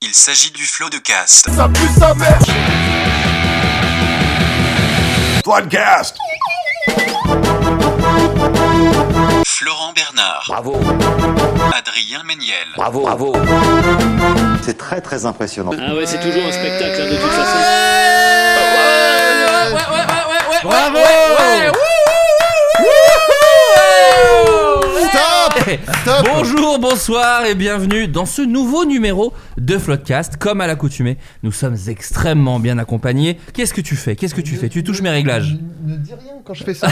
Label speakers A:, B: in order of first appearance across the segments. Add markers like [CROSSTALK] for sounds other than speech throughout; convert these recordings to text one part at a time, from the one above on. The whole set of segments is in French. A: Il s'agit du flot de cast.
B: Ça pue sa mère Floodcast
A: Florent Bernard,
C: Bravo,
A: Adrien Méniel,
C: bravo, bravo.
D: C'est très très impressionnant.
E: Ah ouais, c'est toujours un spectacle hein, de toute façon.
F: Bravo
B: Stop Stop
F: Bonjour, bonsoir et bienvenue dans ce nouveau numéro de Floodcast. Comme à l'accoutumée, nous sommes extrêmement bien accompagnés. Qu'est-ce que tu fais Qu'est-ce que tu fais Tu touches mes réglages.
B: Ne dis rien quand je
G: [LAUGHS]
B: fais ça.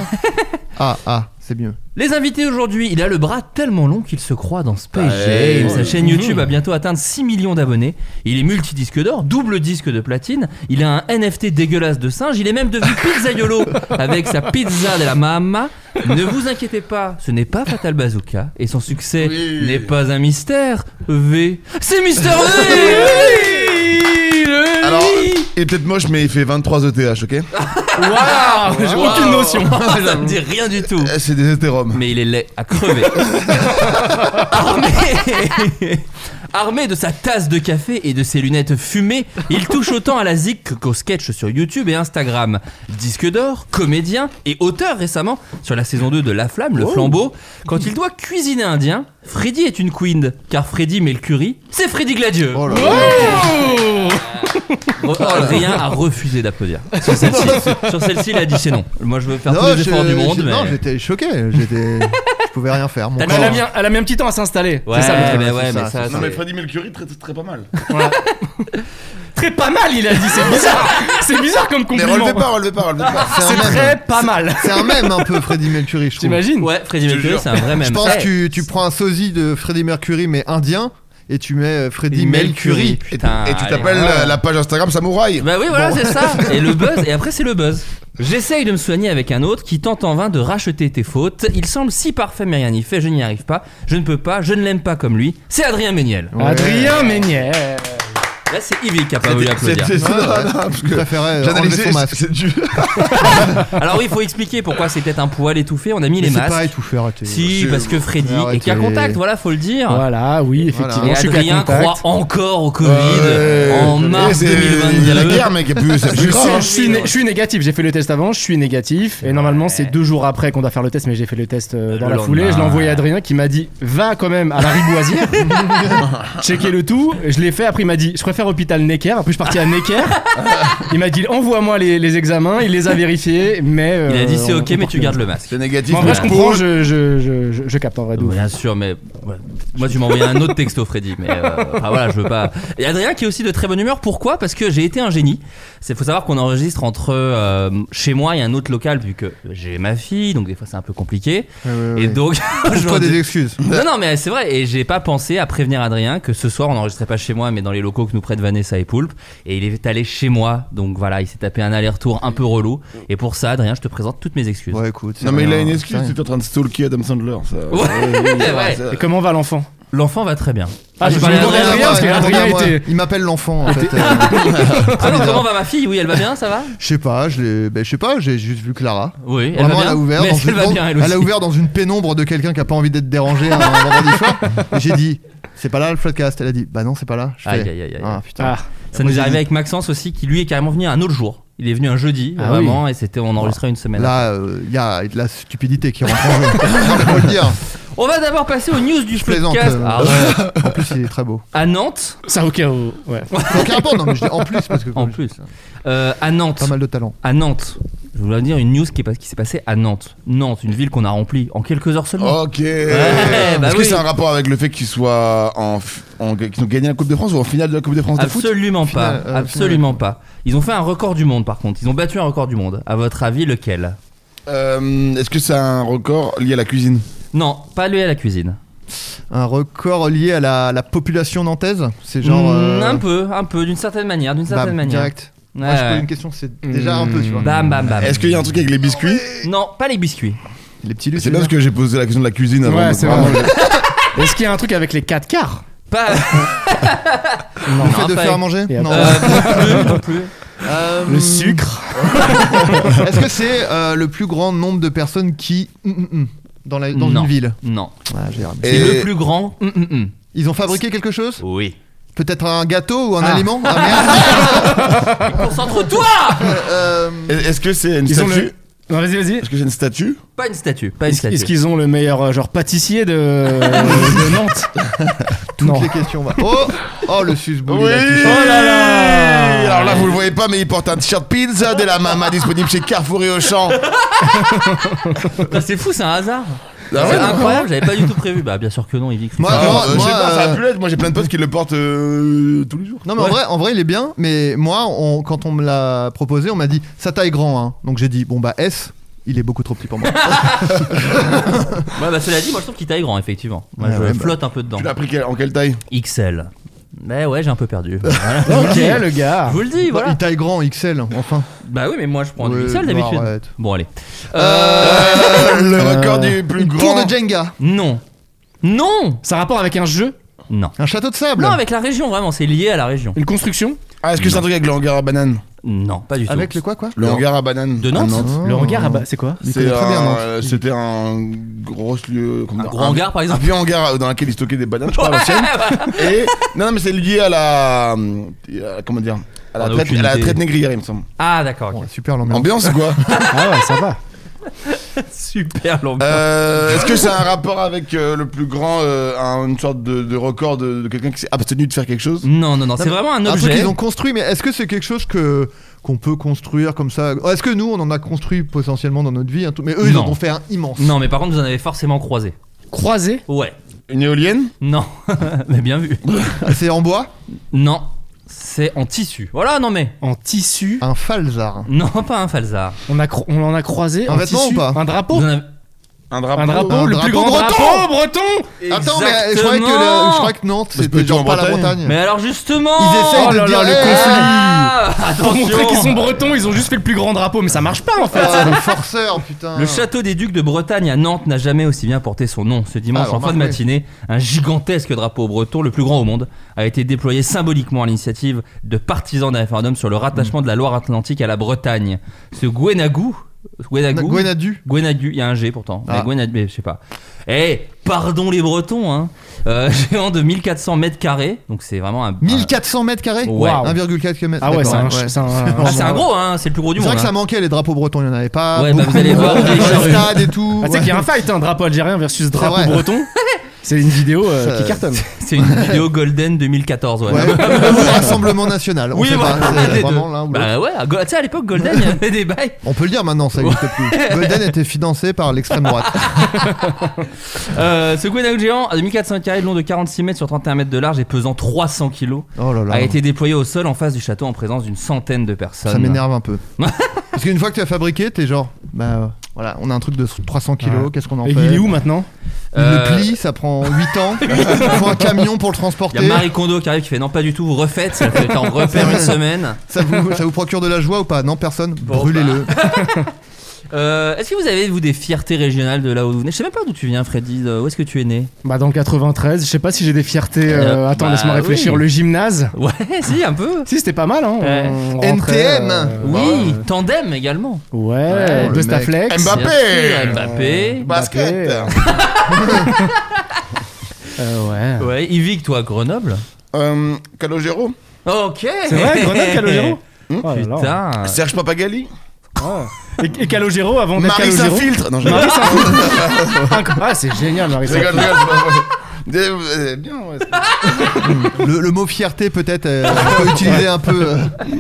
B: ah, ah, c'est mieux.
F: Les invités aujourd'hui, il a le bras tellement long qu'il se croit dans Space
B: Bah, Ouais. Mmh.
F: Jam. Sa chaîne YouTube a bientôt atteint 6 millions d'abonnés. Il est multidisque d'or, double disque de platine. Il a un NFT dégueulasse de singe. Il est même devenu
B: [LAUGHS]
F: pizzaiolo avec sa pizza de la mamma. Ne vous inquiétez pas, ce n'est pas Fatal Bazooka et son succès
B: Oui.
F: n'est pas un mystère. V, c'est Mister V.
B: Alors, il est peut-être moche, mais il fait 23 ETH,
G: [LAUGHS]
F: waouh,
B: ok
F: j'ai
B: Wow.
F: aucune
B: [LAUGHS]
F: notion. Ça me dit rien du tout.
B: Eh, C'est des hétéromes.
F: Mais il est laid à crever. armé, armé de sa tasse de café et de ses lunettes fumées, il touche autant à la zik qu'au sketch sur YouTube et Instagram. Disque d'or, comédien et auteur récemment sur la saison 2 de La Flamme,
B: Oh.
F: le flambeau. Quand il doit cuisiner indien, Freddy est une queen, car Freddy met le curry, c'est Freddy Gladieux. Oh,
B: Oh là là.
F: Rien à refuser
B: [LAUGHS]
F: d'applaudir. Sur celle-ci, sur celle-ci, il a dit c'est non. Moi, je veux faire tous les
B: je-
F: efforts du
B: je-
F: monde, mais.
B: non, j'étais choqué. J'étais, je pouvais rien faire. Mon
F: T'as
E: Mais elle, a
B: corps.
E: mis, un- elle a mis un petit temps à s'installer.
F: Ouais,
E: C'est ça le truc.
F: mais
B: c'est
F: ouais,
B: ça,
F: mais ça,
B: c'est ça.
F: c'est-
G: Mercury très, très, très pas mal.
E: [LAUGHS] Très pas mal, il a dit. C'est bizarre. c'est bizarre comme
G: Mais
E: compliment.
G: relevez pas, relevez pas, relevez pas.
B: C'est
E: C'est
B: un
E: très
B: mème.
E: pas mal.
B: C'est un mème un peu Freddie Mercury, je trouve.
E: T'imagines
F: Ouais,
G: Je
F: Freddie
G: te
F: Mercury,
G: jure.
F: c'est un vrai Eh. même.
B: Je pense que tu, tu prends un sosie de Freddie Mercury mais indien et tu mets euh, Freddie
F: Mercury,
B: Mercury.
G: Et,
F: putain.
G: et tu
F: allez.
G: t'appelles la, la page Instagram Samouraï.
F: Bah oui, voilà, c'est
B: [LAUGHS]
F: ça. Et le buzz, et après, c'est le buzz. J'essaye de me soigner avec un autre qui tente en vain de racheter tes fautes. Il semble si parfait, mais rien n'y fait. Je n'y arrive pas. Je ne peux pas. Je ne l'aime pas comme lui. C'est Adrien Méniel.
B: Ouais.
E: Adrien Méniel.
F: Là, c'est Yves qui a pas voulu
G: C'est-
F: applaudir.
G: c'est-
B: Ouais,
G: non, non,
B: ouais.
G: parce
B: Je
G: que
B: préférais euh, enlever
G: J'analysais,
B: son
G: c'est-
B: masque.
G: c'est du.
F: Alors, oui, il faut expliquer pourquoi c'est peut-être un poil étouffé. On a mis
B: Mais
F: les
B: c'est
F: masques.
B: pareil, tout faire. t'es-
F: Si,
G: C'est-
F: parce que Freddy
B: Arrêtez.
F: est qu'à contact, voilà, faut le dire.
E: Voilà, oui,
F: Et
E: effectivement, je suis qu'à
F: Adrien
E: contact.
F: croit encore au Covid
G: Ouais.
F: en mars
G: Et c'est-
F: 2022.
G: Il y a la guerre, mec. il y a plus-
F: [LAUGHS]
G: C'est
E: Je
G: plus
E: sais,
B: hein.
G: grave.
E: je suis, né- je suis négatif, j'ai fait le test avant, je suis négatif. Et normalement, c'est deux jours après qu'on doit faire le test, mais j'ai fait le test euh, dans
F: Le
E: la foulée. Je l'ai
F: lendemain.
E: envoyé à Adrien qui m'a dit Va quand même à la Riboisière,
F: [LAUGHS]
E: checker le tout. Je l'ai fait, après il m'a dit Je préfère hôpital Necker. Après, je suis parti à Necker. il m'a dit Envoie-moi les, les examens, il les a vérifiés, mais. euh,
F: Il a dit c'est
E: on-
F: ok,
E: on
F: mais
E: part
F: tu
E: bien.
F: gardes le masque.
G: C'est négatif.
E: Mais en vrai, je
G: mais
E: comprends,
G: pour-
E: je, je, je, je- je capte en vrai de ouf.
F: Bien sûr, mais ouais. moi tu m'as envoyé un autre texto, Freddy. Mais euh, enfin, voilà, je veux pas. Et Adrien qui est aussi de très bonne humeur. Pourquoi Parce que j'ai été un génie. C'est faut savoir qu'on enregistre entre euh, chez moi et un autre local vu que j'ai ma fille, donc des fois c'est un peu compliqué.
B: Ouais, ouais, ouais.
F: Et
B: [LAUGHS]
F: donc
B: Trouve-toi
F: aujourd'hui-
B: des excuses.
F: [LAUGHS] non, non, mais c'est vrai. Et j'ai pas pensé à prévenir Adrien que ce soir on n'enregistrait pas chez moi, mais dans les locaux que nous prêtent Vanessa et Poulpe. Et il est allé chez moi, donc voilà, il s'est tapé un aller-retour un peu relou. Et pour ça, Adrien, je te présente toutes mes excuses.
B: Ouais, écoute.
G: Non, mais il a une
B: c'est
G: excuse.
B: rien.
G: Tu es en train de stalker Adam Sandler. ça.
F: [LAUGHS] Ouais, Ah,
G: ça, Ah,
F: ouais.
G: ça.
E: Et comment va l'enfant
F: L'enfant va très bien.
E: Ah, je
F: parlais
E: vais demander
F: à
E: à Adrien, parce que
B: Ouais,
E: Adrien
B: ouais, ouais.
E: était-
B: Il
F: [LAUGHS]
B: m'appelle l'enfant en fait. euh,
F: Ah non,
G: Euh,
F: comment va ma fille Oui, elle va bien, ça va
B: Je sais pas, je l'ai- ben, je sais pas, j'ai juste vu Clara.
F: Oui, elle
B: Vraiment,
F: va bien.
B: elle a ouvert
F: mais
B: dans
F: est-ce qu'elle
B: une
F: va
B: pom-
F: bien, elle
B: elle
F: aussi
B: a ouvert dans une pénombre de quelqu'un qui a pas envie d'être
F: [LAUGHS]
B: dérangé un vendredi soir. Et J'ai dit, c'est pas là le podcast. Elle a dit, bah non, c'est pas là. Je fais,
F: Aïe, aïe, aïe, aïe.
B: Ah putain.
E: Ah,
F: Ça nous est arrivé avec Maxence aussi, qui lui est carrément venu un autre jour. Il est venu un jeudi,
E: Ah
F: vraiment,
B: euh,
F: et c'était on enregistrait une semaine. [LAUGHS]
B: Là, il y a de la stupidité qui rentre en jeu. Non, mais faut le dire.
F: On va d'abord passer aux news du
B: Je plaisante.
F: podcast.
B: euh,
F: Ah ouais.
B: En plus, il est très beau.
F: À Nantes,
E: Ça, ok, oh, ouais.
B: Donc, important, non, mais je dis en plus, parce que
F: en plus, Euh, à Nantes,
B: pas mal de talent.
F: à Nantes, je voulais dire une news qui est pas- qui s'est passée à Nantes. Nantes, une ville qu'on a remplie en quelques heures seulement.
G: Ok.
F: bah
G: Est-ce que
F: oui.
G: c'est un rapport avec le fait qu'ils soient en, f- en- qu'ils ont gagné la Coupe de France ou en finale de la Coupe de
B: Oh,
G: France de foot
F: Absolument pas,
B: Finale, euh,
F: absolument pas. Ils ont fait un record du monde par contre. Ils ont battu un record du monde. À votre avis, lequel
G: Euh, Est-ce que c'est un record lié à la cuisine
F: Non, pas lui à la cuisine.
B: Un record lié à la, la population nantaise C'est genre.
F: Mm,
B: euh,
F: Un peu, un peu, d'une certaine manière, d'une
B: bam,
F: certaine manière.
B: Direct.
F: Ouais,
B: Moi, je pose
F: ouais.
B: une question, c'est déjà un peu, tu vois. Ah
F: Bam, bam, bam.
G: Est-ce qu'il y a un truc avec les biscuits
F: Non, pas les biscuits.
B: Les petits hein. luttes.
G: C'est bien parce que j'ai posé la question de la cuisine avant.
E: Ouais,
G: donc
E: c'est
G: vraiment,
E: vrai. [LAUGHS] Est-ce qu'il y a un truc avec les 4 quarts
F: Pas. non,
B: Le fait de
F: pas-
B: faire à manger
E: Et
B: Non.
F: Euh, [LAUGHS] non plus, non plus.
B: Euh,
E: Le sucre
B: [LAUGHS] Est-ce que c'est euh, le plus grand nombre de personnes qui. mm, mm, mm, dans la- dans
F: Non. Ah,
B: une ville Mm.
F: Non.
B: Ouais, j'ai ramené.
G: Et-
F: C'est le plus grand. Hum, hum, hum.
B: Ils ont fabriqué quelque chose
F: Oui.
B: Peut-être un gâteau ou un
E: Ah.
B: aliment
F: [LAUGHS]
B: Ah,
F: Concentre-toi
B: merde. Euh,
G: Est-ce que c'est une
E: Ils ont
G: statue
E: le. Non, vas-y, vas-y.
G: Est-ce que j'ai une statue
F: Pas une statue, pas une
E: Est-ce
F: statue.
E: est-ce qu'ils ont le meilleur euh, genre pâtissier
B: [LAUGHS]
E: de, de Nantes
B: toutes
E: Non.
B: les questions. va- Oh, oh le susbouli.
G: Oui
F: Oh
B: Oh
E: là là
G: Alors là, vous le voyez pas, mais il porte un t-shirt pizza de la Mama disponible chez Carrefour et Auchan.
F: Putain, C'est fou, c'est un hasard.
G: Ah ouais,
F: c'est
G: non.
F: incroyable, j'avais pas du tout prévu. Bah, bien sûr que non, Yvick.
B: Moi,
G: Ah,
B: moi,
G: euh, je
B: moi,
G: sais pas, ça
B: euh,
G: a pu l'être. Moi, j'ai plein de potes qui le portent euh, tous les jours.
B: Non mais en, vrai, en vrai il est bien mais moi on- quand on me l'a proposé on m'a dit sa taille grand hein. donc j'ai dit bon bah S il est beaucoup trop petit pour moi
F: Ouais, bah, cela dit, moi je trouve qu'il taille grand, effectivement. Moi,
B: Ouais,
F: je
B: ouais, bah.
F: flotte un peu dedans.
G: Tu l'as pris quel- en quelle taille
F: XL. Mais ouais, j'ai un peu
B: [LAUGHS]
F: perdu. Voilà.
E: Ok, le gars.
F: Je vous le dis, voilà.
B: Oh, il taille grand XL enfin
F: Bah oui, mais moi je prends du
B: Ouais,
F: XL
B: bah,
F: d'habitude.
B: arrête.
F: Bon, allez.
G: Euh, Le record du plus
B: une tour
G: grand.
B: de Jenga
F: Non. Non
E: Ça a rapport avec un jeu
F: Non.
B: un château de sable
F: Non, avec la région, vraiment, c'est lié à la région.
E: Une construction
G: Ah, est-ce que c'est un truc avec le hangar à bananes
F: Non, pas du tout.
B: Avec le quoi Oh. quoi
G: Le hangar à bananes
F: De Nantes
G: à
E: Le regard, ah bah, c'est quoi
B: Il
G: C'est
B: connaît très bien,
G: un-
B: Nantes.
G: euh, C'était un gros lieu. comment
F: Un
G: dire,
F: gros hangar, par exemple
G: Un vieux hangar euh, dans lequel ils stockaient des bananes, je crois, à l'ancienne. Et. Non, non, mais c'est lié à la. euh, Comment dire À la,
F: On a
G: traite,
F: aucune
G: à la
F: idée.
G: traite négrière, il me semble.
F: Ah, d'accord. ok.
B: Ouais, super l'ambiance
G: Ambiance ou
B: [LAUGHS]
G: quoi
E: Ah ouais, ça va.
F: Super l'ambiance.
G: Euh, Est-ce que c'est un rapport avec euh, le plus grand, euh, un- une sorte de, de record de, de quelqu'un qui s'est abstenu de faire quelque chose
F: Non, non, non, c'est vraiment un
B: un truc
F: objet.
B: Ah, qu'ils ont construit mais est-ce que c'est quelque chose que qu'on peut construire comme ça Oh, est-ce que nous on en a construit potentiellement dans notre vie un truc- mais eux ils en
F: Non.
B: ont fait un immense
F: Non, mais par contre, vous en avez forcément croisé.
E: Croisé
F: Ouais.
G: Une éolienne
F: Non. [LAUGHS] mais bien vu.
B: c'est en bois
F: Non. C'est en tissu. Voilà, non mais.
E: en tissu.
B: un falzar
F: Non, pas un falzar.
E: On, a cro- on en a croisé
B: Un
E: en
B: vêtement
E: tissu.
B: ou pas
E: Un drapeau
F: Vous en avez-
G: Un drapeau
E: Un drapeau,
B: Un
E: le plus
B: drapeau
E: grand
B: breton
E: drapeau breton
B: attends mais euh, je croyais que, le-
F: Exactement.
B: je crois que Nantes
G: c'est
B: c'était
G: plutôt
B: genre
G: en
B: pas la
G: Bretagne.
B: Bretagne
F: Mais alors justement
B: Ils essayent
E: Oh
B: de
E: là
B: dire
E: là, le
B: eh,
F: Ah,
E: Pour montrer qu'ils sont
F: Attention
E: bretons, ils ont juste fait le plus grand drapeau, mais ça marche pas en fait.
B: Ah, le forceur, putain.
F: Le château des Ducs de Bretagne à Nantes n'a jamais aussi bien porté son nom. Ce dimanche,
B: Ah,
F: en fin de
B: remarquez.
F: matinée, un gigantesque drapeau breton, le plus grand au monde, a été déployé symboliquement à l'initiative de partisans d'un référendum sur le rattachement de la Loire-Atlantique à la Bretagne. Ce Gwenagou. Gwenagou
B: Gwenadu.
F: Gwenadu, il y a un G pourtant.
B: Ah.
F: Mais Gwenadu, mais je sais pas. Eh, pardon les Bretons, hein. Euh, [LAUGHS] géant de 1400 mètres carrés, donc c'est vraiment un. un-
B: 1400 mètres carrés
F: Ouais.
B: 1,4 km.
E: Ah ouais, c'est un,
B: D'accord, ouais.
E: c'est
B: [LAUGHS]
E: un-
F: Ah, c'est un gros, hein, c'est le plus gros du
B: C'est vrai
F: monde.
B: que ça
F: hein.
B: manquait les drapeaux bretons, il n'y en avait pas.
F: Ouais, bah,
B: beaucoup.
F: vous allez
B: [LAUGHS]
F: voir, vous allez
B: Dans
F: voir.
B: les stades et tout.
E: Ah, tu sais
B: ouais.
E: qu'il y a un fight, un drapeau algérien versus drapeau
B: vrai.
E: breton.
B: [LAUGHS]
E: C'est une vidéo euh,
B: Ça-
E: qui cartonne.
F: C'est une vidéo Golden 2014, ouais.
B: Ouais. Ou Rassemblement national. On
F: Oui,
B: sait
F: voilà,
B: pas, c'est
F: les deux.
B: vraiment l'un ou l'autre.
F: Bah ouais, à Go- tu sais, à l'époque, Golden, il y avait des bails.
B: On peut le dire maintenant, ça n'existe plus. Golden était financé par l'extrême droite.
F: [LAUGHS] Euh, ce Gwenagou géant, à 2400 carrés, long de 46 mètres sur 31 mètres de large et pesant 300 kilos,
B: Oh là là.
F: a été déployé au sol en face du château en présence d'une centaine de personnes.
B: Ça m'énerve
F: [LAUGHS]
B: un peu. Parce qu'une fois que tu as fabriqué, t'es genre, bah euh, voilà, on a un truc de 300 kilos,
E: Ouais.
B: qu'est-ce qu'on en
E: Et
B: fait
E: il est où maintenant
B: Il
F: Euh,
B: le plie, ça prend
F: [LAUGHS]
B: 8 ans. Il faut un camion pour le
F: Il y
B: transporter.
F: a Marie Kondo qui arrive qui fait non pas du tout vous refaites ça fait en refaire une semaine.
B: Ça vous, ça vous procure de la joie ou pas Non, personne.
F: Bon, bah.
B: Brûlez-le.
F: Euh, est-ce que vous avez vous des fiertés régionales de là où vous venez Je sais même pas d'où tu viens Freddy, de- où est-ce que tu es né
E: Bah dans le 93, je sais pas si j'ai des fiertés. euh,
F: Euh,
E: attends,
F: bah,
E: laisse-moi réfléchir.
F: oui.
E: Le gymnase.
F: Ouais [LAUGHS] si un peu.
E: Si c'était pas mal hein.
F: Ouais.
E: on rentrait, euh,
B: NTM.
F: Oui, tandem également.
E: Ouais,
B: Oh, le
E: de
B: mec.
E: Staflex.
G: Mbappé
F: Bien sûr, Mbappé.
G: Basket
E: Euh, ouais.
F: Ouais, Yvick toi à Grenoble.
G: Euh, Calogero
F: Ok.
E: [LAUGHS]
F: [LAUGHS]
E: C'est vrai, Grenoble Calogero.
G: Hmm.
E: Oh là là.
B: Euh,
F: Putain.
G: Serge Papagali
E: Et, et Calogero avant d'être
G: Marie
E: Calogero.
G: s'infiltre Non, je
E: Marie s'infiltre. Ah, c'est génial, Marie
G: Je rigole,
E: s'infiltre.
G: [LAUGHS] je rigole. Vous avez bien, ouais.
B: Le, le mot fierté peut-être euh, on peut utiliser un peu euh,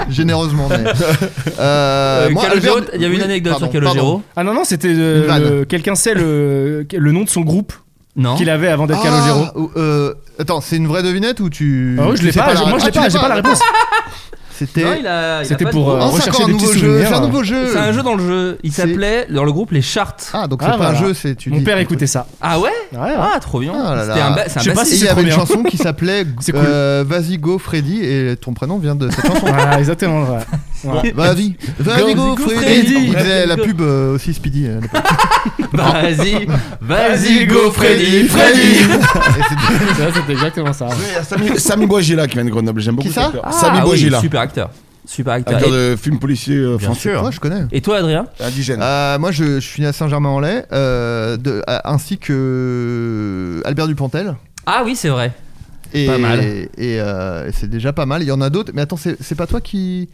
B: généreusement. mais, euh,
F: Euh,
B: moi,
F: Calogero,
B: Albert-
F: il y avait une
B: oui,
F: anecdote
B: pardon,
F: sur Calogero.
B: pardon.
E: Ah non, non, c'était. euh,
B: Une vanne.
E: le- Quelqu'un sait le, le nom de son groupe
F: Non.
E: qu'il avait avant d'être
B: Ah,
E: Calogero
B: ou- euh, attends, c'est une vraie devinette ou tu.
E: Ah oui, je
B: tu
E: l'ai
B: sais
E: pas,
B: la
E: je- moi je
B: ah,
E: l'ai
B: tu
E: pas,
B: sais
E: j'ai pas la réponse.
F: Non,
B: C'était.
F: il a- il a
E: C'était
F: pas de
B: Oh,
E: pour,
F: nom.
E: euh, rechercher
B: c'est encore un
E: des
B: nouveau
E: petits
B: jeu,
E: souvenirs.
B: c'est un nouveau jeu.
F: C'est un jeu dans le jeu. Il
B: C'est-
F: s'appelait dans le groupe les chartes.
B: Ah, donc c'est
E: Ah,
B: pas
E: voilà.
B: un jeu, c'est. tu
E: Mon
B: dis-
E: père écoutait ça.
F: Ah ouais
E: Ouais, hein. ouais.
F: Ah trop bien.
B: Ah là là.
F: C'était un ba- c'est un
E: Je sais pas
B: Et
F: bassiste.
B: il y
E: trop
B: avait une
E: bien.
B: chanson qui s'appelait
F: [LAUGHS]
E: C'est cool.
B: euh, Vas-y Go Freddy et ton prénom vient de cette [LAUGHS] chanson.
E: Voilà, exactement. ouais. Ouais.
F: [LAUGHS]
B: Vas-y, vas-y
F: Go
B: Go
F: Freddy.
B: Freddy. Il faisait la
F: Go.
B: pub euh, aussi Speedy. euh, à l'époque. [LAUGHS]
F: Vas-y, vas-y go Freddy, Freddy.
B: Et c'était-
E: Ouais, C'était exactement ça.
G: Il y a
B: [LAUGHS]
G: Sami- Sami Bouajila qui vient de Grenoble, j'aime beaucoup
B: Qui
G: cet
B: ça
G: acteur.
F: Ah,
G: Sami
F: oui,
G: Bouajila,
F: super acteur, super acteur.
G: acteur
F: Et,
G: de films policiers euh, français.
B: Moi je connais.
F: et toi Adrien
G: Indigène.
B: Euh, moi, je, je suis né à Saint-Germain-en-Laye, euh, de- euh, ainsi que euh, Albert Dupontel.
F: Ah oui c'est vrai.
B: Et,
E: Pas mal.
B: Et, euh, et c'est déjà pas mal. Il y en a d'autres. Mais attends, c'est c'est pas toi qui.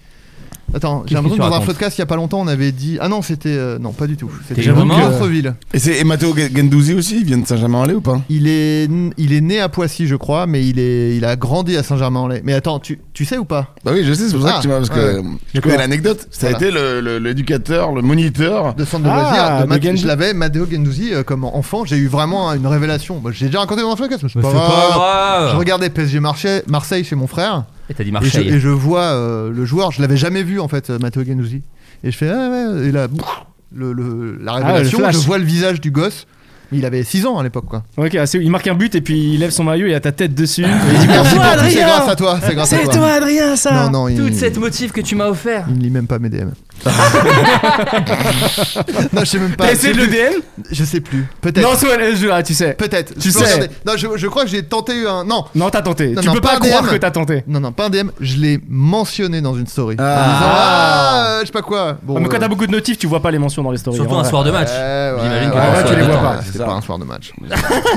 B: Attends, j'ai
F: Qu'est-ce que tu
B: l'impression que dans un
F: racontes
B: podcast il y a pas longtemps, on avait dit. Ah non, c'était. euh, non, pas du tout. C'était
E: J'avoue
B: une
F: que-
B: autre ville.
G: Et c'est et Matteo G- Gendouzi aussi, il vient de Saint-Germain-en-Laye ou pas
B: Il est, il est né à Poissy, je crois, mais il, est, il a grandi à Saint-Germain-en-Laye. Mais attends, tu, tu sais ou pas
G: Bah oui, je sais, c'est pour ça
B: Ah,
G: que tu m'as. Parce que
B: ouais.
G: je connais l'anecdoce. Ça a
B: Voilà.
G: été le- le- l'éducateur, le moniteur.
B: De centre de
E: Ah,
B: loisirs. de
E: de
B: Mat-
E: Gendou-
B: Je l'avais, Matteo Gendouzi, euh, comme enfant. J'ai eu vraiment une révélation. Bah, J'ai déjà raconté dans un podcast, mais c'est
F: Mais
B: pas,
F: c'est
B: grave.
F: pas grave.
B: Oh. Je regardais PSG Marseille, Marseille chez mon frère.
F: Et t'as dit
B: Et je,
F: Marseille.
B: et je vois euh, le joueur, je l'avais jamais vu en fait, euh, Matteo Guendouzi. Et je fais ah ouais, et là, bouf, le, le- la révélation,
E: Ah, le flash.
B: je vois le visage du gosse. Mais il avait 6 ans à l'époque quoi.
E: Ok, assez- il marque un but et puis il lève son maillot et il a ta tête dessus.
B: Il dit
E: Ah,
B: merci
E: toi,
B: pour tout, c'est
E: Adrien
B: grâce à toi, c'est grâce à toi.
E: Adrien,
B: non non, il,
F: Toute cette motive que tu m'as offert.
B: il ne lit même pas mes DM.
E: [LAUGHS]
B: non, je sais même pas.
E: T'as
B: Je sais
E: essayé de le
B: plus.
E: DM
B: Je sais plus.
E: Non,
B: Peut-être.
E: c'est le jeu, ah, tu sais.
B: Peut-être.
E: Tu
B: Je peux
E: sais.
B: regarder. Non, je, je crois que j'ai tenté un. Non.
E: Non, t'as tenté.
B: Non,
E: tu
B: non,
E: peux
B: pas
E: pas,
B: un
E: croire
B: DM.
E: que t'as tenté.
B: Non, non, pas un DM, je l'ai mentionné dans une story. En disant, ah, je sais pas quoi. Bon,
E: Ah, mais quand
B: euh,
E: t'as beaucoup de notifs, tu vois pas les mentions dans les stories.
F: Surtout
E: en
F: un
E: vrai.
F: soir de match.
B: Ouais, ouais,
F: J'imagine que
B: ouais,
F: tu
B: ouais,
F: les
B: tu les
F: vois
B: vois
F: pas.
B: pas. C'était pas un soir
E: [LAUGHS]
B: de match.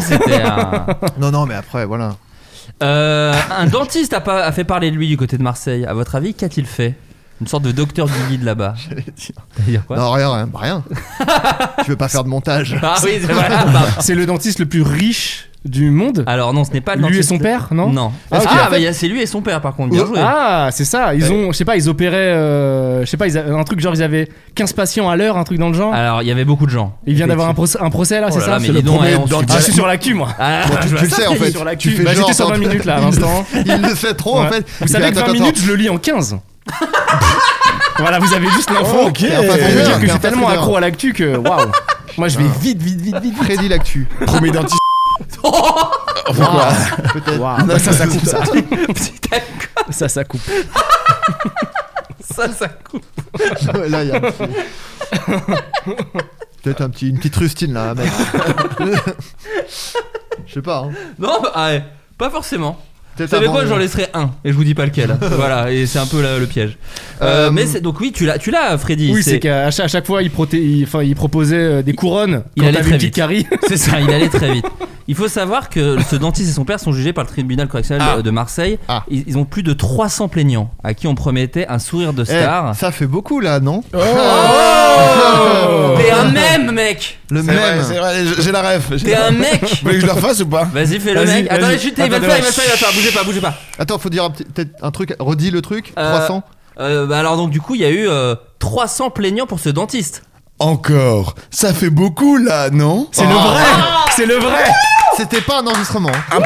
F: C'était un.
B: Non, non, mais après, voilà.
F: Euh, un dentiste a, pas, a fait parler de lui du côté de Marseille. À votre avis, qu'a-t-il fait Une sorte de docteur du guide [LAUGHS] là-bas. T'allais dire quoi
B: non, rien, rien.
E: [LAUGHS]
B: rien. tu veux pas faire de montage.
E: Bah,
F: Ah oui, c'est [LAUGHS] vrai. Pardon.
E: C'est le dentiste le plus riche du monde.
F: Alors non, ce n'est Ah, pas le
E: lui et
F: dentiste.
E: son père, non
F: Non.
E: Ah,
F: Ah,
E: ok.
F: bah, il y a- c'est lui et son père par contre. Bien joué.
E: Ah, c'est ça. Ils ont, je sais pas, ils opéraient, euh, je sais pas, ils a- un truc genre ils avaient 15 patients à l'heure, un truc dans le genre.
F: Alors, il y avait beaucoup de gens.
E: Il vient d'avoir un procès, un procès là,
F: Oh
E: c'est
F: là
E: ça
F: là, mais
E: C'est
F: dis
E: le
F: donc,
E: premier
F: eh, on se
E: dentiste.
F: dit-
E: Ah, je suis sur la cul moi.
F: Ah,
B: Bon, tu, tu le sais en fait.
E: Sur la
B: Tu
E: cul.
B: fais
E: Bah,
B: genre,
E: j'étais sur 20
B: t'entends-
E: minutes là à
B: Il-
E: l'instant.
B: [LAUGHS] Il le sait
F: Oh,
B: trop en
E: Ouais.
B: fait.
E: Vous savez que 20 minutes, je le lis en
F: [LAUGHS]
E: 15. voilà, vous avez juste
F: Oh,
E: l'info.
G: Ok.
B: enfin,
E: Pour vous
B: Ouais,
E: dire
B: ouais,
E: que je suis
B: ouais,
E: tellement
B: ouais.
E: accro à l'actu que waouh. Moi, je vais
F: Ah.
E: vite, vite, vite,
F: [LAUGHS]
E: vite, vite.
B: Prédit l'actu.
G: Premier
B: [LAUGHS]
G: dentiste.
B: Peut-être.
E: Waouh. Bah, ça, ça coupe ça.
F: Petit tac,
E: Ça, ça coupe.
F: [LAUGHS] ça, ça coupe.
B: Ouais, Là, il y a un petit- Peut-être un petit, une petite rustine là, mec. Je sais pas. Hein.
F: Non, bah, ah ouais, pas forcément. Vous
B: Peut-être
F: savez
B: avant
F: quoi
B: le-
F: J'en laisserai un et je vous dis pas [LAUGHS] lequel. voilà, et c'est un peu là, le piège. Euh,
B: Euh,
F: mais c'est- donc oui, tu l'as, tu l'as, Freddy.
E: Oui,
F: c'est-
E: c'est qu'à cha- à chaque fois, il, proté- il- enfin, il proposait euh, des couronnes
F: il
E: quand
F: allait
E: t'avais
F: très
E: une petite carie.
F: vite.
E: [LAUGHS]
F: C'est ça, il allait très vite. Il faut savoir que ce dentiste et son père sont jugés par le tribunal correctionnel
B: Ah.
F: de Marseille.
B: Ah.
F: Ils, ils ont plus de 300 plaignants à qui on promettait un sourire de
B: Eh,
F: star.
B: ça fait beaucoup là, non
F: Oh T'es un même mec
B: Le
G: C'est vrai,
B: même.
G: c'est vrai, j'ai- j'ai la ref. J'ai
F: T'es
G: la-
F: un
G: Vous
F: mec
G: voulez que je la refasse ou pas
F: Vas-y fais le
E: Vas-y,
F: mec
E: vas-y.
F: Attends chut, il va le
E: Attends,
F: faire, il va le faire, il va le faire Bougez pas, bougez pas
B: Attends, faut dire un petit- peut-être un truc. Redis le truc.
F: Euh,
B: 300.
F: Euh, bah Alors donc du coup il y a eu euh, 300 plaignants pour ce dentiste
G: Encore. Ça fait beaucoup là, non
F: Oh.
E: C'est le vrai. C'est le vrai.
B: C'était pas un enregistrement. hein.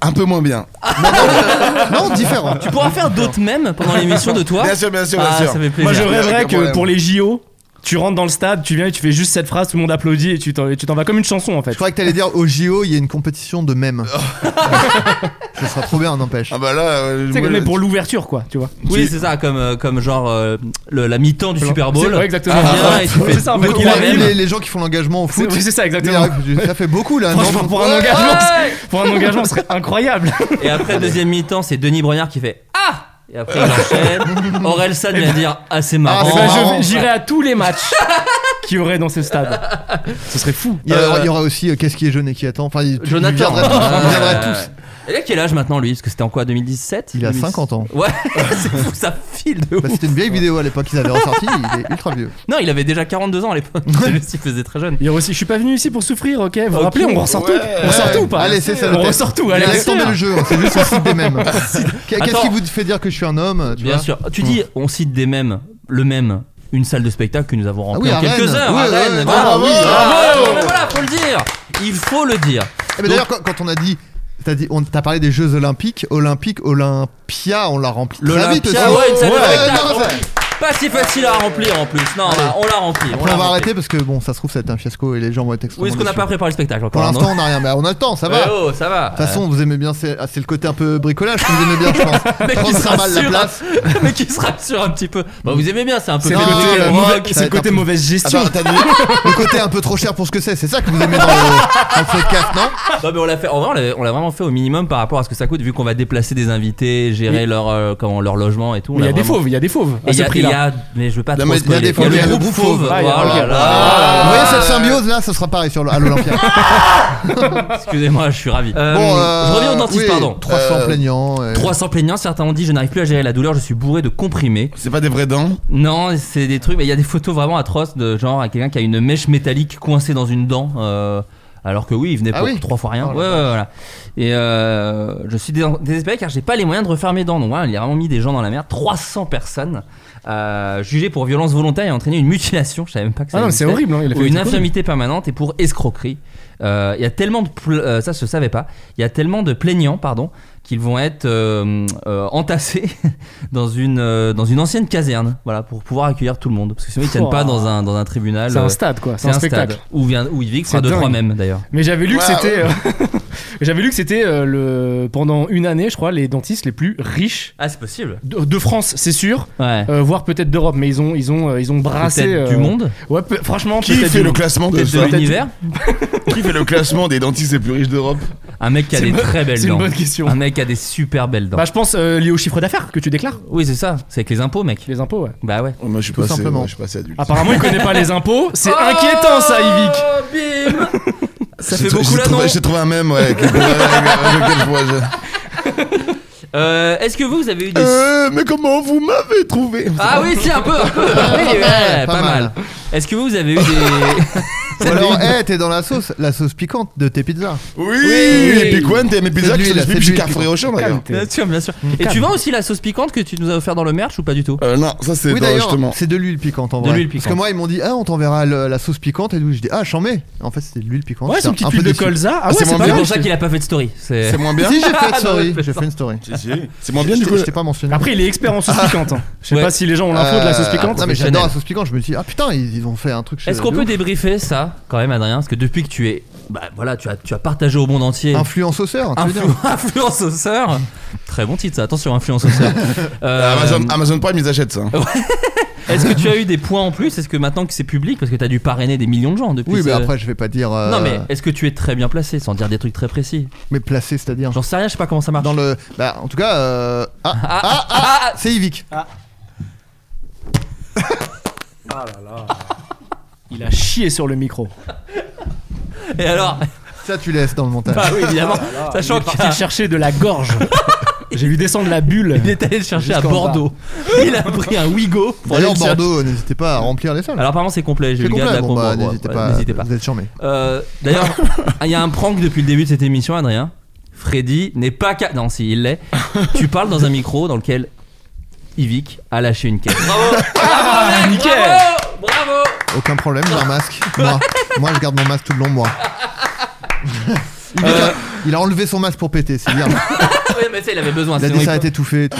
G: Un peu moins bien.
B: [LAUGHS] Non, différent.
F: Tu pourras faire d'autres mèmes pendant l'émission de toi
G: Bien sûr, bien sûr, bien
F: Ah
G: sûr.
F: ça fait plaisir
E: Moi, je
G: Avec
E: rêverais
G: un
E: que
G: problème.
E: pour les JO, tu rentres dans le stade, tu viens et tu fais juste cette phrase, tout le monde applaudit et tu t'en et tu t'en vas comme une chanson en fait.
B: Je croyais que t'allais dire au JO, il y a une compétition de
G: [LAUGHS]
B: mèmes. Ce sera trop bien, n'empêche.
G: Ah bah là. euh,
E: Tu sais,
G: moi,
E: mais pour l'ouverture quoi, tu vois.
F: Oui c'est ça comme, euh, comme genre euh, le- la mi-temps du Super Bowl
E: C'est- ouais, exactement.
F: Ah, viens,
E: Ouais.
F: et tu fais-
E: [LAUGHS] C'est ça, en fait,
F: Ou
E: il
B: On
F: la
B: a
E: a
B: vu
F: même.
B: les, les gens qui font l'engagement au foot.
E: C'est c'est ça
B: Ils
E: exactement.
B: arrivent, Ça fait beaucoup là.
E: Franchement,
B: non
E: pour un engagement, c'est- pour un engagement, ce serait incroyable.
F: Et après, deuxième mi-temps, c'est Denis Brognard qui fait Ah Et après, il
B: [LAUGHS]
F: enchaîne. Aurel San vient dire Ah, c'est marrant.
B: Ah,
E: Eh
B: c'est
E: ben,
B: marrant.
E: je vais- J'irai à tous les matchs qu'il y aurait dans ce stade. Ce serait fou.
B: Il y, aura, il y aura aussi euh, Qu'est-ce qui est jeune et qui attend. Enfin, ils- tu- tu
F: Jonathan.
B: viendras tous.
F: Ah,
B: Ils viendraient
F: ouais, ouais.
B: tous.
F: Il a quel âge maintenant lui Parce que c'était en quoi 2017
B: Il a 50 ans.
F: Ouais, [LAUGHS] c'est fou, ça file de ouf.
B: Bah, C'était une vieille vidéo à l'époque qu'ils avaient ressorti, il est ultra vieux.
F: Non, il avait déjà 42 ans à l'époque. C'est juste qu'il faisait très jeune.
E: Il y a aussi, je suis pas venu ici pour souffrir, ok Vous vous
F: Ok.
E: rappelez, on ressort tout.
G: Ouais.
E: On ressort
B: Ouais.
E: tout ou pas
B: Allez, c'est ça,
E: On
B: le test.
E: ressort tout,
B: Mais
E: allez.
B: laisse tomber le jeu, hein, c'est juste le site
F: [LAUGHS]
B: des mêmes. Qu'est- Qu'est-ce qui
F: Attends.
B: vous fait dire que je suis un homme tu
F: Bien
B: vois Hmm.
F: sûr. Tu dis, on cite des mêmes, le même, une salle de spectacle que nous avons
B: Ah
F: remplie
B: oui, à
F: en quelques
B: Rennes.
F: heures.
B: Ouais,
F: à
B: ouais,
F: Rennes.
B: ouais,
F: Voilà.
B: bravo.
F: Bravo. Mais voilà, faut le dire. Il faut le dire.
B: Eh, Mais d'ailleurs, quand, quand on a dit. T'as dit, on t'a parlé des Jeux Olympiques, Olympique, Olympia, on l'a rempli très vite aussi.
F: L'Olympia, ouais, une salle de
B: Ouais,
F: spectacle.
B: non, ça-
F: remplie. Pas si facile à remplir en plus. Non,
B: Allez.
F: on l'a rempli.
B: Après,
F: l'a
B: on va
F: rempli.
B: arrêter parce que bon, ça se trouve, ça va être un fiasco et les gens vont être extrêmement.
F: Ou est-ce qu'on n'a
B: déçus.
F: pas préparé le spectacle encore
B: Pour
F: non
B: l'instant, on n'a rien, mais on a le temps, ça va.
F: Eh oh, ça va.
B: De toute façon, vous aimez bien, c'est ah, c'est le côté un peu bricolage que vous aimez bien, je pense.
F: [LAUGHS] mais qui
B: Prendre
F: se
B: ça mal la
F: rassure,
B: place.
F: [LAUGHS] mais qui se rassure un petit peu. Bah, vous aimez bien, c'est un peu
E: C'est
B: Non,
E: le
F: compliqué,
E: côté,
B: euh,
E: euh,
F: rock.
E: mauvais- c'est
B: ça va
E: le
B: être
E: côté
B: un peu-
E: mauvaise gestion.
F: Ah,
B: Attends, Ah bah, t'as dit le côté un peu trop cher pour ce que c'est, c'est ça que vous aimez dans le, dans le podcast, non
F: bah, Non mais on l'a fait. En vrai, on l'avait- on l'a vraiment fait au minimum par rapport à ce que ça coûte, vu qu'on va déplacer des invités, gérer leur euh, comment, leur logement et tout. on
E: Mais Il y a
F: l'a
E: des
F: vraiment-
E: fauves, il y a des fauves
F: Et
E: à
F: il y
E: ce
F: a, il y
E: prix-là.
F: a- mais je veux pas
B: Non,
F: trop
B: mais il y a
F: spoiler.
B: des fois,
F: Il y
B: il
F: a
B: y a
F: le
B: le
F: groupe
B: groupe
F: fauve.
B: fauve.
E: Ah, il y a-
F: Voilà.
E: ok.
F: Ah,
B: Vous voyez cette
G: Euh,
B: symbiose là, ça sera pareil sur le- à l'Olympia.
F: Excusez-moi, je suis ravi. Euh,
B: Bon, euh,
F: je reviens au dentiste,
B: oui,
F: pardon. Euh,
B: 300 plaignants. euh. et-
F: 300 plaignants, certains ont dit je n'arrive plus à gérer la douleur, je suis bourré de comprimés.
G: C'est pas des vraies dents.
F: Non, c'est des trucs, mais il y a des photos vraiment atroces de genre à quelqu'un qui a une mèche métallique coincée dans une dent. euh, alors que oui, il venait
B: Ah
F: pour
B: oui.
F: trois fois rien.
B: Oh la
F: ouais, ouais, voilà. Et euh, je suis dés- désespéré car j'ai pas les moyens de refaire mes dents. Donc voilà, il a vraiment mis des gens dans la merde. 300 personnes euh, jugées pour violence volontaire et entraîné une mutilation. Je savais même pas que ça
E: Ah non, mais c'est
F: existait.
E: horrible, hein, il a fait
F: Ou
E: des
F: une
E: trucs horribles.
F: infirmité permanente et pour escroquerie. Euh, Il y a tellement de pl- euh, ça je savais pas. Il y a tellement de plaignants, pardon, qu'ils vont être euh, euh, entassés [LAUGHS] dans une euh, dans une ancienne caserne, voilà, pour pouvoir accueillir tout le monde. Parce que sinon ils tiennent
E: Pouah.
F: pas dans un dans un tribunal.
E: C'est
F: euh,
E: un stade, quoi. C'est un spectacle.
F: stade où vient où ils vivent
E: C'est
F: de
E: dingue.
F: trois mêmes d'ailleurs.
E: Mais j'avais lu que
G: Waouh.
E: c'était. euh, [LAUGHS] j'avais lu que c'était euh, le pendant une année, je crois, les dentistes les plus riches
F: Ah c'est possible.
E: de, de France, c'est sûr,
F: Ouais.
E: euh, voire peut-être d'Europe, mais ils ont ils ont euh, ils ont brassé
F: Peut-être
E: euh,
F: du monde,
E: Ouais, peu- franchement,
G: Qui
E: peut-être
G: fait
E: du
G: le
E: monde.
G: classement de
F: peut-être
G: ça
F: de l'univers.
G: Qui fait le classement des dentistes les plus riches d'Europe
F: Un mec qui a
E: C'est
F: des
E: une bonne-
F: très belles
E: C'est une
F: dents.
E: bonne question.
F: Un mec qui a des super belles dents.
E: Bah, je pense euh, lié au chiffre d'affaires que tu déclares,
F: oui c'est ça, c'est avec les impôts mec.
E: les
F: [LAUGHS]
E: impôts. Ouais.
F: Bah ouais.
G: Oh, [LAUGHS] Moi, je suis
B: Tout
G: passé,
B: simplement.
G: moi, je suis passé adulte.
E: Apparemment, il connaît pas les impôts. C'est inquiétant, ça, Yvick.
F: Ah, Bim
G: [LAUGHS]
F: Ça
G: J'ai
F: fait
G: trou-
F: beaucoup
G: j'ai
F: là non
G: trouvé- J'ai trouvé un même, ouais. [LAUGHS] avec- avec- avec lequel je vois, je-
F: Euh, Est-ce que vous, vous avez eu des
G: Euh, mais comment vous m'avez trouvé
F: Ah oui, si, un peu,
G: [LAUGHS]
F: un peu. Oui, ouais,
B: mal,
F: pas,
B: pas
F: mal.
B: mal.
F: Est-ce que vous avez
G: [LAUGHS]
F: eu des.
B: Ou alors, eh, t'es dans la sauce, la sauce piquante de tes pizzas.
G: Oui,
F: Oui.
G: Et puis quoi, t'es mes pizzas
B: de
G: que je
B: l'huile,
G: te
B: c'est de
G: depuis chez
B: l'huile.
G: Carrefour et Auchan d'ailleurs.
E: Calme-toi.
F: sûr, bien sûr. Et tu vends aussi la sauce piquante que tu nous as offert dans le merch ou pas du tout
G: Euh, non, ça c'est
B: Oui,
G: dans-
B: d'ailleurs,
G: justement.
B: c'est de l'huile piquante en
F: De
B: vrai.
F: l'huile
B: Parce
F: piquante.
B: que moi, ils m'ont dit, ah, on t'enverra le- la sauce piquante. Et donc, je dis, ah, j'en mets. En fait, c'était de l'huile piquante.
E: Ouais,
B: J'étais
E: son petit
B: un
E: huile
B: peu
E: de
B: déçu. Ah,
E: colza. Ah ouais,
G: c'est
E: c'est
G: moins bien.
E: pas
F: C'est
E: mal.
F: pour ça qu'il a pas fait de story. C'est.
G: C'est moins bien
B: Si, j'ai fait une
F: Non,
B: story.
F: mais
B: J'ai
F: ça.
B: fait une story.
G: C'est moins bien
B: Je
G: du
B: t'ai-
G: coup.
B: Je t'ai pas mentionné.
E: Après, il est expert en sauce piquante. hein. Je sais
F: Ouais.
E: pas si les gens ont l'info de la sauce piquante.
B: Euh, Non, mais
F: c'est
B: j'adore la
F: Chanel.
B: sauce piquante. Je me dis, ah putain, ils, ils ont fait un truc chez
F: Est-ce qu'on
B: de
F: peut
B: ouf.
F: débriefer ça, quand même, Adrien Parce que depuis que tu es. Bah voilà, tu as, tu as partagé au monde entier.
B: Influence au cerf, tu veux dire.
F: Influ- [LAUGHS] influenceur Très bon titre, ça.
G: [LAUGHS]
F: Attention, influenceur. Euh,
G: Amazon, Amazon Prime, ils achètent ça.
F: Est-ce que tu as eu des points en plus Est-ce que maintenant que c'est public, parce que t'as dû parrainer des millions de gens depuis.
B: Oui,
F: ce-
B: mais après, je vais pas dire. euh,
F: Non, mais est-ce que tu es très bien placé, sans dire des trucs très précis
B: Mais placé, c'est-à-dire.
F: J'en sais rien, je sais pas comment ça marche.
B: Dans le. Bah, en tout cas, euh, Ah, ah, ah, c'est Yvick.
E: Il a chié sur le micro.
F: Et
B: [LAUGHS]
F: alors
B: Ça, tu laisses dans le montage.
F: Bah oui, évidemment.
B: Ah,
F: Sachant qu'il
E: Il
F: [LAUGHS]
E: a cherché de la gorge. J'ai vu descendre la bulle.
F: Il est allé le chercher à
E: Jusqu'en
F: Bordeaux. Il a pris un Wigo pour aller
B: D'ailleurs,
F: le chercher.
B: Bordeaux, n'hésitez pas à remplir les salles.
F: Alors apparemment c'est complet, j'ai eu
B: c'est
F: le gars de
B: complet.
F: la compo,
B: Bon, bah,
F: ouais,
B: n'hésitez
F: ouais,
B: pas.
F: n'hésitez pas.
B: Vous êtes charmés.
F: Euh, D'ailleurs, [LAUGHS] il y a un prank depuis le début de cette émission, Adrien. Freddy n'est pas ca... Non, si, il
B: [LAUGHS]
F: l'est. tu parles dans un micro dans lequel Yvick a lâché une caisse. Bravo Bravo mec,
E: Nickel.
F: Bravo Bravo
B: Aucun problème, j'ai
F: [LAUGHS]
B: un masque. Moi, moi, je garde mon masque tout le long, de moi.
F: Euh,
B: Il, est- il a enlevé son masque pour péter, c'est bien.
F: Oui, mais ça, il avait besoin.
B: Il a
F: sinon
B: dit ça a
F: peut-
B: été tout
F: [LAUGHS]
B: fait. et tout.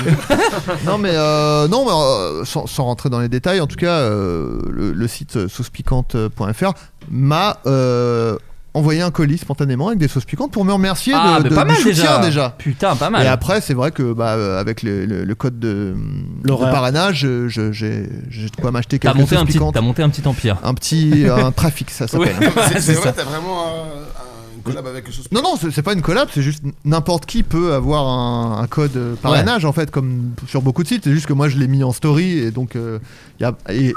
B: non, mais, euh, non, mais euh, sans, sans rentrer dans les détails, en tout cas, euh, le, le site saucepiquante.fr m'a euh, envoyé un colis spontanément avec des sauces piquantes pour me remercier
F: Ah,
B: de,
F: mais
B: de-
F: pas
B: du
F: mal
B: soutien
F: déjà.
B: déjà.
F: Putain, pas mal.
B: Et après, c'est vrai que bah, euh, avec le, le- le code de, de
E: L'horreur.
B: parrainage, je- je- j'ai j'ai de quoi m'acheter
F: t'as
B: quelques
F: monté,
B: sauces
F: un petit...
B: piquantes.
F: t'as monté un petit empire.
B: Un petit un
F: [LAUGHS]
B: trafic, ça s'appelle. [LAUGHS]
G: C'est c'est
F: c'est
G: vrai, t'as vraiment euh, un collab avec le sauce.
B: Non, non, c'est c'est pas une collab, c'est juste n'importe qui peut avoir un, un code euh, parrainage en fait, comme sur beaucoup de sites. C'est juste que moi je l'ai mis en story et donc euh, y a- et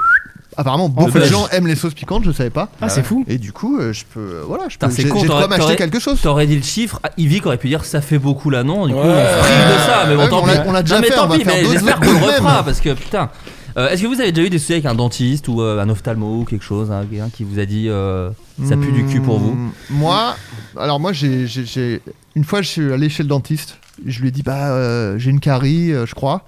B: apparemment beaucoup de
F: Belge.
B: gens aiment les sauces piquantes, je savais pas.
E: Ah, c'est fou.
B: Et du coup, euh, je peux, euh, voilà, je peux,
F: Putain, c'est
B: j'ai j'ai
F: con,
B: de quoi
F: t'aurais-
B: m'acheter
F: t'aurais-
B: quelque chose.
F: T'aurais dit le chiffre, ah, Yvick aurait pu dire ça fait beaucoup là, non Du coup,
G: Ouais.
F: on se prive de ça, mais bon,
B: Ouais,
F: tant
B: on
F: pis.
B: l'a- on l'a déjà
F: non, mais
B: fait,
F: tant
B: on va
F: pis,
B: faire
F: mais
B: d'autres
F: j'espère qu'on le
B: de même.
F: refera parce que putain. Euh, Est-ce que vous avez déjà eu des soucis avec un dentiste ou euh, un ophtalmo ou quelque chose, hein, quelqu'un qui vous a dit euh, ça pue du cul pour vous
B: Hmm, Moi, alors moi, j'ai, j'ai- j'ai- une fois, je suis allé chez le dentiste. Je lui ai dit, bah, euh, j'ai une carie, euh, je crois.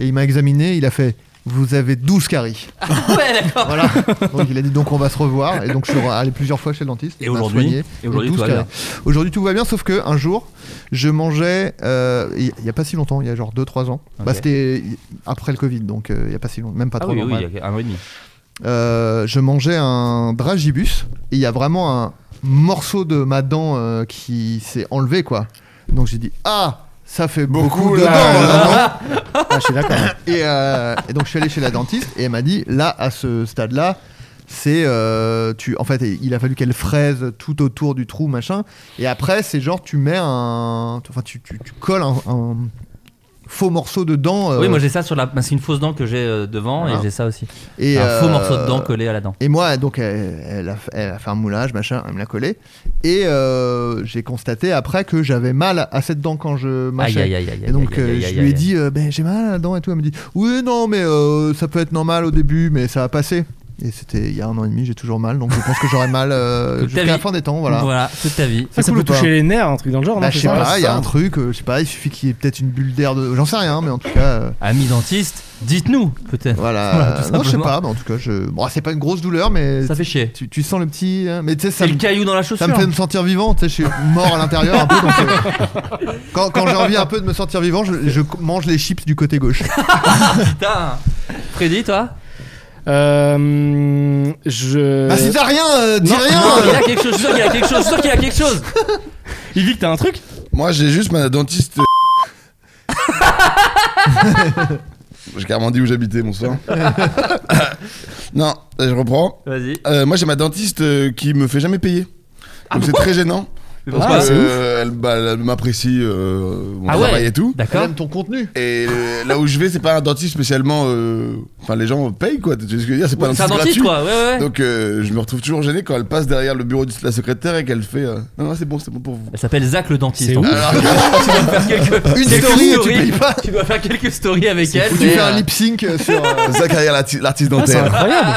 B: Et il m'a examiné. Il a fait, vous avez 12
F: [LAUGHS]
B: caries.
F: Ah Ouais, d'accord.
B: Voilà. donc il a dit, donc on va se revoir. Et donc je suis allé plusieurs fois chez le dentiste.
F: Et
B: Il m'a
F: aujourd'hui
B: soigné.
F: Et aujourd'hui,
B: 12
F: tout va bien.
B: caries. Aujourd'hui, tout va bien, sauf que un jour, je mangeais, euh, il n'y a pas si longtemps, il y a genre 2-3 ans.
F: Ok.
B: Bah, c'était après le Covid, donc euh, il n'y a pas si longtemps, même pas
F: Ah
B: trop
F: oui,
B: longtemps.
F: oui, il y a un an et demi.
B: Euh, je mangeais un dragibus et il y a vraiment un morceau de ma dent euh, qui s'est enlevé quoi. Donc j'ai dit ah ça fait beaucoup,
G: Beaucoup,
B: de
G: là,
B: dents,
G: là.
B: là, non
E: Ah, je suis d'accord.
B: et, euh, et donc je suis allé chez la dentiste et elle m'a dit là à ce stade là c'est euh, tu en fait il a fallu qu'elle fraise tout autour du trou machin et après c'est genre tu mets un enfin tu, tu, tu colles un, un faux morceau de dent euh,
F: Oui, moi j'ai ça sur la. bah, c'est une fausse dent que j'ai euh, devant et
B: Voilà.
F: j'ai ça aussi.
B: et
F: un faux
B: euh,
F: morceau de dent collé à la dent.
B: Et moi, donc, elle, elle a, elle a fait un moulage, machin, elle me l'a collé. Et euh, j'ai constaté après que j'avais mal à cette dent quand je
F: Aïe,
B: mâchais.
F: aïe, aïe, aïe.
B: Et donc,
F: aïe, aïe,
B: euh,
F: aïe,
B: je
F: aïe,
B: lui ai
F: aïe.
B: dit, euh, ben, j'ai mal à la dent et tout. Elle me dit, oui, non, mais euh, ça peut être normal au début, mais ça va passer. Et c'était il y a un an et demi, j'ai toujours mal, donc je pense que j'aurai
F: [LAUGHS]
B: mal euh,
F: Toute ta
B: jusqu'à la
F: vie.
B: fin des temps, voilà.
F: Voilà, toute ta vie.
E: Ça,
B: C'est
E: ça
B: cool
E: peut
B: ou pas
E: toucher les nerfs, un truc dans le genre,
B: Bah,
E: non
B: je
E: c'est
B: sais
E: ça
B: pas, il y a un truc, euh, je sais pas, il suffit qu'il y ait peut-être une bulle d'air de. J'en sais rien, mais en tout cas. euh,
F: Ami dentiste, dites-nous peut-être.
B: Voilà,
F: [LAUGHS] Voilà, tout
B: non, je sais
F: simplement.
B: pas, mais en tout cas, je... bon, c'est pas une grosse douleur, mais
F: Ça fait chier.
B: tu, tu sens le petit. hein, Mais tu sais, ça
F: C'est le
B: me-
F: caillou dans la chaussure.
B: Ça me fait me sentir vivant, tu sais, je suis mort à l'intérieur un peu. donc, euh, quand quand j'ai envie un peu de me sentir vivant, je, je mange les chips du côté gauche.
G: Euh,
F: Putain. Freddy, toi
E: Euh, je.
B: Ah, si t'as rien, euh, dis
E: Non,
B: rien
F: Non, il
B: euh.
F: a quelque chose, je suis sûr qu'il a quelque chose, je suis sûr qu'il a quelque chose.
E: Il vit que t'as un truc
G: Moi, j'ai juste ma dentiste. [LAUGHS] j'ai carrément dit où j'habitais, bonsoir. non, je reprends.
F: Vas-y.
G: Euh, moi, j'ai ma dentiste euh, qui me fait jamais payer. Donc, c'est très gênant.
B: Ah,
G: Parce
E: pourquoi
G: que,
E: C'est ouf.
G: euh, elle, bah, elle m'apprécie euh, mon
F: Ah ouais.
G: travail et tout.
B: Elle
F: D'accord.
B: aime ton contenu.
G: Et euh, là où je vais, c'est pas un dentiste spécialement. euh, Enfin, les gens payent quoi. Tu sais ce que je veux dire C'est pas
F: C'est un
G: gratuit.
F: dentiste, quoi. Ouais, ouais. ouais.
G: Donc euh, je me retrouve toujours gêné quand elle passe derrière le bureau de la secrétaire et qu'elle fait euh, non non c'est bon c'est bon pour vous.
F: Elle s'appelle Zach le dentiste.
E: C'est
F: en
E: ouf.
F: fait. tu dois
B: [LAUGHS]
F: faire quelques,
B: Une
F: quelques
B: story et tu
F: stories.
B: payes pas.
F: Tu dois faire quelques stories avec elle.
B: Ou tu
F: et,
B: fais un
F: euh,
B: lip sync euh,
G: [LAUGHS]
B: sur. euh,
G: Ça carrière l'arti- l'artiste
E: Ah, C'est
G: dentaire.
E: incroyable.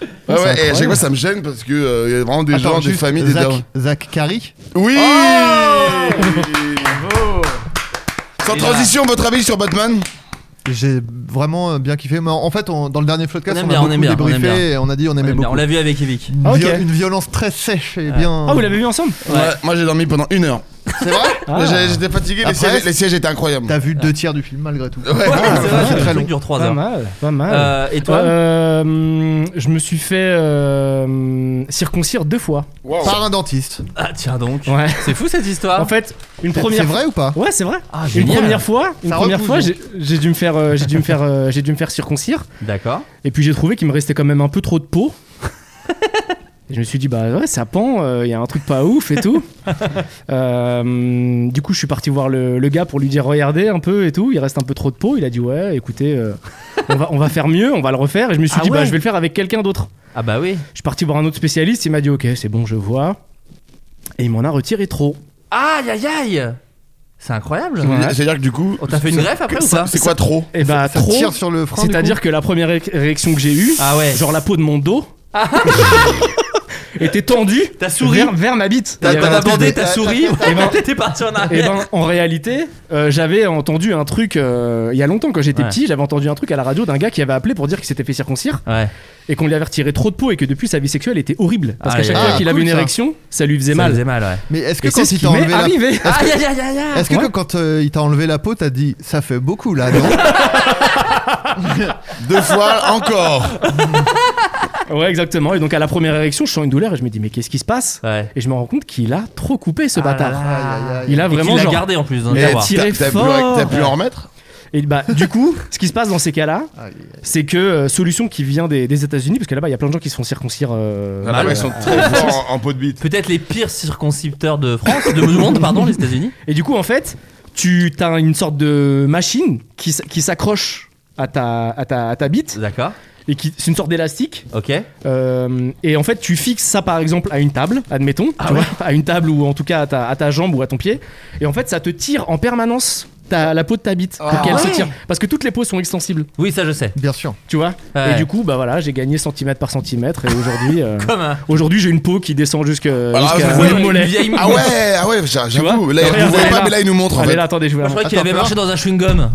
G: Ouais, ouais,
E: c'est
G: et à chaque
E: incroyable.
G: fois ça me gêne parce que euh, y a vraiment des
B: Attends,
G: gens, des
B: juste,
G: familles, des
B: Zach,
G: darons.
B: Zach Carey.
G: Oui.
F: Oh
G: Sans
F: Et
G: transition, votre avis sur Batman
B: J'ai vraiment euh, bien kiffé. Mais en en fait, on- dans le dernier podcast,
F: On
B: on,
F: aime
B: a
F: bien, on
B: beaucoup
F: aime bien, on aime
B: débriefé
F: bien.
B: et on a dit on aimait
F: on
B: beaucoup.
F: l'a vu avec Evic.
B: Une,
E: Ah, ok.
B: vio- une violence très sèche et bien.
E: Ah, vous l'avez vu ensemble
F: Ouais.
G: Ouais, Moi j'ai dormi pendant une heure.
B: C'est vrai
E: Ah.
G: J'ai- J'étais fatigué, les
B: Après,
G: sièges, les sièges étaient incroyables.
B: T'as vu deux tiers du film malgré tout.
G: Ouais.
F: Ouais, c'est vrai,
B: Ah, c'est
F: le
B: très
F: truc
B: long.
F: dure 3
E: Pas
F: heures.
E: mal, pas mal.
F: Euh, et toi
E: Euh, hum, je me suis fait euh, circoncire deux fois.
G: Wow.
B: Par un dentiste.
F: Ah, tiens donc.
E: Ouais.
F: C'est fou cette histoire.
E: En fait, une première.
B: C'est vrai ou pas
E: Ouais, c'est vrai.
F: Ah,
E: une
F: génial.
E: première fois, une
B: Ça
E: première
B: repousse,
E: fois,
B: donc.
E: j'ai j'ai dû me faire, euh, j'ai dû me faire, euh, j'ai dû me faire circoncire.
F: D'accord.
E: Et puis j'ai trouvé qu'il me restait quand même un peu trop de
B: [LAUGHS]
E: peau. Et je me suis dit, bah ouais, ça pend, il y a un truc pas ouf et
B: [LAUGHS]
E: tout. Euh, du coup, je suis parti voir le, le gars pour lui dire, regardez un peu et tout, il reste un peu trop de peau. Il a dit, ouais, écoutez, euh, on, va, on va faire mieux, on va le refaire. Et je me suis
F: Ah
E: dit, bah
F: ouais.
E: je vais le faire avec quelqu'un d'autre.
F: Ah bah oui.
E: Je suis parti voir un autre spécialiste, il m'a dit, ok, c'est bon, je vois. Et il m'en a retiré trop.
F: Aïe aïe aïe. C'est incroyable.
G: C'est-à-dire que du coup.
F: On t'a fait une
G: c'est-
F: greffe après ou
G: ça-
F: pas
G: C'est quoi trop
E: Et bah,
B: Ça
E: trop.
B: tire sur le frein. du coup
E: C'est-à-dire que la première ré- réaction que j'ai eue,
F: Ah ouais.
E: genre la peau de mon dos,
B: Ah.
E: [LAUGHS] était tendue
F: T'as souri.
E: vers, vers ma bite.
F: T'as
E: Et, euh,
F: t'as abordé, t'as
B: t'as-
F: [LAUGHS] souri.
E: Eh ben-
F: T'es parti en
E: et
F: arrière.
E: ben, en réalité, euh, j'avais entendu un truc euh, il y a longtemps quand j'étais
F: Ouais.
E: petit, j'avais entendu un truc à la radio d'un gars qui avait appelé pour dire qu'il s'était fait circoncire
F: ben, Ouais.
E: et qu'on lui avait retiré trop de peau et que depuis sa vie sexuelle était horrible parce
F: Ah,
E: qu'à
F: il y
E: chaque
F: a-
E: fois
B: Ah,
E: qu'il avait
B: cool,
E: une
B: ça.
E: érection, ça lui faisait
F: Ça
E: mal.
F: faisait mal, ouais.
B: Mais est-ce que
E: Et c'est
B: quand
E: ce
B: il
E: qui
B: t'a
E: m'est
B: enlevé la
E: arrivé.
F: Aïe aïe aïe aïe aïe.
B: Est-ce que
E: Ouais.
B: quand euh, il t'a enlevé la peau, t'as dit ça fait beaucoup là, non
G: Deux fois encore
E: Ouais, exactement. Et donc à la première érection, je sens une douleur et je me dis mais qu'est-ce qui se passe
F: Ouais.
E: Et je me rends compte qu'il a trop coupé ce
F: Ah là
E: bâtard.
F: là.
B: Aïe, aïe, aïe.
E: Il a
F: Et
E: Ah, vraiment
F: qu'il l'a
E: genre-
F: gardé en Eh, plus dans le
E: Mais
F: tiroir.
E: tire- Tiré
G: T'as pu,
E: fort.
G: t'as pu en remettre
E: Et bah, du coup, ce qui se passe dans ces cas-là,
B: Aïe, aïe.
E: c'est que euh, solution qui vient des, des États-Unis, parce que là-bas, il y a plein de gens qui se font circoncire. euh,
G: Ah, ouais, Ils sont [LAUGHS] très forts en, en peau de
F: [LAUGHS]
G: bite.
F: Peut-être les pires circoncipteurs de France, de du monde, pardon, les États-Unis.
E: Et du coup, en fait, tu as une sorte de machine qui, s- qui s'accroche à ta, à, ta, à ta bite
F: D'accord.
E: et qui c'est une sorte d'élastique.
F: Ok.
E: Euh, et en fait, tu fixes ça par exemple à une table, admettons, tu vois, à une table ou en tout cas à ta, à ta jambe ou à ton pied. Et en fait, ça te tire en permanence ta- la peau de ta bite pour qu'elle se tire. Parce que toutes les peaux sont extensibles,
F: Oui, ça je sais.
B: Bien sûr.
E: tu vois.
F: Ouais.
E: Et du coup, bah voilà, j'ai gagné centimètre par centimètre. Et aujourd'hui, euh,
F: Comme un.
E: aujourd'hui, j'ai une peau qui descend jusque-
G: Alors,
E: jusqu'à
G: je
F: Ah, Ouais,
G: vois
E: le
F: une
E: mollet.
F: vieille-
G: Ah ouais, ah ouais, j'a- j'avoue.
E: vois
G: Là,
E: Regarde,
G: vous voyez
E: elle est
G: pas,
E: là.
G: mais là, il nous montre en
E: Allez
G: fait.
E: là, attendez, je vais.
F: Moi,
E: la
F: je crois qu'il
B: Attends,
F: avait marché
B: fais
F: dans un chewing-gum.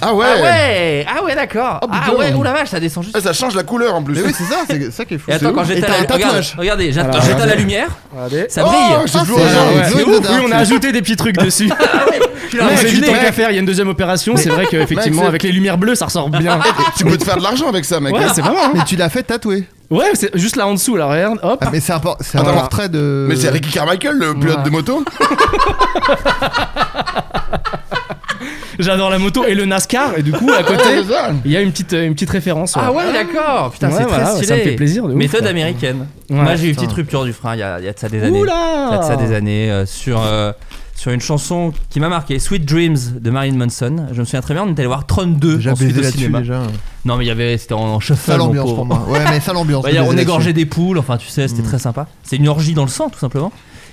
G: Ah ouais.
F: ouais Ah ouais, d'accord. ah ouais, oh la vache, ça descend juste.
G: Ouais, Ça change la couleur en plus.
B: Mais oui, c'est ça, c'est ça qui est fou.
F: Et attends,
B: c'est
F: quand
B: ouf.
F: j'éteins
B: t'as
F: la
B: un
F: regarde,
B: tatouage.
F: regardez, j'att-
E: Voilà.
F: j'éteins la lumière,
E: Regardez.
F: ça
G: Oh,
F: brille. Ah,
G: je joue
B: c'est
G: aux
B: genre-
G: gens.
B: ouais.
E: C'est
B: Zoé
E: ouf,
B: Goddard.
E: oui, on a ajouté des petits trucs
F: [LAUGHS]
E: dessus.
F: Tu l'as
E: On s'est
F: raconté.
E: dit tant qu'à faire, il y a une deuxième opération. C'est vrai qu'effectivement,
B: Mec, c'est-
E: avec les lumières bleues, ça ressort
F: [LAUGHS]
E: bien.
G: Tu peux te faire de l'argent avec ça, mec.
E: Ouais, c'est vraiment. hein.
B: Mais tu l'as fait tatouer.
E: Ouais, c'est juste là en dessous, là, regarde. Hop.
B: Ah, mais c'est un, por- c'est un
G: Attends.
B: portrait de.
G: Euh, Mais c'est Ricky Carmichael, le pilote de moto.
E: J'adore la moto et le NASCAR. Et du coup, à côté,
G: C'est ça.
E: il y a une petite, une petite référence.
F: Ah
E: ouais.
F: ouais, d'accord. Putain,
E: Ouais,
F: c'est
E: voilà,
F: très stylé.
E: ça me fait plaisir de ouf,
F: Méthode
E: quoi.
F: américaine.
E: Ouais,
F: Moi, j'ai eu une
B: putain.
F: petite rupture du frein il y a, il y a de ça des années.
E: Oula
F: Il y a de ça des années euh, sur euh, sur une chanson qui m'a marqué, Sweet Dreams de Marilyn Manson. Je me souviens très bien, on était allé voir Tron 2
B: Déjà
F: ensuite
B: baisé
F: au
B: là-dessus
F: cinéma.
B: déjà.
F: Non, mais il y avait c'était en, en shuffle
B: Ça
F: mon
B: l'ambiance
F: pauvre.
B: pour moi. Ouais, mais ça l'ambiance.
F: Ouais,
B: de
F: Bah, y a- on
B: Désolation.
F: égorgeait des poules, enfin tu sais,
E: Mm.
F: c'était très sympa. C'est une orgie dans le sang, tout simplement.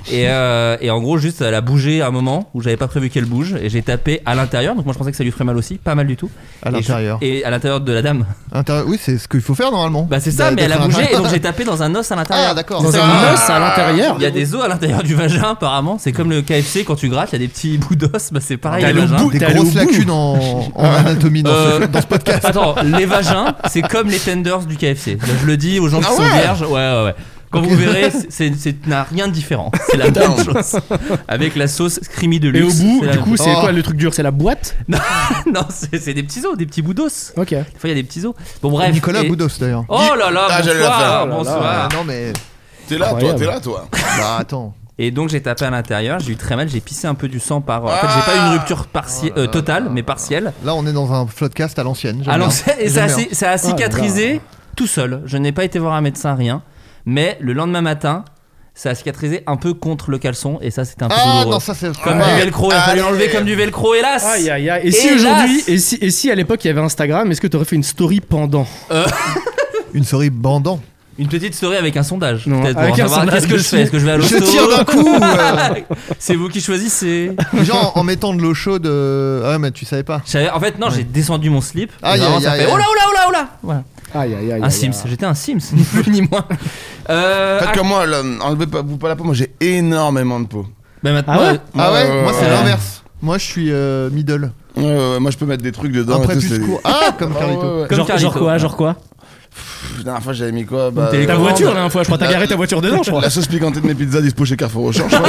F: Et, euh, et en gros, juste elle a bougé à un moment où j'avais pas prévu qu'elle bouge et j'ai tapé à l'intérieur. Donc moi je pensais que ça lui ferait mal aussi, pas mal du tout.
B: À
F: Et je-
B: l'intérieur.
F: Et, à l'intérieur de la dame.
B: Intérieur- Oui, c'est ce qu'il faut faire normalement.
F: Bah c'est ça,
B: D'a-
F: mais elle a
B: d'être à
F: bougé et
B: [LAUGHS] l'intérieur.
F: donc j'ai tapé dans un os à l'intérieur.
B: Ah, d'accord.
F: C'est
E: Dans
F: ça.
E: un os à l'intérieur.
F: Il y a des os à l'intérieur du vagin apparemment. C'est comme le KFC quand tu grattes, il y a des petits bouts d'os. Bah c'est pareil.
E: T'as
F: le
E: le
F: vagin.
E: bout-
B: Des
E: T'es allé au
B: grosses
E: bout.
B: lacunes en, en anatomie dans,
F: Euh,
B: ce, dans ce podcast.
F: Attends, les vagins, c'est comme les tenders du KFC. Là, Bah, je le dis aux gens qui
G: Ah
F: sont
G: ouais
F: vierges. Ouais, ouais, ouais. Quand vous verrez, c'est- c'est c'est- n'a rien de différent. C'est la même chose. Avec la sauce creamy de
E: Et au
F: luxe.
E: bout,
F: c'est la
E: du
F: même
E: coup,
F: chose.
E: c'est
B: Oh.
E: quoi le truc dur C'est la boîte
F: [LAUGHS] non, c'est c'est des petits os, des petits bouts d'os.
E: Ok.
F: Des fois, il y a des petits os. Bon, bref.
B: Nicolas
F: et-
B: Boudos d'ailleurs.
F: Oh là là,
G: Ah, j'allais la faire.
F: bonsoir,
G: Oh là là.
B: Ah,
F: bonsoir.
B: non mais
G: T'es là, toi,
E: Incroyable.
G: t'es là, toi.
B: bah attends.
F: Et donc j'ai tapé à l'intérieur, j'ai eu très mal, j'ai pissé un peu du sang par. En fait,
G: Ah
F: j'ai pas eu une rupture partielle, euh,
B: Oh là là
F: totale,
B: là
F: mais
B: là.
F: partielle.
B: Là on est dans un floodcast à l'ancienne. j'aime
F: Alors,
B: bien.
F: c'est- et
B: J'aime
F: ça, a
B: bien. Oh
F: ci- ça a cicatrisé tout seul. Je n'ai pas été voir un médecin, rien. Mais le lendemain matin, ça a cicatrisé un peu contre le caleçon. Et ça, c'était un peu
B: Ah
F: douloureux.
B: non ça c'est
F: comme
B: Ouais.
F: du velcro, il a fallu
G: Allez.
F: enlever comme du velcro, hélas
E: Aïe aïe aïe. Et
F: Hélas.
E: si aujourd'hui, et si, et si à l'époque il y avait Instagram, est-ce que t'aurais fait une story pendant
B: une souris bandant.
F: Une petite story avec un sondage.
E: Non,
F: Peut-être
E: avec
F: pour
E: un
F: savoir
E: sondage
F: qu'est-ce que je
E: dessus.
F: fais. Est-ce que je vais à l'hosto
B: Je tire d'un coup. ou, euh,
F: [LAUGHS] C'est vous qui choisissez.
B: [LAUGHS] genre en mettant de l'eau chaude. euh, Ah mais tu savais pas.
F: Je savais- En fait, non, j'ai descendu mon slip. et
B: Aïe,
F: vraiment,
B: aïe,
F: ça
B: aïe,
F: fait
B: aïe.
F: Oh là, oh là, oh là Voilà.
G: Ah,
E: Aïe
H: Ah,
E: aïe aïe.
F: Un Sims. J'étais un Sims, [LAUGHS] ni plus ni moins. Euh,
G: Faites
F: ah,
G: comme moi, là, enlevez pas, vous pas la peau. Moi, j'ai énormément de peau.
F: bah, maintenant,
E: Ah ouais
F: euh,
B: Ah ouais,
G: Ouais,
B: moi c'est
F: ouais.
B: l'inverse. Moi je suis euh, middle.
G: Ouais, ouais, ouais, moi, je peux mettre des trucs dedans.
B: Un
G: et tout,
B: prépuce
G: c'est-
B: court. Ah comme
G: Ouais,
B: Carlito.
G: ouais, ouais.
F: Comme
E: Genre,
F: Carlito. Euh,
E: genre quoi Genre quoi
G: Pff, La dernière fois, j'avais mis quoi bah,
F: Une
E: Ta
F: télécommande.
E: voiture là, une fois, je crois. T'as
G: La-
E: garé ta voiture dedans, je crois.
G: La sauce piquante de mes pizzas dispo chez Carrefour au change.
F: Ça,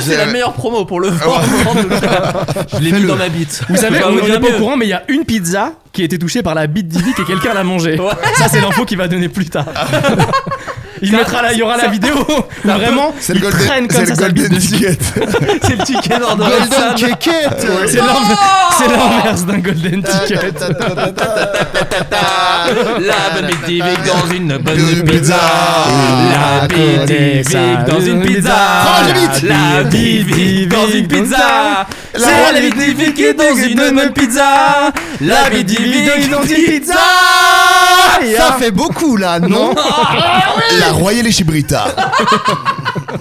F: c'est la
G: J'ai-
F: meilleure promo [LAUGHS] pour le vent. je l'ai mis dans ma bite.
E: Vous
F: Je
E: savez,
F: peux
G: bah,
F: pas
E: on on
F: dire
E: est pas
F: mieux.
E: au courant, mais il y a une pizza qui a été touchée par la bite d'Ivic et quelqu'un l'a mangée.
F: Ouais.
E: Ça, c'est l'info qu'il va donner plus tard.
G: Ah.
E: Il
F: Ça-
E: mettra la, il y aura
F: ça-
E: la vidéo. où Vraiment,
G: C'est
E: il
G: le golden,
E: traîne
G: c'est
E: comme ça
G: le
E: sa bite
G: golden
E: dessus.
G: ticket.
F: C'est le [LAUGHS] ticket d'or de
B: Golden
F: Hudson.
B: Keket.
E: C'est
F: [LAUGHS]
E: l'inverse- c'est l'inverse d'un golden ticket.
F: La bonne bite d'Ivic dans une bonne
G: Une
F: pizza.
G: pizza.
F: La bite d'Ivic dans Ah, une pizza.
G: Prends la bite.
F: La bite d'Ivic dans une pizza. C'est la bite d'Ivic qui est dans une bonne pizza. La bite d'Ivic dans une pizza.
B: Ça fait beaucoup là, non
G: Ah. La Royale et Chibrita.
B: [LAUGHS]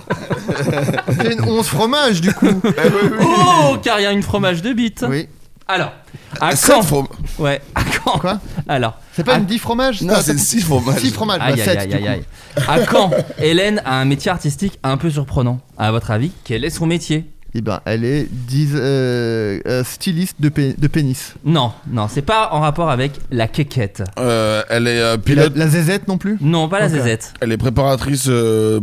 B: C'est une 11 fromage
F: [LAUGHS]
B: du coup.
F: Bah Oh, car il y a une fromage de bite.
B: Oui.
F: Alors, à
G: Cinq
F: quand
G: fromages.
F: Ouais, à quand
B: Quoi
F: Alors,
B: C'est pas
F: à-
B: une 10 fromages
G: Non, c'est 6 fromages.
B: 6 fromages,
F: Aïe,
B: bah,
F: aïe,
B: 7
F: aïe, aïe, aïe. À quand Hélène a un métier artistique un peu surprenant À votre avis, quel est son métier
B: Eh ben, elle est 10, euh, euh, styliste de, pé- de pénis.
F: Non, non, c'est pas en rapport avec la quéquette.
G: Euh, elle est euh,
B: Et la,
G: pilote.
B: la zézette non plus
F: Non, pas la zézette.
G: Elle est préparatrice euh,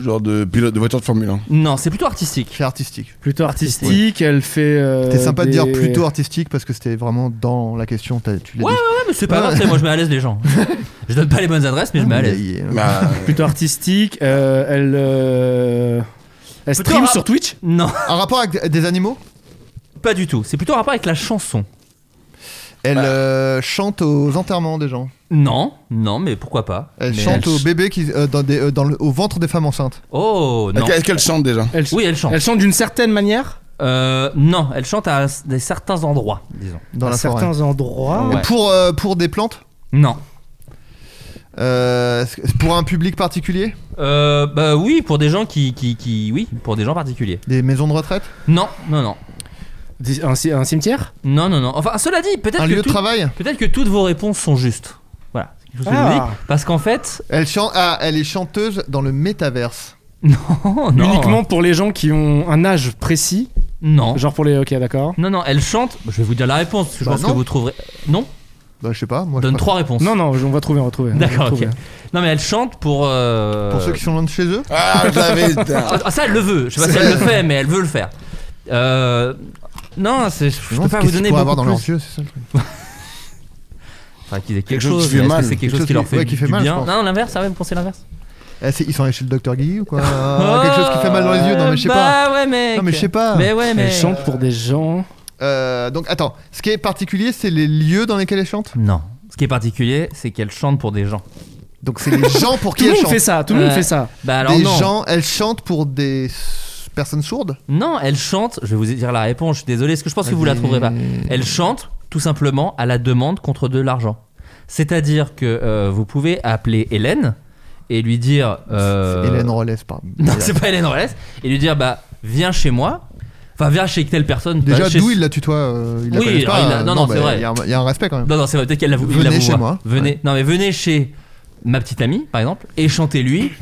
G: genre de pilote de voiture de Formule 1.
F: Non, c'est plutôt artistique.
B: C'est artistique.
E: Plutôt artistique, elle fait. euh,
B: C'était sympa
E: des-
B: de dire plutôt artistique parce que c'était vraiment dans la question. t'as- Tu l'as
F: Ouais,
B: dit.
F: Ouais, mais c'est pas grave, c'est- moi je mets à l'aise les
B: [LAUGHS]
F: gens. je donne pas les bonnes adresses, mais je mets à l'aise.
B: Il est-
G: Bah,
E: Plutôt artistique, euh, elle. euh, elle
F: Plutôt
E: stream
F: rap.
E: sur Twitch
F: Non, [LAUGHS]
B: Un rapport avec des animaux
F: pas du tout. C'est plutôt en rapport avec la chanson.
B: Elle
G: Bah.
B: euh, chante aux enterrements des gens.
F: Non, non, mais pourquoi pas
B: Elle
F: Mais
B: chante
F: elle
B: aux
F: ch-
B: bébés qui, euh, dans des, euh, dans le- au ventre des femmes enceintes.
F: Oh, non.
G: est-ce qu'elle chante déjà
E: elle,
F: Oui, elle chante.
E: Elle chante d'une certaine manière
F: Euh, non, elle chante à des certains endroits, disons.
B: dans
E: à
B: la forêt.
E: certains endroits.
F: Ouais.
B: Pour, euh, pour des plantes
F: Non.
B: Euh, est-ce que- Pour un public particulier
F: Euh, bah oui, pour des gens qui, qui, qui- Oui, pour des gens particuliers.
B: Des maisons de retraite
F: Non, non, non.
E: Des- Un, ci- un cimetière
F: Non, non, non. Enfin, cela dit, peut-être
B: Un
F: que,
B: lieu de
F: tout-
B: travail
F: peut-être que toutes vos réponses sont justes. Voilà. C'est quelque chose que je
E: Ah.
F: vous dis. Parce qu'en fait. [LAUGHS]
B: elle, chan- ah, elle est chanteuse dans le métaverse.
F: oh, Non, non.
E: Uniquement pour les gens qui ont un âge précis.
F: Non.
E: Genre pour les. Ok, d'accord.
F: Non, non, elle chante. Je vais vous dire la réponse, parce que je
B: Bah
F: pense que
B: non.
F: vous trouverez. Non
B: Bah, je sais pas. Moi, je
F: Donne
B: sais pas.
F: trois réponses.
E: Non, non, on va trouver, on va trouver. on va
F: D'accord, ok.
E: trouver.
F: Non, mais elle chante pour. euh,
B: Pour ceux qui sont loin de chez eux
G: Ah, je l'avais. putain.
F: Ah, ça, elle le veut. Je sais pas si
B: [LAUGHS]
F: elle le fait, mais elle veut le faire. Euh... Non, c'est- je peux pas vous donner
B: pour
F: beaucoup
B: avoir dans
F: plus.
B: leurs yeux, c'est ça le truc.
F: Enfin, qu'il y ait quelque
G: Quelque chose
F: chose.
G: qui fait
F: mais est-ce que
G: mal.
F: C'est quelque chose qui leur fait,
B: ouais, qui fait
F: du
B: mal, je
F: bien.
B: pense.
F: Non, l'inverse. Ah ouais, vous pensez l'inverse.
B: Eh, c'est- ils sont allés chez le docteur Guy ou
F: [LAUGHS]
B: quoi Ah, Euh, Quelque chose qui fait mal dans les yeux Non, mais je sais pas.
F: Bah ouais, mec.
B: Non, mais je sais pas.
F: Mais ouais, mais.
E: Elle chante pour des gens.
F: Oh.
B: Euh, donc, attends. Ce qui est particulier, c'est les lieux dans lesquels elle chante.
F: Non. Ce qui est particulier, c'est qu'elle chante pour des gens.
B: Donc,
F: [LAUGHS]
B: c'est les gens pour
E: Tout
B: qui
E: le
B: elle
E: monde
B: chante.
E: fait ça, tout le monde
F: Ouais.
E: fait ça.
F: Bah alors
B: Des
F: non.
B: gens, elle chante pour des s- personnes sourdes
F: Non, elle chante. Je vais vous dire la réponse. Je suis désolé, parce que je pense que vous la trouverez pas. Elle chante tout simplement à la demande contre de l'argent. C'est-à-dire que euh, vous pouvez appeler Hélène et lui dire. euh,
B: Hélène Rollès, pardon.
F: Non, c'est pas Hélène Rollès. Et lui dire bah viens chez moi. Enfin viens chez telle personne.
B: Déjà,
F: bah, chez-
B: d'où il la tutoie euh, il la
F: Oui,
B: connaît
F: alors
B: pas,
F: il a-
B: euh,
F: non, non, c'est
B: bah,
F: vrai.
B: Il y a un- il y, a un respect quand même.
F: Non, non, c'est vrai, peut-être qu'elle l'avoue. il
B: Venez
F: l'avoue
B: chez
F: pas.
B: moi.
F: Venez, non, mais venez chez ma petite amie, par exemple, et
B: [CLEARS THROAT]
F: chantez-lui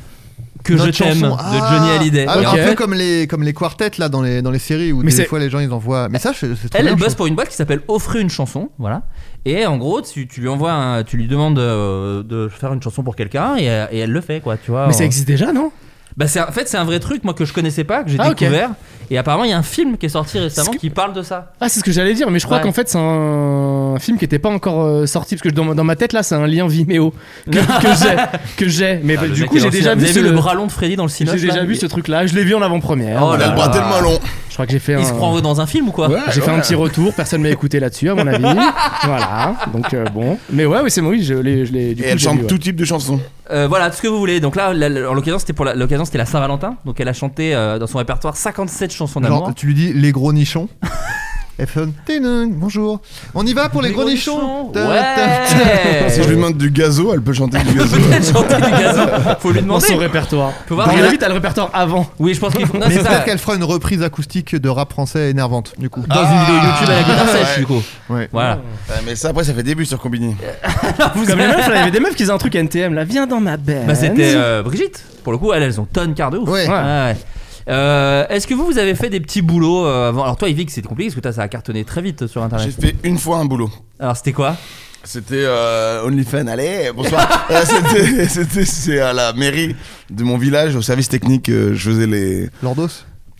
F: que
B: Notre
F: je t'aime
B: chanson.
F: de
B: Ah,
F: Johnny Hallyday.
B: Ah, mais
E: Ok.
B: Un peu comme les, comme les quartets là dans les, dans les séries où
E: Mais
B: des
E: c'est-
B: fois les gens ils envoient. Mais ça, je- c'est trop
F: Elle,
B: bien,
F: elle
B: je
F: bosse
B: trouve.
F: pour une boîte qui s'appelle Offrez une chanson, voilà. Et en gros, tu, tu lui envoies, un- tu lui demandes euh, de faire une chanson pour quelqu'un et, elle- et elle le fait, quoi, tu vois.
E: Mais ça
F: En-
E: existe déjà, non
F: Bah, c'est un- en fait, c'est un vrai truc, moi, que je connaissais pas, que j'ai
E: Ah, ok.
F: découvert. Et apparemment, il y a un film qui est sorti récemment
E: que-
F: qui parle de ça.
E: Ah, c'est ce que j'allais dire, mais je crois
F: Ouais.
E: qu'en fait, c'est un film qui n'était pas encore euh, sorti, parce que dans, ma- dans ma tête, là, c'est un lien Vimeo
F: [LAUGHS]
E: que, que j'ai. Que j'ai. Mais
F: Ah,
E: bah,
F: le
E: du
F: mec
E: coup,
F: est
E: j'ai
F: lancé.
E: déjà
F: Vous
E: vu
F: avez
E: ce-
F: le bras long de Freddy dans le cinéma.
E: J'ai déjà vu ce truc-là, je l'ai vu en avant-première.
F: Oh
G: Elle a
F: là
G: le
E: Voilà.
G: bras
F: là.
G: tellement long.
E: Je crois que j'ai fait un.
F: Il se prend dans un film ou quoi
G: Ouais,
E: J'ai fait un
G: ouais.
E: petit retour, personne m'a écouté là-dessus, à mon
F: [LAUGHS]
E: avis. voilà, donc euh, bon. Mais ouais, oui, c'est moi, oui, je l'ai. je l'ai- du
G: Et
E: coup,
G: elle
E: j'ai vu,
G: chante
E: ouais.
G: tout type de chansons.
F: Euh, voilà, tout ce que vous voulez. Donc là, la- la- en l'occurrence, c'était pour la- l'occasion, c'était la Saint-Valentin. Donc elle a chanté euh, dans son répertoire 57 chansons d'amour.
B: Genre, tu lui dis les gros nichons. Elle fait un ténin, bonjour. On y va pour les, gros nichons. Ta- ta-
F: [LAUGHS]
B: ta-
F: Ouais.
G: Si je lui demande du gazo, elle peut chanter du gazo.
F: Peut-être chanter du gazon. Faut lui
E: Dans
F: demander.
E: son répertoire.
F: Faut voir.
E: À mon
F: Mais-
E: avis, t'as le répertoire avant.
F: Oui, je pense qu'il faut. Non,
B: Mais
F: c'est ça.
B: peut-être qu'elle fera une reprise acoustique de rap français énervante, du coup.
F: Dans une vidéo YouTube à la guitare sèche,
G: ouais.
F: du coup.
B: Ouais.
F: Ah. Voilà.
G: [LAUGHS] Ouais, Mais ça, après, ça fait début sur Combini.
F: Vous
E: Comme les
F: avez-
E: meufs, là, il y avait des meufs qui faisaient un truc NTM, là, viens dans ma belle.
F: Bah, c'était euh, Brigitte. Pour le coup, elles, elles ont tonne quart de ouf.
B: Ouais.
F: Ouais. Euh, Est-ce que vous, vous avez fait des petits boulots euh, avant Alors, toi, Yvick, c'était compliqué parce que toi, ça a cartonné très vite euh, sur
G: J'ai
F: internet.
G: fait une fois un boulot.
F: Alors, c'était quoi
G: C'était euh, OnlyFans, allez,
F: [LAUGHS]
G: bonsoir. Euh, c'était- C'était c'est à la mairie de mon village, au service technique, euh, je faisais les...
B: Lordos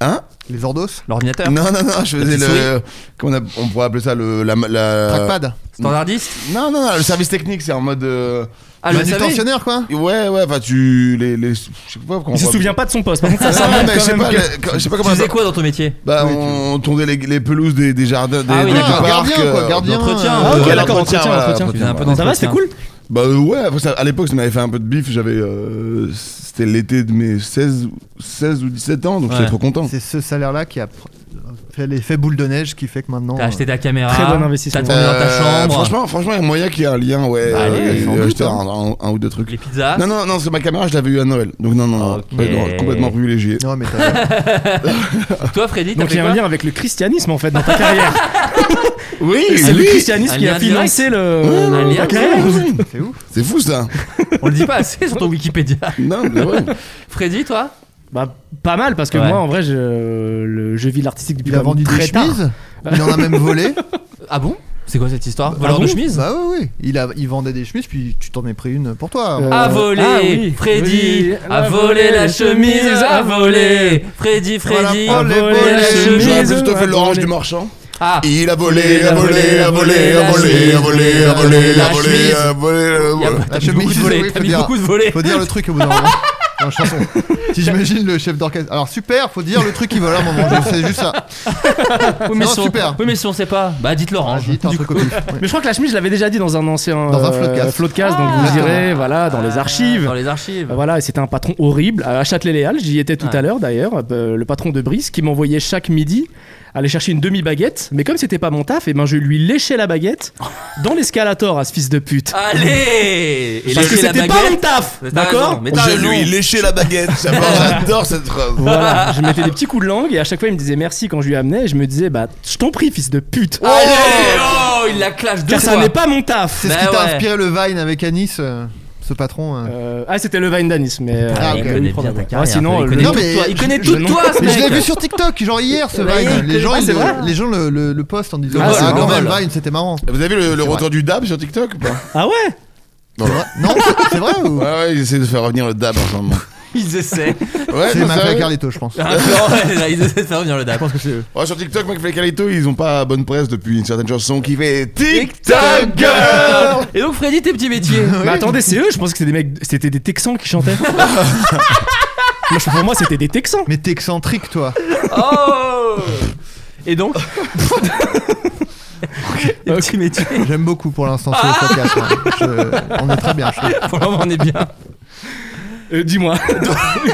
G: Hein
B: Les Ordos
F: L'ordinateur
G: Non, non, non, je faisais
F: petite
G: le... Comment on, a- on pourrait appeler ça le... La, la-
B: Trackpad
F: Standardiste
G: Non, non, non, le service technique, c'est en mode... euh,
F: Ah,
B: Le
F: le SAV?
B: distensionnaire, quoi
G: Ouais, ouais, enfin, tu... Les, les, je sais pas comment...
E: Il se souvient pas de son poste. Par contre, ça, ça
G: Non,
E: montre
G: mais je
E: quand
G: sais
E: même
G: pas,
E: que-
G: le- je sais pas
F: Tu
G: comment...
F: faisais quoi dans ton métier
G: Bah, on tournait les, les pelouses des, des jardins, des,
F: Ah oui,
G: des- du
F: d'accord.
G: parc.
B: Gardien, quoi,
G: euh,
B: gardien.
F: d'entretien,
B: euh,
F: Ah, ok,
G: Ouais,
E: d'accord,
G: l'entretien,
E: entretien,
G: voilà,
E: entretien.
F: Tu faisais un peu
G: voilà.
E: Ça va, c'était
F: d'entretien.
E: cool
G: Bah euh, ouais, après ça, à l'époque ça m'avait fait un peu de bif, j'avais euh, c'était l'été de mes 16, ou- 16 ou 17 ans, donc
F: Ouais.
G: j'étais trop content.
B: C'est ce salaire-là qui a pr- fait l'effet boule de neige qui fait que maintenant. euh,
F: T'as acheté ta caméra.
E: Très bon investissement.
F: T'as tourné dans ta
G: Euh,
F: chambre.
G: Franchement, franchement, il y a moyen qu'il y ait un lien, ouais.
F: Bah, allez,
G: euh,
B: sans
G: j'ai
B: doute,
G: acheté
B: hein.
G: un, un- un ou deux trucs.
F: Les pizzas.
G: Non, non, non, c'est ma caméra, je l'avais eu à Noël. Donc non, non, non,
F: Ok.
G: complètement, complètement privilégié.
B: Non, mais t'as-
F: Toi, Freddy, t'as
E: Donc il y
F: fait
E: a un
F: quoi
E: lien avec le christianisme en fait dans ta carrière.
G: Oui,
E: C'est le
G: oui.
E: christianisme
F: Un
E: qui a
F: lien
E: financé le.
F: Un lien
E: ta carrière.
B: c'est ouf.
G: C'est fou ça.
F: [LAUGHS] On le dit pas assez sur ton Wikipédia.
G: Non, mais ouais.
F: Freddy, toi
E: Bah pas mal parce que
F: Ouais.
E: moi en vrai je, le, je vis de l'artistique depuis
B: Il a
E: quand même
B: vendu des
E: très tard.
B: chemises, il en a même volé.
F: Ah bon C'est quoi cette histoire
E: Ah
F: Voleur de
E: bon
F: chemise
B: Bah oui, oui. Il, a, il vendait des chemises, puis tu t'en es pris une pour toi.
E: Euh,
F: a volé,
E: ah oui,
F: Freddy
E: oui,
F: a volé la chemise, a volé, Freddy, Freddy
B: Voilà,
F: a
B: volé,
F: volé la
B: volé,
G: J'aurais
E: Bah,
F: chemise.
G: plutôt fait l'orange
E: volé.
G: du marchand.
F: Ah,
G: Il a volé, a volé, a volé, a volé, a volé, a volé, a volé, a volé, a
F: y a-
G: volé.
F: t'as
B: La
F: mis beaucoup de
B: chemise,
F: volets,
B: oui,
F: t'as
B: faut
F: mis
B: dire.
F: beaucoup de volets.
B: Faut dire le truc au bout d'un moment. Dans la chanson. Si j'imagine le chef d'orchestre. Alors super, faut dire le truc qui vole à un moment. Je- C'est juste ça.
F: Oui, mais
B: Non,
F: si on-
B: super.
F: Oui, mais si on sait pas, bah dites
B: Ah,
F: l'orange.
B: j'ai dit, t'as un
F: Du
B: truc
F: coup-
B: au pif. Ouais.
E: Mais je crois que la chemise je l'avais déjà dit dans un ancien
B: Dans
E: euh,
B: un floodcast.
E: floodcast, donc vous irez voilà Ah, dans les archives.
F: Euh,
E: Ah,
F: Dans les archives.
E: Bah Voilà, et c'était un patron horrible. À Châtelet-Léal, j'y étais tout
F: Ouais.
E: à l'heure d'ailleurs, euh, le patron de Brice, qui m'envoyait chaque midi aller chercher une demi-baguette, mais comme c'était pas mon taf, et ben je lui léchais la
F: [LAUGHS]
E: baguette dans l'escalator à ce fils de pute.
F: Allez Et
E: Parce que
F: lâchez Ah, la
E: c'était pas
F: baguette.
E: mon taf,
F: Mais t'as raison,
E: d'accord
F: mais t'as
G: Je
F: raison.
G: lui ai léché la baguette. Ça me- J'adore cette phrase.
F: [LAUGHS]
E: Voilà, je mettais des petits coups de langue et à chaque fois il me disait merci quand je lui amenais et je me disais bah je t'en prie fils de pute.
F: Allez Oh, il la clash deux
E: Car ça
F: fois.
E: n'est pas mon taf.
B: C'est
F: Bah
B: ce qui t'a
F: ouais.
B: inspiré le Vine avec Anis, euh, ce patron. euh.
E: Euh, ah c'était le Vine d'Anis mais euh,
B: Ah,
F: il
B: ok.
E: oui,
F: connaît bien
E: probablement.
F: ta
E: Ah,
F: carrière. hein,
E: sinon
F: il
E: le-
F: connaît
B: non,
F: tout de
B: mais
F: toi. Il
B: je-
F: connaît
E: je-
F: tout de
E: non.
F: toi, ce
B: Mais je l'ai
F: Euh, mec.
B: vu sur TikTok, genre hier ce
F: Ouais,
B: Vine.
F: il
B: Les gens,
F: connaît-
B: ils
F: c'est
B: le-
F: vrai
B: les gens le, le- le postent en disant
E: Ah,
B: Ah,
E: c'est
B: quand
E: drôle.
B: même, Vine, c'était marrant.
G: Vous avez le, le retour du dab sur TikTok ou pas
E: [LAUGHS] Ah ouais
B: C'est vrai Non, c'est- c'est vrai ou
G: Ouais, ouais, ils essaient de faire revenir le dab en ce moment.
F: Ils essaient.
G: [LAUGHS] Ouais,
B: C'est
G: non,
B: Mafia
G: sérieux.
B: Carlito, je pense.
F: Ah, non, ouais, là, Ils essaient de faire revenir le dap.
G: Ouais, sur TikTok, McFly et Carlito, ils ont pas bonne presse depuis une certaine chanson qui fait TikTok
F: Tic-tac
G: Girl
F: Et donc, Freddy, tes petits métiers.
E: Mais Bah attendez c'est eux je pense que c'était des mecs c'était des Texans qui chantaient. Moi, je- pour moi c'était des Texans.
B: Mais t'es excentrique, toi.
F: Oh Et donc Les petits métiers.
B: J'aime beaucoup pour l'instant
E: [LAUGHS]
B: ce podcast. hein. Je- On est très bien. je trouve.
F: Pour le moment, on est bien.
E: Euh, Dis-moi.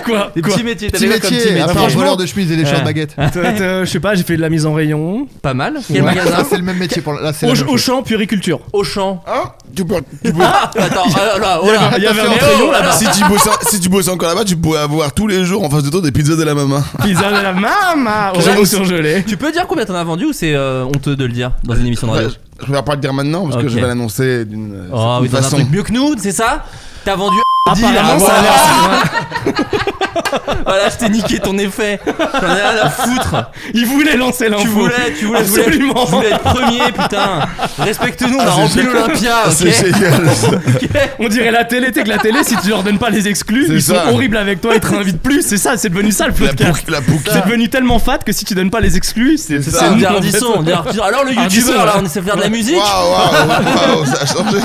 E: Quoi
F: Les
E: Quoi
F: petits métiers, t'as
B: Petit
F: déjà comme petit
B: métier,
F: métier.
B: à part
E: Franchement-
B: voleur de chemise et les
E: Ouais. Hein
B: de baguettes.
E: Toi, t'as- Je sais pas j'ai fait de la mise en rayon.
F: Pas mal. Quel
B: Ouais.
F: magasin
B: Ça, C'est le même métier pour là. C'est la
E: Au,
B: même chose.
E: champ puriculture.
F: Auchan.
G: Hein Tu peux. tu peux-
F: Ah Attends, ah, là, oh là.
E: Il y avait un
F: Mais oh,
E: rayon là-bas.
F: alors.
G: si, tu bossais, si tu bossais encore là-bas, tu pourrais avoir tous les jours en face de toi des pizzas de la maman.
E: Pizza de la maman au
G: J'avoue,
E: rayon
G: c'est-
E: surgelé.
F: Tu peux dire combien t'en as vendu ou c'est euh, honteux de le dire dans une émission de radio
G: Ouais, je vais pas le dire maintenant parce que
F: Ok.
G: je vais l'annoncer d'une euh,
F: Oh,
G: certaine
F: oui, t'en as un
G: façon. [LAUGHS]
F: truc mieux que nous, c'est ça T'as vendu
E: Apparemment,
F: là,
E: ça a l'air-
F: [LAUGHS] Voilà, je t'ai niqué ton effet. J'en ai rien à foutre.
E: Il voulait lancer l'info.
F: Tu voulais, tu voulais, tu voulais-
E: Absolument.
F: tu voulais être premier, putain. Respecte-nous, on a
G: Ah, c'est
F: rempli
G: génial.
F: l'Olympia,
G: C'est
F: ok
G: génial. ça.
E: On dirait la télé, t'es que la télé, si tu leur donnes pas les exclus,
G: C'est
E: ils
G: ça.
E: sont horribles avec toi, ils te réinvitent plus. C'est ça, c'est devenu ça le
G: La
E: podcast.
G: boucle, la boucle.
E: C'est devenu tellement fat que si tu donnes pas les exclus, c'est
G: C'est
F: C'est
G: ça.
E: nous,
F: dit
E: en
F: Ardisson,
E: fait.
F: on dit Ardisson. Alors le youtubeur,
E: Ardisson,
F: là,
E: ouais.
F: on essaie de faire de la musique.
G: Waouh, waouh, waouh, ça a changé.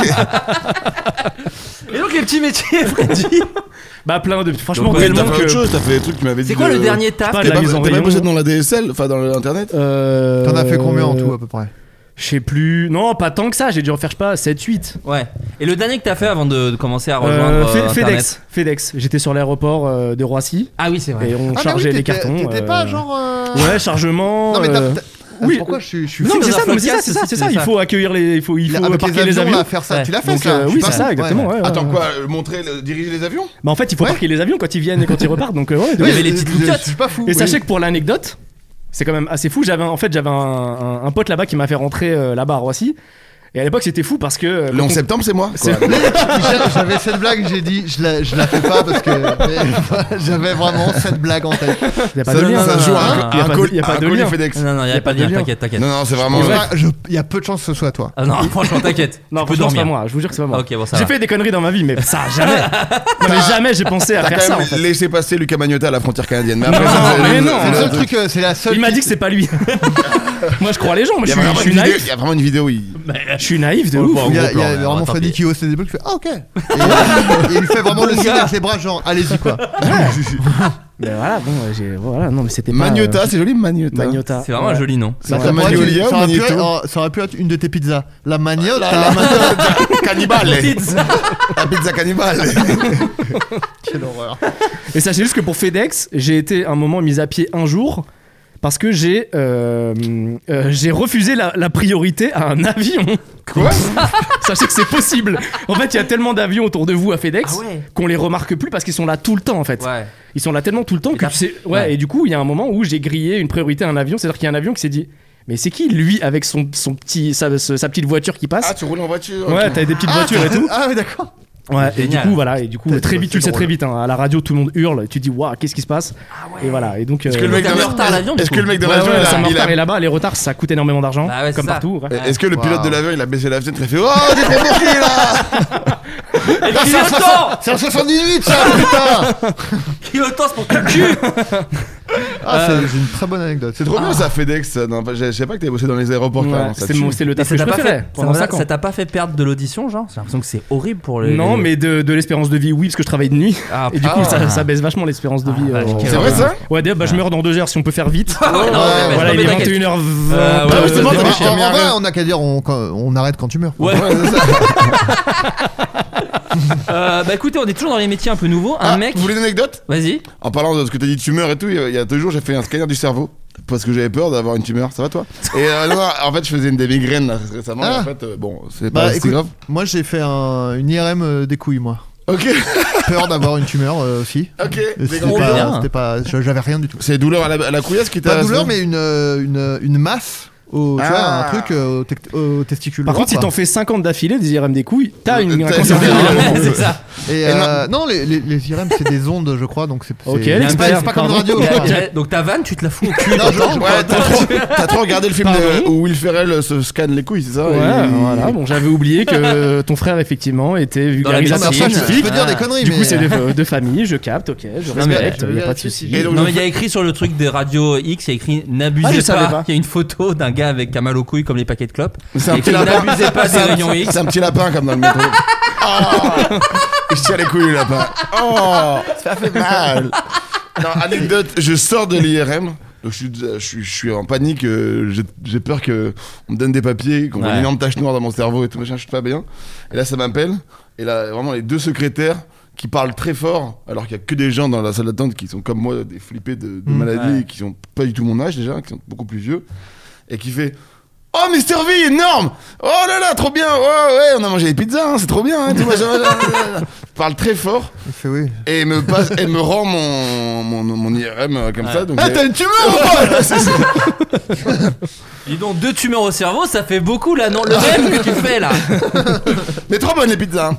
F: Et donc les petits [LAUGHS] métiers, Freddy.
E: Bah plein de. Franchement,
F: Donc, ouais,
G: T'as
E: tellement
G: fait
E: que.
G: autre chose, t'as fait des trucs qui m'avaient dit.
F: C'est quoi
G: de-
F: le dernier taf
E: pas
G: T'es Euh,
E: Ah, La
G: pas,
E: mise en
G: t'es ben, pas
E: rayon.
G: bossé dans la DSL, enfin dans l'internet
E: Euh,
B: T'en as fait combien en tout à peu près
E: Je sais plus. Non, pas tant que ça, j'ai dû en faire, je sais pas, 7-8.
F: Ouais. Et le dernier que t'as fait avant de, de commencer à rejoindre
E: Euh, Fe-
F: euh, Internet.
E: FedEx. FedEx. J'étais sur l'aéroport euh, de Roissy
F: Ah oui, c'est vrai.
E: et on
B: Ah, bah
E: chargeait
B: oui,
E: les
B: t'étais-
E: cartons.
B: T'étais
E: euh,
B: pas genre. euh,
E: Ouais, chargement.
B: Non mais t'as-
E: euh,
B: t'as-
E: oui.
B: Pourquoi je suis- je suis
E: Non,
B: fou
E: mais c'est
F: Dans un
E: ça, non, mais c'est ça,
F: podcast,
E: c'est ça,
F: c'est
E: c'est ça. Il
F: ça.
E: faut accueillir les, il faut, il faut
B: avec
E: parquer les avions.
B: là, faire ça,
F: Ouais.
B: tu l'as fait
E: Donc,
B: ça.
E: euh,
B: je suis
E: oui,
B: pas
E: c'est ça,
B: con.
E: exactement.
B: Ouais.
E: ouais,
G: Attends
E: ouais.
G: quoi euh, Montrer, le- diriger les avions
E: Bah en fait, il faut
B: Ouais.
E: parquer les avions quand ils viennent et quand ils repartent. Donc euh, ouais,
B: [LAUGHS]
E: de-
F: Il y avait
B: Oui,
F: les petites
B: je- je-
F: loupiottes.
B: Je suis pas fou.
E: Et
B: oui.
E: sachez que pour l'anecdote, c'est quand même assez fou. J'avais un- en fait j'avais un, un- un pote là-bas qui m'a fait rentrer euh, là-bas à Roissy. Et à l'époque c'était fou parce que euh,
G: Le
E: quand
G: 11
E: on-
G: septembre, c'est moi.
E: C'est-
G: quoi.
B: J'a- J'avais cette blague, j'ai dit, je la, je la fais pas parce que mais, [LAUGHS] j'avais vraiment cette blague en tête.
E: [LAUGHS] il y a pas
G: Ça
E: de lien.
G: ça
F: non,
G: joue
F: non,
G: à
F: non,
G: un
F: non,
G: col-
E: y a
G: un
E: pas de-
G: col-
E: y a pas
G: un
E: de
G: colis
E: lien.
G: FedEx.
F: Ah, Non, non, il n'y a, pas de lien, t'inquiète, t'inquiète.
G: Non, non, c'est vraiment.
B: Il y a peu de chance que ce soit toi.
E: [LAUGHS]
F: Ah non, franchement, t'inquiète.
E: Non,
F: tu
E: franchement,
F: peux
E: c'est
F: dormir. Ah,
E: pas moi, je vous jure que c'est pas moi.
F: Ok, bon, ça
E: j'ai
F: va.
E: fait des conneries dans ma vie, mais ça, jamais. non, mais jamais j'ai pensé à
G: T'as
E: faire
G: quand
E: ça en
G: même
E: fait.
G: laissé passer Lucas Magnotta à la frontière canadienne. Mais
E: Non,
G: après, ça, c'est-
E: mais
G: c'est-
E: non,
G: c'est
B: C'est le
G: le
B: seul
G: truc.
B: truc, euh, c'est la seule.
E: Il m'a dit que c'est
G: [LAUGHS]
E: pas lui. moi je crois les gens, moi
G: Il y
E: je
G: a
E: suis,
G: vraiment
E: je suis
G: une vidéo- il
E: naïf. Bah,
G: y a vraiment une vidéo. il-
E: Je suis naïf de
F: Ouais,
E: ouf.
F: bon,
B: Il y a,
F: gros
B: il y a
F: plan, là,
B: vraiment
F: tant
B: Freddy
F: pis.
B: qui hausse ses déblocs, qui fait Ah
F: [LAUGHS]
B: ok Et, et il fait vraiment le signe avec ses bras, genre allez-y quoi.
G: [LAUGHS]
E: Mais voilà, bon, euh, j'ai voilà, non mais c'était pas
G: Magnotta,
E: euh,
G: c'est joli Magnotta.
E: Magnota.
F: [LAUGHS] C'est vraiment un
E: Ouais.
F: joli nom.
G: Ça
E: Ouais.
G: s'appelle
B: pourrait être-
G: Magnolia,
B: ça aurait pu être-
G: Magneto.
B: oh, ça aurait pu être une de tes pizzas. La maniotte, la,
G: Cannibale.
F: Pizza.
G: La pizza cannibale.
B: Quelle horreur.
E: Et sachez juste que pour FedEx, j'ai été un moment mis à pied un jour parce que j'ai euh, euh, j'ai refusé la, la priorité à un avion.
G: Quoi
E: [LAUGHS] sachez que c'est possible. En fait, il y a tellement d'avions autour de vous à FedEx
F: Ah ouais.
E: qu'on les remarque plus parce qu'ils sont là tout le temps en fait.
F: Ouais.
E: Ils sont là tellement tout le temps que
F: t'as-
E: tu sais. Ouais,
F: ouais.
E: Et du coup, il y a un moment où j'ai grillé une priorité à un avion. C'est-à-dire qu'il y a un avion qui s'est dit. Mais c'est qui lui avec son, son petit sa, ce- sa petite voiture qui passe
G: Ah, tu roules en voiture.
E: Ouais, t'as des petites voitures et tout.
B: Ah oui d'accord.
E: Ouais, et du
F: Génial.
E: coup, voilà, et du coup,
B: Putain,
E: très
B: c'est
E: vite, tu le sais
B: drôle.
E: très vite, hein. à la radio, tout le monde hurle, et tu te dis, waouh, qu'est-ce qui se passe
F: Ah
E: Et voilà, et donc.
G: Est-ce que le
E: euh,
G: mec
F: T'es
G: dans
F: en retard à l'avion,
G: l'avion
F: du
G: Est-ce
F: coup.
G: que le mec dans
E: ouais,
G: l'avion
E: ouais,
G: il
E: ça
G: a-
E: m'a
G: il
E: retardé
G: a-
E: là-bas, les retards, ça coûte énormément d'argent,
F: Bah ouais, c'est
E: comme
F: ça.
E: partout. ouais.
G: Est-ce que le pilote
B: Wow.
G: de l'avion il a baissé la fenêtre et fait Oh, j'ai trop compris là
F: Et
G: Ah,
F: puis
E: [LAUGHS]
F: le temps
B: C'est en 78 ça putain
F: Qui le temps, c'est pour ton cul
B: Ah
F: Euh.
B: c'est une très bonne anecdote.
G: C'est trop bien ça, FedEx. ça. Non, je je savais pas que t'avais bossé dans les aéroports quand
E: Ouais,
G: même. ça
E: c'est
G: tue.
E: mon- c'est le
F: Mais
E: taf
F: ça
E: que je
F: t'a pas
E: préférais
F: fait-
E: pendant
F: ça
E: 5
F: t'a-
E: ans.
F: ça t'a pas fait perdre de l'audition, genre J'ai l'impression que c'est horrible pour les.
E: Non,
F: les-
E: mais de, de l'espérance de vie, oui, parce que je travaille de nuit.
F: Ah,
E: et du coup,
F: putain.
E: ça,
F: [LAUGHS]
E: ça baisse vachement l'espérance de
F: Ah,
E: vie.
F: vache,
E: euh,
F: quel
G: C'est vrai ça
E: Ouais, d'ailleurs, bah, je meurs dans 2 heures si on peut faire vite.
F: Ah ouais, non, mais- mais
E: voilà,
F: non,
E: il
F: mais
E: est
F: t'inquiète.
E: 21h20.
F: Euh, ouais,
G: Ah, mais c'est bon,
B: En-
G: t'as
B: en-
G: marqué un
B: en
G: arrêt.
B: vrai, on a qu'à dire on, on arrête quand tu meurs.
F: Ouais.
G: Ouais, c'est ça.
F: Euh, bah écoutez, on est toujours dans les métiers un peu nouveaux. Un
G: Ah,
F: mec.
G: Vous voulez une anecdote
E: [LAUGHS]
F: Vas-y.
G: En parlant de ce que t'as dit de tumeur et tout, il y a- il y a deux jours, j'ai fait un scanner du cerveau parce que j'avais peur d'avoir une tumeur. Ça va toi Et euh, non, non, en fait, je faisais une des migraines là, récemment.
B: Ah.
G: En fait, euh, bon, c'est
B: Bah,
G: pas si
B: écoute,
G: grave.
B: Moi j'ai fait un- une IRM euh, des couilles moi.
G: Ok,
B: Peur d'avoir une tumeur euh, aussi.
G: ok.
B: Et
G: c'est
B: C'était
G: grave.
B: pas,
F: bien.
B: c'était pas- je- j'avais rien du tout.
G: C'est douleur à la, à la couillasse qui t'a.
B: Pas douleur mais une, euh, une, une masse au, tu
G: Ah.
B: vois, un truc euh, au, tec- au testicule.
E: Par contre, si
B: droit,
E: t'en fais 50 d'affilée, des IRM des couilles, t'as une, un
G: T'as-
E: cancer
G: t'as-
E: du poumon.
G: t'as-
F: c'est ça.
B: quoi. Et, euh, non, les, les, les IRM c'est des ondes je crois donc c'est c'est-
E: Ok,
B: c'est pas,
E: l'expert,
B: c'est pas comme
E: pardon.
B: radio.
F: Il y a-
B: quoi.
F: il y a- Donc ta vanne, tu te la fous au
E: [LAUGHS]
F: cul.
B: Non, je- je-
G: Ouais, t'as trop, t'as trop regardé le film de-
E: Pardon
G: où Will Ferrell se scanne les couilles, c'est ça
E: Ouais,
G: Et-
E: voilà. Bon, j'avais oublié que ton frère, effectivement, était vulgarisateur
B: Alors, ça, je- je
E: scientifique.
B: peux dire des conneries
E: Du
B: mais
E: coup, c'est de, de famille, je capte, ok, je respecte,
B: mais-
E: y a pas de souci.
G: Et donc,
F: Non
G: le
F: mais il y a écrit sur le truc des radios X, il y a écrit
E: Ah, je
F: n'abusez
E: savais
F: pas.
E: pas.
F: Il y a une photo d'un gars avec un mal aux couilles comme les paquets de clopes.
G: C'est un
F: Et
G: petit
F: que
G: lapin.
F: n'abusez pas des
G: C'est un-
F: rayons X.
G: C'est un petit lapin comme dans le métro. Oh [LAUGHS] je tiens les couilles le lapin. Oh, ça fait mal. Non, anecdote, je sors de l'IRM. Donc je suis, je, suis, je suis en panique, euh, j'ai- j'ai peur que on me donne des papiers, qu'on voit
F: Ouais.
G: une énorme tache noire dans mon cerveau et tout machin, je suis pas bien. Et là ça m'appelle, et là vraiment les deux secrétaires qui parlent très fort, alors qu'il y a que des gens dans la salle d'attente qui sont comme moi, des flippés de,
B: Mm,
G: de maladie, et qui ont pas du tout mon âge déjà, qui sont beaucoup plus vieux, et qui fait Oh, Mister V, énorme Oh là là, trop bien Ouais, ouais, on a mangé des pizzas, hein, c'est trop bien hein, tout machin, machin,
B: [LAUGHS]
G: machin. parle très fort
B: Il fait oui.
G: et me, passe, et me rend mon, mon, mon IRM euh, comme ça. Donc
B: Ah
G: j'ai-
B: t'as une tumeur
G: Ouais, c'est ça.
F: Dis donc deux tumeurs au cerveau, ça fait beaucoup là, non Le même que tu fais là.
G: Mais trop bonnes les
F: [LAUGHS]
G: pizzas hein.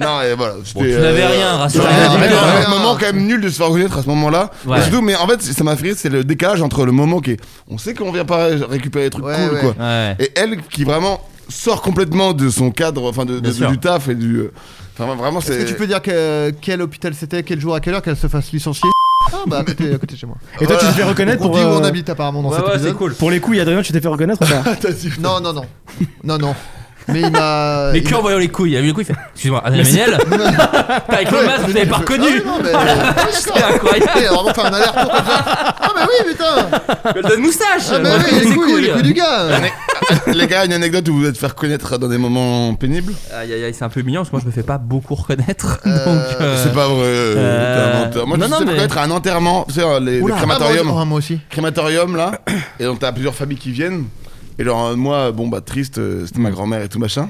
G: Non, et voilà. c'était,
F: tu
G: euh,
F: n'avais rien, rassure
G: non,
B: rien,
G: non,
B: dis-le.
G: mais
B: Rien.
G: Un moment quand même nul de se faire reconnaître à ce moment-là.
F: Ouais.
G: Mais surtout, mais en fait, ça m'a fait rire, c'est le décalage entre le moment qui est. On sait qu'on vient pas récupérer des trucs
B: Ouais,
G: cool,
B: ouais.
G: quoi.
F: Ouais.
G: Et elle qui vraiment sort complètement de son cadre, enfin de, de-
F: Bien sûr.
G: du taf et du. euh, Enfin vraiment
B: Est-ce
G: c'est.
B: que tu peux dire que- quel hôpital c'était, quel jour, à quelle heure qu'elle se fasse licencier Ah bah à côté, à côté de chez moi.
E: Et toi, tu
G: Voilà.
E: te fais reconnaître
B: On
E: pour,
B: dit où on
E: euh,
B: habite apparemment dans
F: Ouais,
B: cet
F: ouais, c'est
B: épisode. [LAUGHS] Ah,
F: cool.
E: pour les couilles, Adrien, tu t'es fait reconnaître ou pas
B: Non non non
E: [LAUGHS]
B: non non. Mais il m'a.
F: Mais
B: il
F: que en voyant les couilles, il a vu les couilles, il fait Excuse-moi, Adrien Méniel [LAUGHS] T'as Avec le
B: Ouais,
F: masque,
B: mais
F: vous l'avez
B: non,
F: pas
B: je-
F: reconnu
B: Ah, non, mais- Ah,
F: C'est
B: d'accord.
F: incroyable
B: Putain, vraiment faire un aller-retour comme ça. Ah, mais oui, putain!
F: Le don de moustache
B: Ah, mais
F: on
B: oui,
F: reconnaît
B: les
F: ses
B: couilles, les couilles du
G: Ah,
B: gars! Ah,
G: Les gars, une anecdote où vous vous êtes fait reconnaître dans des moments pénibles
F: Aïe aïe aïe, c'est un peu mignon parce que moi je me fais pas beaucoup reconnaître. donc, euh,
G: C'est pas vrai.
F: euh,
G: t'es un menteur. Moi,
F: non,
G: je
F: non,
G: me suis fait
F: mais-
G: reconnaître à un enterrement, tu sais, euh, les, les
B: Oula,
G: crématoriums.
B: ah, moi, moi aussi.
G: crématorium là, et donc t'as plusieurs familles qui viennent. Et genre, euh, moi, bon bah triste, euh, c'était ma grand-mère et tout machin.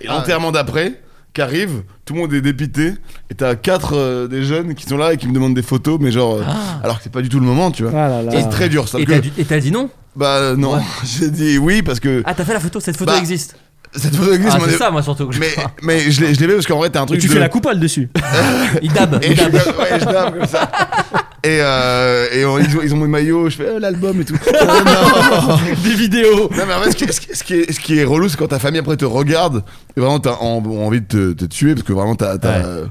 G: Et
B: Ah,
G: l'enterrement d'après, qui arrive, tout le monde est dépité, et t'as quatre euh, des jeunes qui sont là et qui me demandent des photos, mais genre, euh,
B: Ah.
G: alors que c'est pas du tout le moment, tu vois.
E: Ah là là.
G: C'est très dur, ça.
F: Et
G: que-
F: t'as dit- et t'as dit non
G: Bah euh, non, [LAUGHS] j'ai dit oui parce que
F: Ah, t'as fait la photo, cette photo
G: Bah,
F: existe
G: cette photo existe,
F: Ah,
G: mais-
F: c'est ça moi surtout. que je
G: mais,
F: crois.
G: mais je l'ai je l'ai fait parce qu'en vrai, t'as un
E: Et
G: truc.
E: tu
G: de-
E: fais la coupole dessus.
F: Il dab,
G: Et
F: il
G: je,
F: dab.
G: ouais, je tape comme ça. Et, euh, et on- ils, ont, ils ont mes maillots, je fais euh, l'album et
F: [LAUGHS]
G: tout. Oh, non.
E: Des vidéos.
G: Non mais en fait, ce qui, ce qui- ce qui est, ce qui est relou, c'est quand ta famille après te regarde et vraiment t'as en- envie de te, te tuer parce que vraiment t'as, t'as-
F: Ouais.
G: euh,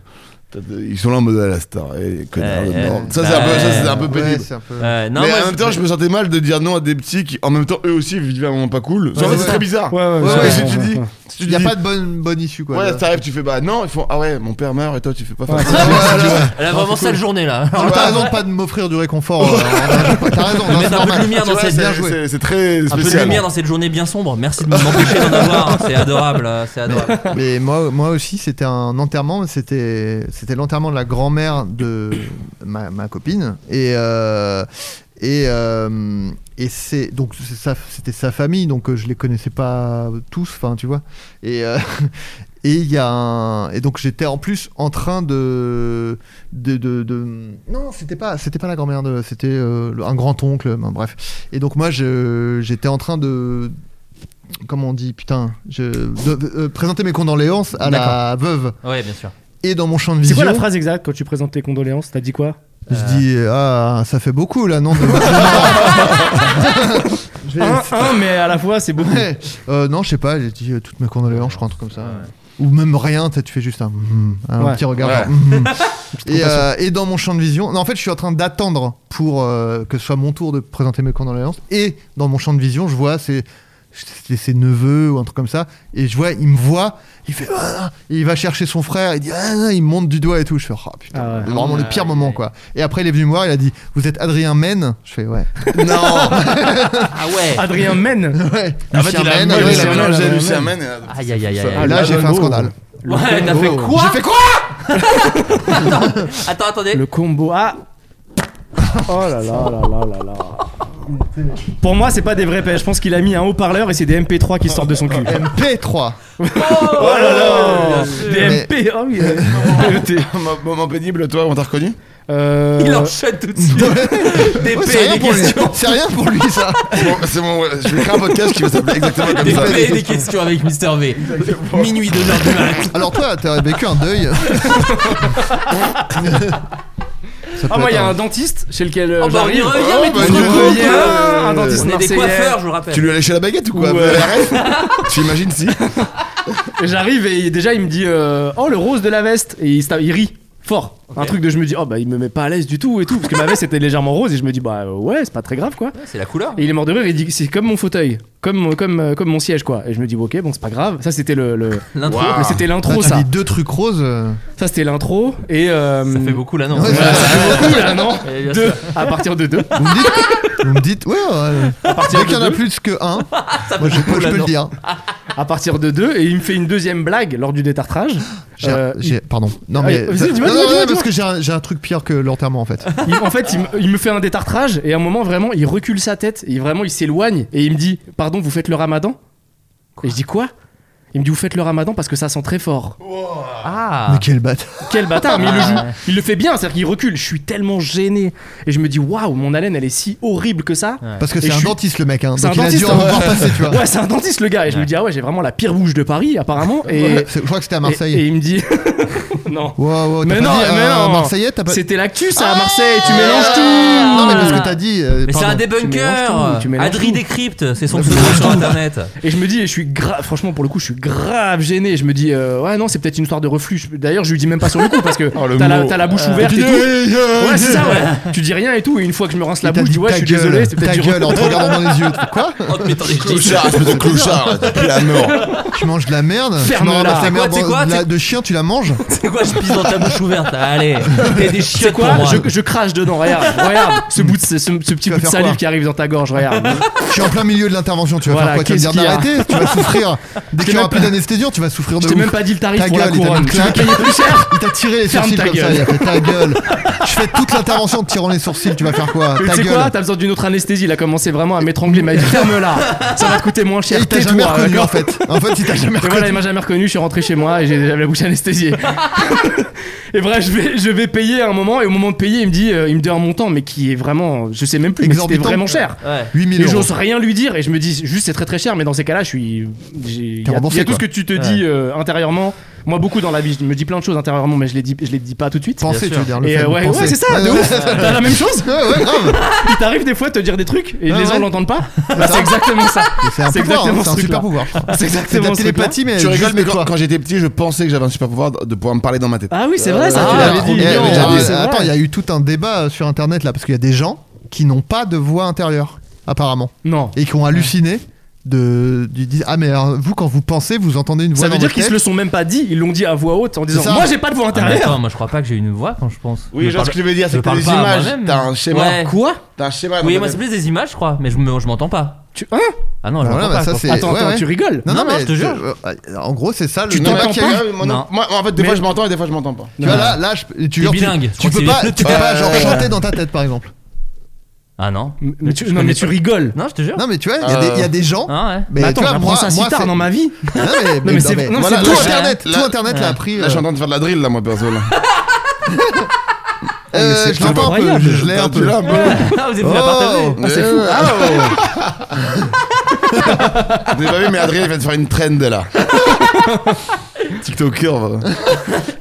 G: t'as- ils sont là en mode à la star et les connards
F: Ouais,
G: de
F: ouais.
G: merde. oh, Ça c'est un peu, ça, c'est un peu
B: Ouais,
G: pénible.
B: c'est un peu-
F: Euh, non,
G: mais
F: moi,
G: en même temps, je me sentais mal de dire non à des petits qui, en même temps, eux aussi vivaient un moment pas cool. Ça,
B: Ouais,
G: en fait,
B: ouais.
G: c'est très bizarre.
E: Ouais, ouais,
G: Parce que
B: ouais,
G: si
E: ouais,
G: tu
E: ouais,
G: dis,
E: ouais.
G: si tu
B: Il n'y a
G: dis-
B: pas de bonne, bonne issue quoi.
G: ouais,
B: Là. [LAUGHS]
G: t'arrives, tu fais bah non, ils font ah ouais, mon père meurt et toi tu fais pas.
E: Ouais,
G: ça.
E: c'est-
B: Voilà.
F: Elle a vraiment sale journée là.
B: Alors, T'as raison de pas de m'offrir du réconfort. euh, en- T'as raison, non,
F: Mettre
B: c'est
F: un peu de
B: normal.
F: lumière
G: Tu
F: dans
G: vois,
F: cette-
G: c'est,
B: bien joué.
G: c'est- c'est très
F: Un peu de
G: spécial.
F: lumière dans cette journée bien sombre. Merci de m'empêcher d'en avoir. C'est adorable, euh, c'est adorable.
B: Mais moi, moi aussi, c'était un enterrement. mais C'était, c'était l'enterrement de la grand-mère de ma, ma copine. Et euh, et euh, et c'est donc c'est sa- c'était sa famille, donc euh, je les connaissais pas tous. Enfin, tu vois. Et euh, [LAUGHS] et il y a un et donc j'étais en plus en train de de, de, de- non c'était pas c'était pas la grand-mère de c'était euh, le- un grand oncle. bref. Et donc moi, je- j'étais en train de comment on dit, putain, je, de- euh, présenter mes condoléances à la veuve.
F: Ouais, bien sûr.
B: Et dans mon champ de
E: C'est
B: vision,
E: quoi la phrase exacte quand tu présentes tes condoléances T'as dit quoi
B: je dis ah ça fait beaucoup là non.
E: [LAUGHS]
B: de votre mort. Je vais-
E: Un, un, mais à la fois, c'est beaucoup.
B: [LAUGHS] Ouais. Euh, non, je sais pas, j'ai dit euh, toutes mes condoléances, je crois, un truc comme ça. Ou même rien, tu sais, tu fais juste un, mm, un
E: Ouais.
B: petit regard.
G: Ouais.
B: genre, mm,
G: [LAUGHS]
B: mm. et, euh, et dans mon champ de vision, non, en fait, je suis en train d'attendre pour euh, que ce soit mon tour de présenter mes condoléances. Et dans mon champ de vision, je vois ses, ses, ses neveux ou un truc comme ça. Et je vois, il me voit, il fait. Ah Et il va chercher son frère, il dit. Ah il me monte du doigt et tout. Je fais. Oh, putain.
E: Ah ouais.
B: Vraiment le pire moment, quoi. Et après, il est venu me voir, il a dit Vous êtes Adrien Mène Je
G: [LAUGHS]
B: fais, ouais.
G: Non.
F: Ah ouais.
E: Adrien Mène
B: ouais.
G: Ah, En fait,
B: Lucien
G: il a
B: Mène,
G: mélangé- il a
B: ouais,
E: Lucien Mène,
G: mélangé
E: Mène.
G: Lucien Mène. et-
F: Aïe aïe aïe aïe.
B: Et là, j'ai fait un
E: L'anneau.
B: scandale.
E: Le
F: Ouais, t'as
E: combo-
F: fait quoi
G: J'ai fait quoi
F: Attends, attendez.
E: Le combo ah. Oh là là là là là là. Pour moi, c'est pas des vrais pêches. Je pense qu'il a mis un haut-parleur et c'est des MP3 qui sortent de son cul.
B: P3.
F: Oh là là
E: Des
B: Mais-
E: MP. Oh oui.
G: Mo- Moment pénible, toi, on t'a reconnu
E: [LAUGHS] Euh,
F: Il enchaîne tout de suite. Des
B: C'est
F: P et
B: rien
F: des
B: pour lui. [LAUGHS]
F: questions.
B: C'est rien pour lui ça.
G: C'est mon- C'est mon. Je vais créer un podcast qui va s'appeler exactement comme
F: Des
G: ça.
F: P et des questions avec Mister V. Minuit, 2 heures du mat.
B: Alors toi, t'as vécu un deuil. Ça
E: Ah
B: peut
E: moi,
B: être
E: il y a un dentiste chez lequel euh,
F: Oh bah on y
E: j'arrive.
F: revient,
G: Oh,
F: mais tout
G: bah,
F: se
G: on y
F: recoupe.
G: revient.
E: Un dentiste
F: On est des
E: marseillais. euh,
F: coiffeurs, je vous rappelle.
G: Tu lui as léché la baguette ou quoi
E: Ouais.
G: Mais arrête. Tu imagines si
E: Et J'arrive et déjà il me dit euh, oh le rose de la veste et il, se tape- il rit fort. Un truc de je me dis oh bah il me met pas à l'aise du tout et tout parce que ma veste était légèrement rose et je me dis bah euh, ouais c'est pas très grave quoi.
F: C'est la couleur.
E: Et il est mort de rire il dit c'est comme mon fauteuil comme mon- comme euh, comme mon siège quoi et je me dis ok bon c'est pas grave ça c'était le, le-
F: L'intro.
G: Waouh.
E: mais c'était
B: Là,
E: l'intro
B: t'as
E: ça
B: dit deux trucs roses.
E: [LAUGHS]
B: euh,
E: ça c'était l'intro et euh,
F: Ça fait beaucoup là, non
B: Ouais,
E: ça [LAUGHS] fait beaucoup, là, non
F: Ouais, bien
E: deux
F: sûr.
E: à partir de deux
B: Vous me dites, vous me dites, ouais, ouais.
E: partir
B: Dès qu'il y en a
E: de deux.
B: plus que
E: [LAUGHS]
B: un, moi je, peux- je peux le dire.
E: à partir de deux et il me fait une deuxième blague lors du détartrage.
B: J'ai-
E: Euh,
B: j'ai- pardon. Non
E: Ah,
B: mais
E: vas-y, dis-moi,
B: non,
E: dis-moi,
B: non,
E: dis-moi,
B: non,
E: dis-moi.
B: parce que j'ai un, j'ai un truc pire que l'enterrement en fait.
E: Il- en fait, il, me- il me fait un détartrage et à un moment vraiment, il recule sa tête et vraiment, il s'éloigne et il me dit "Pardon, vous faites le Ramadan Et je dis "Quoi Il me dit "Vous faites le Ramadan parce que ça sent très fort."
F: Ah
B: Mais quel bâtard.
E: Quel bâtard Mais il le joue, il le fait bien, c'est-à-dire qu'il recule. Je suis tellement gêné et je me dis "Waouh, mon haleine, elle est si horrible que ça."
B: Parce que
E: Et
B: c'est
E: je
B: un
E: suis-
B: dentiste le mec. Hein,
E: C'est
B: donc
E: un
B: il a dû
E: dentiste,
B: en
E: ouais.
B: voir passer, tu vois.
E: Ouais, c'est un dentiste le gars et je me dis "Ah ouais, j'ai vraiment la pire bouche de Paris apparemment." Et,
B: C'est- Je crois que c'était
E: et-
B: à
E: et
B: Marseille.
E: il me dit [LAUGHS] "Non."
B: Wow, wow, t'as
E: Mais
B: pas
E: non,
B: dit,
E: mais
B: euh,
E: non.
B: Marseillais, t'as pas. Ah
E: C'était l'actu ça à Marseille, tu mélanges tout.
B: Euh, Non mais parce que t'as dit. euh,
F: Mais c'est
B: pardon.
F: un
E: mélanges
F: débunker
E: tout, tu mélanges
F: Adri
E: tout.
F: décrypte, c'est son pseudo sur internet.
E: Et je me dis, et je suis grave, franchement, pour le coup, je suis grave gêné. Je me dis, euh, ouais, non, c'est peut-être une histoire de reflux. Je- D'ailleurs, je lui dis même pas sur le coup parce
B: [LAUGHS]
E: que
G: Oh, le
E: t'as la,
G: mot.
E: t'as la
B: Euh,
E: bouche ouverte et tout. Ouais, c'est ça, ouais. Tu dis rien et tout. Et une fois que je me rince la
B: Il t'a
E: bouche, je
B: dit
E: dis, ouais,
B: ta
E: je suis
B: gueule,
E: désolé, c'est peut-être du
B: Ta gueule en te
E: reflux.
B: regardant dans les yeux.
E: [LAUGHS]
B: Quoi
F: Oh, mais attendez, je dis-
G: Clochard, espèce de clochard. T'as pris la mort.
B: Tu manges de la merde tu
E: Ferme-la.
B: m'en ramasses
E: C'est
F: quoi,
B: la merde
F: c'est
B: de-
F: quoi,
B: de la-
F: c'est-
B: de chien, tu la manges
F: C'est quoi, je pisse dans ta bouche ouverte Allez, t'es des chiottes pour
E: Quoi
F: moi.
E: je, je crache dedans, regarde, [LAUGHS] regarde ce bout de ce, ce- ce petit
B: vas
E: bout de
B: faire
E: salive
B: quoi
E: qui arrive dans ta gorge, regarde.
B: Je suis en plein milieu de l'intervention, tu vas
E: Voilà,
B: faire quoi Tu vas me
E: qu'est-ce
B: dire
E: qu'il
B: d'arrêter Tu vas
E: [LAUGHS]
B: souffrir. Dès qu'il y aura
E: même
B: plus d'anesthésion, tu vas souffrir
E: Je
B: de
E: t'ai
B: ouf.
E: même pas dit le tarif
B: Ta
E: pour
B: gueule, il
E: la
B: t'a mis
E: couronne.
B: une
E: Tu vas
B: claque.
E: payer plus cher
B: Il t'a tiré les
E: Ferme
B: sourcils
E: ta
B: comme ça,
E: gueule.
B: il a fait ta gueule. Je fais toute l'intervention en te tirant les sourcils, tu vas faire quoi
E: Mais
B: Ta
E: Tu sais quoi
B: gueule.
E: T'as besoin d'une autre anesthésie. Il a commencé vraiment à m'étrangler. Il m'a dit
B: [LAUGHS]
E: ferme-la. Ça va te coûter moins
B: Et
E: cher.
B: il t'a
E: Tais-toi.
B: jamais reconnu
E: d'accord
B: en fait. En fait, il t'a jamais
E: Et voilà, il
B: reconnu.
E: m'a jamais reconnu, je suis rentré chez moi et j'ai déjà la bouche
B: [LAUGHS]
E: anesthésiée. et bref, je vais, je vais payer à un moment, et au moment de payer, il me dit, euh, il me donne un montant, mais qui est vraiment, je sais même plus, mais c'était
B: Exorbitant.
E: vraiment cher.
F: Ouais.
B: 8000
E: Et
B: euros.
E: j'ose rien lui dire, et je me dis, juste c'est très très cher, mais dans ces cas-là, je suis. j'ai- Il y a,
B: remboursé,
E: il y a tout
B: quoi.
E: ce que tu te dis euh, intérieurement. Moi, beaucoup dans la vie, je me dis plein de choses intérieurement, mais je les dis, je les dis pas tout de suite.
B: Pensez, tu
F: sûr.
B: veux dire le
E: Et
B: fait
E: euh,
B: de
E: ouais,
B: penser.
E: ouais, c'est ça, de
B: Ouais, [LAUGHS]
E: ouf.
B: ouais, ouais.
E: T'as la même chose
B: Ouais, ouais, grave.
E: Il t'arrive des fois de te dire des trucs et
B: Ouais,
E: les
B: ouais.
E: gens l'entendent
B: [LAUGHS]
E: pas
B: ça.
E: Bah, C'est exactement ça.
B: C'est un
E: C'est
B: pouvoir,
E: exactement
B: hein, c'est
E: ce
B: un
E: truc-là.
B: super pouvoir.
E: C'est
B: C'est de
E: exactement
B: la
E: ce truc-là.
B: télépathie, mais
G: Tu rigoles,
B: juste
G: mais
B: mais
G: quand,
B: toi.
G: quand j'étais petit, je pensais que j'avais un super pouvoir eh, de de pouvoir me parler dans ma tête.
E: Ah oui, c'est vrai, ça,
B: Ah,
E: tu
B: ouais,
E: l'avais
B: on
E: dit.
B: est-
E: Lyon.
B: mais
E: Ah oui,
B: j'avais-
E: c'est vrai.
B: Attends, il y a eu tout un débat euh, sur internet là, parce qu'il y a des gens qui n'ont pas de voix intérieure, apparemment,
E: Non.
B: et qui ont halluciné. De, du- disent, ah mais alors, vous quand vous pensez vous entendez une
E: Ça
B: voix
E: veut
B: dans
E: dire
B: votre
E: qu'ils se
B: tête
E: le sont même pas dit, ils l'ont dit à voix haute en disant
B: ça.
E: Moi j'ai pas de voix
F: Ah, mais
E: intérieure
F: attends, moi je crois pas que j'ai une voix quand je pense.
G: Oui,
F: Je
G: genre,
F: parle-
G: ce que je veux dire,
F: je
G: c'est que
F: parle
G: les
F: pas à
G: images,
F: moi-même.
G: t'as un schéma.
F: Ouais.
E: Quoi
G: T'as un schéma. dans
F: Oui,
G: ta
F: moi
G: tête.
F: c'est plus des images, je crois, mais je me- je m'entends pas.
E: tu, Hein
F: Ah non, je
B: Voilà,
F: m'entends
B: bah,
F: pas.
B: ça,
F: je
B: c'est-
F: pense.
E: Attends,
B: ouais,
E: attends,
B: ouais.
E: tu rigoles
B: non, non,
F: Non, non,
B: mais
F: je te jure.
B: euh, euh, en gros c'est ça le
G: Tu
B: débat
G: t'entends
B: qu'il y a eu.
G: pas moi, non.
F: Non.
G: Moi, en fait, des
E: Mais-
G: fois, je m'entends et des fois, je m'entends pas.
B: tu vois là là je, tu, tu,
F: bilingue, je crois
B: tu peux
F: qu'il
B: pas
F: est-
B: tu peux pas genre
G: Ouais.
B: chanter dans ta tête par exemple
F: Ah non.
E: Mais tu-
F: Je
E: Non
F: connais
E: mais tu
F: pas.
E: rigoles
F: Non, je te jure.
B: non mais tu vois il y, a
G: Euh.
B: des- il y a des gens
F: Ah ouais.
B: mais
E: Hein Mais attends,
B: tu vois
E: j'apprends
B: moi
E: ça si
B: moi,
E: tard
B: c'est- Ah,
E: dans ma vie
B: non
E: [LAUGHS]
B: mais, mais,
E: mais
B: non,
E: c'est-
B: mais
E: non,
B: voilà,
E: c'est
B: tout
E: beau,
B: internet
G: là.
B: tout internet l'a appris
G: Là, je suis en train de faire de la drill, là, moi, perso. Là.
B: euh, euh, je l'entends un peu
E: incroyable.
B: je je l'ai un peu
G: Là,
F: [LAUGHS] Ah, vous avez la partager.
B: Oh.
G: c'est fou. Vous avez pas vu, mais Adrien il vient de faire une trend là. TikToker. voilà.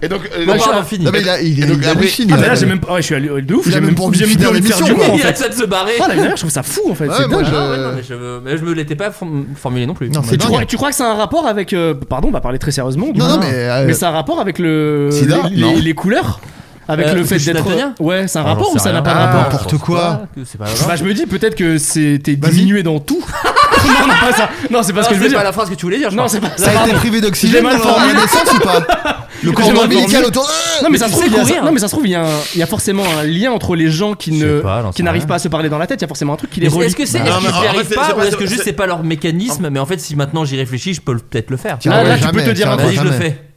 G: Et donc, euh,
F: Bon,
G: donc-
F: pardon, fini.
B: non mais il a- il
G: Et donc,
B: il
G: après-
B: hallucine
E: Ah
B: il
E: mais
B: a-
E: là j'ai même pas. Ouais, je suis allé de ouf,
B: Il a
E: j'ai
B: même
E: même
B: pas envie
E: j'ai
B: de
E: même
B: finir
E: envie de faire du
B: l'émission,
E: mot en
F: Il a
E: fait.
F: ça de se barrer.
E: Ah, là, d'ailleurs, je trouve ça fou en fait.
B: Ouais,
E: c'est
B: moi,
E: dingue.
B: je-
F: Ah ouais, non, mais je, me- mais je me l'étais pas form- formulé non plus.
B: Non,
E: Et
B: c'est
E: tu,
B: dingue.
E: crois, tu crois que ça a un rapport avec. euh, pardon, on va parler très sérieusement. du
B: non non
E: coup.
B: mais euh,
E: Mais ça a un rapport avec le.
G: Sida
E: les, les-
G: Non.
E: les couleurs Avec
F: Euh,
E: le
F: que
E: fait
F: je suis
E: d'être.
F: daltonien
E: Ouais, c'est un
F: Ah, j'en
E: rapport ou
F: sais
E: ça n'a
F: rien.
E: pas de
F: Ah,
E: rapport
B: n'importe
F: je pense
B: quoi.
F: pas que C'est pas grave.
E: Bah, je me dis peut-être que c'est- t'es
B: Vas-y.
E: diminué dans tout. [LAUGHS] non, non, pas ça. Non, c'est pas
F: Non,
E: ce que je veux
F: c'est
E: dire.
F: pas la phrase que tu voulais dire. je
E: Non,
F: crois.
E: c'est pas
B: ça a été privé
E: Je l'ai
B: d'oxygène
E: mal
B: alors, à la
E: formulé.
B: naissance ou pas le
E: l'ai
B: cordon
E: mal
B: ombilical
E: formulé.
B: autour euh,
E: Non mais, ça
F: tu
E: se trouve,
F: sais
E: il y a
F: courir.
E: ça- non mais ça se trouve il y, a un- il y a forcément un lien entre les gens qui
F: Je
E: ne
F: sais pas, j'en sais
E: qui n'arrivent
F: rien.
E: pas à se parler dans la tête. Il y a forcément un truc qui les
F: Mais
E: relie. [LAUGHS]
F: Est-ce que c'est
G: Bah,
F: est-ce
G: non,
F: qu'ils
G: mais en
F: y
G: fait,
F: arrivent
G: c'est-
F: pas
G: c'est
F: ou
G: pas-
F: est-ce que juste
G: c'est-
F: c'est pas leur mécanisme Mais en fait, si maintenant j'y réfléchis, je peux peut-être le faire.
E: Tiens, là, tu peux te dire un
B: truc
F: Vas-y, je le fais.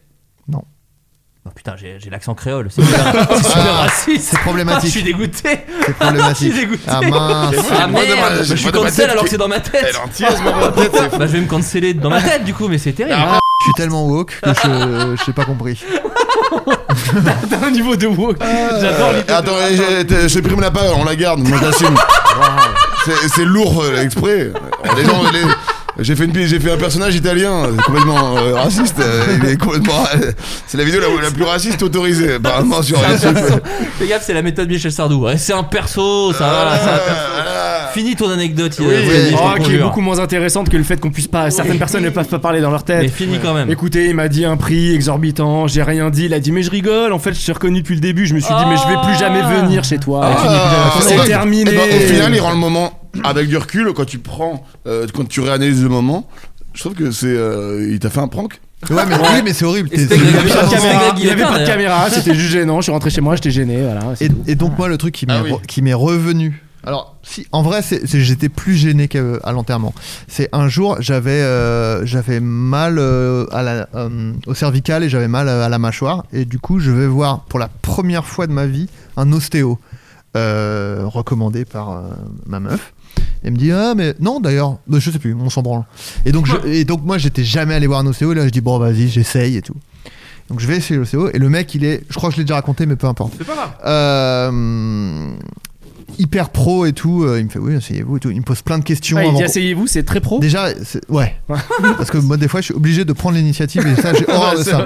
B: Non.
F: Oh, putain, j'ai j'ai l'accent créole, c'est super, [LAUGHS] c'est super
B: Ah,
F: raciste.
B: c'est problématique.
F: Ah, je suis dégoûté.
B: C'est problématique.
E: [LAUGHS]
F: Je suis dégoûté.
B: Ah mince.
F: Ah
G: Moi, de ma-
F: merde,
G: j'ai
F: je suis
G: pas de ma
F: cancel
G: tête
F: alors
G: qui-
F: que c'est dans ma
G: Elle
F: tête.
G: est entière, ma tête, c'est fou.
F: Bah, je vais me canceller dans ma tête du coup, mais c'est terrible.
B: Je suis tellement woke que je je n'ai pas compris.
E: Au niveau de woke.
B: Euh,
E: J'adore l'idée.
G: Attends, j'ai- j'ai pris la parole, on la garde, moi j'assume. C'est- C'est lourd euh, exprès. Les gens, les- J'ai fait, une, pi- j'ai fait un personnage italien euh, complètement euh, raciste. euh, il est complètement. c'est la vidéo la, la plus raciste autorisée apparemment sur YouTube.
F: Fais gaffe, c'est la méthode Michel Sardou. Ouais, c'est un perso, ça va. c'est un perso.
G: Voilà.
F: Fini ton anecdote. il
G: Ah. Oui,
F: a-
G: oui.
F: il a dit, je
E: Oh,
F: t'en
E: qui est
F: conjure.
E: beaucoup moins intéressante que le fait qu'on puisse pas. Certaines personnes ne peuvent pas parler dans leur
F: Mais
E: tête.
F: fini quand même.
E: Écoutez, il m'a dit un prix exorbitant, j'ai rien dit, il a dit mais je rigole, en fait je suis reconnu depuis le début, je me suis dit mais je vais plus jamais venir chez toi. Et tu dis,
G: Ah,
E: C'est
G: eh ben,
E: terminé.
G: eh ben, au final, il rend le moment avec du recul. Quand tu prends, euh, quand tu réanalyses le moment, je trouve que c'est, euh, il t'a fait un prank.
B: Ouais, mais oui, mais c'est horrible.
F: Et
B: T'es-
F: c'était
E: Il n'y avait pas de
F: C'est
E: caméra,
F: Greg
E: il y avait
F: Guillotin,
E: pas de
F: d'ailleurs.
E: caméra, c'était juste gênant. Je suis rentré chez moi, j'étais gêné, voilà. c'est
B: Et,
E: tout.
B: et donc moi le truc qui m'est
G: Ah oui.
B: re- qui m'est revenu. Alors si en vrai c'est, c'est- j'étais plus gêné qu'à à l'enterrement. C'est un jour j'avais euh, j'avais mal euh, à la, euh, au cervical et j'avais mal euh, à la mâchoire et du coup je vais voir pour la première fois de ma vie un ostéo euh, recommandé par euh, ma meuf. Elle me dit ah mais non d'ailleurs bah, je sais plus on s'en branle. Et donc je- et donc moi j'étais jamais allé voir un ostéo et là je dis bon vas-y j'essaye et tout. Donc je vais essayer l'ostéo et le mec il est je crois que je l'ai déjà raconté mais peu importe
F: C'est pas grave.
B: euh, hyper pro et tout. euh, il me fait oui, asseyez-vous et tout. Il me pose plein de questions.
E: Ouais, Ah, il
B: avant
E: dit
B: qu'on-
E: asseyez-vous, c'est très pro.
B: Déjà, c'est-
E: [LAUGHS]
B: ouais. Parce que moi, des fois, je suis obligé de prendre l'initiative et ça, j'ai horreur de ça.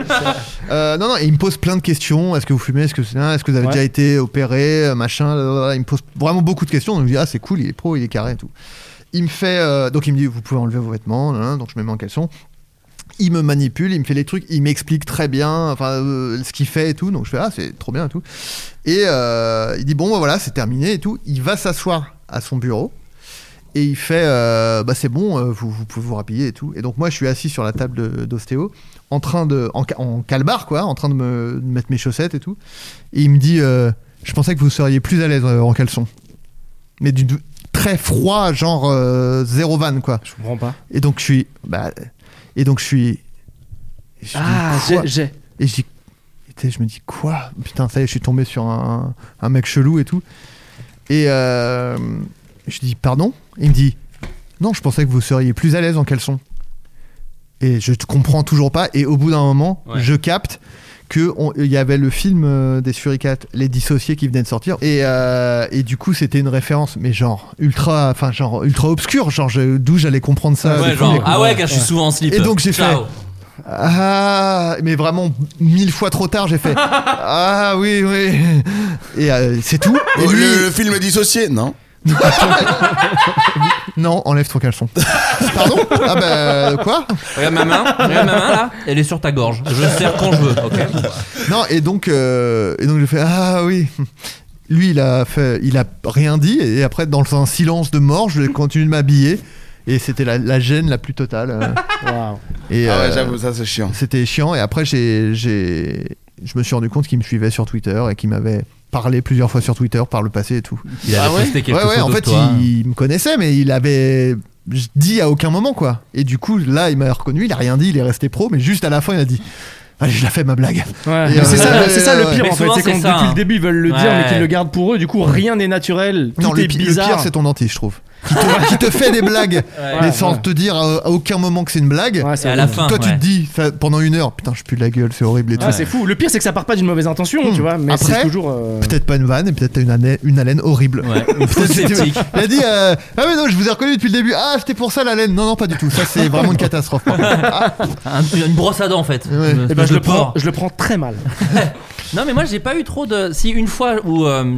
B: Euh, non, non, et il me pose plein de questions. Est-ce que vous fumez Est-ce que c'est Est-ce que vous avez
E: Ouais.
B: déjà été opéré euh, Machin. là, là, là. Il me pose vraiment beaucoup de questions. Donc, je dis, ah, c'est cool, il est pro, il est carré et tout. Il me fait. euh, donc, il me dit, vous pouvez enlever vos vêtements. là, là. donc, je me mets en caleçon. Il me manipule, il me fait les trucs, il m'explique très bien enfin, euh, ce qu'il fait et tout. Donc, je fais, ah, c'est trop bien et tout. Et euh, il dit, bon, bah, voilà, c'est terminé et tout. Il va s'asseoir à son bureau et il fait euh, bah c'est bon euh, vous, vous pouvez vous rhabiller et tout et donc moi je suis assis sur la table de- d'ostéo en train de en, ca- en calbar quoi en train de me de mettre mes chaussettes et tout et il me dit euh, je pensais que vous seriez plus à l'aise euh, en caleçon mais du du- très froid genre euh, zéro van quoi
E: Je comprends pas.
B: et donc je suis bah et donc je suis je dis,
E: Ah,
B: quoi
E: j'ai- j'ai.
B: et je dis et tu sais, je me dis quoi Putain, ça y est, je suis tombé sur un, un mec chelou et tout. Et euh, je dis pardon. Il me dit non, je pensais que vous seriez plus à l'aise en caleçon. Et je te comprends toujours pas. Et au bout d'un moment,
F: Ouais.
B: je capte que on- il y avait le film euh, des suricates, les dissociés qui venaient de sortir. Et, euh, et du coup, c'était une référence, mais genre ultra, enfin genre ultra obscure, genre je- d'où j'allais comprendre ça.
F: Ouais,
B: du
F: genre,
B: premier coup.
F: ah ouais, car je suis souvent en slip.
B: Et donc, j'ai
F: Ciao.
B: Ah, mais vraiment mille fois trop tard, j'ai fait. ah oui, oui. Et euh, c'est tout. Et
G: Le-
B: lui,
G: Oh, le, film est dissocié, non
B: non, enlève ton caleçon. Pardon Ah bah quoi
F: Regarde ma main, regarde ma main là, elle est sur ta gorge. Je serre quand je veux, ok
B: Non, et donc, euh, et donc je fais ah oui. Lui, il a fait, il a rien dit, et après dans un silence de mort, je continue de m'habiller, et c'était la, la gêne la plus totale. euh,
G: [LAUGHS]
E: Waouh.
B: Et
G: Ah ouais,
B: euh,
G: j'avoue, ça c'est chiant.
B: c'était chiant. Et après, j'ai, j'ai, je me suis rendu compte qu'il me suivait sur Twitter et qu'il m'avait parlé plusieurs fois sur Twitter par le passé et tout.
F: Il a
G: Ah ouais
F: posté quelque
B: Ouais,
F: chose.
B: ouais, en fait, il, il me connaissait, mais il avait dit à aucun moment, quoi. Et du coup, là, il m'a reconnu, il a rien dit, il est resté pro, mais juste à la fin, il a dit Ah, Allez, je la fais ma blague.
E: Ouais.
B: Et
E: Mais c'est
B: euh,
E: ça,
B: ouais,
E: c'est ça le
B: ouais,
E: pire
F: ouais.
E: en
F: Mais
E: fait.
F: souvent,
E: C'est
F: c'est
E: quand
F: ça,
E: depuis
F: hein.
E: le début ils veulent le dire, mais qu'ils
F: Ouais.
E: le gardent pour eux. Du coup, rien n'est naturel. Tout
B: non, le,
E: est
B: pi- le
E: bizarre.
B: pire, c'est ton dentiste, je trouve. Qui te, qui te fait des blagues, mais
E: ouais,
B: sans
E: ouais.
B: te dire euh, à aucun moment que c'est une blague.
E: Ouais, c'est
F: Et à la
E: horrible.
F: fin,
B: Toi, tu
F: ouais.
B: te dis ça- pendant une heure, putain, je pue de la gueule, c'est horrible et tout.
E: Ah, c'est fou. Le pire, c'est que ça part pas d'une mauvaise intention,
B: Hmm.
E: tu vois. Mais
B: Après,
E: c'est toujours. euh,
B: Peut-être pas une vanne, et peut-être t'as une, haleine- une haleine horrible. [LAUGHS]
E: [LAUGHS]
F: Ouais, une fausse sceptique.
B: Il a dit euh, Ah, mais non, je vous ai reconnu depuis le début. Ah, c'était pour ça la laine. Non, non, pas du tout. Ça, c'est vraiment une catastrophe. par contre. Ah,
F: Un- une brosse à dents en fait. Euh,
B: Ouais.
F: Une
E: eh ben,
F: espèce
E: je
F: de
E: le prends,
F: porc.
E: je le prends très mal.
F: Non mais moi j'ai pas eu trop de. Si une fois où euh,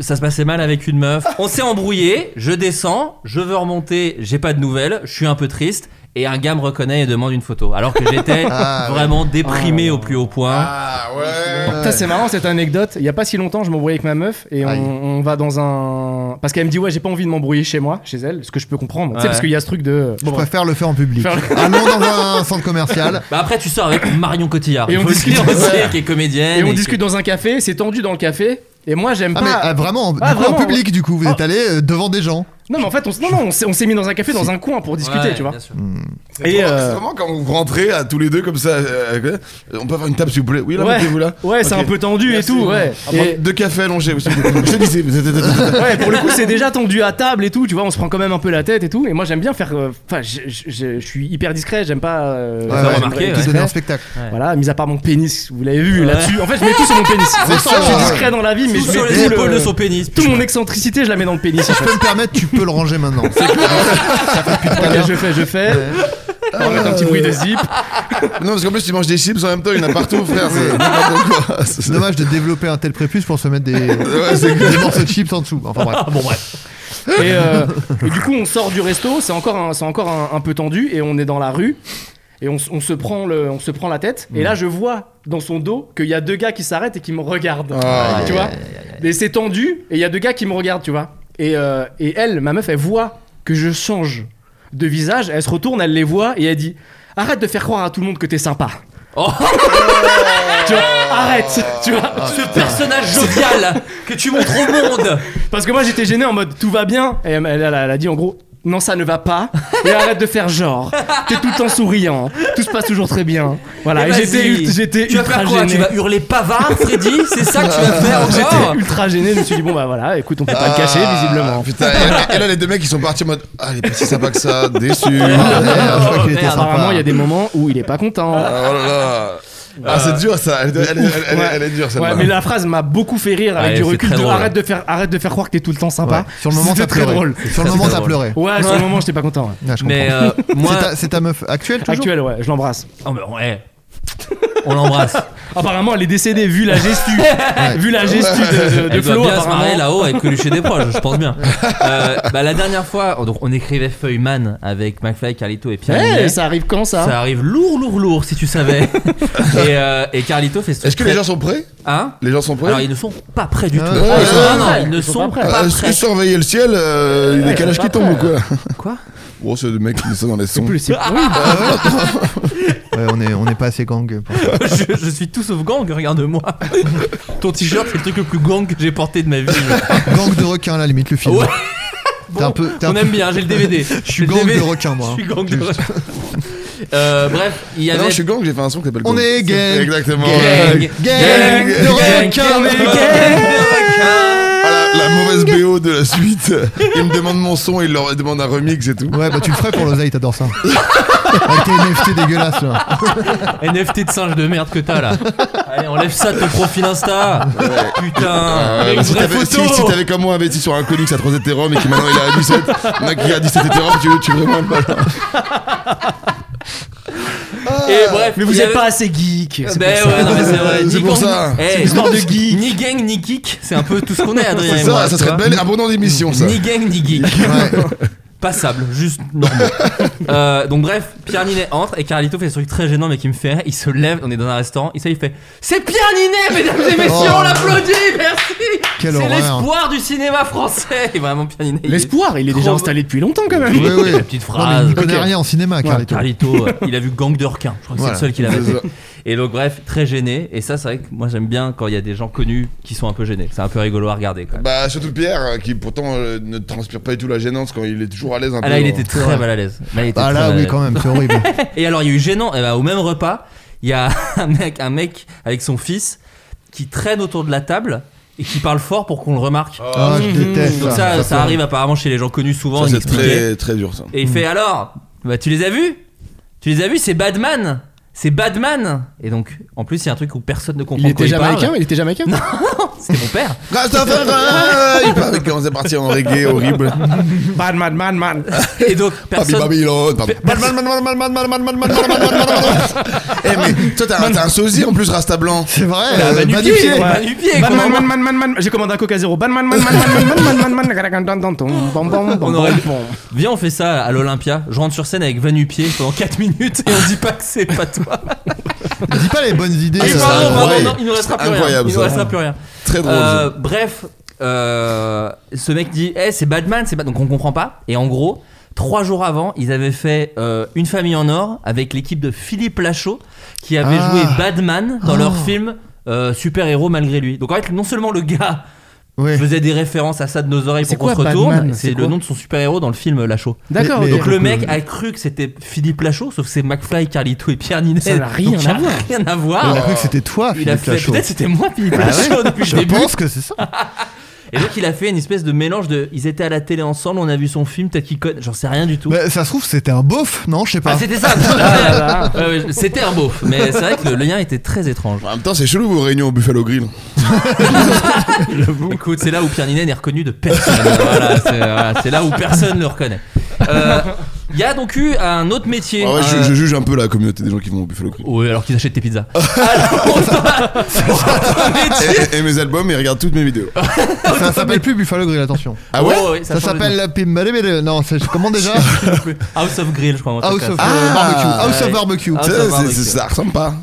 F: ça se passait mal avec une meuf, on s'est embrouillé, je descends, je veux remonter, j'ai pas de nouvelles, je suis un peu triste. Et un gars me reconnaît et demande une photo. Alors que
E: [LAUGHS]
F: j'étais
B: Ah, ouais.
F: vraiment déprimé au plus haut point.
G: Ah ouais.
E: Ça c'est marrant cette anecdote. Il y a pas si longtemps, je m'embrouillais avec ma meuf et on,
B: Aïe.
E: on va dans un parce qu'elle me dit ouais j'ai pas envie de m'embrouiller chez moi, chez elle, ce que je peux comprendre. Tu sais
F: Ouais.
E: parce qu'il y a ce truc de.
B: je préfère le faire en public.
E: Faire
B: Allons dans un centre commercial.
F: Bah après tu
E: [COUGHS]
F: sors avec Marion Cotillard.
E: Et
F: il
E: on
F: faut le dire
E: discute.
F: aussi, qui est comédienne.
E: Et on
F: qui-
E: discute dans un café, c'est tendu dans le café et moi j'aime
B: Ah, mais
E: pas.
B: ah, vraiment, en-
E: Ah,
B: du coup, en
E: vraiment,
B: public, du coup, vous
E: Ah.
B: êtes allé euh, devant des gens.
E: Non, mais en fait, on, s- non, non, on s'est on s'est mis dans un café, dans un coin pour discuter,
F: Ouais,
E: tu vois.
F: bien sûr.
E: Et,
G: vraiment,
E: euh,
G: c'est vraiment quand vous rentrez à tous les deux comme ça. euh, euh, on peut avoir une table s'il vous plaît. Oui, là,
E: Ouais.
G: mettez-vous [LAUGHS] là.
E: Ouais, c'est
G: Ok.
E: un peu tendu
G: Merci. Ah,
E: et tout, ouais.
G: À prendre
E: Et-
G: [LAUGHS] Deux cafés allongés aussi. [LAUGHS] Je te disais.
E: ouais, pour le coup, c'est déjà tendu à table et tout, tu vois, on se prend quand même un peu la tête et tout. Et moi, j'aime bien faire. euh, Enfin, je- je je- je suis hyper discret, j'aime pas. euh,
B: Ouais,
F: Ça,
E: j'aime
B: ouais,
F: remarqué,
E: être
B: qui
F: ouais.
B: donnait un
E: discret.
B: spectacle.
E: Voilà, mis à part mon pénis, vous l'avez vu
F: Ouais.
E: là-dessus. En fait, je mets tout sur mon
F: [LAUGHS]
E: pénis.
B: C'est
E: Je suis
B: ça.
E: discret dans la vie, mais
F: Tout
E: je
F: sur
E: mets
F: les
E: tout le-
F: épaules de son pénis.
E: Tout mon excentricité, je la mets dans le
F: [LAUGHS]
E: pénis.
B: Si je peux me permettre, tu peux le ranger maintenant.
E: Ok, je fais, je fais. On va mettre un petit bruit de zip.
G: Non, parce qu'en plus, tu manges des chips en même temps, il y en a partout, frère. C'est n'importe [LAUGHS] quoi.
B: C'est dommage de développer un tel prépuce pour se mettre des, des morceaux de chips en dessous. Enfin
F: Ah,
B: bref. bon
E: [LAUGHS]
B: bref.
E: Et, euh, et du coup, on sort du resto, c'est encore, un, c'est encore un, un peu tendu, et on est dans la rue, et on, s- on se, prend le, on se prend la tête. Et là, je vois dans son dos qu'il y a deux gars qui s'arrêtent et qui me regardent.
G: Ah,
E: tu vois Et c'est tendu, et il y a deux gars qui me regardent, tu vois. Et, euh, et elle, ma meuf, elle voit que je change de visage, elle se retourne, elle les voit, et elle dit Arrête de faire croire à tout le monde que t'es sympa.
F: Oh.
E: tu vois, arrête, tu vois.
F: Ce personnage jovial que tu montres au monde.
E: Parce que moi j'étais gêné en mode tout va bien et elle, elle- elle a dit en gros non ça ne va pas et arrête de faire genre t'es tout le temps souriant tout se passe toujours très bien voilà
F: Eh,
E: et Bah, j'étais
F: vas-y.
E: ult- j'étais
F: Tu vas
E: ultra
F: faire quoi Tu
E: gêné
F: vas hurler pavard, Freddy C'est ça que tu vas
B: Ah,
F: faire encore
E: j'étais ultra gêné je me suis dit bon bah voilà écoute on peut pas le cacher
G: Ah,
E: visiblement
G: Putain, et, et là, les deux mecs, ils sont partis en mode Ah, il est pas si sympa que ça, [LAUGHS] déçu.
B: Ah, je crois
F: Oh,
B: qu'il
F: merde,
B: était
E: apparemment
B: sympa.
E: il y a des moments où il est pas content
G: Ah, oh là là. Ah, c'est dur ça. Elle, elle- elle- elle- elle- elle est dure celle-là.
E: Ouais, mais la phrase m'a beaucoup fait rire avec
F: Ouais,
E: du
F: c'est
E: recul.
F: très
E: de
F: drôle.
E: arrête de faire, arrête de faire croire que t'es tout le temps
B: Ouais.
E: sympa.
B: Sur le moment,
E: c'était
B: t'as
E: très
B: pleuré.
E: drôle.
B: Sur le moment,
F: très
B: t'as
F: drôle.
B: pleuré.
E: Ouais, sur le moment, j'étais pas content. ouais.
B: Ouais, je
F: Mais
B: comprends.
E: [LAUGHS]
F: euh, moi,
B: C'est ta- C'est ta meuf actuelle toujours
E: Actuel, ouais, je l'embrasse.
F: Oh, mais ouais. on l'embrasse.
E: Apparemment, elle est décédée vu la [LAUGHS] gestu, vu la gestu de, Euh, de, de
F: Elle doit
E: Flo,
F: bien se
E: apparemment.
F: marrer là-haut avec Coluche et des proches, je pense
E: [LAUGHS]
F: bien. Euh, bah, la dernière fois, donc on écrivait Feuilleman avec McFly, Carlito et Pierre.
E: Eh,
F: Ninet.
E: ça arrive quand ça,
F: Ça arrive lourd, lourd, lourd, si
E: [LAUGHS]
F: tu savais. et, euh, et Carlito fait ce truc
G: Est-ce que les
F: très-
G: gens sont prêts
F: Hein
G: Les gens sont prêts
F: Alors, ils ne sont pas prêts du tout.
B: Ah,
F: Ah,
G: ouais,
F: ils sont-
G: ouais,
F: ah, non,
E: ouais,
F: ils ne
E: ils sont
F: sont
E: pas
F: pas
E: prêts.
G: Ah,
F: prêts.
G: Est-ce que surveiller le ciel, euh, les décalages qui tombent ou quoi
F: Quoi
G: Bon, c'est le mec qui met ça dans les sons.
E: Plus, c'est- Ah, oui,
B: Ouais, on est, on est pas assez gang. pour-
F: [LAUGHS] je, je suis tout sauf gang, regarde-moi. [LAUGHS] Ton t-shirt, c'est le truc le plus gang que j'ai porté de ma vie.
B: Gang de requin, à la limite, le film.
F: Ouais.
B: [LAUGHS] T'es un peu- t'es un
F: on
B: peu-
F: aime bien, j'ai le DVD.
B: Je suis
F: J'ai le
B: gang
F: DVD.
B: de requin, moi.
F: [LAUGHS] Je suis gang de requin. Euh, bref, il y
G: Ah
F: avait.
G: non, je suis gang, j'ai fait un son qui s'appelle
B: On
G: Gang.
B: est gang.
G: Exactement.
F: Gang.
G: Ouais.
B: Gang de
F: Gang,
B: requin.
F: gang, gang.
G: Ah, la, la mauvaise BO de la suite. Ils me demandent mon son, ils leur demandent un remix et tout.
B: Ouais, bah tu le ferais pour l'oseille, t'adores ça. Avec tes NFT dégueulasses là.
F: NFT de singe de merde que t'as là. Allez, enlève ça de ton profil Insta. Putain.
G: Ah,
F: Avec
G: bah,
F: une
G: si
F: vraie
G: t'avais si-
F: photo.
G: si t'avais comme moi investi sur un Colix à 3 Ethereum et qui maintenant il est à 17, mec qui est à 17 Ethereum, tu, tu es vraiment pas là.
F: Et bref,
E: mais vous
F: il y
E: êtes
F: avait-
E: pas assez geek. c'est
F: Ben
E: pour ça.
F: ouais, non, mais c'est vrai.
G: C'est
F: Ni
G: pour
F: gang-
G: ça.
F: Eh,
G: C'est une
E: histoire de geek.
F: Ni gang, ni kick, c'est un peu tout ce qu'on est, Adrien. et
G: Ça,
F: moi,
G: ça
F: tu
G: serait
F: vois.
G: belle, un bon nom d'émission ça.
F: Ni gang, ni
B: [LAUGHS]
F: geek. Passable, juste normal. Euh, donc bref, Pierre Ninet entre et Carlito fait ce truc très gênant mais qui me fait rire. Il se lève, on est dans un restaurant, il se lève, il fait C'est Pierre Ninet, mesdames et messieurs,
B: Oh.
F: on l'applaudit, merci C'est
B: Quelle horreur.
F: l'espoir du cinéma français Et vraiment, Pierre Ninet. il est- [LAUGHS]
E: L'espoir, il est déjà
F: Trop-
E: installé depuis longtemps quand même.
B: Oui, oui.
F: La petite
B: Non, mais
F: phrase.
B: il ne connaît
F: Ah, Ok.
B: rien en cinéma, Carlito.
F: Carlito, euh, il a vu Gang de requins. Je crois que
B: Voilà.
F: c'est le seul qu'il avait
G: C'est
F: fait.
G: ça.
F: Et donc, bref, très gêné. Et ça, c'est vrai que moi, j'aime bien quand il y a des gens connus qui sont un peu gênés. C'est un peu rigolo à regarder quand même.
G: Bah surtout Pierre euh, qui pourtant euh, ne transpire pas du tout la gênance quand il est toujours à l'aise un
B: bah,
G: peu.
F: Ah là, il
G: hein.
F: était très mal à l'aise. Là, il était
B: Ah
F: très
B: là,
F: mal à
B: oui,
F: l'aise.
B: quand même,
F: [LAUGHS]
B: c'est horrible.
F: Et alors, il y a eu gênant. eh ben, au même repas, il y a [LAUGHS] un mec, un mec avec son fils qui traîne autour de la table et qui parle fort pour qu'on le remarque.
B: Ah, je déteste.
F: Mmh. Donc, ça, ça,
B: fait-
F: arrive apparemment chez les gens connus souvent.
G: Ça, c'est
F: inexpliqué.
G: très, très dur ça.
F: Et il fait alors Bah tu les as vus Tu les as vus C'est Batman C'est Batman Et donc en plus il y a un truc où personne ne comprend
E: Il
F: de quoi
E: était jamaïcain,
F: parle.
E: il était jamaïcain.
F: C'était mon père
G: Christopher, euh, il paraît qu'on s'est parti en reggae horrible.
E: Man, man, man, man.
F: Et donc
G: Babi
F: personne
G: Babylone, pardon. Eh mais toi t'as un- t'as un sosie en plus Rasta Blanc.
B: C'est vrai,
F: Bah,
B: euh,
F: Manu
B: pas du
F: Pied,
B: pied.
F: Manu Pied,
E: Man,
F: qu'on
E: man,
F: embrasse.
E: man, man, man, man. J'ai commandé un coca zéro. Man, man, man, man, man, man, man, man, man, man, man, man, bon, bon, bon,
F: On aurait-
E: bon.
F: Viens on fait ça à l'Olympia Je rentre sur scène avec Vanupier pendant 4 [LAUGHS] minutes Et on dit pas que c'est pas toi
B: Dis pas les bonnes idées.
F: Et
B: euh,
F: pardon, pardon,
G: Ah, incroyable.
F: non, Il nous restera plus rien
G: Incroyable,
F: Il nous
G: ça.
F: restera plus rien
G: Très drôle.
F: Euh, bref, euh, ce mec dit Eh, c'est Batman, c'est Bat- donc on comprend pas. Et en gros, trois jours avant, ils avaient fait euh, Une famille en or avec l'équipe de Philippe Lachaud qui avait
B: Ah.
F: joué Batman dans
B: Oh.
F: leur film euh, Super-héros malgré lui. Donc en fait, non seulement le gars
B: Ouais.
F: Je faisais des références à ça de nos oreilles
E: C'est
F: pour qu'on se
E: quoi,
F: retourne.
E: Batman
F: C'est
E: C'est
F: le
E: quoi
F: nom de son super-héros dans le film euh, Lachaud.
E: D'accord,
B: Mais-
E: ok.
B: mais-
F: Donc le mec a cru que c'était Philippe Lachaud, sauf que c'est McFly, Carlito et Pierre Ninet.
E: Ça n'a rien
F: Donc,
E: à voir.
F: rien à voir.
B: Il a cru que c'était toi,
F: oh, Il a
B: Philippe
F: fait,
B: Lachaud.
F: peut-être c'était moi Philippe
B: Ah ouais,
F: Lachaud depuis
B: Je
F: le début. Ah.
B: pense que c'est ça.
F: Et donc il a fait une espèce de mélange de. Ils étaient à la télé ensemble, on a vu son film, peut-être qu'il connaît. J'en sais rien du tout.
B: Bah, ça se trouve, c'était un beauf, non Je sais pas.
F: Ah, c'était ça! Ouais, ouais, ouais, c'était un beauf, mais c'est vrai que le, le lien était très étrange.
G: En même temps, c'est chelou vos réunions au Buffalo Grill.
F: Écoute, c'est là où Pierre Ninet n'est reconnu de personne. voilà, c'est voilà, c'est là où personne ne le reconnaît. Euh, Il y a donc eu un autre métier.
G: Ah ouais, je,
F: euh,
G: je juge un peu la communauté des gens qui vont au Buffalo Grill.
F: Oui, alors qu'ils achètent tes pizzas. Alors, on va-
G: Et,
F: Autre métier.
G: et- et mes albums, et regarde toutes mes vidéos.
B: Ça s'appelle plus Buffalo Grill, attention.
G: Ah ouais
F: Oh, oui,
B: Ça,
F: change de
B: s'appelle
F: nom.
B: la Pim Non, c'est
F: [LAUGHS]
B: comment déjà
F: House of Grill, je crois. un truc
B: House
F: comme
B: of
F: ça.
B: euh, Barbecue. House
F: Ah, ouais.
B: of Barbecue.
F: Ah,
G: Ça,
F: ça va,
G: c'est-
F: mec.
G: c'est- ça ressemble pas.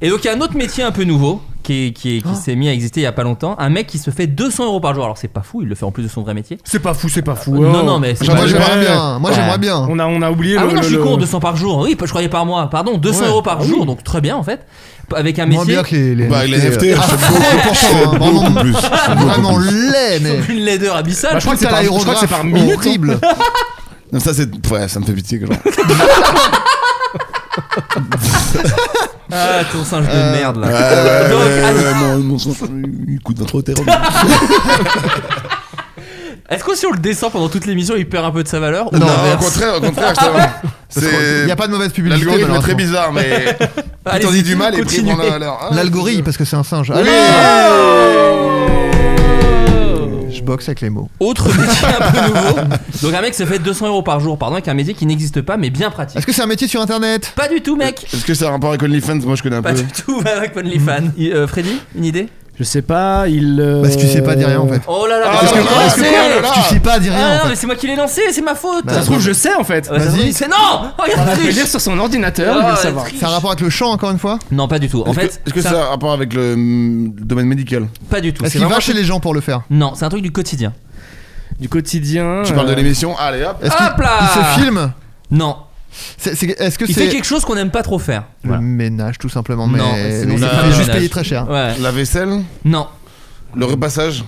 F: Et donc il y a un autre métier un peu nouveau qui, est- qui, est- qui s'est mis à exister il y a pas longtemps. Un mec qui se fait 200 euros par jour. Alors c'est pas fou, il le fait en plus de son vrai métier.
E: C'est pas fou, c'est pas fou.
F: Non,
E: Oh.
F: non, mais c'est
B: Genre,
F: pas
B: moi
F: vrai.
B: j'aimerais bien. Moi j'aimerais bien.
E: On a, on a oublié
F: Ah
E: le.
F: oui, non,
E: le-
F: je suis
E: le-
F: con, 200 par jour. Oui, je croyais par mois. Pardon, 200
B: Ouais.
F: euros par
B: Ah oui.
F: jour, donc très bien en fait. Avec un
B: Moins
F: métier.
B: bien que les, les
G: Bah, avec les NFT,
B: Ah,
G: c'est
B: c'est
G: beaucoup
B: vraiment,
G: plus.
B: Ah, vraiment laid, mais.
F: [LAUGHS] Une laideur abyssale.
E: Bah,
B: Je crois que
E: c'est
B: t'as
E: par- je crois que
B: l'aérographe
E: c'est par minute, hein.
B: horrible.
G: Non, ça, c'est. Ouais, ça me fait pitié. que
B: [LAUGHS]
G: genre.
F: Ah, ton singe de
B: Euh,
F: merde là.
G: Ah, Ouais,
F: Donc,
G: ouais,
B: ah,
F: à-
G: ouais, mon, mon sens, il coûte d'un trop terrible.
F: Est-ce que si on le descend pendant toute l'émission, il perd un peu de sa valeur ou
G: Non, au
F: l'inverse
G: contraire, au contraire, je
B: [LAUGHS]
G: te-
B: Il
G: c'est.
B: n'y a pas de mauvaise publicité.
G: L'algorithme est très
B: malheureusement.
G: bizarre,
B: [LAUGHS]
G: mais. Plus
F: Allez-y, Oh
G: t'en dis du mal et plus
F: continuez.
G: prend la valeur. Ah,
B: L'algorithme, parce que c'est un singe. Ah,
G: Oui.
B: Allez
F: Oh
B: Je boxe avec les mots.
F: Autre métier un peu nouveau. [LAUGHS] Donc un mec se fait 200 euros par jour, pardon, avec un métier qui n'existe pas mais bien pratique.
B: Est-ce que c'est un métier sur internet
F: Pas du tout, mec.
G: Est-ce que ça a un rapport avec OnlyFans Moi, je connais un
F: Pas
G: peu.
F: du tout avec OnlyFans. I- euh, Freddy, une idée
E: Je sais pas, il. euh,
B: Bah, si tu sais pas, dis
E: dire
B: rien en fait.
F: Oh là là,
G: Ah,
F: mais
G: parce
F: c'est
G: que-
F: moi
G: parce
F: qui
G: que-
F: l'ai
G: oh là là.
F: lancé.
B: Si tu sais pas, dis
F: Ah non,
B: rien en
F: mais
B: fait.
F: c'est moi qui l'ai lancé, c'est ma faute.
B: Bah,
E: Ça se trouve, je sais en fait.
F: Ouais, ça se
B: vas-y.
F: trouve, c'est non. Oh,
E: On
F: regarde,
E: a fait
F: triche.
E: lire sur son ordinateur, il
F: Ah,
E: veut le savoir.
F: triche.
B: C'est un rapport avec le chant, encore une fois
F: Non, pas du tout. En
G: Est-ce que-
F: fait,
G: est-ce que
F: ça-
G: ça a un rapport avec le, mm, le domaine médical
F: pas du tout.
B: Est-ce
F: C'est
B: qu'il va
F: vraiment-
B: chez les gens pour le faire
F: Non, c'est un truc du quotidien.
E: Du quotidien.
G: Tu parles de
E: euh,
G: l'émission Allez hop
B: Est-ce
F: Hop
B: qu'il
F: là
B: il se filme
F: Non,
B: C'est- c'est- Est-ce que
F: il fait
B: c'est
F: quelque chose qu'on n'aime pas trop faire.
B: le
F: Voilà.
B: ménage tout simplement Mais
F: Non, sinon,
B: il
F: c'est
G: pas
B: fait
G: le
B: juste
F: ménage.
B: payer très cher.
F: Ouais.
G: La vaisselle
F: Non,
G: Le repassage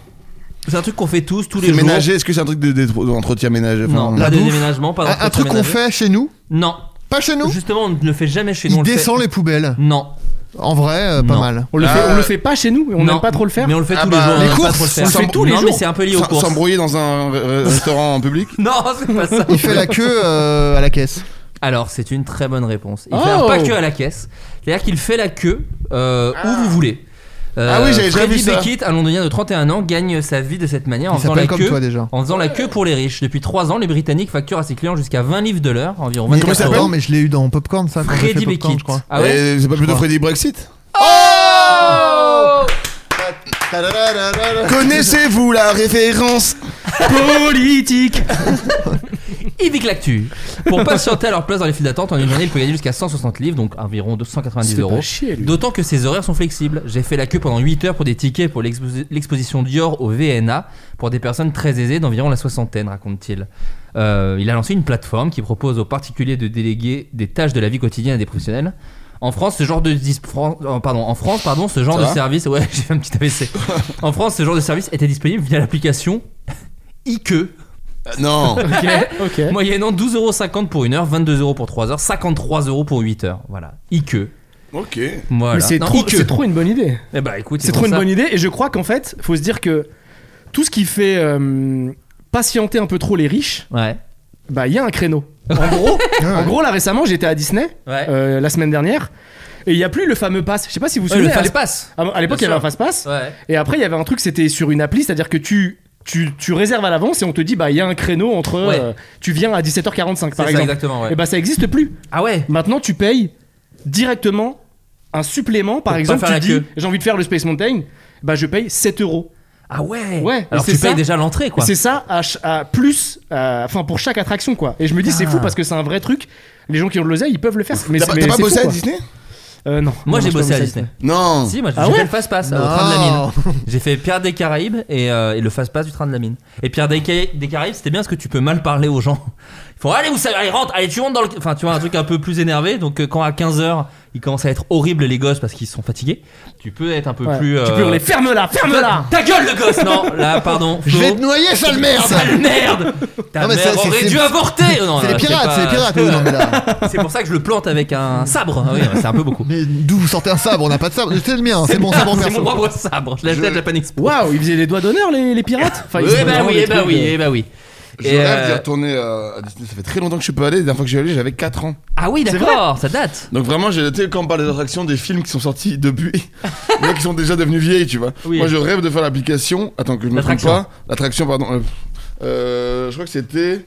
F: c'est un truc qu'on fait tous tous les
G: Le
F: jours.
G: ménager Est-ce que c'est un truc de- de- d'entretien ménager enfin,
F: Non,
G: euh,
F: pas de
B: bouffe
F: déménagement, pas
B: Un- Un
F: d'entretien
B: truc qu'on
F: ménager.
B: fait chez nous
F: Non,
B: Pas chez nous
F: justement, on ne le fait jamais chez nous.
B: Il
F: on le fait-
B: descend les poubelles.
F: Non,
B: En vrai, euh, pas
F: Non. [LAUGHS]
B: mal.
E: On le, fait,
G: Ah.
E: on le fait pas chez nous, on
F: Non.
E: n'aime pas trop le faire.
F: Mais on le fait
G: Ah
F: tous
G: bah,
F: les jours.
B: les
F: on aime pas
B: courses,
F: trop le
B: on
F: faire.
B: le fait
F: Non,
B: tous les
F: mais
B: jours.
F: c'est un peu lié aux
G: s'em-
F: courses.
G: S'embrouiller dans un euh, restaurant en public
F: [LAUGHS] Non, c'est pas ça.
B: Il fait la queue euh, à la caisse.
F: Alors, c'est une très bonne réponse. Il
E: Oh.
F: fait un pas queue à la caisse. C'est-à-dire qu'il fait la queue euh, où vous voulez. Euh,
G: Ah oui, j'avais déjà
F: Freddy
G: vu ça.
F: Beckett, un londonien de 31 ans, gagne sa vie de cette manière en
B: Il
F: faisant la
B: s'appelle comme
F: queue.
B: toi déjà.
F: En faisant la queue pour les riches. Depuis 3 ans, les Britanniques facturent à ses clients jusqu'à 20 livres de l'heure, environ
B: Mais-
F: 24
B: Non,
F: euros.
B: mais je l'ai eu dans Popcorn, ça, quand j'ai fait
F: Freddy
B: Popcorn,
F: Beckett.
B: je crois.
F: Ah ouais
G: Et C'est pas plutôt
B: crois.
G: Freddy Brexit
F: Oh
G: Connaissez-vous la référence
E: Politique
F: Ah, Yvick Lactu. Pour patienter à leur place dans les files d'attente, en une journée, il peut gagner jusqu'à 160 livres, donc environ 290 euros. D'autant que ses horaires sont flexibles. J'ai fait la queue pendant 8 heures pour des tickets pour l'expo- l'exposition Dior au VNA pour des personnes très aisées d'environ la soixantaine, raconte-t-il. Euh, il a lancé une plateforme qui propose aux particuliers de déléguer des tâches de la vie quotidienne à des professionnels. En France, ce genre de dis- Fran- euh, pardon, en France, pardon, ce genre
G: Ça
F: de
G: va
F: service, ouais, [LAUGHS] j'ai fait un petit AVC. en France, ce genre de service était disponible via l'application IQ.
G: [LAUGHS]
F: Euh,
G: Non
E: Ok, ok.
F: Moyennant 12,50€ pour 1 heure, 22€ pour 3 heures, 53€ pour 8 heures. Voilà. Ikeu.
G: Ok.
F: Voilà.
E: Mais c'est
F: Non,
E: trop,
F: Ikeu.
E: c'est trop une bonne idée.
F: Eh bah écoute,
E: C'est trop une bonne idée et je crois qu'en fait, faut se dire que tout ce qui fait euh, patienter un peu trop les riches,
F: Ouais.
E: bah il y a un créneau. En
G: [LAUGHS]
E: gros,
G: Ah
E: en gros là récemment, j'étais à Disney
F: Ouais.
E: euh, la semaine dernière et il y a plus le fameux pass. Je sais pas si vous vous
F: Ouais,
E: souvenez.
F: le
E: à
F: fast
E: l'époque-
F: pass.
E: à l'époque, il y
F: Bien
E: avait un
F: sûr.
E: fast pass
F: Ouais.
E: et après il y avait un truc, c'était sur une appli, c'est-à-dire que tu tu, tu réserves à l'avance et on te dit bah il y a un créneau entre
F: Ouais.
E: euh, tu viens à 17h45
F: C'est
E: par
F: ça,
E: exemple
F: exactement, ouais.
E: et bah ça existe plus
F: Ah ouais.
E: Maintenant, tu payes directement un supplément. Par
F: Pour
E: exemple,
F: pas
E: tu
F: faire la
E: dis
F: queue.
E: j'ai envie de faire le Space Mountain, bah je paye 7 euros.
F: Ah ouais.
E: Ouais, et
F: Alors
E: c'est
F: tu
E: ça.
F: payes déjà l'entrée quoi.
E: C'est ça à, ch- à plus, à- enfin pour chaque attraction quoi. Et je me dis
F: Ah.
E: c'est fou parce que c'est un vrai truc. Les gens qui ont de l'oseille, ils peuvent le faire. Mais
G: T'as
E: c'est-
G: pas,
E: mais
G: t'as pas
E: c'est
G: bossé
E: fou,
G: à
E: quoi.
G: Disney
E: Euh, Non.
F: Moi
E: Non,
F: j'ai
E: j'ai pas
F: bossé à Disney.
G: Non
F: Si, moi j'ai
E: Ah
F: j'ai
E: ouais
F: fait le fast pass euh, au train de la
B: Non.
F: mine. J'ai fait Pierre des Caraïbes et, euh, et le fast pass du train de la mine. Et Pierre des, Ca- des Caraïbes, c'était bien parce que tu peux mal parler [LAUGHS] aux gens. Ils font allez, vous savez, allez, rentre, allez, tu rentres dans le. Enfin, tu vois, un truc un peu plus énervé. Donc, euh, quand à 15h, ils commencent à être horribles les gosses parce qu'ils sont fatigués. Tu peux être un peu
E: Ouais.
F: plus.
E: Tu
F: euh,
E: peux hurler, ferme-la,
F: [LAUGHS]
E: ferme-la
F: Ta gueule le gosse Non, là, pardon.
B: [LAUGHS] Je
F: Flo.
B: vais te
F: [LAUGHS]
B: noyer, sale merde
F: Sale merde Ta
B: Non, mais
F: mère
B: c'est- c'est-
F: aurait
B: c'est-
F: dû
B: [LAUGHS]
F: avorter Oh, non,
B: C'est
F: non,
B: les pirates,
F: pas-
B: c'est les pirates. oui, non, mais là.
F: [LAUGHS] C'est pour ça que je le plante avec
B: [LAUGHS]
F: un sabre. Ah oui, c'est un peu beaucoup.
B: Mais d'où vous sortez un sabre On n'a pas de sabre. C'est le mien, c'est mon
F: Ah,
B: sabre
F: [LAUGHS] c'est mon
B: perso.
F: propre sabre. Je l'ai acheté à
G: Je-
F: Japan Expo.
E: Waouh, ils faisaient les doigts d'honneur, les, les pirates enfin, ils
F: Oui,
E: faisaient
F: bah
E: vraiment
F: oui,
E: des
F: eh bah
E: trucs euh,
F: oui,
B: euh,
E: de-
F: eh bah oui.
G: Je
F: Et,
G: rêve d'y
F: euh,
G: retourner à, à Disney. Ça fait très longtemps que je suis pas allé. La dernière fois que j'ai allé, j'avais 4 ans.
F: Ah oui, d'accord, ça date.
G: Donc vraiment, j'ai tu sais, quand on parle des attractions, des films qui sont sortis [LAUGHS] depuis,
E: [LAUGHS]
G: mais qui sont déjà devenus vieilles, tu vois.
F: Oui.
G: Moi, je rêve de faire l'application. Attends que je me trompe
F: L'attraction.
G: pas. L'attraction, pardon. Euh, euh, je crois que c'était.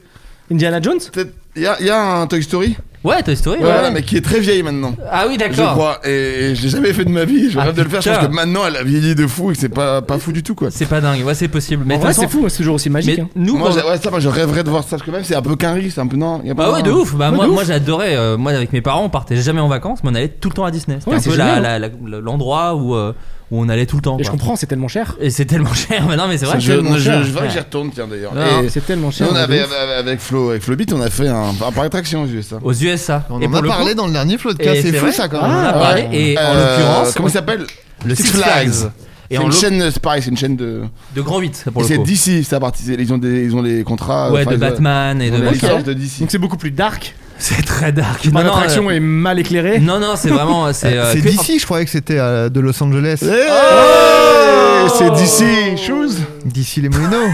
E: Indiana Jones
G: peut-être- Il y, a- il y a un Toy Story,
F: Ouais, Toy Story. ouais.
G: Voilà, mais qui est très vieille maintenant.
F: Ah oui,
G: Je
F: d'accord.
G: crois, et je l'ai jamais fait de ma vie. Je
F: Ah,
G: rêve de le faire. Je pense
F: putain.
G: que maintenant elle a vieilli de fou et que c'est pas, pas fou du tout quoi.
F: C'est pas dingue, ouais, c'est possible. Mais
E: En
F: de
E: vrai,
F: toute
E: c'est
F: façon-
E: fou, c'est toujours aussi magique.
F: Mais
E: hein.
F: nous,
G: Moi,
F: quand-
G: j'ai- ouais, ça, moi, je rêverais de voir ça parce que même c'est un peu qu'un riz, c'est un peu non. y a
F: Bah
G: pas-
F: ouais, de ouf. Bah
E: Ouais,
F: moi,
E: de
F: moi
E: ouf.
F: j'adorais. euh, moi, avec mes parents, on partait jamais en vacances, mais on allait tout le temps à Disney. C'était
E: Ouais,
F: un
E: c'est
F: peu la-
E: génial.
F: la- la- l'endroit où, euh, où on allait tout le temps.
E: Et je
F: quoi.
E: comprends, c'est tellement cher.
F: Et c'est tellement [LAUGHS] cher. Mais non, mais c'est Ah, vrai.
G: Je, je,
E: tellement
G: je,
E: cher.
G: je- faudrait
F: Ouais.
G: que j'y retourne, tiens d'ailleurs.
F: Non,
G: Et-
E: C'est tellement
G: Nous,
E: cher.
G: on
E: de
G: avait, euh,
E: ouf.
G: avec Flo, avec Flobit, on a fait un, un parc d'attraction, j'ai vu ça.
F: Aux USA.
B: On
F: Et
B: en
F: pour
B: a
F: le coup,
B: parlé dans le dernier flot de
F: Et
B: cas. C'est
F: c'est
B: fou
F: vrai
B: ça quand
F: on en
B: même.
F: a
E: Ah,
F: parlé.
E: ouais.
F: Et en
G: Euh,
F: l'occurrence,
G: Comment ça s'appelle
F: le Six Flags. Et
G: C'est
F: en
G: une
F: l'oc-
G: chaîne, euh, c'est pareil, c'est une chaîne de.
F: de Grand 8, ça, pour
G: Et
F: le
G: c'est
F: coup.
G: DC, ça partie. c'est- Ils ont des, ils ont les contrats.
F: Ouais,
G: enfin,
F: de
G: ils ont-
F: Batman et
G: ils
F: de
G: ont les
F: machin.
G: licences de DC.
E: Donc c'est beaucoup plus dark.
F: C'est très dark.
E: Mon
F: Non, non,
E: attraction
F: euh,
E: est mal
F: [LAUGHS]
E: éclairée.
F: Non, non, c'est vraiment. C'est euh,
B: C'est
F: que-
B: d'ici, je croyais que c'était euh, de Los Angeles.
F: Eh
G: Hey, Oh c'est DC, shoes.
B: D'ici les Moulineaux.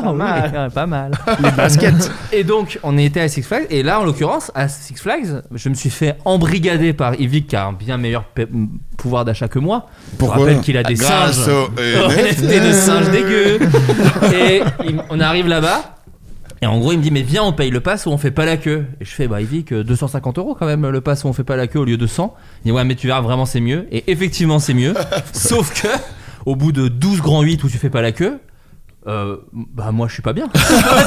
E: Pas mal.
F: Ah [LAUGHS] Ouais, pas mal.
E: Les baskets.
F: Et donc, on était à Six Flags. Et là, en l'occurrence, à Six Flags, je me suis fait embrigader par Yvick, qui a un bien meilleur pe- pouvoir d'achat que moi.
G: Pourquoi Ah,
F: Je rappelle qu'il a des
G: Grâce
F: singes. [LAUGHS]
G: au E
F: NFT de singe
E: [LAUGHS]
F: dégueu. et il- on arrive là-bas. Et en gros, il me dit, mais viens, on paye le pass ou on fait pas la queue. Et je fais, bah, il dit que 250 euros quand même, le pass où on fait pas la queue au lieu de 100. Il dit, ouais, mais tu verras, vraiment, c'est mieux. Et effectivement,
E: [LAUGHS]
F: c'est mieux. Sauf que, au bout de 12 grands 8 où tu fais pas la queue, euh, bah, moi, je
E: [LAUGHS]
F: suis pas bien.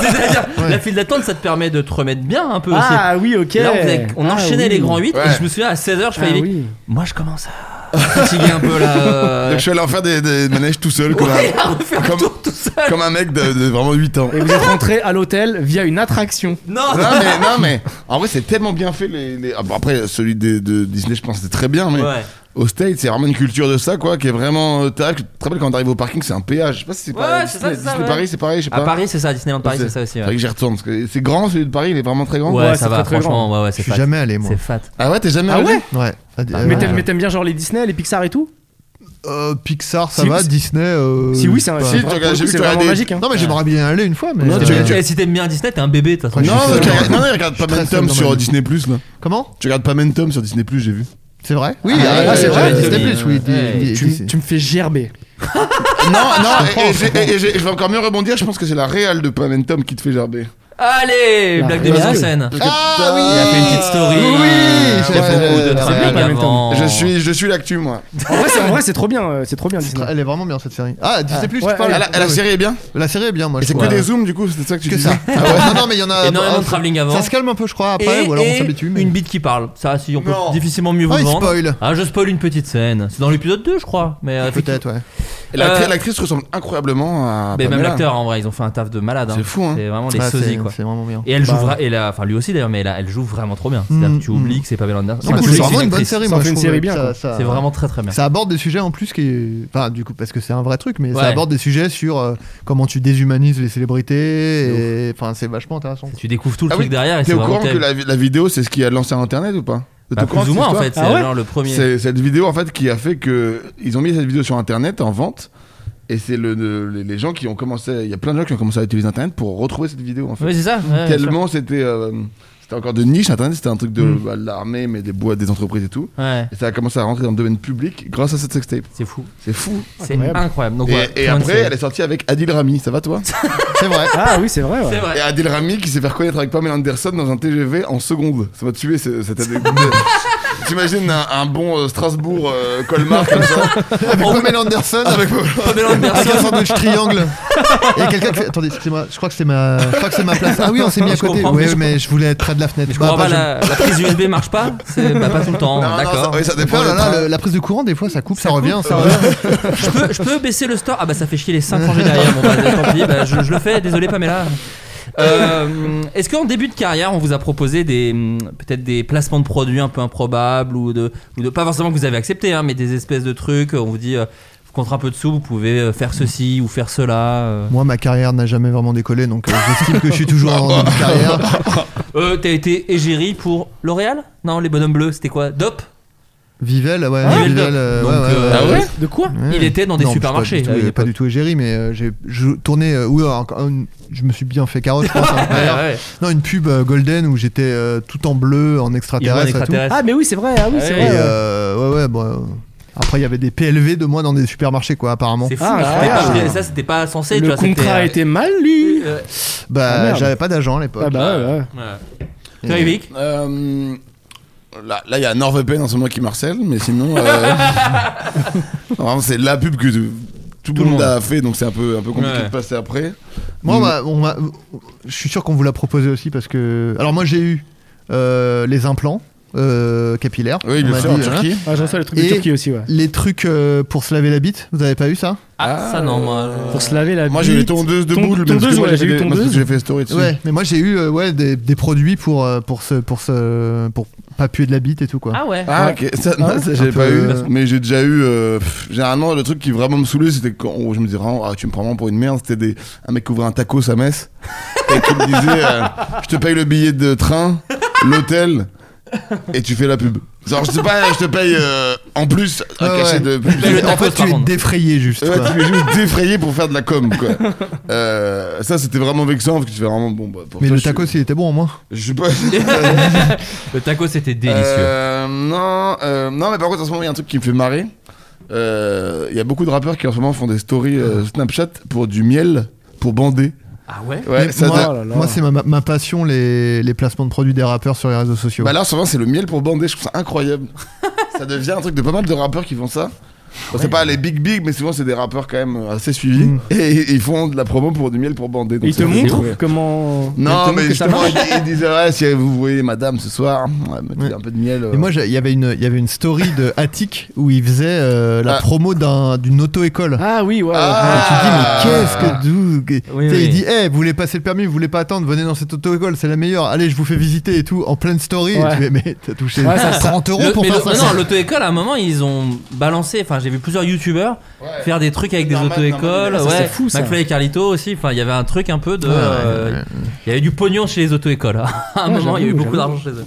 F: C'est-à-dire, la file d'attente, ça te permet de te remettre bien un peu aussi.
E: Ah oui, ok.
F: Et Là, on, faisait- on
E: Ah
F: enchaînait
E: oui.
F: les grands 8
G: Ouais.
F: et je me souviens à 16h, je
E: Ah
F: fais Yvick,
E: oui.
F: moi je commence
E: [LAUGHS]
F: à fatiguer un peu là. euh,
G: Donc je suis allé en faire des, des manèges tout seul, comme,
F: Ouais, à
G: un,
F: refaire
G: comme-
F: tout, tout seul.
G: [LAUGHS] comme un mec de, de vraiment 8 ans.
E: Et vous êtes rentré à l'hôtel via une attraction.
F: Non,
G: non, mais, non, mais en vrai, c'est tellement bien fait. Les, les- ah, bon, après, celui de, de Disney, je pense que c'était très bien, mais
F: Ouais.
G: au States, c'est vraiment une culture de ça, quoi, qui est vraiment. euh, t'as- Tu te rappelles quand t'arrives au parking, c'est un péage. Je sais pas si c'est
F: Ouais,
G: pareil.
F: ouais, c'est
G: Disney-
F: ça, c'est ça,
G: Disney
F: ouais.
G: Paris, c'est pareil, je sais
F: À
G: pas.
F: Paris, c'est ça, à Disneyland Paris, c'est ça aussi.
G: Faudrait
F: Ouais,
G: que j'y retourne, parce que c'est grand, celui de Paris, il est vraiment très grand.
F: Ouais,
E: Ouais, c'est
F: ça va,
E: très, très
F: franchement, ouais, ouais,
B: Je
F: c'est
B: suis
F: fat.
B: jamais allé moi.
F: C'est fat.
G: Ah ouais, t'es jamais
E: Ah
G: allé
E: ouais
B: Ouais. Ah, d- euh,
E: Mais
B: ouais.
E: t'aimes mais t'aimes bien genre les Disney, les Pixar et tout
B: Euh, Pixar, ça
E: Si-
B: va.
E: si-
B: Disney. euh,
E: Si oui, c'est un
B: pas-
G: Si,
E: c'est
G: j'ai
E: vrai,
G: vu que
E: c'est
G: t'aurais
E: vraiment
G: des-
E: magique. hein.
B: Non mais j'aimerais bien y aller une fois. Mais
F: Non, tu-
B: euh,
F: eh, Si t'aimes bien Disney, t'es un bébé de toute façon.
B: Ouais,
G: Non,
B: Je suis
G: tu
B: seul.
G: regardes- non, non, il regarde pas
B: Je suis très
G: Phantom
B: seul dans
G: sur
B: ma vie.
G: Disney Plus là.
B: Comment
G: Tu regardes pas Phantom sur Disney Plus, j'ai vu.
B: C'est vrai.
E: [LAUGHS]
B: Oui.
G: Ah,
B: euh,
E: c'est
B: euh,
E: vrai,
B: Disney
F: Tommy.
B: Plus. Oui. Di-
F: Ouais.
B: Di-
E: Tu,
B: Disney.
E: m- tu me fais gerber.
G: Non, non, Ah, et- et j'ai- et j'ai- je vais encore mieux rebondir, je pense que c'est la réale de Pamentum qui te fait gerber.
F: Allez, blague de
E: Ah,
F: mise en
E: oui.
F: scène.
B: Ah oui.
F: Il a fait une petite story. euh,
B: Oui,
F: Il a
B: c'est
F: fait
B: vrai.
F: beaucoup de
B: C'est
F: travail
E: bien,
F: avant.
G: Je suis, je suis l'actu, moi.
E: En vrai, c'est- en vrai, c'est trop bien, euh, c'est trop bien
B: C'est très-
E: Disney.
B: Elle est vraiment bien cette série. Ah Disney Plus.
E: Ouais,
B: tu parles.
G: Ah, la, la
B: Ouais,
G: série est bien.
B: ouais. La série est bien. Moi.
G: Et
B: je
G: c'est que
B: trouve.
G: des zooms, du coup, c'est ça que tu
B: que
G: disais.
B: ça. Ah ouais, non, non, mais il y en a.
F: Énormément
B: ah,
F: de travelling avant.
B: Ça se calme un peu, je crois. Après,
F: Et-
B: ou alors on
F: et
B: s'habitue. mais-
F: Une bite qui parle. Ça, si on peut
G: Non.
F: difficilement mieux vous
B: Ah, il
F: vendre.
B: spoil.
F: Ah, je spoil une petite scène. C'est dans l'épisode 2, je crois. Mais euh,
B: Peut-être, ouais.
G: Et la-
F: Euh,
G: L'actrice ressemble incroyablement à.
F: Mais même
G: Pamela.
F: l'acteur, en vrai, ils ont fait un taf de malade.
G: Ah, C'est fou, hein.
F: C'est vraiment les
B: Ah,
F: sosies,
B: C'est
F: quoi.
B: c'est vraiment bien.
F: Et elle joue,
E: Bah,
F: vra- et la- enfin lui aussi d'ailleurs, mais elle, elle joue vraiment trop bien. C'est-à-dire que tu
B: Mm,
F: oublies que c'est Pamela Anderson.
B: Non, mais
F: Enfin,
B: C'est
F: tu oublies que
B: vraiment une bonne
F: actrice.
B: série.
E: Ça
B: moi,
E: en fait
B: je
E: une
B: trouve,
E: série bien,
B: ça-
E: quoi.
B: ça-
F: C'est vraiment très très bien.
B: Ça aborde des sujets en plus qui est... Enfin, du coup, parce que c'est un vrai truc, mais
F: Ouais.
B: ça aborde des sujets sur euh, comment tu déshumanises les célébrités. Et... Enfin, c'est vachement intéressant.
F: Tu découvres tout le
G: Ah
F: truc
G: oui,
F: derrière et
G: T'es
F: c'est
G: au
F: vraiment
G: courant que
F: terrible.
G: la, la vidéo, c'est ce qui a lancé Internet ou pas T'es
F: Bah,
G: au courant de
F: plus ou
G: cette
F: moins en
G: histoire
F: fait, c'est
E: Ah ouais
F: genre le premier.
G: C'est cette vidéo en fait qui a fait que ils ont mis cette vidéo sur internet en vente et c'est le, le- les- les gens qui ont commencé il y a plein de gens qui ont commencé à utiliser internet pour retrouver cette vidéo en fait.
F: Oui, c'est ça. ouais, bien sûr.
G: Tellement c'était euh, c'était encore de niche internet, c'était un truc de
F: Hmm.
G: bah, l'armée mais des boîtes des entreprises et tout.
F: Ouais,
G: Et ça a commencé à rentrer dans le domaine public grâce à cette sextape.
F: c'est fou.
G: C'est fou.
F: C'est incroyable. Donc,
G: Et,
F: ouais,
G: et
F: plein de
G: après,
F: séries.
G: elle est sortie avec Adil Rami, ça va toi
B: C'est vrai.
E: Ah oui, c'est vrai. ouais.
F: C'est
G: Et [LAUGHS]
F: vrai.
G: Adil Rami qui s'est fait reconnaître avec Pamela Anderson dans un TGV en seconde. Ça va tuer ce- cette anecdote. T'imagines un, un bon euh, Strasbourg euh, Colmar comme ça
B: Avec Pamela Anderson,
G: [LAUGHS]
B: avec,
F: Pamela Anderson.
B: un sandwich triangle. Et quelqu'un qui fait... Attendez, excusez-moi, je crois que c'est ma... je crois que c'est ma place. Ah oui, on s'est mis à
F: Je
B: côté.
F: comprends, mais
B: Oui,
F: je-
B: mais je voulais être près de la fenêtre.
F: Je
B: Bah,
F: comprends pas,
B: bah,
F: la, la prise USB marche pas C'est bah, pas tout le temps.
G: Non, non, ça-
F: D'accord.
G: oui, ça
B: je-
G: dépend.
B: Oh là
G: le
B: là,
G: train.
B: le- la prise de courant, des fois, ça coupe, ça, revient. Ça revient.
F: Je peux, je peux baisser le store Ah bah ça fait chier les 5 rangées derrière. Bon bah tant pis, bah, je, je le fais, désolé Pamela. Euh, Est-ce qu'en début de carrière, on vous a proposé des hum, peut-être des placements de produits un peu improbables ou de, ou de- pas forcément que vous avez accepté, hein, mais des espèces de trucs. On vous dit, euh, contre un peu de sous, vous pouvez euh, faire ceci ou faire cela. euh.
B: Moi, ma carrière n'a jamais vraiment décollé, donc euh, j'estime que je suis toujours en début de carrière.
F: Euh, T'as été égérie pour L'Oréal Non, les bonhommes bleus, c'était quoi Dop
B: Vivelle, ouais,
F: Vivelle
B: Vivelle,
F: de-
B: euh,
F: donc,
B: ouais, ouais,
F: euh,
B: ouais.
F: Ah ouais
E: De quoi
B: Ouais.
F: Il était dans des
B: Non, je suis
F: supermarchés,
B: Pas
F: à
B: du tout,
F: l'époque.
B: pas du tout égérie, mais euh, j'ai je tourné. euh, oui, alors, encore une- je me suis bien fait carotte, je pense.
F: [LAUGHS]
B: hein,
F: Ah,
B: d'ailleurs. Non, une pub euh, Golden où j'étais euh, tout en bleu,
F: Il
B: en
F: voit un
B: extraterrestre, et tout.
F: extraterrestre.
E: Ah, mais oui, c'est vrai. Ah, oui, c'est
F: Ouais.
B: Et
E: vrai. ouais.
B: euh, ouais, ouais, bon. euh, Après, il y avait des PLV de moi dans des supermarchés, quoi, apparemment.
F: C'est fou,
E: Ah,
F: c'était pas-
E: incroyable.
F: ça c'était pas censé. tu
E: Le
F: vois, c'était,
E: contrat
F: euh,
E: était mal lu.
F: euh,
B: Bah,
E: Ah, merde.
B: j'avais pas d'agent à l'époque.
E: Ah bah ouais, ouais.
F: ouais. Toi, Yvick
G: Euh, Là, là, il y a NordVPN en ce moment qui me harcèle, mais sinon, euh, vraiment, c'est la pub que tout, tout le monde, a fait, donc c'est un peu, un peu compliqué
F: Ouais.
G: de passer après.
B: Moi, on
G: Mm.
B: m'a- on m'a- je suis sûr qu'on vous l'a proposé aussi parce que. Alors, moi, j'ai eu euh, les implants euh, capillaires.
G: Oui,
B: on
G: bien
B: m'a
G: sûr, en
B: dit, hein.
G: Turquie.
E: Ah, j'en sais les trucs de
B: Et-
E: Turquie aussi, ouais.
B: Les trucs euh, pour se laver la bite, vous avez pas eu ça
F: Ah, ça non, moi.
E: Pour se laver la
G: Moi, j'ai eu les
E: bite.
G: tondeuses de
E: Ton-
G: boules, mais
E: tondeuse,
G: parce que moi,
E: ouais, j'ai eu
G: fait- moi, parce que
E: tondeuse.
G: j'ai fait story dessus.
B: Ouais, mais moi j'ai eu euh, ouais, des, des produits pour, euh, pour, se, pour, se, pour pas puer de la bite et tout quoi.
F: Ah ouais.
G: Ah, ok, ça, non, ça,
B: Un
G: j'avais pas eu,
B: peu-
G: mais j'ai déjà eu. euh, pff, généralement, le truc qui vraiment me saoulait, c'était quand on- je me disais, vraiment, ah, tu me prends vraiment pour une merde. C'était des, un mec qui ouvrait un taco à messe et qui me disait,
B: [LAUGHS]
G: euh, je te paye le billet de train, l'hôtel, et tu fais la pub. Genre, je te paye, je te paye euh, en plus un
B: Ouais,
G: cachet
B: ouais.
G: de pub.
F: Mais le
B: en
F: tacos,
B: fait,
F: par
B: tu es
F: contre.
B: défrayé juste.
G: Ouais,
B: quoi.
G: tu es juste défrayé pour faire de la com, quoi. Euh, ça, c'était vraiment vexant parce que tu fais vraiment bon. Bah, pour
B: Mais
G: toi,
B: le
G: je-
B: tacos il était bon au moins.
G: Je suis pas.
F: Le taco c'était délicieux.
G: Euh, non, euh, non, mais par contre, en ce moment, il y a un truc qui me fait marrer. Euh, Il y a beaucoup de rappeurs qui en ce moment font des stories euh, Snapchat pour du miel, pour bander.
F: Ah ouais
G: Ouais,
B: Mais
G: ça
B: moi,
G: doit-
E: Oh là là.
B: moi, c'est ma, ma- ma passion les, les placements de produits des rappeurs sur les réseaux sociaux.
G: Bah là, en ce moment, c'est le miel pour bander, je trouve ça incroyable. ça devient un truc de pas mal de rappeurs qui font ça. Bon, c'est pas les big big, mais souvent, c'est des rappeurs quand même assez suivis.
B: Mm.
G: Et ils font de la promo pour du miel pour bander. donc
E: Ils te
G: c'est-
E: montrent
G: c'est-
E: comment.
G: Non,
E: ils te montrent
G: mais
E: que ça
G: justement,
E: marche.
G: ils ils disent ouais, si vous voyez madame ce soir, ouais, mettez un peu de miel. euh.
B: Et moi, j'ai- il y avait une, il y avait une story de Attic où il faisait euh, la
G: Ah.
B: promo d'un- d'une auto-école.
E: Ah oui, ouais.
G: Ah.
B: Et tu te dis, mais qu'est-ce que. d'où- que-
F: Oui,
B: Tu sais,
F: oui.
B: Il dit, eh, vous voulez passer le permis, vous voulez pas attendre, venez dans cette auto-école, c'est la meilleure, allez, je vous fais visiter et tout, en pleine story. Et
E: Ouais.
B: tu fais, mais t'as touché
E: Ouais, ça-
B: 30 euros
F: Le-
B: pour
F: mais
B: faire
F: le-
B: ça.
F: mais non, l'auto-école, à un moment, ils ont balancé. Enfin, j'ai vu plusieurs youtubeurs
G: Ouais.
F: faire des trucs avec des
G: Norman,
F: auto-écoles.
G: Norman, ça,
E: c'est
F: ouais,
E: fou, ça.
F: McFly et Carlito aussi. Enfin, il y avait un truc un peu de.
B: Ouais, ouais,
F: euh,
B: ouais.
F: Il y avait du pognon chez les auto-écoles. [LAUGHS] À un
E: Ouais,
F: moment, il y a eu
E: j'avoue,
F: beaucoup
E: j'avoue.
F: d'argent chez eux.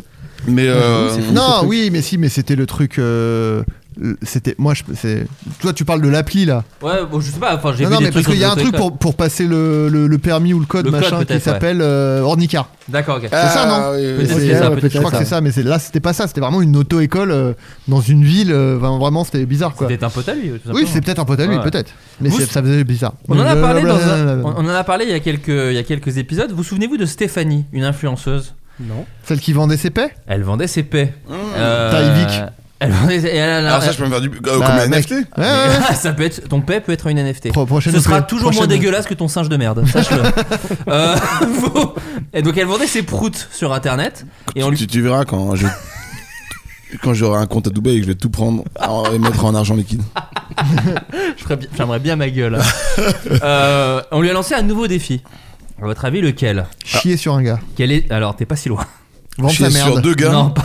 G: Mais euh,
B: Non, oui, mais si, mais c'était le truc. euh, euh, c'était moi, je, c'est. Toi, tu parles de l'appli là.
F: Ouais, bon, je sais pas. Enfin, j'ai
B: Non,
F: vu
B: non,
F: des
B: mais parce
F: trucs
B: qu'il y a un
F: sur les
B: truc
F: auto-écoles.
B: pour, pour passer le, le- le permis ou le code
F: Le code,
B: machin qui
F: peut-être, ouais.
B: s'appelle euh, Ornicar.
F: D'accord, ok.
G: Ah,
B: ça, non
G: oui, oui,
F: Peut-être
G: oui.
F: que c'est ça,
E: ouais,
F: peut-être
B: Je crois que
F: que
B: c'est ça, mais c'est- là, c'était pas ça. C'était vraiment une auto-école euh, dans une ville. euh, vraiment, vraiment, c'était bizarre quoi.
F: C'était un pote à lui. tout
B: Oui,
F: simplement.
B: c'est peut-être un pote à lui,
F: Ouais.
B: peut-être. Mais
F: Vous-
B: c'est- ça faisait bizarre. Euh,
F: On en a parlé dans un- on
B: Blablabla.
F: on en a parlé il y a quelques il y a quelques épisodes. Vous souvenez-vous de Stéphanie, une influenceuse
E: Non.
B: Celle qui vendait ses paix
F: Elle vendait ses paix. Euh,
B: Taïvik.
F: Elle vendait. et elle- elle-
G: Alors Mmh. ça,
F: elle-
G: je peux me faire du. euh,
B: Bah,
G: comme les
B: mec.
G: NFT
B: Ouais, ouais, ouais.
F: Ah, [LAUGHS] ça peut être, ton paix peut être une NFT.
B: Pro- prochaine
F: Ce sera
B: paix.
F: toujours moins
B: Prochaine-
F: dégueulasse que ton singe de merde,
B: [LAUGHS]
F: sache-le. Euh, [LAUGHS] faut- Et donc elle vendait ses proutes sur internet et on lui.
G: tu, tu verras quand je.
F: [LAUGHS]
G: Quand j'aurai un compte à Dubaï et que je vais tout prendre en- et mettre en argent liquide.
F: je ferais bien- J'aimerais bien ma gueule. Euh, on lui a lancé un nouveau défi. À votre avis, lequel
B: Chier sur un gars.
F: Quel est Alors t'es pas si loin.
B: Vendre
G: Chier
B: sa
G: sur
B: merde.
G: deux gars.
F: Non, pas.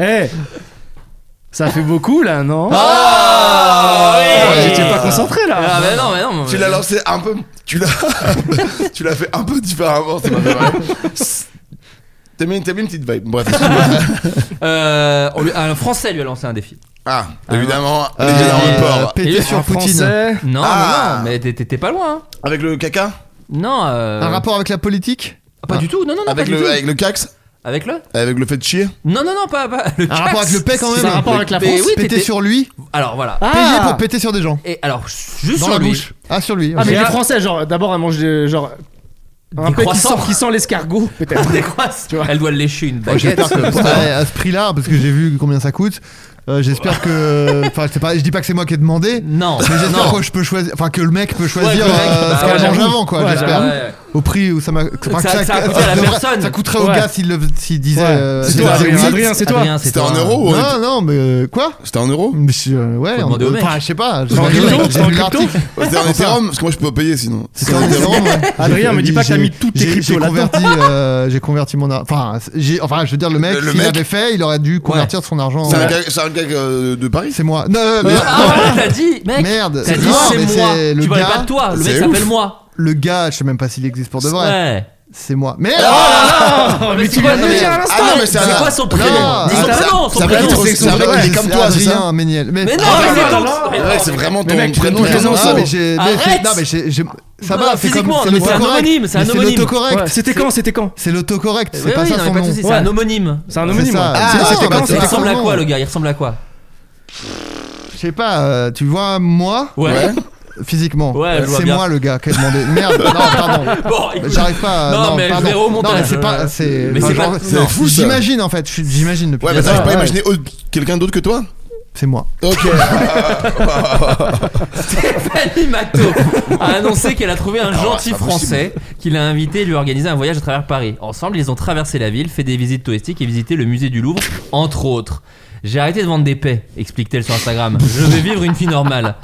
E: Eh Ça fait beaucoup là, non
G: Ah.
F: oui
E: J'étais pas concentré
F: Ah,
E: là
F: mais non, mais non.
G: Tu
F: mais-
G: l'as lancé un peu. Tu l'as. tu l'as [LAUGHS] fait un peu différemment. c'est pas
F: [LAUGHS]
G: vrai. T'as mis, t'as mis une petite vibe. Bref.
F: Euh, on lui- Un Français lui a lancé un défi.
G: Ah, évidemment.
B: Euh,
G: les gars dans le
B: euh,
G: port.
F: Et-
B: Péter sur
E: Un
B: Poutine.
E: Français.
F: Non, non,
G: Ah.
F: non, mais t'es- t'es t'es pas loin. hein.
G: Avec le caca
F: Non. euh,
B: Un rapport avec la politique
F: Pas du tout. Non, non, non,
G: avec
F: pas du
G: le,
F: tout.
G: avec le cax
F: Avec le
G: Avec le fait de chier
F: Non, non, non, pas. pas- le
B: Un rapport
F: cax.
B: avec le paix quand même.
E: C'est un rapport avec la
F: Mais
E: France.
F: oui,
B: péter
F: t'étais-
B: sur lui,
F: Alors voilà.
E: Ah.
B: payer pour péter sur des gens.
F: Et alors, juste
B: Dans
F: sur
B: la
F: lui. [LAUGHS]
B: bouche. Ah, sur lui.
E: Ah, mais
B: ok.
E: les Français, genre, d'abord, elle mange des, genre. Un
F: Des
E: peu qui
F: croissants.
E: sent, qui sent l'escargot, peut-être.
F: Des croisses.
E: Tu vois.
F: Elle doit le lécher une
B: Oh,
F: baguette.
B: J'espère que Ouais, à ce prix-là, parce que j'ai vu combien ça coûte. euh, j'espère que. Enfin, c'est pas, je dis pas que c'est moi qui ai demandé,
F: non,
B: mais j'espère
F: non.
B: que je peux choisir. Enfin, que le mec peut
F: Ouais,
B: choisir
F: que le mec-
B: euh,
F: bah
B: ce qu'elle
F: ouais,
B: mange
F: j'avoue.
B: avant, quoi.
E: Ouais,
B: j'espère.
F: Ah, Ouais, ouais.
B: au prix où ça m'a.
F: Ça- ça a coûté à la
B: [LAUGHS] devrait-
F: personne.
B: ça coûterait au
E: Ouais.
B: gars s'il le- s'il disait.
E: Ouais.
B: euh,
E: C'est
B: s'il
E: toi,
B: disait
E: Adrien,
B: oui.
E: Adrien, c'est toi.
F: Adrien, c'est
G: C'était
F: toi.
G: en euros ouais.
B: Non, non, mais euh, quoi
G: C'était en euros
B: Mais je- euh, Ouais,
F: Faut
B: on-
F: demander au mec.
B: enfin, je sais pas.
E: en
B: j'ai-
E: crypto,
B: j'ai-
E: c'est
B: j'ai
E: en
B: lu
E: crypto
B: l'article.
G: C'était en Ethereum, parce que moi je peux pas payer sinon.
B: C'était en Ethereum, ouais.
E: Adrien,
B: J'ai-
E: me dis pas que t'as
B: j'ai-
E: mis toutes tes
B: j'ai-
E: cryptos
B: J'ai
E: là-dedans.
B: converti, euh, j'ai converti mon argent. Enfin, c'est- j'ai- enfin, je veux dire, le mec,
G: Le- le
B: s'il
G: mec-
B: avait fait, il aurait dû convertir son argent.
G: C'est un
B: Ouais.
G: gars- c'est un gars euh, de Paris
B: C'est moi. Non,
E: Euh,
B: mais-
F: Ah voilà, t'as dit, mec.
B: Merde.
F: T'as dit
B: Non, mais
F: c'est moi.
B: c'est le
F: Tu parlais
B: gars.
F: pas de toi. Le mec
G: C'est
F: s'appelle
G: ouf.
F: moi.
B: Le gars, je sais même pas s'il existe pour de vrai.
F: Ouais.
B: C'est moi. Mais
E: Oh, mais
F: Mais
E: tu viens de
F: vois,
E: le dire à
F: mais-
E: l'instant.
G: Ah non, mais c'est
F: C'est
G: un-
F: quoi son
B: Non,
F: prénom Dis
B: ah,
F: son
G: ça-
F: prénom,
G: ça
F: son
G: veut dire
F: prénom.
G: trop- c'est un mec qui est comme toi, c'est ça
B: Adrien Méniel.
F: Mais non, mais
B: Ah, mais-
F: non,
G: C'est vrai que c'est vraiment
E: Mais
G: ton
E: mec,
G: prénom. hein. Ah,
E: tous les
G: ton
E: ans,
G: nom.
B: non, mais j'ai. mais
F: Arrête.
B: c'est- Non, mais j'ai. j'ai- Ça
F: Non,
B: va, c'est
F: physiquement,
B: comme-
F: mais
B: le
F: c'est
B: correct.
F: anonyme, c'est
B: Mais
F: anonyme. Eh
E: Ouais,
B: l'autocorrect.
E: C'était quand C'était quand
B: C'est l'autocorrect,
F: Oui,
B: c'est pas
F: oui,
B: ça
F: non, mais
B: son
F: pas de
B: nom.
F: souci, C'est un homonyme.
E: C'est un homonyme.
B: C'est ça.
E: ouais.
B: Ah,
E: C'est-
B: non,
E: C'était
B: bah,
E: quand
B: c'est
E: C'était
F: Il
B: pas
E: quand
F: ressemble à
B: son
F: quoi
B: nom.
F: le gars Il ressemble à quoi
B: Je sais pas, euh, tu vois, moi,
F: Ouais.
B: physiquement,
F: Ouais, je vois
B: c'est
F: bien.
B: moi le gars qui a demandé. Merde, non, pardon.
F: [LAUGHS] Bon, écoute.
B: J'arrive pas. à-
F: Non, mais je
B: pardon.
F: verrai au montage.
B: Non, mais c'est pas.
F: Euh,
B: C'est
F: mais c'est
B: enfin,
F: pas-
B: genre,
G: c'est fou, ça.
B: J'imagine en fait. je suis- J'imagine depuis.
G: Ouais, mais t'arrives pas à imaginer autre- quelqu'un d'autre que toi
F: bah,
B: C'est moi.
G: Ok.
F: Fanny Matteau a annoncé qu'elle a trouvé un gentil
G: Ah c'est pas
F: français qui l'a invité et lui a organisé un voyage à travers Paris. Ensemble, ils ont traversé la ville, fait des visites touristiques et visité le musée du Louvre, entre autres. J'ai arrêté de vendre des paix, explique-t-elle sur Instagram. Je vais vivre une vie normale.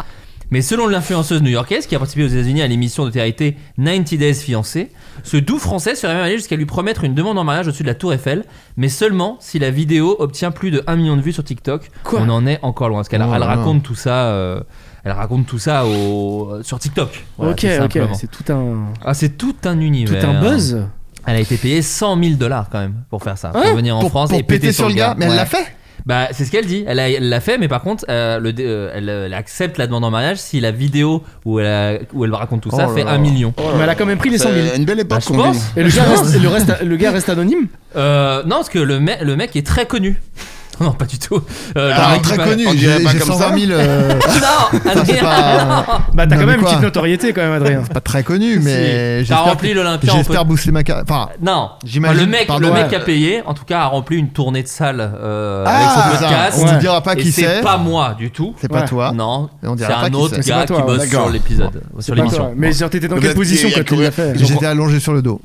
F: Mais selon l'influenceuse new-yorkaise qui a participé aux États-Unis à l'émission de télé 90 Days Fiancé, ce doux français serait même allé jusqu'à lui promettre une demande en mariage au-dessus de la Tour Eiffel, mais seulement si la vidéo obtient plus de 1 million de vues sur TikTok. On en est encore loin. Parce qu'elle
B: Oh là
F: elle
B: là.
F: raconte tout ça. euh, elle raconte tout ça au... sur TikTok. Voilà,
E: Ok,
F: tout
E: ok.
F: simplement.
E: C'est tout un.
F: Ah, c'est tout un
E: Tout
F: univers. hein.
E: un buzz.
F: Elle a été payée 100 000 dollars quand même pour faire ça.
E: Hein
F: pour venir en
B: Pour-
F: France
B: pour
F: et péter, sur le gars.
B: Mais elle
F: Ouais.
B: l'a fait.
F: Bah, c'est ce qu'elle dit. Elle a- elle l'a fait, mais par contre, euh, le dé- euh, elle, euh, elle accepte la demande en mariage si la vidéo où elle, a- où elle raconte tout ça
B: Oh là
F: fait
B: là.
F: 1 million.
E: Mais elle a quand même pris les 100 000.
G: C'est une belle
F: Bah,
G: époque
F: je
G: qu'on vit.
F: pense.
E: Et le gars, reste, et le, reste- le gars reste anonyme
F: Euh, non, parce que le, me- le mec est très connu. [LAUGHS] Non, pas du tout. Euh, le
B: Ah,
F: mec
B: très
F: qui-
B: connu.
G: on dirait
B: J'ai
G: pas
B: j'ai
G: comme
B: 120
F: [LAUGHS]
B: 000. euh, [LAUGHS]
F: Non,
B: enfin, c'est
F: Adrien.
B: pas, euh,
E: Bah t'as
B: Non,
E: quand
B: mais
E: même une
B: quoi
E: petite notoriété quand même Adrien.
B: pas très connu, mais
F: T'as
B: j'espère
F: rempli l'Olympia en
B: J'espère booster ma carrière. Enfin,
F: [LAUGHS] Non,
B: J'imagine,
F: le mec,
B: pardon,
F: le mec
B: ouais.
F: qui a payé, en tout cas, a rempli une tournée de salle euh,
B: Ah,
F: avec son podcast.
B: on ne
E: Ouais.
B: dira pas
F: Et
B: qui
F: c'est
B: c'est.
F: pas moi du tout.
B: C'est pas
E: Ouais.
B: toi.
F: Non,
B: Et on
F: c'est
B: dira pas
F: un
B: qui
F: autre
B: c'est.
E: C'est
F: gars
E: pas toi,
F: qui
E: ouais,
F: bosse
G: d'accord.
F: sur l'épisode, sur
E: Pas
F: l'émission.
E: toi. Mais genre t'étais dans
G: Le
E: quelle
G: gars
E: position
G: qui-
E: quand tu l'as fait
G: qui-
B: J'étais allongé sur le dos.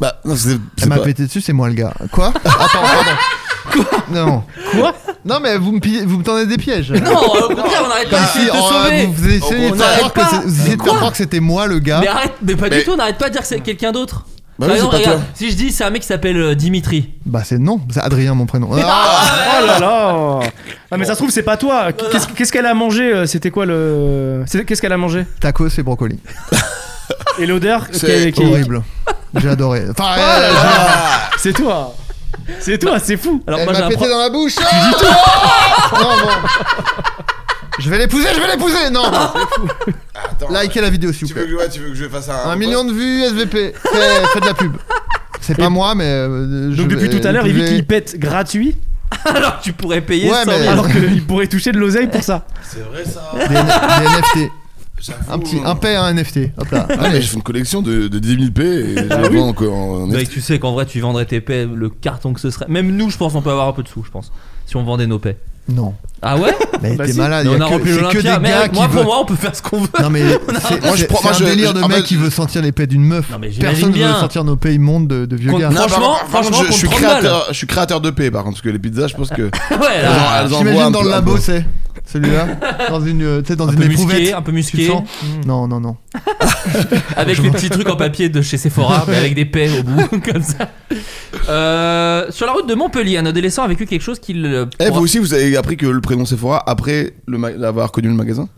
G: Bah, non, c'est.
B: Elle
G: c'est
B: m'a
G: pas-
B: pété dessus, c'est moi le gars.
F: [LAUGHS]
B: Quoi Attends, pardon. Non. Quoi Non, mais vous me, pillez- vous me tendez des pièges.
F: Non, au contraire, on n'arrête pas
B: Ici,
F: d'essayer de te
B: on-
F: sauver.
B: Vous essayez
G: On
B: de faire
F: n'arrête
B: croire que
F: pas.
B: c'est- vous essayez de faire
F: Quoi
B: croire que c'était moi le gars.
F: Mais arrête, mais pas du
G: Mais-
F: tout, on n'arrête pas de dire que c'est quelqu'un d'autre.
G: Bah
F: Par
G: oui, c'est
F: exemple,
G: pas toi.
F: regarde, si je dis c'est un mec qui s'appelle euh, Dimitri.
B: Bah, c'est non, c'est Adrien mon prénom. Ah
E: Oh là là Ah mais ça se trouve c'est pas toi Qu'est-ce qu'est-ce qu'elle a mangé euh, C'était quoi le... c'est- Qu'est-ce qu'elle a mangé
B: Tacos et brocoli.
E: Et l'odeur qui-
G: C'est
E: qui-
B: Horrible. J'ai adoré. Enfin,
F: Oh
B: euh,
E: C'est toi C'est toi, c'est fou
F: Alors
B: elle
F: moi j'ai
B: m'a
F: un
B: pété
F: pro-
B: dans la bouche. Ah non, bon. Je vais l'épouser, je vais l'épouser.
F: [LAUGHS]
B: Non, bon.
G: Attends,
B: likez la vidéo s'il vous
G: tu veux,
B: plaît.
G: que, ouais, tu veux que je fasse un.
B: Un million de vues SVP. Fais, fais de la pub. C'est pas moi, mais. euh, je
E: Donc depuis
B: vais-
E: tout à l'heure
B: je
E: il dit
B: vais-
E: qu'il pète gratuit
F: [LAUGHS] Alors tu pourrais payer
B: Ouais,
F: 100
B: mais-
F: 000.
E: alors qu'il pourrait toucher de l'oseille pour ça
G: C'est vrai ça
B: Des, N- des NFT.
G: J'avoue.
B: Un petit. Un paix, un NFT. Hop là.
G: Ah, mais je fais une collection de, de 10 000 P et je les vends encore en
F: Mec, tu sais qu'en vrai tu vendrais tes paix, le carton que ce serait. Même nous, je pense, on peut avoir un peu de sous, je pense, si on vendait nos paix.
B: Non.
F: Ah ouais
B: Mais
E: Bah
B: [LAUGHS] t'es
E: si.
B: malade.
F: Mais
B: y a
F: On a
B: que-
F: rempli
B: c'est que des
F: l'Olympia. Mais
B: gars qui
F: moi, pour
B: veulent-
F: moi, on peut faire ce qu'on veut. [LAUGHS]
B: Non mais c'est
G: Moi, je
B: c'est-
G: prends-
B: c'est
G: moi,
B: un
G: je-
B: délire de
G: ah,
B: mec
G: bah,
B: qui veut sentir les paix d'une meuf.
F: Non, mais j'imagine
B: Personne ne veut
F: bien.
B: sentir nos paix immondes de, de vieux
F: Qu'on-
B: gars.
F: Non, franchement,
G: par- par-
F: franchement,
G: je, je suis
F: contre 30 balles.
G: créateur, je suis créateur de paix par contre, parce que les pizzas, je pense
F: [LAUGHS]
G: que.
F: Ouais, là,
G: Genre, elles envoient
B: J'imagine
G: un
B: dans
G: peu-
B: le
G: un
B: labo
G: peu.
B: c'est celui-là dans une euh, tu sais, dans
F: un
B: une
F: peu
B: éprouvette.
F: musqué, un peu
B: Tu le
F: musqué,
B: sens Non non non.
F: avec les petits trucs en papier de chez Sephora, mais avec des paix
E: [LAUGHS]
F: au bout, comme ça. Euh, sur la route de Montpellier, un adolescent a vécu quelque chose qu'il. euh,
G: Eh,
F: pourra-
G: vous aussi, vous avez appris que le prénom Sephora après le ma- l'avoir connu le magasin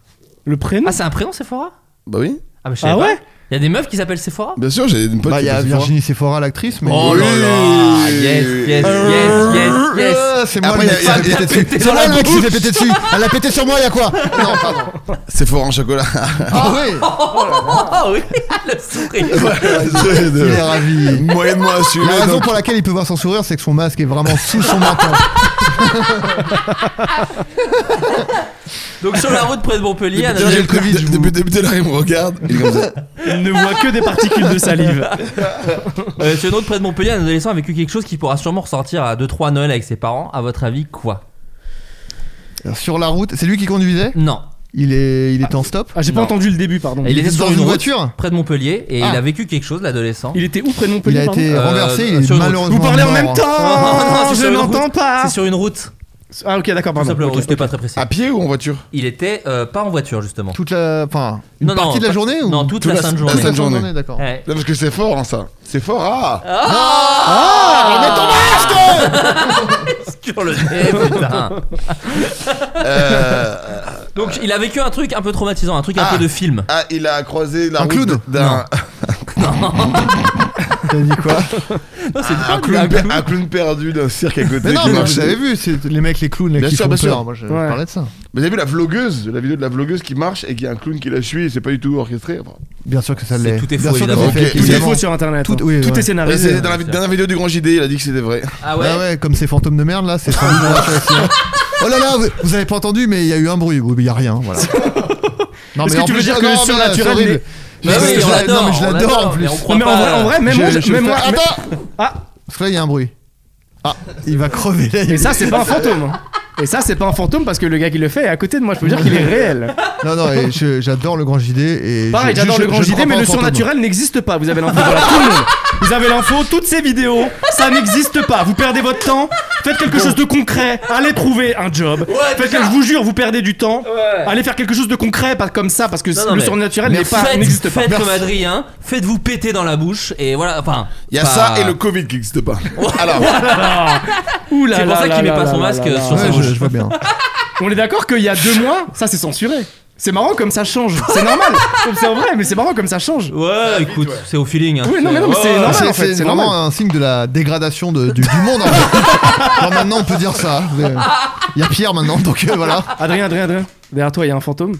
E: Le prénom
F: Ah, c'est un prénom Sephora
G: Bah oui,
F: Ah, mais je savais
E: Ah
F: pas.
E: ouais
F: Il y a des meufs qui s'appellent Sephora
G: bien sûr, j'ai une pote
B: Bah
G: qui
B: il y a
G: s'appelle Sephora.
B: Virginie Sephora l'actrice mais.
F: Oh là là Yes, yes, yes, yes, yes
B: Ah, c'est moi
G: Après,
B: le
G: il y a-
B: mec qui s'est
G: il y a-
F: il y
B: pété
F: a pété
B: dessus. C'est
F: dans
B: moi
F: la
B: le mec qui s'est
F: bouche.
B: pété dessus. Elle a pété sur moi, il y a quoi Non, pardon.
G: Sephora en chocolat. [LAUGHS]
B: Ah oui
F: Ah [LAUGHS] oui Le sourire
B: Il est ravi.
G: Moyennement assumé.
B: La raison
G: donc.
B: pour laquelle il peut voir son sourire, c'est que son masque est vraiment sous son menton.
F: Donc sur la route près de Montpellier, un
G: Depuis
B: j'ai le
F: adolescent.
B: Covid, je vous-
G: depuis le début de l'heure, il me regarde. Il est comme ça.
E: Il ne voit que des particules de salive
F: Euh, sur une route près de Montpellier, un adolescent a vécu quelque chose qui pourra sûrement ressortir à 2-3 Noël avec ses parents. À votre avis, quoi
B: Sur la route, c'est lui qui conduisait
F: Non.
B: Il est, il est en stop
E: Ah, j'ai pas
F: Non.
E: entendu le début, pardon.
F: Il
B: Il
F: était
B: était
F: sur
B: dans
F: une
B: une
F: route.
B: voiture
F: près de Montpellier et
B: Ah.
F: il a vécu quelque chose, l'adolescent.
E: Il était où près de Montpellier
B: Il a
E: pardon
B: été
F: Euh,
B: renversé, il est
F: sur une route.
B: malheureusement.
E: Vous parlez en même
B: mort.
E: [LAUGHS]
F: Non, non,
E: temps
F: c'est
E: Je
F: sur une
E: n'entends
F: route.
E: pas
F: C'est sur une route,
E: Ah, ok, d'accord,
F: tout
E: pardon.
F: simplement.
E: ok,
F: J'étais
E: ok.
F: pas très précis.
G: À pied ou en voiture
F: Il était euh, pas en voiture, justement.
B: Toute la. Enfin, une
F: Non, non,
B: partie de la
F: pas-
B: journée ou
F: Non, toute
G: Toute
F: la
G: la-
F: sainte
G: la
F: journée.
G: sainte journée.
B: d'accord.
F: Ouais.
G: Non, parce que c'est fort, hein, ça. C'est fort, ah
F: Sur le nez, putain.
G: Euh,
F: Donc il a vécu un truc un peu traumatisant, un truc un
G: Ah.
F: peu de film.
G: Ah, il a croisé la
B: Un
G: route
B: clown
G: d'un
B: T'as dit quoi
G: un clown, [LAUGHS] per- un clown perdu d'un cirque à côté.
B: Mais non,
G: qui
B: mais
G: marchait.
B: vous avez vu, c'est les mecs, les clowns là,
G: Bien
B: qui
G: sûr,
B: font
G: bien
B: peur.
G: sûr.
B: Moi, je
E: Ouais.
B: parlais de ça.
G: Mais vous avez vu la vlogueuse, la vidéo de la vlogueuse qui marche et qui a un clown qui la suit et c'est pas du tout orchestré. enfin.
B: Bien sûr que ça
F: C'est-
B: l'est.
F: tout est
B: Bien
F: faux,
B: sûr que
F: évidemment.
B: c'est
G: Ok,
B: fake,
G: tout est
E: Il est
B: évidemment.
E: faux sur internet.
B: Tout-
E: hein.
B: oui,
E: Tout
B: ouais.
E: est
G: Ouais,
E: scénarisé.
G: Euh, c'est dans la vid- dernière vidéo du Grand JD, il a dit que c'était vrai.
F: Ah ouais,
B: Ah ouais, comme ces fantômes de merde là, c'est formidable. ça aussi, hein. Oh là là, vous, vous avez pas entendu, mais il y a eu un bruit. Oui, mais il y a rien,
E: [LAUGHS]
B: voilà. Non,
E: Est-ce que
B: en
E: tu veux
B: plus,
E: dire
B: ah
E: que
B: non,
E: le
B: non, c'est
E: surnaturel,
B: horrible.
E: il-
B: Je-
F: Bah
B: je-
F: oui,
B: je-
F: on l'adore,
B: Non, mais je
F: on
B: l'adore en
F: l'adore,
B: plus.
F: mais on
B: Parce
F: croit
E: Non, mais en
F: pas,
E: vrai, en
F: euh,
E: vrai, même
B: je-
E: moi,
B: je
E: je-
B: vais
E: même moi.
B: faire-
E: mais-
B: Attends
E: Ah
B: que là, il y a un bruit. Ah, il va crever là. il-
E: Et ça, c'est pas un
B: [LAUGHS]
E: fantôme. Et ça, c'est pas un fantôme parce que le gars qui le fait est à côté de moi. Je peux vous dire qu'il est réel.
B: Non, non, et je- j'adore le grand JD. Et
E: Pareil,
B: je-
E: j'adore
B: je-
E: le
B: je
E: grand
B: ne crois
E: JD, mais le
B: pas aux fantômes.
E: surnaturel n'existe pas. Vous avez l'info, voilà, tout le monde. Vous avez l'info, toutes ces vidéos, ça n'existe pas. Vous perdez votre temps. Faites quelque chose de concret. Allez trouver un job. Faites que, je vous jure, vous perdez du temps. Allez faire quelque chose de concret, pas comme ça, parce que
F: Non, non,
E: le
F: mais-
E: surnaturel n'est pas,
F: Faites,
E: n'existe pas.
F: faites
E: Merci.
F: comme Adrien, faites-vous péter dans la bouche et voilà, enfin.
G: Il y a
F: pas-
G: ça et le Covid qui n'existe pas. Alors,
E: Ouh là
F: C'est pour
E: là
F: ça
E: là
F: qu'il met
E: là
F: pas son
E: là
F: masque
E: là là.
F: sur sa
B: Ouais, je,
F: bouche.
B: je vois
E: [LAUGHS]
B: bien.
E: Ah, On est d'accord qu'il y a deux mois, ça c'est censuré. C'est marrant comme ça change. C'est
F: [LAUGHS]
E: normal. c'est en vrai, mais c'est marrant comme ça change.
F: Ouais, écoute, c'est au feeling. hein.
E: Oui, non, mais non, mais c'est
F: Ouais.
E: normal. en
B: C'est
E: fait,
B: c'est
E: c'est
B: vraiment
E: normal.
B: un signe de la dégradation de- du, du monde. en fait. Alors maintenant, on peut dire ça. Vous avez- Il y a pire maintenant, donc euh, voilà.
E: Adrien, Adrien, Adrien, derrière toi, il y a un fantôme.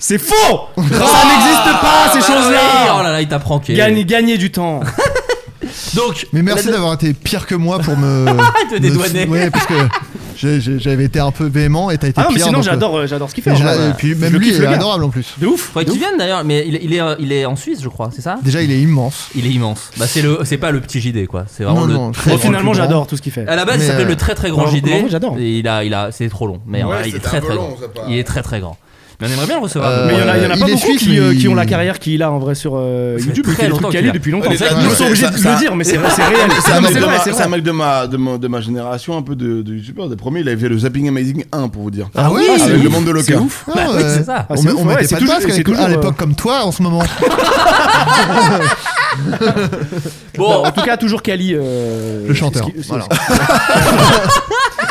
E: C'est faux [LAUGHS] Ça n'existe pas, ces
F: Ah bah oui, Oh
E: choses-là
F: là là, il t'a pranké.
E: Gagnez, gagnez du temps.
F: Donc,
B: Mais merci
F: la-
B: d'avoir été pire que moi pour me.
E: [LAUGHS]
F: Te
B: me-
F: dédouaner.
B: Ouais, parce que j'ai- j'ai- j'avais été un peu véhément et t'as été
E: Ah non, mais
B: pire.
E: sinon,
B: donc, euh,
E: j'adore euh, j'adore ce qu'il fait.
B: mais
E: en
B: je
E: vrai.
B: l'ai- Et puis même
E: Je
B: lui,
E: kiffe
B: il
E: le
B: est
E: gars.
B: adorable en plus.
E: De ouf
F: faudrait qu'il vienne d'ailleurs, mais il, il est, euh, il est en Suisse, je crois, c'est ça
B: Déjà, il est immense.
F: Il est immense. Bah, c'est le, c'est pas le petit JD quoi. C'est vraiment
B: Non,
F: le.
B: non,
F: très
B: c'est-
E: Moi,
F: grand-
E: finalement,
B: grand.
E: j'adore tout ce qu'il fait.
F: À la base,
B: Mais,
F: il s'appelait
B: euh,
F: le très très grand
E: non,
F: JD.
E: non, j'adore.
F: Et il a, il a, c'est trop long. Mais en
G: Ouais,
F: vrai, il est
G: c'était
F: très
G: un peu
F: très
G: long,
F: grand.
G: ça, pas-
F: Il est très très grand. Mais on aimerait bien le recevoir.
B: Euh,
E: Mais il y en a, il y en a
B: il
E: pas
B: est
E: beaucoup
B: suisse,
E: qui, euh,
B: mais il-
E: qui ont la carrière qu'il a en vrai sur euh,
F: Ça fait
E: YouTube.
F: très
E: Il fait des
F: longtemps
E: trucs
F: qu'il
E: calés
F: a.
E: depuis longtemps.
G: Ouais,
E: C'est vrai
G: ça-
E: qu'ils
G: ça-
E: sont obligés
G: ça-
E: de
G: ça-
E: le dire, mais c'est vrai, c'est réel.
G: c'est un
E: Non, mais
G: mec, de,
E: vrai,
G: ma,
E: c'est
G: c'est
E: vrai.
G: un mec de, ma, de, mon- de ma génération, un peu de, de youtubeur. Des premiers, il avait fait le Zapping Amazing 1 pour vous dire.
B: Ah oui,
G: Avec
B: c'est
G: le
B: ouf.
G: monde de
E: C'est
G: Loca.
E: ouf.
B: Non,
F: Bah oui, c'est ça.
B: On,
E: Ah, c'est
B: met-
E: ouf,
B: on
E: ouais,
B: mettait
E: c'est
B: pas de
E: toujours-
B: masque
E: c'est
B: avec-
E: toujours,
B: à l'époque
E: euh,
B: comme toi en ce moment.
F: Bon,
B: bah,
E: En tout cas, toujours Kali. euh,
B: Le chanteur.
E: ce qui- ce-
B: Voilà.
E: [LAUGHS]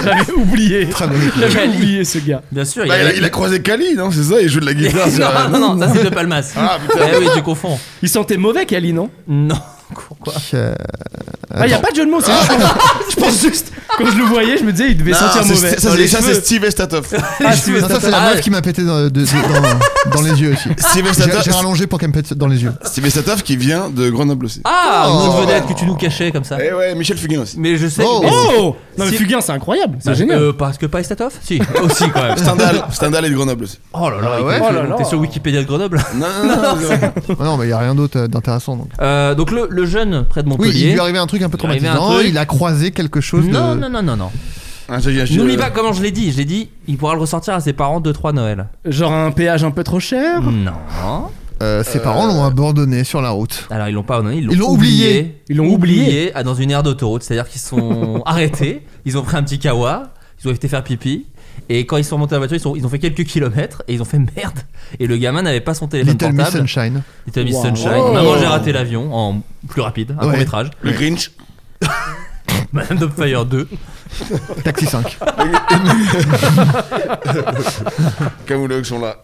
E: J'avais oublié.
B: Très bon équilibre.
E: J'avais
F: Kali.
E: oublié ce gars.
F: bien sûr,
G: Bah,
F: il
G: il,
F: y
G: a,
F: a- [LAUGHS]
G: il a croisé Kali, non C'est ça Il joue de la
E: [LAUGHS]
G: guitare. sur-
F: non, non, non, ça c'est de Palmas.
G: Ah, putain.
F: Eh oui, tu confonds.
E: Il sentait mauvais, Kali, non
F: Non, [LAUGHS] pourquoi
B: Euh,
E: Ah, y a pas de jeu de mots, c'est juste- [LAUGHS] Je pense juste, quand je le voyais, je me disais, il devait
G: Non,
E: sentir
G: c'est-
E: mauvais.
G: c'est- ça,
E: Dans
G: c'est-
E: les
G: ça, c'est
E: cheveux.
G: Steve Estatoff.
E: [LAUGHS]
F: Ah,
E: tu veux-
B: non, ça, c'est la
F: Ah,
B: meuf qui m'a pété dans, de- de- dans- dans les yeux aussi.
G: Steve
B: J'ai j'ai
G: Estatoff-
B: rallongé pour qu'elle me pète dans les yeux.
G: Steve Estatoff qui vient de Grenoble aussi.
F: Ah, une autre
B: Oh.
F: vedette que tu nous cachais comme
E: Ah.
F: ça.
G: Eh ouais, Michel Fugain aussi.
F: Mais je sais.
B: Oh.
F: mais-
E: Oh Non, mais
F: Si-
E: Fugain, c'est incroyable, c'est
F: Bah,
E: génial.
F: euh, parce que pas Estatov Si, [LAUGHS] aussi quand même.
G: Stendhal, Stendhal est de Grenoble aussi.
F: Oh là là,
B: Ah ouais
F: écoute,
E: Oh là là.
F: t'es sur Wikipédia de Grenoble.
G: Non, non, non, non, non.
B: Ah non, mais il y a rien d'autre euh, d'intéressant. donc.
F: Euh, donc le, le jeune près de
B: Oui,
F: Montpellier.
B: il lui est arrivé un truc un peu
F: Il lui est arrivé un
B: traumatisant.
F: truc.
B: Il a croisé quelque chose. de-
F: non, non, non, non, non.
G: Ah, j'ai- j'ai-
F: N'oublie pas comment je l'ai dit. Je l'ai dit, il pourra le ressortir à ses parents 2-3 Noël.
E: Genre un péage un peu trop cher.
F: Bah, Non.
B: Euh, ses parents l'ont abandonné sur la route.
F: Alors ils l'ont pas abandonné, ils
B: Ils
F: l'ont
B: l'ont
F: oublié.
B: oublié.
E: Ils l'ont oublié.
F: ah, dans une aire d'autoroute. C'est-à-dire qu'ils sont arrêtés, ils ont pris un petit kawa, ils ont été faire pipi. Et quand ils sont montés à la voiture, ils, sont- ils ont fait quelques kilomètres et ils ont fait merde. Et le gamin n'avait pas son téléphone
B: Little Miss
F: portable.
B: Sunshine.
F: Little Miss
E: Wow.
F: Sunshine.
E: Oh.
F: Maman, j'ai raté l'avion en plus rapide, un
B: Ouais.
F: court métrage.
G: Le Grinch.
F: Madame Doubtfire 2.
B: Taxi 5.
G: Camoulox sont là.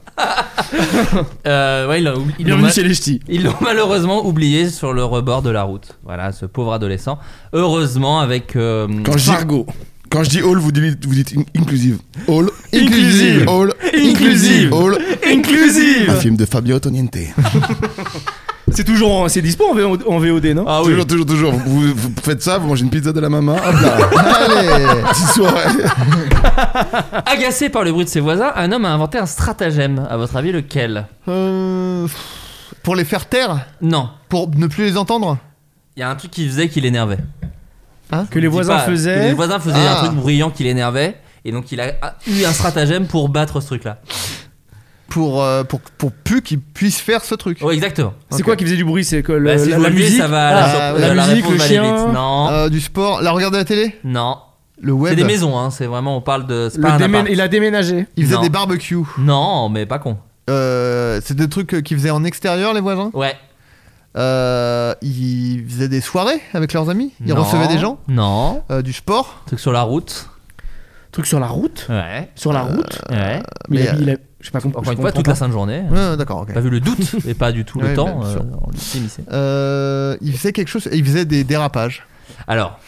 F: Euh, ouais, ils l'ont oubli- ils l'ont
E: Bienvenue
F: mal-
E: chez les ch'tis.
F: ils l'ont [LAUGHS] malheureusement oublié sur le rebord de la route. Voilà, ce pauvre adolescent. Heureusement, avec. euh,
G: Quand je dis Quand je dis all, vous dites, vous dites in- inclusive. All
E: Inclusive.
G: All
E: Inclusive.
G: All Un
E: Inclusive
G: film de Fabio Toniente.
E: Ah, C'est toujours, en- c'est dispo en VO- en VOD, non
F: Ah oui.
G: toujours, toujours, toujours. Vous, vous faites ça, vous mangez une pizza de la maman. Hop là.
B: Allez
G: Petite soirée.
F: Agacé par le bruit de ses voisins, un homme a inventé un stratagème. À votre avis, lequel
B: Euh, Pour les faire taire
F: Non.
B: Pour ne plus les entendre
F: Il y a un truc qui faisait qui l'énervait.
E: Que les
F: Je dis
E: voisins
F: pas, que Les
E: faisaient.
F: voisins faisaient
B: Ah.
F: un truc bruyant qui l'énervait. Et donc, il a eu un stratagème pour battre ce truc-là.
B: pour, euh, pour, pour plus qu'ils puissent faire ce truc.
F: Ouais, Oh, exactement.
E: C'est
B: Ok.
E: quoi qui faisait du bruit C'est que le-
F: Bah, si
E: la,
F: vous
E: la
F: l'avez,
E: musique
F: ça va.
E: Ah,
B: la-
E: la,
F: la- la
E: musique,
F: réponse
E: le
F: va aller
E: chien. Ah.
F: vite. Non,
B: Euh, du sport, la regarder à la télé,
F: non.
B: le web.
F: C'est des maisons, hein. C'est vraiment, on parle de. C'est
E: bah. Le
F: pas un
E: démé-
F: appart.
E: il a déménagé.
B: Ils faisaient
F: Non.
B: des barbecues.
F: Non, mais pas con.
B: Euh, c'est des trucs euh, qu'ils faisaient en extérieur, les voisins.
F: Ouais.
B: Euh, ils faisaient des soirées avec leurs amis. Ils
F: Non.
B: recevaient des gens.
F: Non.
B: Euh, du sport.
F: Truc sur la route.
E: Truc sur la route
F: Ouais.
E: Sur la route
F: Ouais.
E: Mais il a-
B: mais,
E: il a- Je sais pas compris.
F: Euh, Encore une fois, toute la sainte journée. hein.
B: Ouais, D'accord, ok.
F: Pas vu le doute
B: [LAUGHS]
F: et pas du tout le
B: Ouais,
F: temps.
B: bien sûr.
F: euh, on s'immisçait.
B: Euh, ils faisaient quelque chose. Ils faisaient des dérapages.
F: Alors,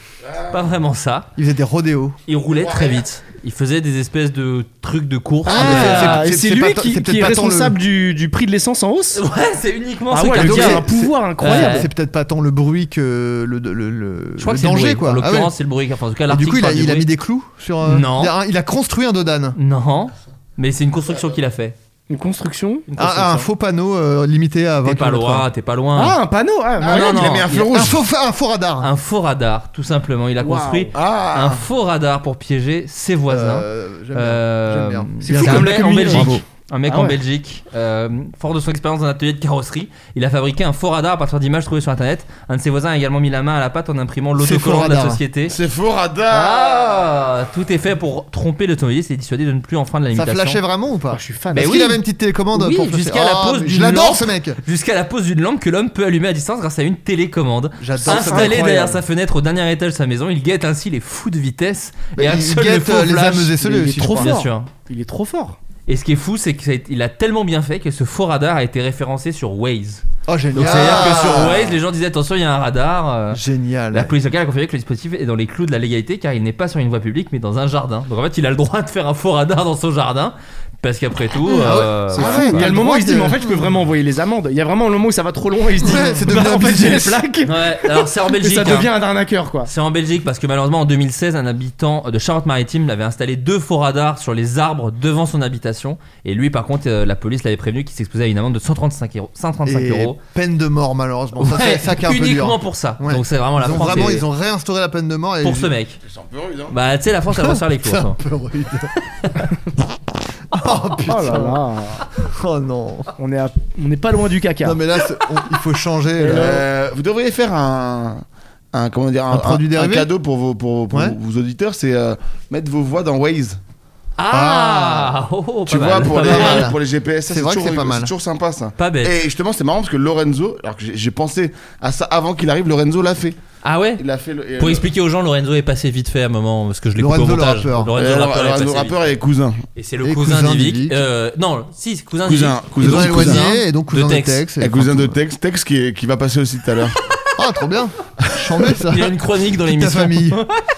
F: pas vraiment ça.
B: Ils faisaient des rodéos.
F: Il roulait très vite. Il faisait des espèces de trucs de course.
E: Ah,
B: C'est-
E: et
B: c'est-
E: c'est
B: c'est
E: lui
B: pas-
E: qui, qui
B: c'est peut-être
E: est
B: pas tant le-
E: responsable du, du prix de l'essence en hausse
F: Ouais, c'est Euh, uniquement
E: Ah
F: ce
E: ouais,
F: qu'il
E: le
F: y
E: gars
F: a.
B: hein.
E: a un pouvoir incroyable.
F: Ouais.
B: C'est peut-être pas tant le bruit que le, le, le-
F: Je crois
B: le
F: que c'est le bruit.
B: danger, quoi.
F: En
B: Ah ouais.
F: l'occurrence, c'est le bruit. Enfin, en tout cas,
B: Et du
F: l'article
B: coup, il a,
F: parle du
B: il a
F: bruit.
B: mis des clous sur. euh,
F: Non.
B: Il a, il a construit un dodane.
F: Non, mais c'est une construction qu'il a fait.
E: Une construction
F: Une
B: Ah, ah, un
F: construction.
B: faux panneau euh, limité à 20
F: T'es pas
B: kilomètres heure.
F: loin, t'es pas loin.
E: Ah, un panneau ah,
F: Ah,
E: ouais.
F: non,
G: il a
F: non,
G: mis un
F: il
G: feu
B: Un
G: rouge.
B: faux, un faux radar.
F: Un faux radar, tout simplement. Il a
E: Waouh.
F: construit un
G: Ah
F: faux radar pour piéger ses voisins.
B: Euh, j'aime bien.
F: Euh,
B: J'aime bien.
E: C'est
F: il
E: fou
F: y a un
E: comme la
F: mec en
E: communion.
F: Belgique.
E: Bravo.
F: Un mec
E: Ah
F: en
E: ouais.
F: Belgique, euh, fort de son expérience dans un atelier de carrosserie, il a fabriqué un faux radar à partir d'images trouvées sur internet. Un de ses voisins a également mis la main à la pâte en imprimant
B: C'est
F: l'autocollant
B: faux
F: de la
B: radar.
F: société.
G: C'est faux radar
F: Ah Tout est fait pour tromper l'automobiliste et dissuader de ne plus enfreindre la
B: Ça
F: limitation.
B: flashait vraiment ou pas
E: Ah, Je suis fan.
F: Mais
B: Est-ce
F: oui.
B: qu'il avait une petite télécommande
F: Oui,
B: pour flasher
F: jusqu'à la
B: Ah,
F: pause
B: mais
F: d'une
B: Je l'adore
F: lampe.
B: ce mec.
F: Jusqu'à la pose d'une lampe que l'homme peut allumer à distance grâce à une télécommande.
B: J'adore ce mec.
F: Installé
E: incroyable.
F: derrière sa fenêtre au dernier étage de sa maison, il guette ainsi les fous de vitesse
B: Mais
F: et
B: il
F: actionne le
B: guette,
F: faux
B: euh, les
F: flash.
B: âmes esselées
E: Il est
B: aussi, je
E: trop
B: crois.
F: Bien
E: fort.
F: sûr.
E: Il est trop fort.
F: Et ce qui est fou, c'est qu'il a tellement bien fait que ce faux radar a été référencé sur Waze.
B: Oh génial. Ah,
F: Donc c'est-à-dire que sur Waze, les gens disaient attention, il y a un radar. euh,
B: Génial.
F: La police locale a confirmé que le dispositif est dans les clous de la légalité car il n'est pas sur une voie publique mais dans un jardin. Donc en fait, il a le droit de faire un faux radar dans son jardin parce qu'après tout.
B: Ah
F: euh,
B: c'est
F: voilà,
B: fou.
F: quoi.
E: Il y a le moment où il se dit,
B: droite,
E: mais en fait, je peux vraiment envoyer les amendes. Il y a vraiment le moment où ça va trop loin et il se dit,
B: Ouais, c'est
E: bah,
B: devenu
E: en
B: un
E: fait, j'ai les
B: business.
E: plaques.
F: Ouais, alors c'est en
E: Et
F: Belgique.
E: ça
F: hein.
E: devient un arnaqueur, quoi.
F: C'est en Belgique parce que malheureusement en 2016 un habitant de Charente-Maritime avait installé deux faux radars sur les arbres devant son habitation et lui par contre euh, la police l'avait prévenu qu'il s'exposait à une amende de 135 euros. 135
B: Et
F: euros.
B: peine de mort malheureusement. ça,
F: Ouais,
B: c'est- ça qui est un peu
F: uniquement
B: dur.
F: pour ça.
B: Ouais.
F: Donc c'est vraiment la
B: Ils ont
F: France
B: vraiment
F: est-
B: ils ont réinstauré la peine de mort et
F: pour ce mec.
G: C'est un peu rude, hein
F: Bah tu sais la France elle resserre les
B: C'est
F: cours.
B: un [LAUGHS]
F: hein.
B: peu rude. oh
E: Oh là
B: putain.
E: là.
B: Oh non.
E: On est, à- on est pas loin du caca.
B: Non mais là c'est- on- il faut changer. là.
G: Euh, Vous devriez faire un. Un, comment dire, un,
B: Un produit dérivé
G: cadeau pour vos, pour, pour
B: Ouais.
G: vos auditeurs, c'est euh, mettre vos voix dans Waze.
F: Ah, oh, oh,
G: Tu
F: pas
G: vois,
F: mal,
G: pour
F: pas
G: les,
F: mal.
B: [LAUGHS] mal.
G: pour les GPS, ça,
B: C'est vrai que
G: toujours-
B: c'est pas mal.
G: c'est toujours sympa ça.
F: Pas bête.
G: Et justement, c'est marrant parce que Lorenzo, alors que j'ai- j'ai pensé à ça avant qu'il arrive, Lorenzo l'a fait.
F: Ah ouais
G: Il a fait le- et
F: Pour
G: le-
F: expliquer aux gens, Lorenzo est passé vite fait à un moment parce que je l'ai coupé au
B: Lorenzo, le
F: montage.
B: rappeur.
G: et
F: Lorenzo
G: alors,
F: le rappeur est
G: alors, Eh,
F: passé
G: le
F: vite.
G: euh, rappeur est cousin.
F: Et c'est le
B: Et
F: cousin,
B: cousin
F: d'Ivic.
B: d'Ivic.
F: Euh, non, si, c'est cousin
G: Cousin,
F: d'Ivic.
G: cousin,
B: Cousin
G: de cousin.
B: éloigné et donc cousin de
F: Tex.
B: Tex.
G: Et cousin de Tex, Tex qui, est- qui va passer aussi tout à l'heure.
B: [LAUGHS] Ah
G: [LAUGHS]
B: trop bien. Chambé ça.
F: Il y a une chronique dans
B: [LAUGHS] Toute ta
F: l'émission.
B: famille.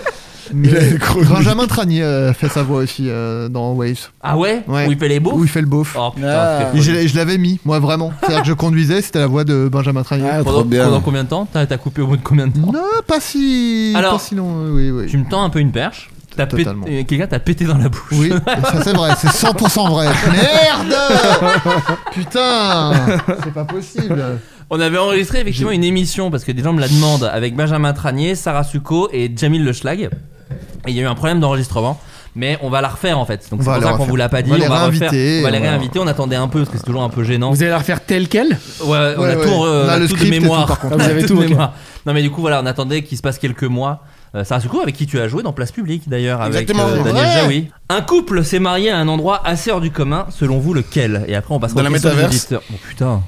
F: [LAUGHS]
G: Il a une chronique.
B: Benjamin Tranier euh, fait sa voix aussi euh, dans Waves.
F: Ah ouais,
B: Ouais.
F: Où il fait les beaux
B: Où il fait le beauf.
F: Oh putain,
G: Ah.
F: c'était
B: Et
F: fou.
B: je, je l'avais mis, moi vraiment. C'est-à-dire que je conduisais, c'était la voix de Benjamin Tranier.
G: Ah,
F: pendant,
G: trop bien.
F: pendant combien de temps T'as t'as coupé au bout de combien de temps
B: Non, pas si.
F: Alors,
B: pas si long, euh, oui, oui.
F: Tu me tends un peu une perche. T'as pété-
B: Totalement.
F: euh, Quelqu'un t'a pété dans la bouche.
B: Oui, ça c'est vrai, c'est 100% vrai. [LAUGHS] Merde Putain C'est pas possible
F: On avait enregistré effectivement une émission parce que des gens me la demandent avec Benjamin Tranier, Sarah Succo et Jamil Le Schlag. Et il y a eu un problème d'enregistrement. Mais on va la refaire en fait. Donc
B: On
F: c'est
B: va
F: pour ça
B: la
F: qu'on
B: refaire.
F: vous l'a pas
B: On
F: dit.
B: va les
F: refaire-
B: réinviter,
F: on va les
B: on va-
F: réinviter. On attendait un peu parce que c'est toujours un peu gênant.
E: Vous allez la refaire telle quelle
F: Ouais, on a
B: Ouais,
F: tout,
B: ouais.
F: euh,
B: On a
F: on a
B: le
F: tout de
B: script et
F: mémoire.
B: tout, par contre.
E: Ah, vous
F: On a [LAUGHS]
E: avez
F: de
E: tout, ok.
F: mémoire. Non, mais du coup, voilà, on attendait qu'il se passe quelques mois. Euh, Sarah Succo, avec qui tu as joué dans Place Publique d'ailleurs, avec
G: Exactement.
F: euh, Daniel
G: Ouais.
F: Jaoui. Un couple s'est marié à un endroit assez hors du commun, selon vous lequel Et après, on passera
G: Dans
F: aux
G: la
F: questions des
G: métaverse.
F: auditeurs. Oh putain,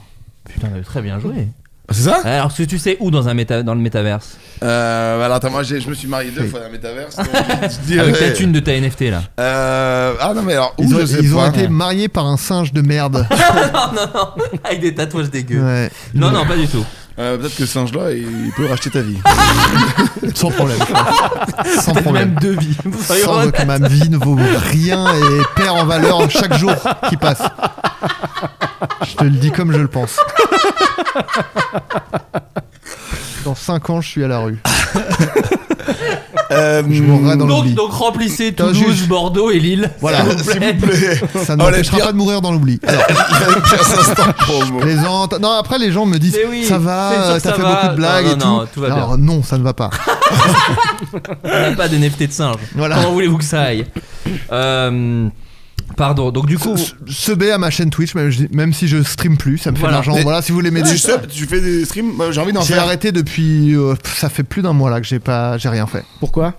F: putain, on avait très bien joué.
G: C'est ça
F: Alors, que tu sais où dans, un méta- dans le métaverse
G: euh, Alors attends, moi j'ai- je me suis marié deux fois dans la métaverse.
B: [LAUGHS]
G: donc je
B: Euh,
G: dirais-
F: Avec la thune de ta NFT là.
G: Euh, ah non, mais alors, où
B: Ils ont,
G: je sais
B: ils ont
G: pas.
B: été mariés par un singe de merde.
F: [LAUGHS] non, non, non, avec des tatouages dégueux.
B: Ouais.
F: Non, non, pas du tout.
G: Euh, Peut-être que ce singe-là, il peut racheter ta
B: [LAUGHS]
G: vie.
B: Sans problème.
F: Peut-être
B: Sans
F: même
B: problème.
F: deux vies. Vous seriez
B: Sans
F: honnête.
B: que ma vie ne vaut rien et perd en valeur chaque jour qui passe. Je te le dis comme je le pense. Dans 5 ans, je suis à
G: [LAUGHS]
B: la rue.
G: euh,
B: Je mourrai dans
F: donc,
B: l'oubli.
F: donc remplissez
B: Putain,
F: Toulouse,
B: juste.
F: Bordeaux et Lille.
B: Voilà.
F: s'il vous plaît.
B: Ça ne
G: Oh,
B: m'empêchera
G: les-
B: pas de mourir dans l'oubli. Alors,
G: promo.
B: plaisante. Non, après les gens me disent
F: Mais oui, c'est
B: ça
F: sûr
B: va,
F: que
B: ça
F: ça
B: fait
F: va.
B: beaucoup de blagues
F: Non,
B: et
F: non,
B: tout.
F: tout va bien.
B: Alors non, ça ne va pas.
F: On n'a pas de NFT de singe.
B: Voilà.
F: Comment voulez-vous que ça aille Euh, Pardon, donc du coup.
B: Se- Se baie à ma chaîne Twitch, même, je- même si je stream plus, ça me fait
F: Voilà.
B: de l'argent.
G: Mais-
B: Voilà, si vous voulez
G: Mais
B: m'aider.
G: tu, sais, tu fais des streams, moi, j'ai envie d'en
B: J'ai
G: faire.
B: arrêté depuis. euh, pff, ça fait plus d'un mois là que j'ai pas, j'ai rien fait.
E: Pourquoi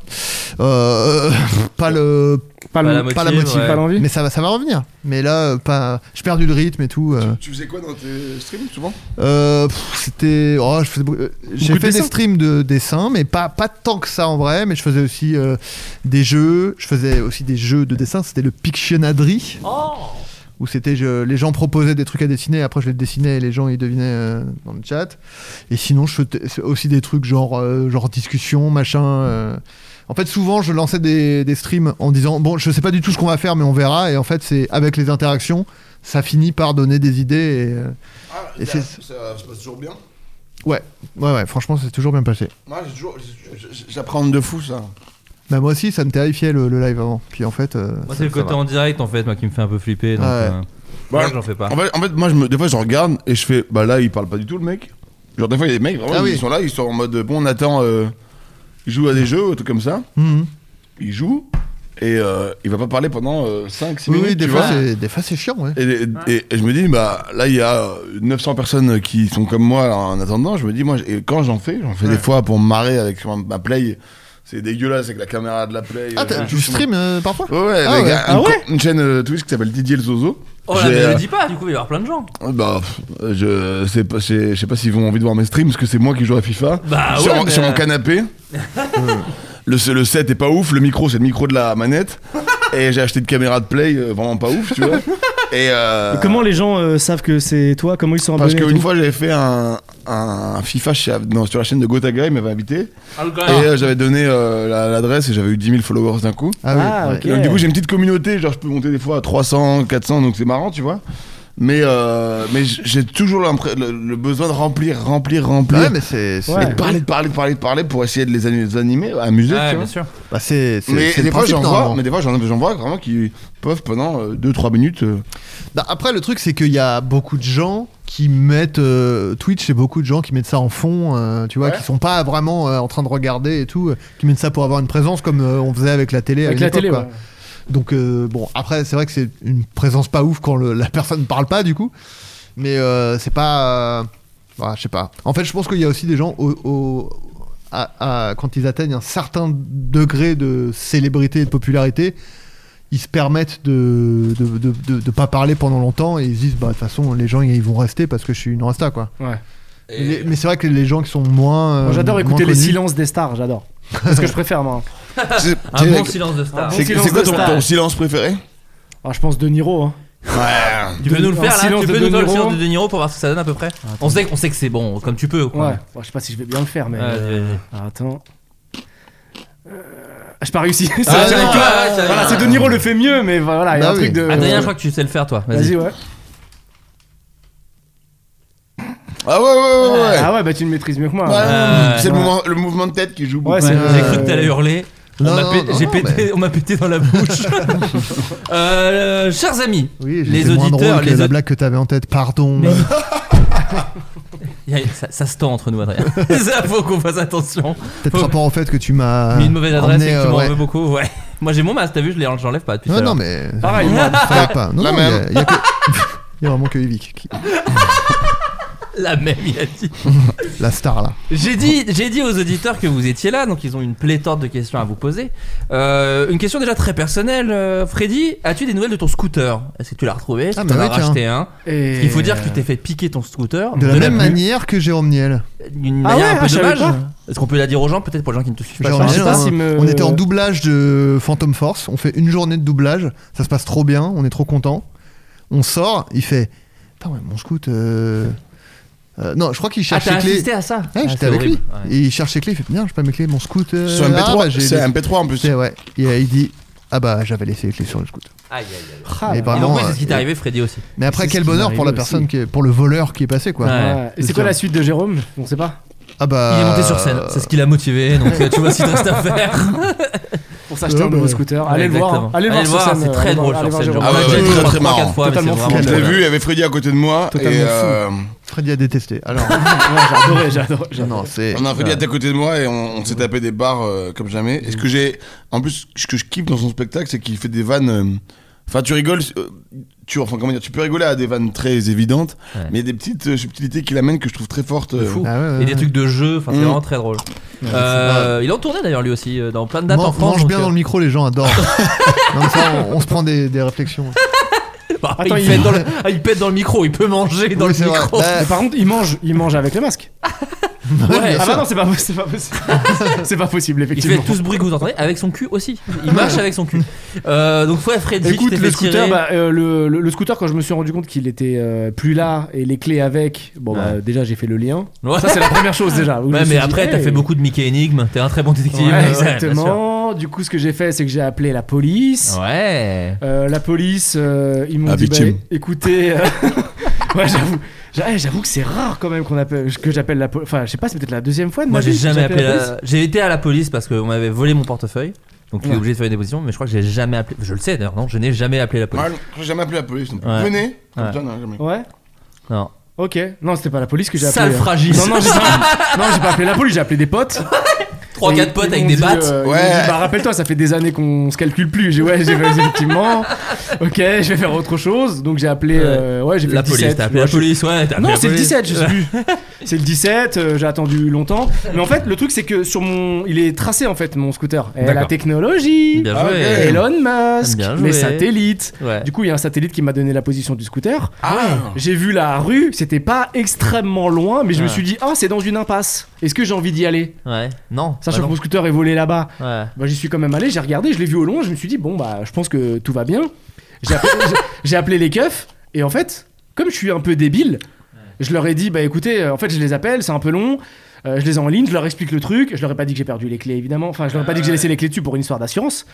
B: Euh, euh, pas le,
E: Pas
F: Pas
E: le-
F: la motive,
B: pas la motive,
F: ouais.
E: pas l'envie.
B: mais ça va, ça va revenir. Mais là, euh, pas, j'ai perdu le rythme et tout. euh.
G: Tu faisais quoi dans tes streams souvent
B: Euh, pff, C'était, oh, je faisais beaucoup- euh, j'ai
E: Beaucoup de
B: fait des
E: dessins.
B: streams de dessin, mais pas pas tant que ça en vrai. Mais je faisais aussi euh, des jeux. Je faisais aussi des jeux de dessin. C'était le Pictionary.
E: Oh.
B: Où c'était je- les gens proposaient des trucs à dessiner, après je les dessinais et les gens ils devinaient euh, dans le chat. Et sinon je faisais aussi des trucs genre euh, genre discussion machin. euh. En fait souvent je lançais des, des streams en disant bon je sais pas du tout ce qu'on va faire mais on verra et en fait c'est avec les interactions ça finit par donner des idées et euh,
G: Ah,
B: Et
G: ça,
B: c'est-
G: ça se passe toujours bien.
B: Ouais, ouais, ouais, franchement, c'est toujours bien passé.
G: Moi, j'ai toujours- j- j- j'appréhende de fou ça.
B: Bah, moi aussi, ça me terrifiait le, le live avant. Puis en fait. euh,
F: Moi,
B: ça-
F: c'est le
B: ça
F: côté en direct en fait, moi qui me fait un peu flipper. Donc,
B: Ouais.
F: euh, moi,
G: Ouais.
F: j'en fais pas.
G: En fait, en fait, moi, je me- des fois, je regarde et je fais, bah là, il parle pas du tout, le mec. Genre, des fois, il y a des mecs, vraiment,
B: Ah
G: ils
B: oui.
G: sont là, ils sont en mode, bon, on attend, euh, ils jouent à des jeux, ou tout comme ça.
B: va. Mhm.
G: Ils jouent et euh, il va pas parler pendant 5-6
B: Oui,
G: minutes.
B: oui, des
G: tu
B: fois,
G: vois.
B: c'est, des fois, c'est chiant, ouais.
G: Et, et- et- et je me dis, bah là, il y a euh, 900 personnes qui sont comme moi en attendant. Je me dis, moi, j- et quand j'en fais, j'en fais des fois pour me marrer avec sur ma, ma Play. C'est dégueulasse avec la caméra de la Play.
B: Ah,
G: euh,
B: t'as- tu
G: juste-
B: stream euh, parfois
G: Ouais, ouais,
B: Ah
G: avec
B: ouais.
G: un-
B: Ah
G: une,
B: ouais
G: une chaîne euh, Twitch qui s'appelle Didier le Zozo.
F: Oh là,
G: J'ai,
F: mais
G: euh,
F: le dis pas, du coup, il va y avoir plein de gens.
G: Bah, pff, euh, je sais pas, je je sais pas s'ils vont envie de voir mes streams parce que c'est moi qui joue à FIFA.
F: Bah
G: sur,
F: ouais, mais-
G: sur mon
F: [LAUGHS]
G: canapé. le, le set est pas ouf, le micro c'est le micro de la manette. Et j'ai acheté une caméra de play euh, vraiment pas ouf, tu vois.
F: [LAUGHS]
G: Et, euh,
C: Et Comment les gens euh, savent que c'est toi Comment ils sont
G: Parce
C: abonnés et
G: qu'une
C: tout
G: fois j'avais fait un, un FIFA chez- non, sur la chaîne de Gotaga, il m'avait invité.
F: Ah.
G: Et euh, j'avais donné euh, la- l'adresse et j'avais eu 10 000 followers d'un coup.
B: Ah, oui,
C: Ah,
B: ouais.
C: ok.
G: Et donc, du coup, j'ai une petite communauté, genre je peux monter des fois à 300, 400, donc c'est marrant, tu vois. Mais, euh, mais j- j'ai toujours l'impré- le, le besoin de remplir, remplir, remplir.
B: Ouais, mais c'est. c'est-
C: Ouais.
G: Et de parler, de parler, de parler, de parler pour essayer de les ani- les animer, amuser,
F: Ouais,
G: tu
F: bien
G: vois.
F: sûr.
B: Bah, c'est, c'est-
G: Mais
B: c'est le
G: des, fois,
B: principe, hein.
G: j'en vois,
B: normalement.
G: mais des fois, j'en j'en vois vraiment qui peuvent pendant 2-3 minutes. euh,
B: Bah, après, le truc, c'est qu'il y a beaucoup de gens qui mettent euh, Twitch, c'est beaucoup de gens qui mettent ça en fond, euh, tu vois,
G: Ouais.
B: qui sont pas vraiment euh, en train de regarder et tout, euh, qui mettent ça pour avoir une présence comme euh, on faisait avec la télé. à
E: Avec la
B: l'époque,
E: télé,
B: quoi.
E: ouais.
B: Donc euh, bon, après c'est vrai que c'est une présence pas ouf quand le- la personne parle pas du coup, mais euh, c'est pas, euh, voilà, je sais pas. En fait, je pense qu'il y a aussi des gens au, au- à- à- quand ils atteignent un certain degré de célébrité et de popularité, ils se permettent de de, de- de- de pas parler pendant longtemps et ils se disent bah de toute façon les gens ils vont rester parce que je suis une resta quoi.
E: Ouais.
B: Mais les- Mais c'est vrai que les gens qui sont moins, euh,
E: Moi, j'adore
B: moins
E: écouter les
B: connus-
E: silences des stars, j'adore. C'est ce que je préfère, moi.
G: c'est-
F: Un
G: c'est-
F: bon silence de star.
E: bon
G: c'est-
E: silence
G: c'est quoi
E: de
G: ton,
E: star.
G: ton silence préféré
E: Ah, je pense De Niro. Hein.
F: Tu peux nous le
E: Un
F: faire là
E: silence
F: Tu
E: de
F: peux
E: De
F: nous faire le
E: Niro.
F: silence de De Niro pour voir ce que ça donne à peu près on sait, on sait que c'est bon, comme tu peux.
E: Ouais.
F: quoi.
E: Bon, je sais pas si je vais bien le faire, mais.
F: Ouais, vas-y, vas-y.
E: Ah, Attends. Euh, ah, J'ai pas réussi. [LAUGHS] C'est-
F: Ah,
E: c'est-
F: non, ouais, ouais, ça-
E: voilà, c'est De Niro le fait mieux, mais voilà, il y a
B: Bah
E: un
B: oui.
E: truc de.
F: Adrien, je crois que tu sais le faire toi.
E: Vas-y,
F: Ah, Vas-y.
E: ouais.
G: Ah ouais, ouais,
B: Oh,
G: ouais, ouais.
E: Ah ouais, bah tu le maîtrises mieux que moi.
G: Ouais,
E: Ouais.
F: ouais,
G: c'est le,
E: ouais.
G: mouvement, le mouvement de tête qui joue beaucoup.
E: Ouais, c'est-
F: Ouais,
E: euh,
F: J'ai cru que t'allais hurler.
B: Non,
F: on m'a
B: non,
F: pété-
B: non,
F: j'ai
B: non,
F: pété,
B: mais-
F: on m'a pété dans la [LAUGHS] bouche. Euh, chers amis, Les
B: Oui, les auditeurs,
F: auditeurs,
B: moins drôle que
F: les
B: la
F: aud-
B: blague que t'avais en tête, pardon.
F: Mais- y a- ça, ça se tend entre nous, [LAUGHS] Adrien. ça faut qu'on fasse attention.
B: Peut-être
F: Faut-
B: rapport au fait que tu m'as.
F: Mis une mauvaise adresse
B: emmené,
F: et que tu
B: euh,
F: m'en
B: ouais.
F: veux beaucoup. Ouais. Moi j'ai mon masque, t'as vu, je l'ai- je l'enlève pas hein. depuis
B: Non,
F: tout à
B: non,
F: l'heure.
B: mais.
E: Pareil, moi.
B: Fallait pas. Non,
G: La
B: non, il y
G: même.
B: a- il y, a que. [LAUGHS] Il y a vraiment que Yvick, qui-
F: [LAUGHS] La même, il a dit.
B: la star là.
F: J'ai dit, j'ai dit aux auditeurs que vous étiez là, donc ils ont une pléthore de questions à vous poser. Euh, une question déjà très personnelle, euh, Freddy, as-tu des nouvelles de ton scooter Est-ce que tu l'as retrouvé Est-ce
B: Ah,
F: que
B: bah
F: t'en as
B: oui, tiens.
F: racheté un
E: Et- euh,
F: Il faut dire que tu t'es fait piquer ton scooter
B: De la
F: ne
B: même
F: plus.
B: manière que Jérôme Niel.
F: D'une
E: Ah
F: manière
E: ouais,
F: un peu
E: ah, je savais
F: dommage.
E: pas.
F: Est-ce qu'on peut la dire aux gens, peut-être pour les gens qui ne te suivent pas
B: Jérôme
F: sur
E: je sais
B: Niel,
E: pas
B: on-
E: s'il me-
B: On était en doublage de Phantom Force. On fait une journée de doublage. Ça se passe trop bien. On est trop content. On sort. Il fait. Putain, ouais, mon scout. euh, euh, non, je crois qu'il
F: Ah,
B: cherche
F: t'as
B: les clés.
F: assisté à ça
B: Ouais,
F: Ah,
B: j'étais
F: c'est
B: avec
F: horrible.
B: lui.
F: Ouais.
B: Et il cherche les clés. Il fait Bien, j'ai pas mes clés. Mon scout. euh,
G: Sur MP3,
B: ah, bah, j'ai
G: c'est
B: les-
G: MP3 en plus.
B: C'est- ouais. Et euh, il dit Ah bah, j'avais laissé les clés sur le scout.
F: Aïe, aïe, aïe.
E: Ah,
B: Mais
E: ouais.
F: Et
B: vraiment.
F: donc, oui, c'est ce qui t'est
B: euh,
F: arrivé, Freddy aussi.
B: Mais après,
E: C'est ce
B: quel
E: qui
B: bonheur pour la
E: m'arrive
B: personne,
E: aussi.
B: qui est- pour le voleur qui est passé, quoi.
F: Ouais.
E: Ouais. Et c'est quoi la suite de Jérôme On sait pas.
B: Ah bah.
F: Il est monté sur scène, c'est ce qui l'a motivé, donc euh, tu vois si te reste à faire.
E: Pour s'acheter un
B: Ouais,
E: nouveau
B: bah.
E: scooter. Allez le voir. hein.
F: Exactement. Allez le voir,
E: sur scène,
F: c'est
E: euh,
F: très
E: allez
F: drôle
E: voir-
F: sur
E: allez
F: scène.
E: voir
F: Jérôme.
G: Ah ouais,
F: On l'a
G: ouais,
F: déjà
G: très,
F: vu
G: très
F: 3-4 fois,
G: marrant.
F: mais c'est
E: Totalement
F: vraiment
E: fou.
G: Je l'ai
F: cool.
G: vu, il y avait Freddy à côté de moi. Et
E: Totalement fou.
G: euh,
B: Freddy a détesté. Alors,
F: [LAUGHS]
B: [LAUGHS]
E: Ouais, j'ai adoré, j'ai adoré. j'ai
B: non,
E: adoré.
B: non, c'est.
G: on a Freddy à côté de moi et on, on s'est tapé
F: Mm.
G: des barres euh, comme jamais. Et ce que j'ai. En plus, ce que je kiffe dans son spectacle, c'est qu'il fait des vannes. euh, Enfin, tu rigoles. euh, Tu, enfin, comment dire, tu peux rigoler à des vannes très évidentes,
F: Ouais.
G: mais il y a des petites euh, subtilités qu'il amène que je trouve très fortes.
F: de
G: euh,
F: fou.
B: Ah ouais, ouais,
F: Et des
B: ouais.
F: trucs de jeu, enfin, c'est
G: Mm.
F: vraiment très drôle. Euh, il en tournait d'ailleurs lui aussi euh, dans plein de dates en
B: Man-
F: France.
B: mange bien
F: donc, [LAUGHS] euh.
B: dans le micro, les gens adorent. Comme ça, on, on se prend des, des réflexions.
F: euh, bah,
E: Attends,
F: il,
E: il-
F: pète dans le... ah, il pète dans le micro, il peut manger dans
B: Oui, c'est
F: le
B: vrai.
F: micro.
B: Bah,
E: Mais par contre, il mange, il mange avec le masque.
F: Ouais,
E: ah bah non, c'est pas, [LAUGHS] c'est pas possible. c'est pas possible,
F: Il fait
E: effectivement.
F: tout ce bruit que vous entendez avec son cul aussi. Il marche avec son cul. Euh, donc ouais, Freddy,
E: Écoute,
F: t'es
E: le
F: fait
E: scooter,
F: tirer.
E: bah, euh, le, le- le scooter, quand je me suis rendu compte qu'il était euh, plus là et les clés avec, bon bah déjà j'ai fait le lien.
B: bah.
F: Ouais.
E: Ça c'est la première chose déjà. où je
F: Ouais,
E: me suis
F: mais
E: dit,
F: après, t'as
E: hey.
F: fait beaucoup de Mickey Énigme, t'es un très bon détective.
E: Ouais,
F: Ouais, ouais, bien
E: exactement. du coup, ce que j'ai fait, c'est que j'ai appelé la police.
F: sûr. Ouais.
E: Euh, la police, euh, ils m'ont
G: La
E: dit bah,
G: victime.
E: écoutez. euh, [LAUGHS] ouais, j'avoue. J'a- eh, J'avoue que c'est rare quand même qu'on appelle, que j'appelle la police. Enfin, je sais pas, c'est peut-être la deuxième fois de
B: Bah,
F: Moi,
E: ma
F: j'ai
E: vie que
F: jamais
E: j'appelle
F: appelé.
E: police.
F: La... J'ai été à la police parce qu'on m'avait volé mon portefeuille. Donc, j'étais
G: Ouais.
F: obligé de faire une déposition, mais je crois que j'ai jamais appelé. Je le sais d'ailleurs, non Je n'ai jamais appelé la police.
G: moi, je- j'ai jamais appelé la police. non plus.
F: Ouais.
G: Venez. Comme
F: Ouais.
G: ça, non, jamais.
E: Ouais.
F: Non.
E: Ok. Non, c'était pas la police que j'ai appelé. hein.
F: Sale fragile.
E: Non, non, j'ai non, j'ai pas appelé la police, j'ai appelé des potes.
F: Trois, quatre
E: Et-
F: potes
E: ils
F: avec
E: m'ont
F: des
E: dit,
F: battes.
E: euh, ils m'ont
G: Ouais.
E: dit, bah rappelle-toi, ça fait des années qu'on se calcule plus. J'ai ouais, j'ai fait
F: [LAUGHS]
E: effectivement. Ok, je vais faire autre chose. Donc j'ai appelé. euh, ouais, j'ai fait
F: La
E: le
F: police,
E: 17,
F: t'as
E: je
F: appelé
E: vois,
F: la
E: je-
F: police, ouais. t'as appelé
E: Non,
F: la
E: c'est le
F: police.
E: 17, je sais
F: [LAUGHS]
E: plus. C'est le 17, euh, j'ai attendu longtemps. Mais en fait, le truc, c'est que sur mon. Il est tracé, en fait, mon scooter. Et la
F: D'accord.
E: technologie.
F: Bien
G: Ah,
F: joué.
G: ok. Et là-
E: Elon Musk,
F: Bien joué.
E: les satellites.
F: Ouais.
E: Du coup, il y a un satellite qui m'a donné la position du scooter.
G: Ah,
E: J'ai vu la rue, c'était pas extrêmement loin, mais je me
F: Ouais.
E: suis dit, ah, c'est dans une impasse. Est-ce que j'ai envie d'y aller
F: Ouais. Non.
E: Sachant
F: bah
E: que
F: non.
E: mon scooter est volé là-bas.
F: Ouais.
E: [LAUGHS] Bah, j'y suis quand même allé, j'ai regardé, je l'ai vu au loin, je me suis dit, bon, bah, je pense que tout va bien. J'ai appelé, j'ai- j'ai appelé les keufs, et en fait, comme je suis un peu débile, je leur ai dit, bah écoutez, euh, en fait, je les appelle, c'est un peu long, euh, je les ai en ligne, je leur explique le truc, je leur ai pas dit que j'ai perdu les clés, évidemment, enfin, je leur ai pas dit que j'ai laissé les clés dessus pour une histoire d'assurance,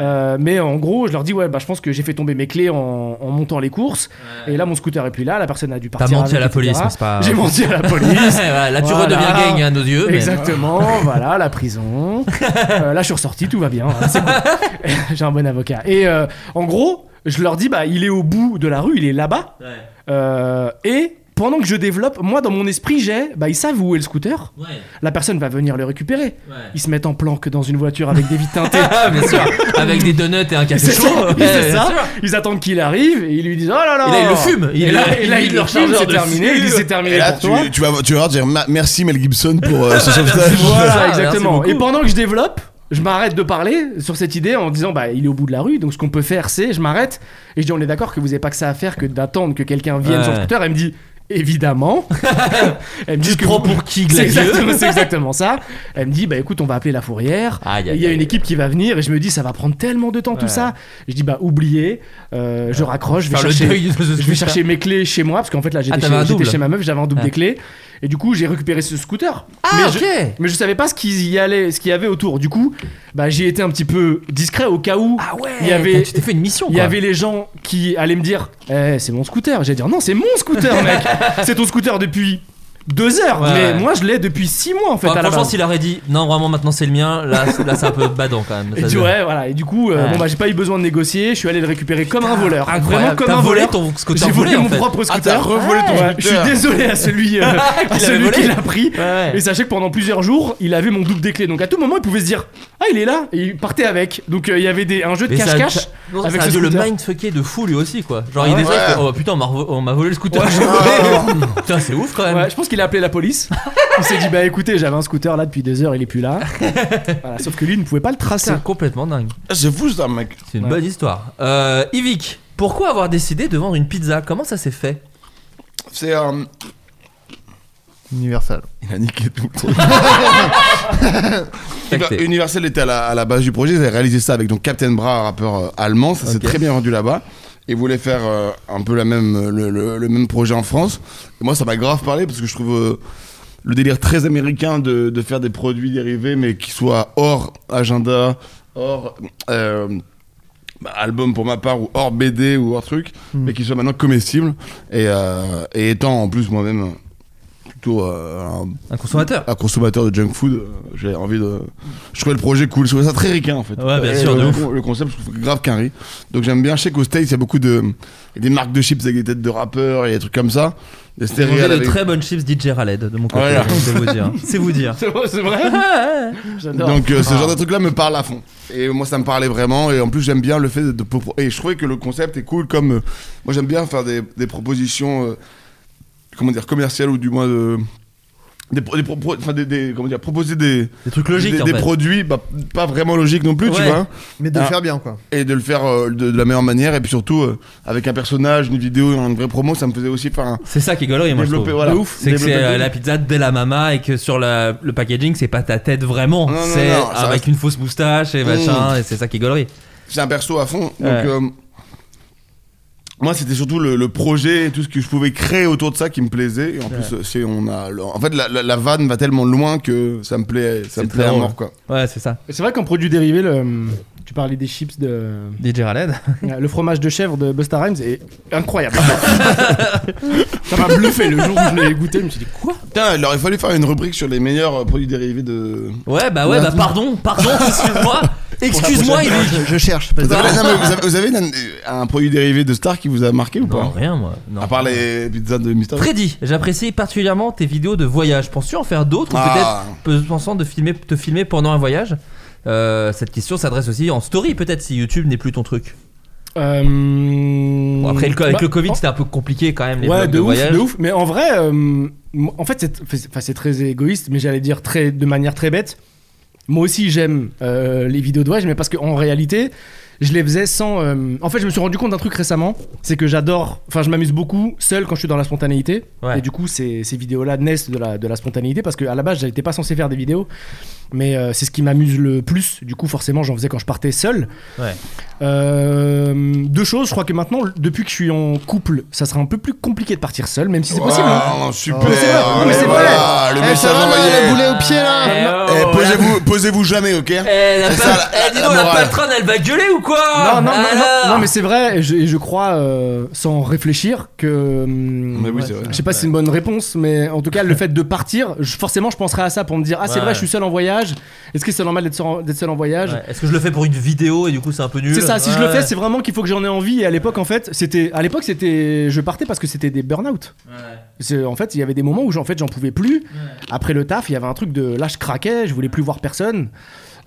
E: Euh, mais en gros, je leur dis, ouais, bah, je pense que j'ai fait tomber mes clés en, en montant les courses, et là, mon scooter est plus là, la personne a dû
F: T'as
E: partir.
F: menti à
E: avec,
F: la police,
E: etc..
F: mais c'est pas.
E: J'ai menti à la police.
F: Ouais, ouais, Là, tu
E: Voilà.
F: redeviens gang à nos yeux. mais- [LAUGHS]
E: Exactement, voilà, la prison. Euh, là, je suis ressorti, tout va bien. hein, c'est
F: [LAUGHS]
E: cool. J'ai un bon avocat. Et euh, en gros, je leur dis, bah, il est au bout de la rue, il est là-bas.
F: Ouais.
E: Euh, et pendant que je développe, moi, dans mon esprit, j'ai, bah, ils savent où est le scooter.
F: Ouais.
E: La personne va venir le récupérer.
F: Ouais.
E: Ils se mettent en planque dans une voiture avec des vitres teintées.
F: [LAUGHS] Ah, bien sûr. Avec des donuts et un café
E: C'est
F: chaud.
E: ça,
F: ouais,
E: ils font
F: bien
E: ça,
F: sûr.
E: ils attendent qu'il arrive et ils lui disent oh là là.
F: Et là, ils le fument.
E: Et
F: Ils-
E: là,
F: ils
E: et là,
F: vident
E: ils
F: leur
E: le fument,
F: chargeur
E: c'est
F: dessus.
E: terminé. Ils disent c'est
G: Et
E: terminé
G: là,
E: pour
G: tu,
E: toi.
G: tu vas, tu vas voir, dire ma- merci Mel Gibson pour euh, ce sauvetage.
E: Voilà,
F: Merci
E: exactement.
F: beaucoup.
E: Et pendant que je développe, je m'arrête de parler sur cette idée en disant bah il est au bout de la rue, donc ce qu'on peut faire c'est je m'arrête et je dis on est d'accord que vous n'avez pas que ça à faire que d'attendre que quelqu'un vienne
F: Ouais.
E: sur le scooter. Elle me dit
F: [LAUGHS]
E: évidemment. Elle me dit
F: Tu te prends pour qui,
E: c'est
F: Gladieux
E: exactement, c'est exactement ça. Elle me dit bah écoute on va appeler la fourrière.
F: Aïe, aïe,
E: Il y a
F: aïe,
E: une
F: aïe.
E: équipe qui va venir et je me dis ça va prendre tellement de temps
F: Ouais.
E: tout ça. Je dis bah oubliez, euh, je raccroche, je vais
F: Faire le
E: chercher-
F: deuil de ce
E: je vais
F: scooter.
E: chercher mes clés chez moi parce qu'en fait là j'étais
F: Ah, t'avais un
E: chez, j'étais
F: double.
E: chez ma meuf, j'avais un double
F: Ouais.
E: des clés et du coup j'ai récupéré ce scooter.
F: Ah,
E: Mais je-
F: ok.
E: mais je savais pas ce qu'il y allait, ce qu'il y avait autour. Du coup, bah j'ai été un petit peu discret au cas où
F: Ah ouais.
E: il y avait
F: Tu t'es fait une mission.
E: il y
F: quoi.
E: avait les gens qui allaient me dire Eh, c'est mon scooter. J'ai dire non, c'est mon scooter,
F: [LAUGHS]
E: mec. c'est ton scooter depuis deux heures.
F: Ouais,
E: mais
F: ouais.
E: moi, je l'ai depuis six mois en fait.
F: Enfin,
E: à la
F: Bah, franchement,
E: base.
F: s'il aurait dit non, vraiment maintenant c'est le
E: [LAUGHS]
F: mien, là, là c'est un peu badant quand même.
E: Et
F: Ça
E: du,
F: se-
E: ouais, voilà. Et du coup, euh,
F: Ouais.
E: bon bah j'ai pas eu besoin de négocier. Je suis allé le récupérer comme un voleur.
F: Incroyable.
E: Vraiment comme
F: T'as
E: un
F: volé
E: voleur.
F: ton scooter
E: J'ai volé
F: volé, en
E: mon
F: fait.
E: propre
G: Ah, t'as
E: scooter.
G: revolé ton
E: Ouais, je suis
G: scooter.
E: désolé à celui,
F: [LAUGHS]
E: euh, à
F: Qui l'avait
E: celui
F: volé.
E: qui l'a pris.
F: Ouais.
E: Et sachez que pendant plusieurs jours, il avait mon double des clés. Donc à tout moment, il pouvait se dire Ah, il est là Et il partait avec. Donc euh, il y avait des, un jeu de
F: Mais ça-
E: cache-cache
F: ça- non,
E: avec
F: ça a
E: ce
F: dû le
E: scooter.
F: mindfucker de fou lui aussi quoi. Genre il
E: Ah ouais.
F: décide que, oh putain on m'a revo- on m'a volé le [LAUGHS] scooter. putain c'est ouf quand même.
E: Ouais, je pense qu'il a appelé la police. Il s'est dit Bah écoutez, j'avais un scooter là depuis deux heures, il est plus
F: [LAUGHS]
E: là. Voilà, sauf que lui, il ne pouvait pas le tracer.
F: c'est complètement dingue.
G: C'est fou ça, mec.
F: C'est une
E: Ouais.
F: bonne histoire. Euh, Yvick, pourquoi avoir décidé de vendre une pizza Comment ça s'est fait
G: C'est. euh,
B: Universal.
G: Il a niqué tout le truc.
F: Tacté.
G: Universal était à la, à la base du projet, ils avaient réalisé ça avec donc Captain Bra, un rappeur euh, allemand, ça s'est
F: Ok.
G: très bien rendu là-bas. Et voulaient faire euh, un peu la même, euh, le, le- le même projet en France. Et moi, ça m'a grave parlé parce que je trouve euh, le délire très américain de, de faire des produits dérivés, mais qui soient hors agenda, hors euh, bah, album pour ma part, ou hors BD, ou hors truc, mais qui soient maintenant comestibles. Et, euh, et étant en plus moi-même plutôt euh, un
F: Un consommateur.
G: un consommateur de junk food, euh, j'ai envie de. Je trouvais le projet cool, je trouvais ça très ricain en fait.
F: Ouais, bien
G: Et
F: sûr, de
G: le,
F: ouf.
G: le concept, je trouve grave qu'un riz. Donc j'aime bien. Je sais qu'aux States, il y a beaucoup de. il y a des marques de chips avec des têtes de rappeurs et des trucs comme ça. de
F: Mangez
G: céréales
F: de
G: avec-
F: très bonnes chips DJ Raled de mon côté,
G: Voilà.
F: c'est vous
G: [LAUGHS]
F: dire. C'est vous dire. Ah,
E: C'est vrai, c'est vrai J'adore. Ah.
G: Donc euh, ce genre de truc là me parle à fond. Et moi ça me parlait vraiment et en plus j'aime bien le fait de, de- et je trouvais que le concept est cool comme euh, moi j'aime bien faire des, des propositions euh, comment dire commerciales ou du moins de des, pro- des pro- pro- enfin, des- des- comment dire proposer des
F: Des trucs logiques
G: des,
F: en
G: des
F: fait.
G: produits bah, pas vraiment logiques non plus tu
F: Ouais.
G: vois
B: Mais de
G: Ah.
B: le faire bien, quoi.
G: et de le faire euh, de, de la meilleure manière et puis surtout euh, avec un personnage une vidéo une vraie promo ça me faisait aussi faire un
F: C'est ça qui est gaulerie, moi je
G: Développer,
F: trouve.
G: voilà.
F: De
G: ouf,
F: C'est que c'est
G: développer.
F: euh, la pizza de la mama et que sur la- le packaging, c'est pas ta tête vraiment.
G: Non, non,
F: C'est
G: non, ça
F: avec
G: reste- Mmh.
F: une fausse moustache et machin, et c'est ça qui est gaulerie.
G: c'est un perso à fond.
F: Ouais.
G: Donc, euh, moi, c'était surtout le, le projet, et tout ce que je pouvais créer autour de ça qui me plaisait. Et en plus, euh, c'est, on a, le- en fait, la, la- la vanne va tellement loin que ça me plaît, ça
F: C'est
G: me plaît
F: très
G: à
F: drôle.
G: mort, quoi.
F: Ouais, c'est ça.
E: C'est vrai qu'en produit dérivé, le- tu parlais des chips de.
F: DJ Raled.
E: Euh, Le fromage de chèvre de Busta Rhymes est incroyable. [LAUGHS] ça m'a bluffé le jour où je l'ai goûté. Je me suis dit quoi
G: Putain, il aurait fallu faire une rubrique sur les meilleurs euh, produits dérivés
F: [LAUGHS]
G: de.
F: [LAUGHS] Ouais, bah ouais, bah pardon, pardon, excuse-moi. Excuse-moi, il est.
B: Je, je cherche. parce
G: Vous
B: que-
G: avez, non, mais vous avez- vous avez un, un produit dérivé de Star qui vous a marqué ou pas
F: Non, rien, moi. Non.
G: À part les pizzas de Mister.
F: Freddy, j'apprécie particulièrement tes vidéos de voyage. Penses-tu en faire d'autres
G: Ah.
F: ou peut-être pe- pensant de filmer, te filmer pendant un voyage Euh, Cette question s'adresse aussi en story, peut-être si YouTube n'est plus ton truc.
E: Euh,
F: Bon, après, le co- avec le Covid, c'était un peu compliqué quand même les
E: Mm. bah, oh. Ouais,
F: vlogs
E: de,
F: de,
E: ouf,
F: voyage.
E: de ouf. Mais en vrai, euh, en fait, c'est- enfin, c'est enfin, c'est très égoïste, mais j'allais dire très, de manière très bête. Moi aussi, j'aime euh, les vidéos de voyage, mais parce qu'en réalité, je les faisais sans. euh, En fait, je me suis rendu compte d'un truc récemment, c'est que j'adore. Enfin, je m'amuse beaucoup seul quand je suis dans la spontanéité.
F: Ouais.
E: Et du coup, ces, ces vidéos-là naissent de la, de la spontanéité parce qu'à la base, j'étais pas censé faire des vidéos, mais euh, c'est ce qui m'amuse le plus. Du coup, forcément, j'en faisais quand je partais seul.
F: Ouais.
E: Euh, deux choses, je crois que maintenant, depuis que je suis en couple, ça sera un peu plus compliqué de partir seul, même si c'est possible. hein.
G: Oh, super.
B: Mais c'est vrai,
E: mais
G: et
E: c'est
G: voilà, le
B: Eh,
G: message
B: ça va, là,
G: envoyé.
B: le boulet au pied, là
G: Eh, posez-vous, posez-vous jamais, ok
F: Oh, Eh, la
G: C'est
F: pat-
G: ça, la-
F: eh, dis
G: la
F: donc, la
G: morale.
F: patronne, elle va gueuler ou quoi
E: Non, non, non, non,
F: Alors
E: non, mais c'est vrai, et je, et je crois, euh, sans réfléchir, que. hum,
G: Mais oui, c'est vrai.
E: Je sais pas si c'est une bonne réponse, mais en tout cas, le fait de partir, je- forcément, je penserai à ça pour me dire Ah, c'est
F: Ouais.
E: vrai, je suis seul en voyage. Est-ce que c'est normal d'être seul, en- d'être seul en voyage
F: Ouais, Est-ce que Ah, je le fais pour une vidéo et du coup c'est un peu nul
E: C'est ça, si je
F: Ouais,
E: le fais,
F: ouais.
E: c'est vraiment qu'il faut que j'en ai envie. Et à l'époque, en fait, c'était. À l'époque, c'était. Je partais parce que c'était des burn-out. C'est- En fait, il y avait des moments où j'en en fait, j'en pouvais plus. Après le taf, il y avait un truc de. Là, je craquais, je voulais plus voir personne.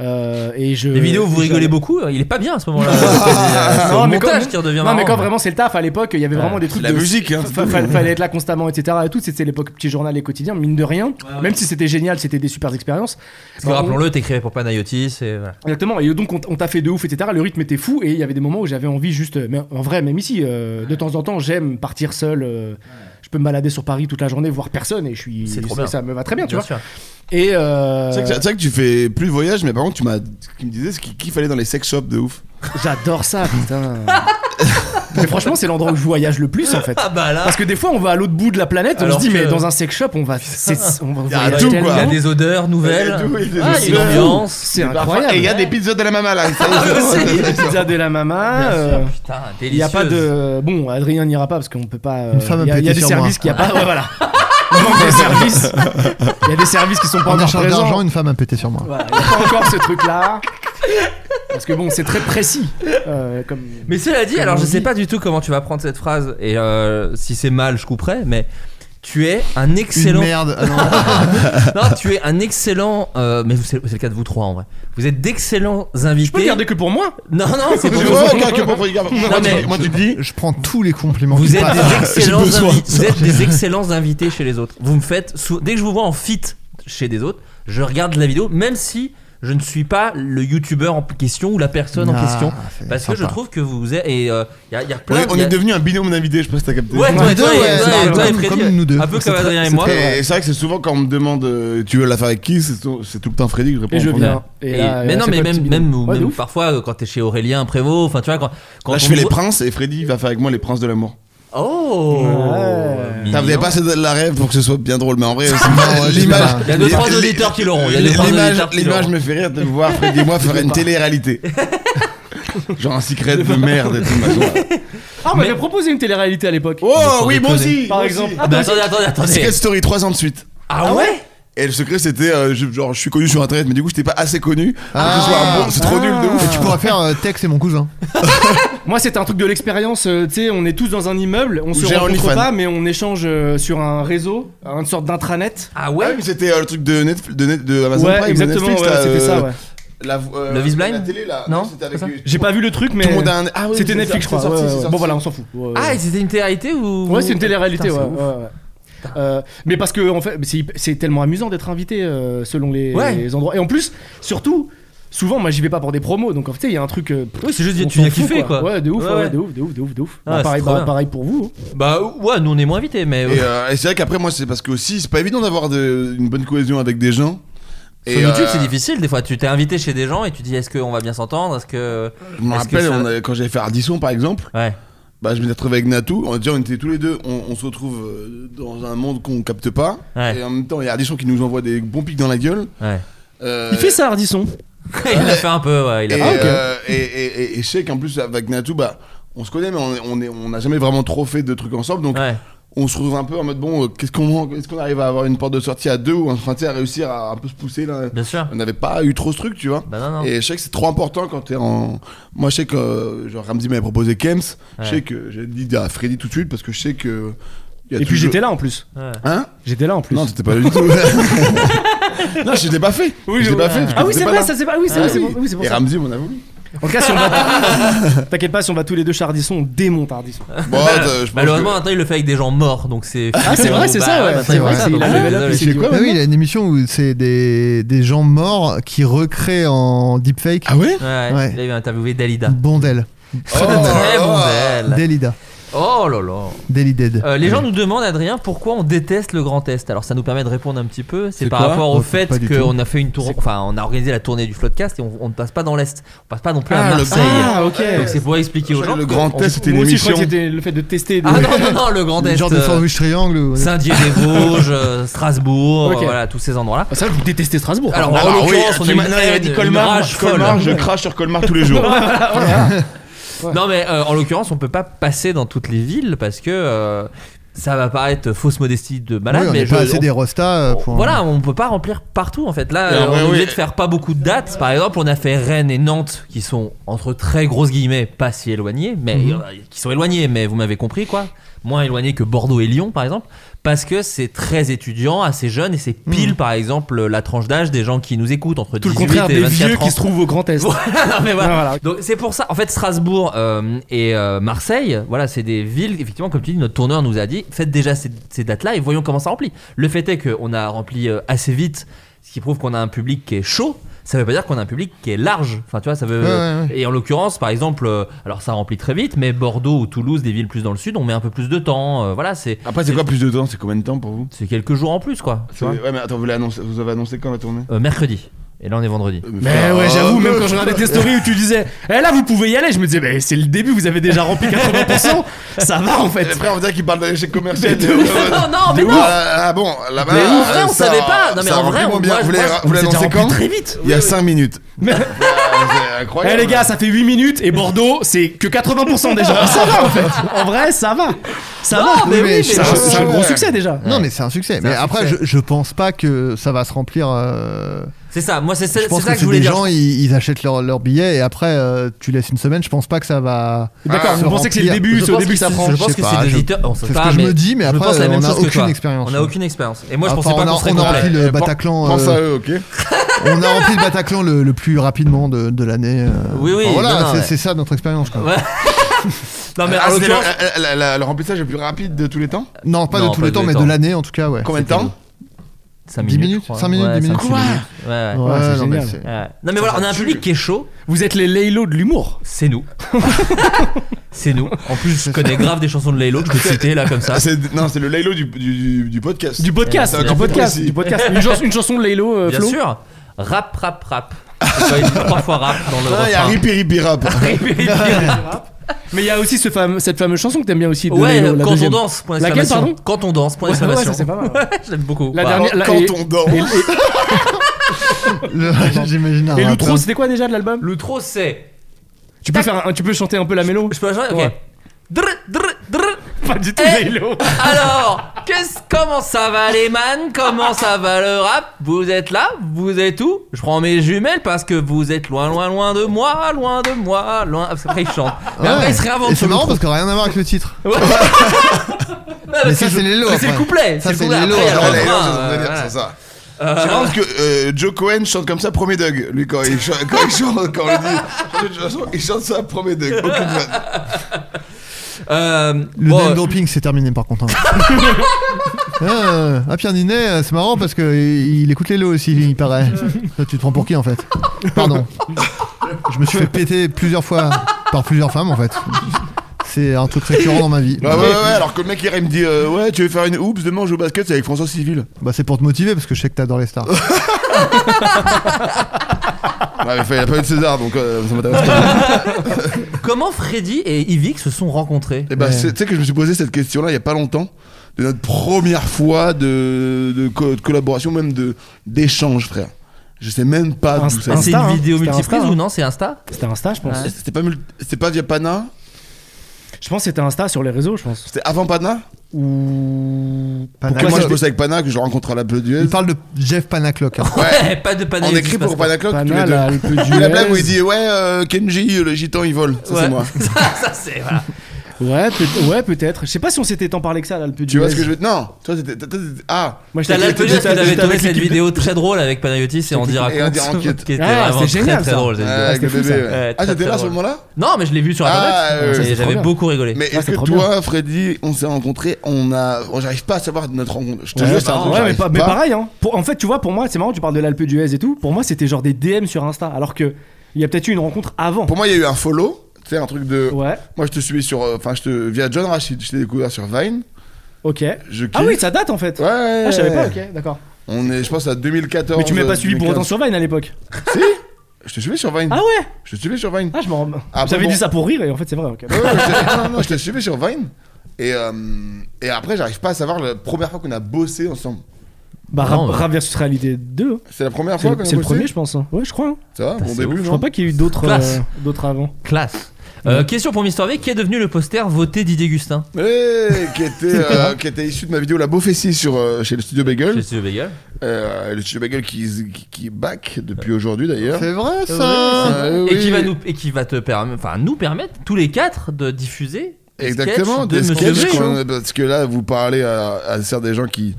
E: Euh, et je.
F: Les vidéos,
E: et
F: vous
E: je- [LAUGHS]
F: rigolez beaucoup, euh, il est pas bien à ce [LAUGHS] moment-là. C'est
E: Non,
F: au
E: mais quand-
F: montage qui redevient
E: Non,
F: marrant.
E: mais quand vraiment c'est le taf, à l'époque, il y avait vraiment des trucs
G: La
E: de.
G: musique, hein.
E: Fa- fa- fallait être là constamment, etc. Et tout, c'était l'époque petit journal et quotidien, mine de rien. Même si c'était génial, c'était des super expériences.
F: Parce que rappelons-le, t'écrivais pour Panayotis et voilà.
E: Exactement, et donc on, t- on t'a fait de ouf, etc. Le rythme était fou, et il y avait des moments où j'avais envie juste. Mais en vrai, même ici, euh, de temps en temps, j'aime partir seul. euh, Je peux me balader sur Paris toute la journée, voir personne, et je suis.
F: C'est trop bien.
E: Ça me va très bien, tu vois.
F: sûr.
E: Et. euh,
G: C'est vrai, que- c'est vrai que tu fais plus de voyage, mais par contre, tu m'as, ce qu'il me disait, c'est qu'il kiffait aller dans les sex shops de ouf.
E: J'adore ça,
F: [LAUGHS]
E: putain. mais franchement, c'est l'endroit où je voyage le plus, en fait.
F: Ah bah là,
E: Parce que des fois, on va à l'autre bout de la planète, on
F: Alors
E: se dit,
F: que-
E: mais dans un sex shop, on va. c'est- On va
G: y a
E: voyager
G: tout, quoi.
F: il y a
E: tellement.
F: des odeurs nouvelles.
G: Il y a tout, il y a des
F: Ah, il y a
G: odeurs.
F: une ambiance.
E: C'est incroyable.
G: Et il y a des pizzas de la maman [LAUGHS] là.
E: [LAUGHS]
F: [LAUGHS]
E: Pizza de la
F: hein,
E: mama. euh,
F: Bien sûr, putain,
E: Il n'y a
F: délicieuse.
E: pas de. Bon, Adrien n'ira pas parce qu'on peut pas. euh,
B: Une femme a
E: Il y a, il y a
B: pété
E: des
B: sur
E: services
B: moi.
E: qui a pas. Ouais, voilà.
G: [LAUGHS]
E: Il manque des services. Il y a des services qui sont pas
B: En
E: encore
B: échange d'argent,
E: présents.
B: une femme a pété sur moi.
E: Voilà, Il n'y a pas encore ce truc-là. Parce que bon, c'est très précis. euh, comme...
F: Mais cela dit,
E: Comme
F: alors
E: on
F: je
E: dit.
F: sais pas du tout comment tu vas prendre cette phrase et euh, si c'est mal, je couperai, mais tu es un
B: Une
F: excellent.
B: merde.
F: [LAUGHS]
B: Ah non.
F: non, tu es un excellent. euh, mais vous- c'est c'est le cas de vous trois en vrai. Vous êtes d'excellents invités.
E: Je peux le garder que pour moi.
F: Non, non, c'est pour vous.
G: Moi,
F: mais-
G: tu- moi, tu te dis.
B: Je prends tous les compliments.
F: Vous
B: qui
F: êtes,
B: passent.
F: des excellents
B: J'ai besoin de
F: invi-
B: ça.
F: vous
G: [LAUGHS]
F: êtes des excellents invités chez les autres. Vous me faites sou- dès que je vous vois en fit chez des autres, je regarde la vidéo, même si je ne suis pas le youtubeur en question ou la personne en
B: Ah,
F: question,
B: c'est
F: parce que je
B: sympa.
F: trouve que vous êtes et il y, a- y a
G: On
F: plein.
G: est, on
F: y a-
G: est devenu un binôme d'invités, je sais pas si t'as capté.
F: Ouais, toi,
B: Nous
F: et toi,
B: deux,
F: et-
B: ouais,
F: toi,
B: c'est
F: et toi et
B: comme-
F: Freddy,
B: comme nous deux.
F: Un peu
B: C'est
F: comme
B: très-
F: Adrien et
B: c'est
F: moi.
G: Et c'est vrai que c'est souvent quand on me demande euh, tu veux la faire avec qui, c'est tout, c'est tout le temps Freddy que je réponds.
E: Et je
G: en
E: viens.
F: Et-
E: Et là,
F: mais
E: euh,
F: non,
E: c'est
F: mais
E: pas le
F: même,
E: petit
F: même,
E: binôme.
F: ou
E: Ouais, de
F: même
E: ouf.
F: parfois euh, quand t'es chez Aurélien Prévost, enfin tu vois, quand, quand
G: Là, je
F: on
G: fais les
F: voit-
G: princes et Freddy va faire avec moi les princes de l'amour.
F: Oh
E: Ouais.
F: mignon.
G: T'as vous avez pas assez de la rêve pour que ce soit bien drôle, mais en vrai, c'est
B: ouais, je sais
G: l'image.
B: pas.
F: Il y a deux, trois auditeurs qui l'auront. Il y a deux, trois
G: L'image,
F: auditeurs qui
G: l'image
F: l'auront.
G: me fait rire de voir Freddy et moi faire une
F: [LAUGHS]
G: télé-réalité. Genre un secret de merde et tout. machin.
E: Ah, on m'avait proposé une télé-réalité à l'époque.
G: Oh oui, moi
F: déconner.
G: aussi
E: Par
G: moi
E: exemple.
G: aussi.
F: Ah bah, attendez, attendez, attendez.
G: Secret Story 3 ans de suite.
F: Ah ouais
G: Et le secret, c'était euh, je- genre, je suis connu sur internet, mais du coup, j'étais pas assez connu pour que ce soit un bon. C'est trop
E: Ah.
G: nul de ouf.
B: Tu pourras faire euh, Tex et mon cousin.
E: Moi, c'était un truc de l'expérience. euh, tu sais, on est tous dans un immeuble, on se
G: j'ai un
E: rencontre
G: OnlyFans.
E: pas, mais on échange euh, sur un réseau, une sorte d'intranet.
F: Ah
G: Ah oui,
F: ouais
G: mais c'était euh, le truc de, Netf- de, Net- de Amazon Prime.
E: ouais,
G: de
E: exactement.
G: Netflix,
E: ouais,
G: là,
E: c'était
G: euh,
E: ça. Ouais.
G: La, euh,
F: Love is Blind
G: La télé, là.
F: Non,
G: c'était
F: c'est
G: avec.
F: ça.
G: euh,
E: J'ai pas vu le truc, mais
G: Tout le monde a un. Ah oui,
E: c'était
G: c'est
E: Netflix, je
G: sorti,
E: crois. ouais,
G: c'est
E: ouais, ouais.
G: sorti.
E: Bon, voilà, on s'en fout. Ouais,
F: Ah,
E: ouais.
F: et c'était une télé-réalité ou
E: euh, Ouais, c'est une télé-réalité,
F: Putain,
E: ouais.
F: c'est ouf.
E: ouais, ouais. Euh, mais parce que en fait, c'est, hyp- c'est tellement amusant d'être invité euh, selon les,
F: Ouais.
E: les endroits. Et en plus, surtout, souvent, moi, j'y vais pas pour des promos, donc en fait, il y a un truc. euh,
F: Oui, c'est juste
E: on
F: que tu
E: s'en
F: viens
E: fout,
F: kiffer quoi.
E: Ouais, de ouf,
F: Ouais,
E: ouais,
F: ouais.
E: de ouf, de ouf, de ouf, de ouf.
F: Ah,
E: Bah,
F: c'est
E: pareil,
F: trop
E: bah,
F: bien.
E: pareil pour vous.
F: Bah ouais, nous on est moins invités, mais.
G: Et, euh, et c'est vrai qu'après, moi, c'est parce que aussi, c'est pas évident d'avoir de- une bonne cohésion avec des gens.
F: Sur
G: Et,
F: YouTube,
G: euh,
F: c'est difficile. Des fois, tu t'es invité chez des gens et tu dis est-ce qu'on va bien s'entendre Est-ce que.
G: Je me
F: Est-ce que
G: rappelle,
F: ça-
G: on avait- quand j'avais fait Ardisson, par exemple,
F: Ouais.
G: bah, je m'étais retrouvé avec Natou. On, déjà, on était tous les deux, on, on se retrouve euh, dans un monde qu'on capte pas.
F: Ouais.
G: Et en même temps, il y a Ardisson qui nous envoie des bons pics dans la gueule.
F: Ouais.
G: Euh,
E: Il fait ça, Ardisson.
F: il l'a fait un peu, ouais. [LAUGHS] Il a
G: Et,
F: fait un peu.
G: euh, et, et- et- et je sais qu'en plus, avec Natou, bah, on se connaît, mais on est- on est- on n'a jamais vraiment trop fait de trucs ensemble. Donc,
F: Ouais.
G: on se retrouve un peu en mode bon, euh, qu'est-ce qu'on est qu'on arrive à avoir une porte de sortie à deux ou enfin, tu sais, à réussir à un peu se pousser là
F: Bien sûr.
G: On n'avait pas eu trop ce truc, tu vois.
F: Bah non, non.
G: euh, Et je sais que c'est trop important quand t'es en. Moi, je sais que euh, genre Ramsey m'avait proposé Kems. Je
F: Ouais.
G: sais que j'ai dit à Freddy tout de suite parce que je sais que. il y a
E: Et puis
G: toujours-
E: j'étais là en plus.
F: Ouais.
G: Hein
E: J'étais là en plus.
G: Non, t'étais pas là du [LAUGHS] tout. non, je l'ai pas fait.
E: Oui,
G: je l'ai
E: je-
G: pas fait. parce que
E: ah oui,
G: t'étais
E: c'est
G: pas
E: vrai,
G: là.
E: ça c'est pas. Oui, c'est
G: Ah
E: vrai,
G: oui.
E: c'est pour- oui, c'est pour
G: Et
E: ça.
G: Ramsey m'en a
F: [LAUGHS]
G: voulu.
E: En tout cas, si on va. T'inquiète pas, si on va tous les deux chez Ardisson, on démonte Ardisson.
G: Bon,
F: Bah,
G: attends, je pense
F: malheureusement,
G: que-
F: maintenant il le fait avec des gens morts, donc c'est.
E: Ah, c'est vrai, c'est
F: Bah,
E: ça, ouais.
F: maintenant,
E: C'est
F: il
B: vrai,
F: fait ça,
B: c'est-
F: donc
E: il a
F: je suis
E: level up,
F: désolé.
E: il s'est dit, ouais.
B: Ah oui, il y a une émission où c'est des, des gens morts qui recréent en deepfake.
G: Ah ouais
F: Ouais,
B: Ouais.
F: il avait interviewé Dalida.
B: Bondel.
G: Oh,
F: Très bon Del.
B: Delida.
F: Oh là là.
B: Delidead.
F: Euh, les gens nous demandent, Adrien, pourquoi on déteste le Grand Est. Alors ça nous permet de répondre un petit peu. C'est
G: C'est
F: par
G: quoi
F: rapport au
B: Oh,
F: fait
B: pas du tout.
F: qu'on a fait une tour, enfin on a organisé la tournée du Floodcast et on, on ne passe pas dans l'Est. On passe pas non plus
G: Ah,
F: à
G: le-
F: Marseille.
E: Ah, ok.
F: Donc c'est pour expliquer aux gens.
G: Le
F: que-
G: grand
F: on-
G: test, c'était une
E: Moi aussi, je crois
G: émission.
E: que c'était le fait de tester. de-
F: Ah non, non, non, le Grand
B: Des
F: Est.
B: genres de
F: euh,
B: sandwich triangle. ou-
F: Saint-Dié-des-Vosges, euh, Strasbourg,
E: Ok.
F: euh, voilà, tous ces endroits-là.
E: C'est vrai que vous détestez Strasbourg. hein.
F: Alors,
G: Ah
F: en
G: bah oui,
F: l'occurrence, on
G: tu
F: a
G: m'as-
F: une
G: non, il a dit
F: haine,
G: Colmar,
F: une rage
G: Colmar,
F: folle.
G: je crache sur Colmar tous les jours.
F: [LAUGHS] Non mais euh, en l'occurrence on peut pas passer dans toutes les villes parce que euh, ça va paraître fausse modestie de malade
B: Oui, on
F: mais
B: n'est pas
F: je-
B: assez
F: on-
B: des rostas euh, pour.
F: Voilà, on peut pas remplir partout en fait. Là,
G: Et
F: euh, on
G: ouais,
F: est obligé
G: ouais.
F: de faire pas beaucoup de dates. Par exemple, on a fait Rennes et Nantes qui sont entre très grosses guillemets pas si éloignés,
E: Mhm.
F: mais euh, qui sont éloignés, mais vous m'avez compris quoi. Moins éloignés que Bordeaux et Lyon par exemple, parce que c'est très étudiant, assez jeune et c'est pile par exemple la tranche d'âge des gens qui nous écoutent entre
E: Mhm. Tout le
F: 18
E: contraire
F: et
E: des
F: 24
E: vieux
F: ans.
E: qui se trouvent au Grand Est.
F: Voilà, non, mais voilà.
E: Ah, voilà.
F: Donc c'est pour ça. En fait, Strasbourg euh, et euh, Marseille, voilà, c'est des villes. Effectivement, comme tu dis, notre tourneur nous a dit, faites déjà ces, ces dates-là et voyons comment ça remplit. Le fait est qu'on a rempli euh, assez vite, ce qui prouve qu'on a un public qui est chaud. Ça veut pas dire qu'on a un public qui est large. Enfin, tu vois, ça veut.
B: Ouais, ouais,
F: Et en l'occurrence, par exemple, euh, alors ça remplit très vite, mais Bordeaux ou Toulouse, des villes plus dans le sud, on met un peu plus de temps. euh, voilà, c'est
G: Après, c'est quoi plus de temps C'est combien de temps pour vous
F: c'est quelques jours en plus, quoi.
G: C'est- Ouais, mais attends, vous, l'avez annoncé- vous avez annoncé quand la tournée Oh.
F: Euh, mercredi. Et là, on est vendredi.
E: Mais Eh ouais, j'avoue, même quand je regardais tes stories où tu disais, eh là, vous pouvez y aller, je me disais, mais c'est le début, vous avez déjà rempli 80%, ça va en
G: Et
E: fait.
G: Après, on dirait qu'il parle d'aller chez commercial. [LAUGHS] De
F: [LAUGHS] non, non, mais
G: ouf.
F: non.
G: Ah, ah, bon, là-bas. euh,
F: Mais en vrai, on
G: ça-
F: savait pas. Non, mais
G: ça
F: en vrai,
G: remplit moins
F: on-
G: bien.
F: moi,
G: vous
F: moi,
G: l'avez-
F: je-
G: vous
F: on s'était
G: l'annoncez
F: rempli
G: quand
F: très vite.
G: Il y a 5
F: [LAUGHS]
G: minutes.
F: Bah,
G: Ah, c'est
E: Eh
G: incroyable.
E: les gars, ça fait 8 minutes et Bordeaux, c'est que 80% déjà. Ça va en fait. En vrai, ça va. Ça
F: Non,
E: va.
F: mais oui, mais
E: c'est un-
F: je-
E: c'est un gros succès déjà.
B: Non, mais c'est un succès. Mais
F: un
B: après,
F: succès.
B: Je, je pense pas que ça va se remplir. euh,
F: C'est ça. Moi, c'est c'est-
B: Je
F: c'est
B: pense
F: ça
B: que
F: que je
B: c'est
F: voulais
B: des
F: dire.
B: gens, ils, ils achètent leurs leur billets et après, euh, tu laisses une semaine. Je pense pas que ça va.
E: D'accord,
B: Ah, se
E: vous pensez que c'est le
B: remplir.
E: début,
F: Je
E: c'est au
F: pense
E: début que
F: que
E: ça
F: c'est-
E: prend.
F: Je pense
B: sais
F: que
B: pas,
F: c'est des
B: je-
F: auditeurs. on sait
B: c'est ce
F: pas,
B: que je
F: mais
B: me dis, mais
F: je
B: après,
F: pense la
B: on
F: même
B: a
F: chose que
B: aucune
F: toi.
B: expérience,
F: On a
B: je
F: aucune expérience. Et moi, je
B: Enfin,
F: pensais pas
B: on a-
F: qu'on serait
B: on a rempli
F: complet.
B: le
G: Eh, pen-
F: Ah,
B: Bataclan.
G: Pense
B: euh,
G: à eux, ok
B: On a rempli le Bataclan le, le plus rapidement de, de l'année. euh.
F: Oui, oui,
B: Enfin, voilà,
F: non, non,
B: c'est,
F: ouais.
B: c'est ça notre expérience.
F: [LAUGHS]
B: quoi.
F: Ouais. Non, mais Ah,
G: Ah,
F: en
G: c'était
F: l'occurrence,
G: le, la- la- le remplissage le plus rapide de tous les temps
B: Non, pas
F: Non,
B: de tous
F: pas
B: les
F: de
B: temps,
F: les
B: mais
F: temps.
B: de l'année en tout cas. Ouais.
G: Combien de temps
F: 5
B: 10 minutes,
F: je crois.
B: cinq minutes,
F: Ouais,
B: dix
F: cinq,
B: minutes.
F: six minutes. Ouais, ouais.
B: Ouais,
E: Ouais, c'est
B: non, mais
E: génial.
B: c'est-
F: Ouais. Non, mais voilà, on a un public qui est chaud.
E: Vous êtes les Laylo de l'humour.
F: C'est nous. C'est nous. En plus, je connais grave des chansons de Laylo que je peux citer là comme ça.
G: Ah, c'est- Non, c'est le Laylo du, du, du- du podcast.
E: Du podcast,
G: Ouais,
E: du
G: c'est
E: podcast,
G: précis. [LAUGHS]
E: du podcast. Une, chans- une chanson de Laylo, euh,
F: Bien
E: Flo.
F: sûr. Rap, rap, rap. C'est quoi, il dit Trois fois rap dans le.
G: Ah, il y a
F: refrain.
G: Ripi Ripi
F: [LAUGHS]
G: Rap.
E: Mais il y a aussi ce fameux- cette fameuse chanson que t'aimes bien aussi. De
F: Ouais,
E: Laylo, la
F: quand on
E: deuxième.
F: danse. Point
E: Laquelle,
F: d'exclamation.
E: pardon
F: Quand on danse. Point
E: Ouais, ouais,
F: d'exclamation.
E: ça, c'est pas
F: [LAUGHS]
E: mal. ouais.
F: Je l'aime beaucoup.
E: La
F: Bah,
E: dernière- la-
G: Quand
E: et-
G: on
F: [LAUGHS]
G: dort.
F: Ah,
E: et- et-
B: Le- [LAUGHS] J'imagine un
E: Et
B: rappeur.
E: l'outro, c'était quoi déjà de l'album
F: L'outro, c'est.
G: Bah,
E: Tu peux faire, un- tu peux chanter un peu la mélo.
F: Je peux la jouer Ok.
E: Ouais.
F: Drr, drr, drr.
C: Pas du tout,
E: [LAUGHS]
F: Eh.
C: Vélo.
F: Alors, qu'est-ce, comment ça va les man Comment ça va le rap Vous êtes là Vous êtes où Je prends mes jumelles parce que vous êtes loin, loin, loin de moi, loin de moi, loin. Ah, Parce qu'après, il chante. Mais après,
B: Ouais.
F: il se réinvente.
B: Et c'est
F: sur le
B: marrant
F: trou.
B: parce que rien à voir avec
F: [LAUGHS]
B: le titre.
F: Ouais, parce
B: mais
F: que
B: ça,
F: je-
B: c'est les lots,
F: mais C'est le
B: après.
F: couplet.
B: Ça,
F: c'est le
B: c'est
F: couplet.
B: les
F: Après,
B: lots,
F: il y a le
B: alors,
G: Ouais,
F: refrain, euh,
G: c'est ce que je voulais dire,
F: voilà.
G: c'est ça. C'est marrant parce que euh, Joe Cohen chante comme ça, premier Doug. Lui, quand il chante, quand il chante, quand on lui dit, il chante- il chante ça, premier Doug. Aucune
F: [LAUGHS]
G: vanne.
F: Euh,
B: Le
F: bon,
B: name
F: euh,
B: dropping, c'est terminé par
F: [LAUGHS]
B: contre. hein. Euh, ah, Pierre Ninet, euh, c'est marrant parce que il il écoute les lots aussi, il paraît. Toi, tu te prends pour qui en fait Pardon. Je me suis fait péter plusieurs fois par plusieurs femmes en fait. C'est un truc récurrent dans ma vie.
G: Bah, Ouais, ouais, ouais, alors que le mec hier il me dit euh, Ouais, tu veux faire une oups demain on joue au basket, c'est avec François Civil.
B: Bah, c'est pour te motiver parce que je sais que t'adores les stars.
G: Ouais, mais enfin, il a pas eu de César donc euh, ça m'intéresse pas.
F: comment Freddy et Yvick se sont rencontrés
G: Et bah, c'est- tu sais que je me suis posé cette question là il y a pas longtemps, de notre première fois de, de co- de collaboration, même de d'échange, frère. Je sais même pas
C: Un-
G: d'où ça
F: Ah, C'est
C: Insta,
G: vient.
F: une
C: hein.
F: vidéo
C: C'était
F: multiprise
C: Insta, hein.
F: ou non C'est Insta
C: C'était Insta, je pense.
F: Ouais.
G: C'était pas, mul- c'était pas via Pana
C: Je pense que c'était Insta sur les réseaux, je pense.
G: C'était avant Pana
C: Ou.
B: Panac-
G: Moi je
B: Panac-
G: bosse avec Pana, que je rencontre à la Pleuduel.
B: Il parle de Jeff Panaclock. hein.
F: Ouais, [LAUGHS] pas de panel.
G: On écrit pour Panacloc tous les
C: Pana,
G: deux.
C: là, le peu
G: Et [LAUGHS] la blague où il dit ouais euh, Kenji le gitan il vole, ça c'est moi.
F: [LAUGHS] ça, ça, c'est. Voilà.
C: Ouais, peut- ouais, peut-être. Je sais pas si on s'était tant parlé que ça, là, le peu
G: Tu vois ce que je veux Non, toi c'était toi, t'étais- ah
C: Moi,
F: T'as
C: j'étais
F: l'alpe
C: j'étais-
F: d'Huez qui
C: j'étais
F: avait tourné
C: avec
F: cette
C: l'équipe de-
F: vidéo très drôle avec Panayotis et on dira
G: Et on dira enquête.
F: qui était
C: Ah,
F: vraiment
C: c'est
F: très
C: génial,
F: très
C: ça.
F: drôle. cette vidéo.
G: Ah, avec le
C: c'était fou,
G: bébé.
F: ça. Ouais,
G: ouais.
F: très,
G: Ah t'étais
F: très
G: là à ce
F: drôle.
G: moment-là
F: Non, mais je l'ai vu sur
G: Ah,
F: internet.
G: ouais, ouais,
F: Et
G: c'est
C: trop
F: J'avais
C: bien.
F: beaucoup rigolé.
G: Mais
C: Ah,
G: est-ce
C: c'est
G: que
C: trop
G: toi, Freddy, on s'est rencontrés, on a, oh, j'arrive pas à savoir de notre rencontre. Je te
C: Ouais,
G: jure, c'est un
C: bah,
G: truc
C: ouais,
G: que
C: mais,
G: j'arrive
C: pas- mais pareil, hein. Pour- en fait, tu vois, pour moi, c'est marrant, tu parles de l'Alpe d'Huez et tout. Pour moi, c'était genre des DM sur Insta, alors que il y a peut-être eu une rencontre avant.
G: Pour moi, il y a eu un follow, tu sais, un truc de.
C: Ouais,
G: Moi, je te suivais sur, euh, enfin, je te via John Rachid, je t'ai découvert sur Vine.
C: ok.
G: Je kiffe.
C: Ah oui, ça date en fait.
G: Ouais.
C: Ah, je savais pas, ok, d'accord.
G: On est, je pense, à 2014.
C: Mais tu m'as pas suivi pour
G: 2015.
C: autant sur Vine à l'époque.
G: Si. euh, Je te suivais sur Vine.
C: Ah ouais
G: Je te suivais sur Vine.
C: Ah, je m'en.
G: Ah,
C: J'avais
G: bon.
C: dit ça pour rire et en fait, c'est vrai, ok.
G: Ouais, ouais, je- non, non, je te suivais sur Vine. Et, euh, et après, j'arrive pas à savoir la première fois qu'on a bossé ensemble.
C: Bah,
F: Non,
C: Rap
F: ouais.
C: Rap versus Réalité 2. hein.
G: C'est la première
C: C'est
G: fois
C: le,
G: qu'on a
C: c'est le
G: bossé
C: premier, je pense. hein. Ouais, je crois. hein.
G: Ça va, bon
F: c'est
G: début, non
F: ouf,
C: Je crois pas qu'il y ait eu d'autres
F: Classe.
C: euh, d'autres avant.
F: Classe. Euh, question pour Mister V qui est devenu le poster voté Didier Gustin
G: Eh, qui était, euh, qui était issu de ma vidéo La Beaufessie sur euh, chez le studio Bagel.
F: Monsieur Bagel.
G: Euh, le studio Bagel qui, qui, qui est back depuis aujourd'hui d'ailleurs.
B: C'est vrai ça
G: Ah, oui.
F: Et qui va nous et qui va te permettre, enfin nous permettre tous les quatre de diffuser. des
G: Exactement,
F: sketchs de
G: des
F: Monsieur hein.
G: sketchs
F: V.
G: qu'on- parce que là vous parlez à, à certes des gens qui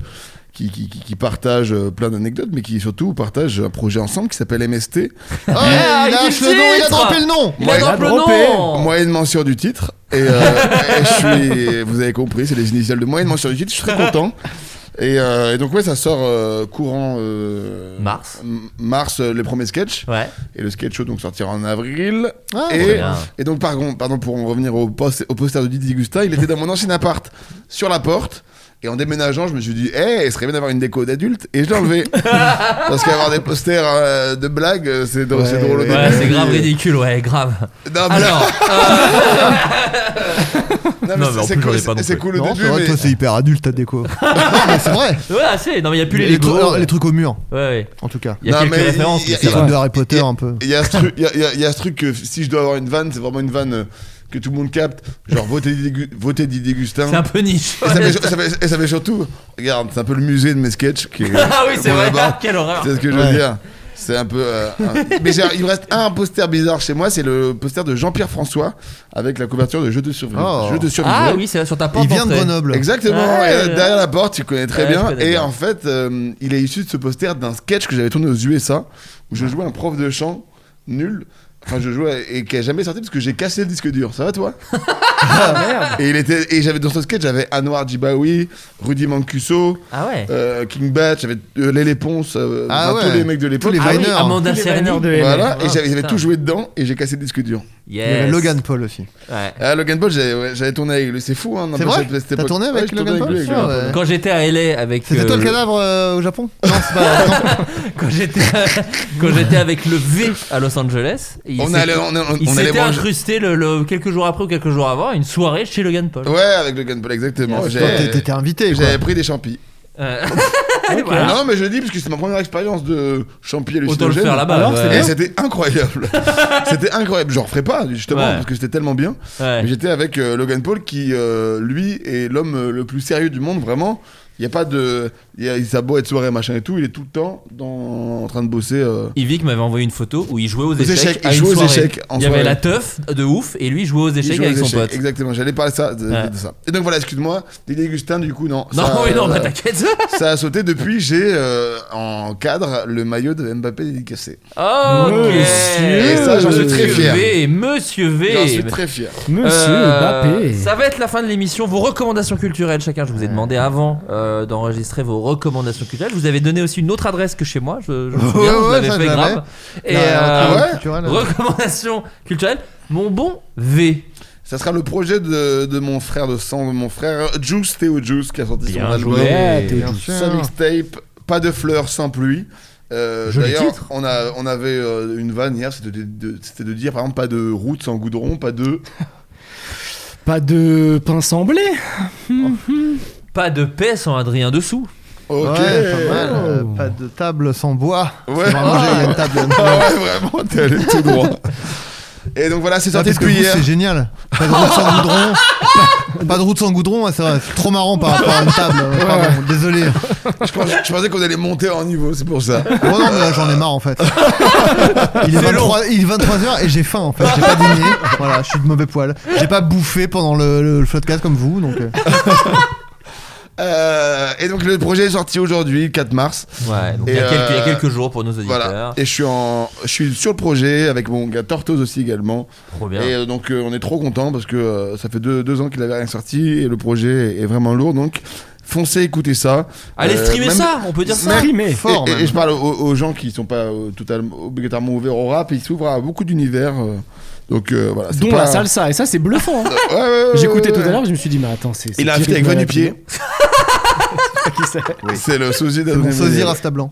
G: qui, qui, qui- qui partagent euh, plein d'anecdotes, mais qui surtout partagent un projet ensemble qui s'appelle MST.
F: Eh,
B: Ah, il lâche le nom, il a
F: titre
B: droppé le nom
F: Il a
G: Il a
F: drop le
C: droppé.
F: nom.
G: Moyenne mention du titre. Et, euh, et je suis, vous avez compris, c'est les initiales de moyenne mention du titre. Je suis très content. Et, euh, et donc ouais, ça sort euh, courant euh,
F: Mars.
G: m- mars euh, le premier sketch.
F: Ouais.
G: Et le sketch show donc sortira en avril.
B: Ah,
F: très
G: et,
F: bien.
G: et donc par contre- pardon pour en revenir au, poste, au poster de Didi Gusta, il était dans mon ancien appart sur la porte. Et en déménageant, je me suis dit, eh, il serait bien d'avoir une déco d'adulte. Et je l'ai
F: [LAUGHS]
G: enlevé. Parce qu'avoir des posters euh, de blagues, euh, c'est drôle,
B: Ouais,
G: c'est drôle au
B: ouais.
G: début.
F: Ouais, c'est grave ridicule, ouais, grave.
G: [LAUGHS] Non, Ah, mais-
F: Alors, euh,
G: non, mais
F: Non, mais en
G: c'est- c'est
F: plus, j'en ai
G: cool,
F: pas non
G: c'est- c'est
F: plus.
G: cool au
B: Non,
G: début.
B: c'est vrai,
G: mais-
B: toi c'est hyper adulte ta déco. non, mais c'est vrai.
F: ouais, assez. Non, mais il y a plus les,
B: Les,
F: Lego.
B: trucs, alors, les trucs au mur,
F: Ouais, ouais.
B: en tout cas.
F: Il y a
G: Non,
F: quelques
G: mais
F: références,
G: il y a-
F: mais ça
G: il y
B: Les
G: a-
F: va.
B: trucs de Harry Potter un peu.
G: Il y, a ce truc- il y a- il y a- il y a ce truc que si je dois avoir une vanne, c'est vraiment une vanne euh, que tout le monde capte. Genre, voter Didier, Gu- voter Didier Gustin.
F: C'est un peu niche.
G: Et ça, fait, ça fait- et ça fait surtout, regarde, c'est un peu le musée de mes sketchs. Qui est-
F: [LAUGHS] [LAUGHS] Ah oui, c'est
G: qu'on
F: vrai.
G: aborde.
F: [LAUGHS] Quelle horreur.
G: C'est ce que je veux dire. C'est un peu. euh, un- Mais j'ai- il me reste un poster bizarre chez moi, c'est le poster de Jean-Pierre François avec la couverture de Je te survivre.
B: Oh.
G: Je te survivre.
F: Ah oui, c'est sur ta porte.
B: Il vient de
F: d'entrée.
B: Grenoble. Ah,
G: Exactement,
F: Ouais.
G: et derrière la porte, tu connais très
F: Ouais, je
G: bien.
F: connais
G: et
F: bien.
G: en fait, euh, il est issu de ce poster d'un sketch que j'avais tourné aux USA où je jouais un prof de chant nul. Enfin, je jouais et qui a jamais sorti parce que j'ai cassé le disque dur. Ça va toi
B: [LAUGHS] Ah,
G: Et il était et j'avais dans ce sketch j'avais Anwar Djibawi, Rudy Mancuso,
F: Ah ouais.
G: euh, King Bat, j'avais euh, Lélé Ponce, euh,
B: Ah
G: enfin,
B: ouais.
G: tous les mecs de
B: Tous
G: l'époque.
B: les
F: Ah oui,
B: Viner.
F: Amanda
C: Tous les
F: Serrani.
C: banners de LR.
G: Voilà,
F: Ah,
G: et j'avais j'avais
F: putain.
G: tout joué dedans et j'ai cassé le disque dur.
B: Il y
F: Yes.
B: avait Logan Paul aussi.
F: Ouais.
G: Ah, Logan Paul, j'avais ouais, j'avais tourné avec lui, c'est fou. Hein,
B: C'est
G: n'empêche,
B: vrai
G: à cette
B: T'as
G: époque.
B: tourné avec
G: Ouais, je tournais
B: Logan Paul
G: lui, avec
B: Ah ouais.
F: Quand j'étais à LA avec.
B: C'était
F: euh,
B: toi le
F: le-
B: cadavre euh, au Japon Non, c'est pas. non.
F: [LAUGHS]
G: [LAUGHS]
F: Quand j'étais quand j'étais avec le V à Los Angeles, il
G: On
F: s'est-
G: allait, on, on-
F: il
G: on allait
F: s'était
G: manger.
F: incrusté le, le- quelques jours après ou quelques jours avant à une soirée chez Logan Paul.
G: Ouais, avec Logan Paul, exactement.
B: Toi, t'es-
G: J'ai-
B: T'étais invité.
G: [LAUGHS]
B: quoi.
G: J'avais pris des champis.
F: Euh, [LAUGHS]
G: Non, mais je le dis parce que c'est ma première expérience de champi hallucinogène.
F: Autant le faire là-bas.
E: Alors,
F: ouais.
E: c'est
G: Et
E: bien.
G: c'était incroyable. c'était incroyable. Je referais pas, justement,
F: Ouais.
G: parce que c'était tellement bien.
F: Ouais.
G: Mais J'étais avec euh, Logan Paul qui, euh, lui, est l'homme euh, le plus sérieux du monde, vraiment. Il n'y a pas de. Il y a, il a beau être soirée, machin et tout, il est tout le temps dans- en train de bosser. euh,
F: Yvick m'avait envoyé une photo où il jouait aux, échecs.
G: échecs,
F: à
G: il
F: une
G: jouait aux
F: soirée.
G: échecs en
F: Il y avait
G: soirée.
F: la teuf de ouf et lui jouait aux
G: il
F: échecs
G: joue aux
F: avec son
G: échecs.
F: pote.
G: Exactement, j'allais parler ça, de,
F: Ouais.
G: de ça. Et donc voilà, excuse-moi, des dégustins, du coup, non.
F: Non,
G: ça,
F: oui, non,
G: euh,
F: bah t'inquiète.
G: ça a sauté depuis, j'ai euh, en cadre le maillot de Mbappé dédicacé.
F: Ok.
G: Et ça, j'en suis très
F: Monsieur
G: fier.
F: V, Monsieur V.
G: J'en suis très fier.
E: Monsieur
F: Euh,
E: Mbappé.
F: Ça va être la fin de l'émission. Vos recommandations culturelles, chacun. Je vous ai demandé avant euh, d'enregistrer vos recommandations culturelles. Je vous avez donné aussi une autre adresse que chez moi. Je, je me souviens,
B: Ouais,
F: vous
B: ouais,
F: l'avez
B: ça,
F: fait
B: je l'avais.
F: grave. Et
B: Non,
F: euh,
B: ouais,
G: ouais.
B: culturel, euh.
F: recommandations culturelles. Mon bon V.
G: Ça sera le projet de, de mon frère de sang, de mon frère Juice, Théo Juice, qui a sorti
F: Bien
G: son album.
F: joué.
E: Ouais, t'es-
B: Bien sûr.
G: Sa mixtape, pas de fleurs sans pluie. Euh,
B: Joli
G: D'ailleurs,
B: titre.
G: on, a, on avait euh, une vanne hier, c'était de, de- c'était de dire par exemple pas de route sans goudron, pas de.
E: Pas de pain semblé.
F: Pas de paix sans Adrien dessous.
G: Ok,
B: Ouais, pas mal. euh, pas de table sans bois.
G: Ouais.
B: Sans manger, il y a une table.
G: [LAUGHS] Ah ouais, vraiment, t'es allé tout droit.
B: [LAUGHS]
G: Et donc voilà, c'est
B: Ça,
G: sorti
B: parce que
G: depuis
B: vous,
G: hier.
B: c'est génial. Pas de route sans goudron. Pas-
G: [LAUGHS]
B: Pas de route sans goudron, ouais, c'est vrai. C'est trop marrant par rapport à une table. euh, pardon, désolé.
G: Je pensais, je pensais qu'on allait monter en niveau, c'est pour ça.
B: Oh non, mais là j'en ai marre
G: [LAUGHS]
B: en fait. Il est,
F: C'est
B: 23, il est 23h et j'ai faim en fait. J'ai pas dîné. Voilà, je suis de mauvais poil. J'ai pas bouffé pendant le, le, le floodcast comme vous. Donc, euh,
G: Euh, et donc le projet est sorti aujourd'hui, le 4 mars.
F: Ouais, donc il y,
G: Et,
F: a quelques, il y a
G: euh,
F: quelques jours pour nos auditeurs.
G: Voilà. Et je suis, en, je suis sur le projet avec mon gars Tortoise aussi également.
F: Trop bien.
G: Et euh, donc euh, on est trop content parce que euh, ça fait deux, deux ans qu'il avait rien sorti et le projet est vraiment lourd. Donc foncez, écoutez ça.
F: Allez
G: Euh,
F: streamer
G: même-
F: ça, on peut dire ça.
E: Primé.
B: fort.
G: Et, et-
B: même.
G: et je parle aux, aux gens qui sont pas euh, totalement obligatoirement ouverts au rap, ils s'ouvrent à beaucoup d'univers. euh, donc euh, voilà. c'est
E: Dont
G: pas-
E: la salsa. Et ça, c'est bluffant.
G: Ouais,
E: hein.
C: Euh,
G: ouais, ouais, ouais,
E: J'écoutais
G: ouais,
E: tout à
G: ouais.
E: l'heure, je me suis dit, mais attends, c'est. c'est
G: Il a invité
E: Thierry
G: avec Voix du
E: Malapido.
G: Pied.
E: Qui [LAUGHS] c'est
G: C'est le sosie
B: C'est mon
G: d'Adrien
B: sosie
G: Méniel.
B: Rasta
E: [LAUGHS]
B: Blanc.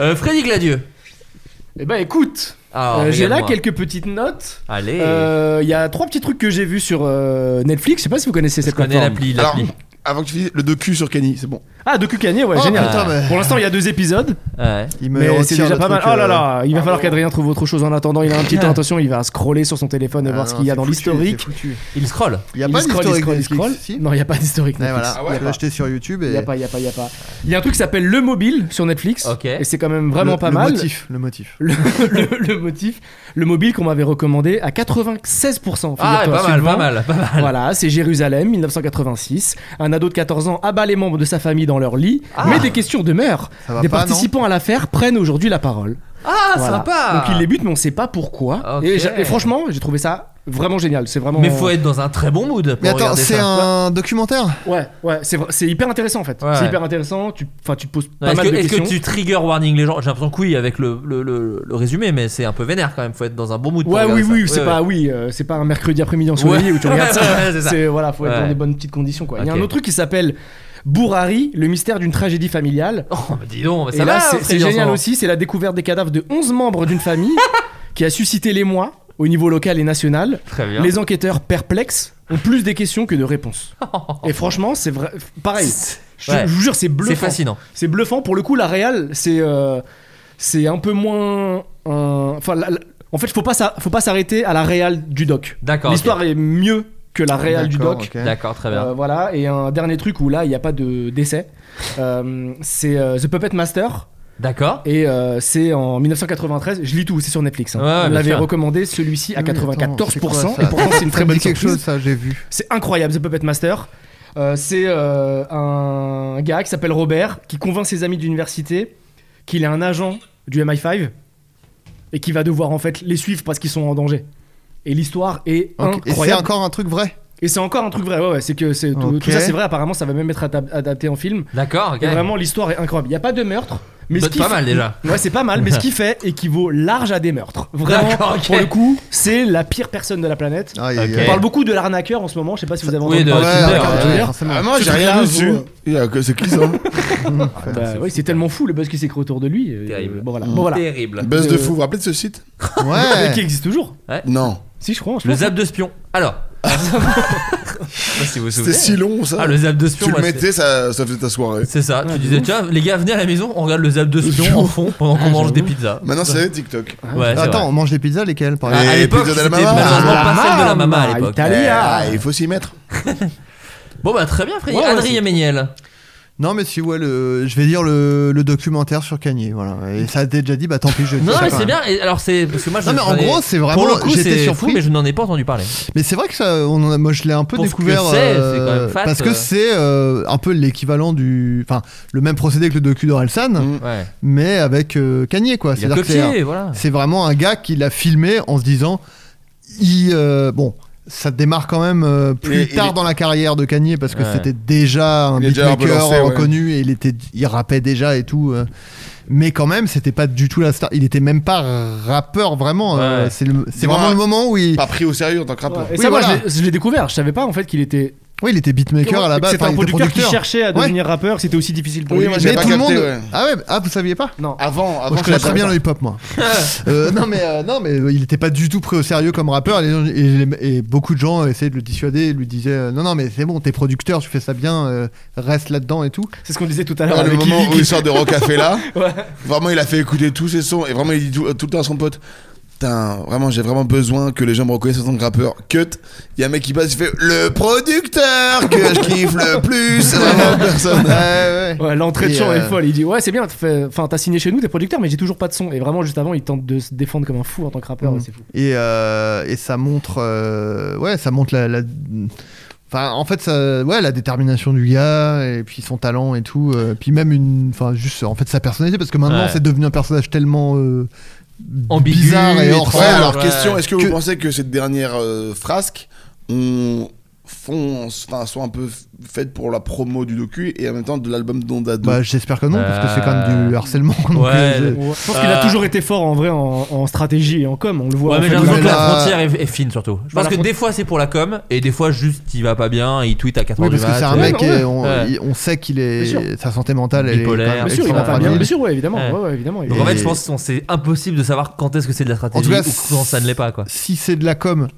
F: Euh, Freddy Gladieux.
E: Eh ben, écoute,
F: Ah,
E: euh, j'ai là
F: regarde-moi.
E: quelques petites notes.
F: Allez.
E: Euh, Il y a trois petits trucs que j'ai vus sur euh, Netflix. Je sais pas si vous connaissez
F: je
E: cette
F: connais
E: plateforme.
F: l'appli.
G: Alors,
F: l'appli.
G: avant que tu finisses, le docu sur Kenny, c'est bon.
E: Ah, Doku Kanye, ouais,
B: Oh,
E: génial.
B: putain, mais-
E: Pour l'instant, il y a deux épisodes.
F: Ouais.
B: Il me
E: Mais
B: retire
E: c'est déjà
B: le
E: pas mal.
B: truc,
E: Oh là
B: euh,
E: là, il va falloir qu'Adrien trouve autre chose en attendant. Il a un petit
B: [LAUGHS]
E: temps, attention, il va scroller sur son téléphone et
B: ah
E: voir
B: non,
E: ce qu'il y a
B: c'est
E: dans
B: foutu,
E: l'historique.
B: c'est foutu.
F: Il scroll.
B: Il y a
E: Il
B: pas
E: scrolle,
B: d'historique
E: il scrolle,
B: Netflix,
E: il
B: si
E: scrolle. Non, il n'y a pas d'historique.
B: Ouais,
E: Netflix.
B: voilà,
G: ouais,
B: tu peux acheter sur YouTube
E: Il y
B: et
E: a pas, il y a pas, il y a pas. Il y a un truc qui s'appelle Le Mobile sur Netflix.
F: Ok.
E: Et c'est quand même vraiment
B: le-
E: pas
B: le
E: mal.
B: Motif, le motif.
E: [LAUGHS] Le, le- le motif. Le mobile qu'on m'avait recommandé à 96%.
F: Ah,
E: figure-toi,
F: pas mal,
E: Sylvain.
F: pas mal, pas mal.
E: Voilà, c'est Jérusalem, 1986. Un ado de 14 ans abat les membres de sa famille dans leur lit,
F: Ah.
E: mais des questions demeurent.
B: Ça va
E: Des
B: pas, non
E: participants à l'affaire prennent aujourd'hui la parole.
F: Ah,
E: Voilà.
F: sympa.
E: Donc il les bute, mais on sait pas pourquoi.
F: Ok.
E: Et, j'a- et franchement, j'ai trouvé ça vraiment génial. C'est vraiment.
F: Mais faut être dans un très bon mood pour
B: Mais attends,
F: regarder
B: c'est
F: ça.
B: un documentaire
E: Ouais, ouais, c'est vra- c'est hyper intéressant en fait.
F: Ouais.
E: C'est hyper intéressant. Tu, enfin, tu te poses pas
F: Non, Est-ce
E: mal
F: que,
E: de
F: est-ce que
E: questions.
F: tu trigger warning les gens J'ai l'impression que oui avec le, le, le, le résumé, mais c'est un peu vénère quand même. Faut être dans un bon mood. pour
E: Ouais, oui,
F: regarder ça.
E: oui, c'est
F: Ouais,
E: pas, oui, euh, c'est pas un mercredi après-midi en
F: Ouais.
E: soirée où tu regardes ça.
F: [LAUGHS] Ouais, ouais, c'est ça.
E: c'est voilà, faut être dans
F: Ouais.
E: des bonnes petites conditions quoi. Il y a un
F: Ok.
E: autre truc qui s'appelle Bourari, le mystère d'une tragédie familiale.
F: ouais. Oh, bah dis donc,
E: Et
F: ça
E: là,
F: va.
E: c'est-
F: Freddy,
E: c'est
F: en ce
E: génial
F: moment.
E: aussi, c'est la découverte des cadavres de 11 membres d'une famille
F: [LAUGHS]
E: qui a suscité l'émoi au niveau local et national.
F: Très bien.
E: Les enquêteurs perplexes ont plus des questions que de réponses.
F: [LAUGHS]
E: et franchement, c'est vrai. Pareil, je,
F: Ouais.
E: je vous jure, c'est bluffant.
F: C'est fascinant.
E: C'est bluffant. Pour le coup, la réal, c'est euh, c'est un peu moins. un- Enfin, la- la- en fait, faut pas s'a- faut pas s'arrêter à la réal du doc.
F: D'accord,
E: L'histoire est mieux que la réal du
B: D'accord,
E: doc.
B: ok.
F: D'accord, très bien.
E: Euh, voilà, et un dernier truc où là, il n'y a pas de décès, Euh, c'est euh, The Puppet Master.
F: D'accord.
E: Et euh, c'est en 1993, je lis tout, c'est sur Netflix. hein.
F: Ouais, ouais,
E: On
F: bien
E: l'avait
F: sûr.
E: recommandé, celui-ci à
B: Ah Oui, attends,
E: 94%,
B: c'est quoi, ça
E: et pourtant c'est une
B: Ça
E: très
B: me
E: bonne
B: dit quelque
E: surprise.
B: chose, ça, j'ai vu.
E: C'est incroyable, The Puppet Master. Euh, c'est euh, un gars qui s'appelle Robert, qui convainc ses amis d'université qu'il est un agent du MI5 et qui va devoir en fait les suivre parce qu'ils sont en danger. Et l'histoire est
B: Ok. Et c'est
E: incroyable.
B: encore un truc vrai.
E: Et c'est encore un truc vrai, ouais, ouais, c'est que c'est tout,
B: Ok.
E: tout ça c'est vrai, apparemment ça va même être adap- adapté en film.
F: D'accord. ok.
E: Et vraiment l'histoire est incroyable. Il n'y a pas de meurtre, mais ce
F: Bah,
E: qui
F: pas mal déjà.
E: Ouais, c'est pas mal,
F: [LAUGHS]
E: mais ce qu'il fait équivaut large à des meurtres. Vraiment,
F: D'accord, ok.
E: pour le coup, c'est la pire personne de la planète.
B: Aïe,
F: Ok.
B: aïe,
E: On
B: aïe.
E: parle beaucoup de l'arnaqueur en ce moment, je sais pas si vous avez
F: Oui,
E: entendu
F: de-
B: Ah Ouais,
E: parler
F: Tinder,
B: ouais,
E: l'arnaqueur
B: ouais,
E: Tinder.
B: forcément.
G: Ah, moi j'ai rien
E: Très
G: dessus.
E: bien, vous,
G: Il y a que- C'est qui ça
E: Bah oui, c'est tellement fou le buzz qui s'est créé autour de lui. euh,
F: Terrible.
E: Bon voilà. Bon, voilà.
F: Terrible.
G: Buzz
E: [LAUGHS]
G: de fou, vous vous rappelez de ce site
E: Mais Qui
B: Ouais.
E: existe toujours
G: Non.
E: Si je crois, je
F: Le
E: pense.
F: [LAUGHS] zap de spion. Alors, si vous vous
G: C'était
F: souvenez.
G: si long ça.
F: Ah, le zap de
G: tu
F: spion.
G: le
F: bah, c'est-
G: mettais, ça, ça faisait ta soirée.
F: C'est ça, tu disais, tiens, les gars, venez à la maison, on regarde le zap de spion en fond pendant qu'on mange des pizzas.
G: Maintenant, c'est TikTok.
F: Ouais, c'est
B: Attends,
F: vrai.
B: on mange des pizzas lesquelles
E: Ah,
B: par
F: À-
B: exemple
F: à
G: les
F: l'époque,
G: pizzas de la
F: c'était
G: maman.
F: malheureusement
G: Ah,
F: pas celle de la maman à l'époque.
G: Eh,
E: Italia.
G: ah, il faut s'y mettre.
F: Bon, bah, très bien, Frédéric.
E: Ouais, ouais,
F: Adrien
E: c'est-
F: Méniel.
B: Non, mais si, ouais, le, je vais dire le, le documentaire sur Kanye. Voilà. Et ça a déjà dit, bah tant pis, je dis
F: Non,
B: ça
F: mais
B: quand
F: c'est
B: même.
F: bien. et alors, c'est. Parce que moi, je.
B: Non, mais en
F: j'en ai-
B: gros, c'est
F: Pour
B: vraiment.
F: le coup,
B: J'étais
F: c'est fou,
B: surpris.
F: mais je n'en ai pas entendu parler.
B: Mais c'est vrai que ça, on en a- moi je l'ai un peu
F: Pour ce que
B: découvert
F: c'est,
B: euh,
F: c'est quand même fat,
B: parce
F: euh.
B: que c'est euh, un peu l'équivalent du, enfin le même procédé que le docu d'Orelsan,
F: Ouais.
B: mais avec euh, Kanye quoi.
F: Il a
B: C'est-à-dire que c'est-
F: copié, voilà.
B: c'est vraiment un gars qui l'a filmé en se disant, il, euh, bon, ça démarre quand même euh, plus
G: Il est-
B: tard
G: il est-
B: dans la carrière de Kanye parce que
F: Ouais.
B: c'était déjà un
G: Il est déjà un peu
B: beatmaker
G: lancé, ouais.
B: reconnu et il était, il rappait déjà et tout. euh, mais quand même, c'était pas du tout la star. Il était même pas rappeur vraiment. euh,
F: Ouais.
B: c'est le- c'est
G: Ouais.
B: vraiment le moment où il.
G: Pas pris au sérieux en tant que rappeur.
E: Et
B: Oui,
E: ça, moi,
B: voilà.
E: je l'ai- je l'ai découvert. Je savais pas en fait qu'il était.
B: Oui, il était beatmaker à la base.
I: C'était
B: enfin,
I: un
B: il était
I: producteur, qui cherchait à
B: Ouais.
I: devenir rappeur, c'était aussi difficile pour
G: Oui,
I: lui.
G: moi,
B: Mais
G: J'ai pas
B: tout le monde.
G: capté, ouais.
B: Ah ouais, ah vous saviez pas
E: Non.
G: Avant, avant
B: Moi, je connais très bien le hip-hop, moi. Euh, non, mais, euh, non, mais euh, il n'était pas du tout pris au sérieux comme rappeur. Et, les gens- et- et beaucoup de gens essayaient de le dissuader. Lui disaient euh, Non, non, mais c'est bon, t'es producteur, tu fais ça bien, euh, reste là-dedans et tout.
E: C'est ce qu'on disait tout à
G: Ah,
E: l'heure
G: le
E: avec
G: moment
E: Kiki.
G: où il sort de Rocafella,
E: Ouais.
G: vraiment il a fait écouter tous ses sons et vraiment il dit tout, tout le temps à son pote Putain, vraiment j'ai vraiment besoin que les gens me reconnaissent en tant que rappeur. Cut, il y a un mec qui passe, il fait Le producteur que je kiffe le plus
B: [LAUGHS]
G: Vraiment, personne.
B: Ouais, ouais.
E: Ouais, l'entrée de
B: Et,
E: champ est
B: euh,
E: folle. Il dit Ouais, c'est bien, t'as fait- enfin, t'as signé chez nous, t'es producteur, mais j'ai toujours pas de son. Et vraiment, juste avant, il tente de se défendre comme un fou en tant que rappeur.
B: Mm.
E: et C'est fou.
B: Et, euh, et ça montre. euh, ouais, ça montre la. la- Enfin, en fait, ça, ouais, la détermination du gars, et puis son talent et tout, euh, puis même une, enfin, juste, en fait, sa personnalité, parce que maintenant,
F: Ouais.
B: c'est devenu un personnage tellement euh,
F: Ambigu,
B: bizarre et hors
F: étrange.
G: Ouais,
B: sol.
G: alors
F: ouais.
G: question est-ce que,
B: Que-
G: vous pensez que cette dernière euh, frasque on font, enfin, soit un peu f- faite pour la promo du docu et en même temps de l'album Dondado
B: Bah, j'espère que non, parce que c'est quand même du
F: Euh,
B: harcèlement. donc,
F: ouais,
B: euh, je-
F: le-
E: Ouais. Je pense qu'il
F: Euh,
E: a toujours été fort en vrai en, en stratégie et en com. On le voit.
F: Ouais,
E: en
F: mais
E: fait,
F: j'ai
B: vous
F: l'impression
B: avez
F: que la
B: la-
F: frontière est, est fine surtout. Je
E: Bah,
F: pense
E: la
F: que des fois c'est pour la com et des fois juste il va pas bien, il tweet à 4h
B: Oui,
F: du
B: parce que
F: mat,
B: c'est un
F: euh,
B: mec,
E: ouais,
B: et on,
F: ouais.
B: il- on sait qu'il
E: Bien
B: est. Sa santé mentale, elle
F: Bipolaire,
B: est. quand
E: Bien
B: même
E: sûr, il va pas bien.
B: extraordinaire.
E: Bien sûr, ouais, évidemment.
F: Ouais.
E: Ouais, ouais, évidemment.
F: Donc en
B: Et-
F: fait, je pense que c'est impossible de savoir quand est-ce que c'est de la stratégie
B: En tout cas,
F: ou quand ça ne l'est pas quoi.
B: Si c'est de la com,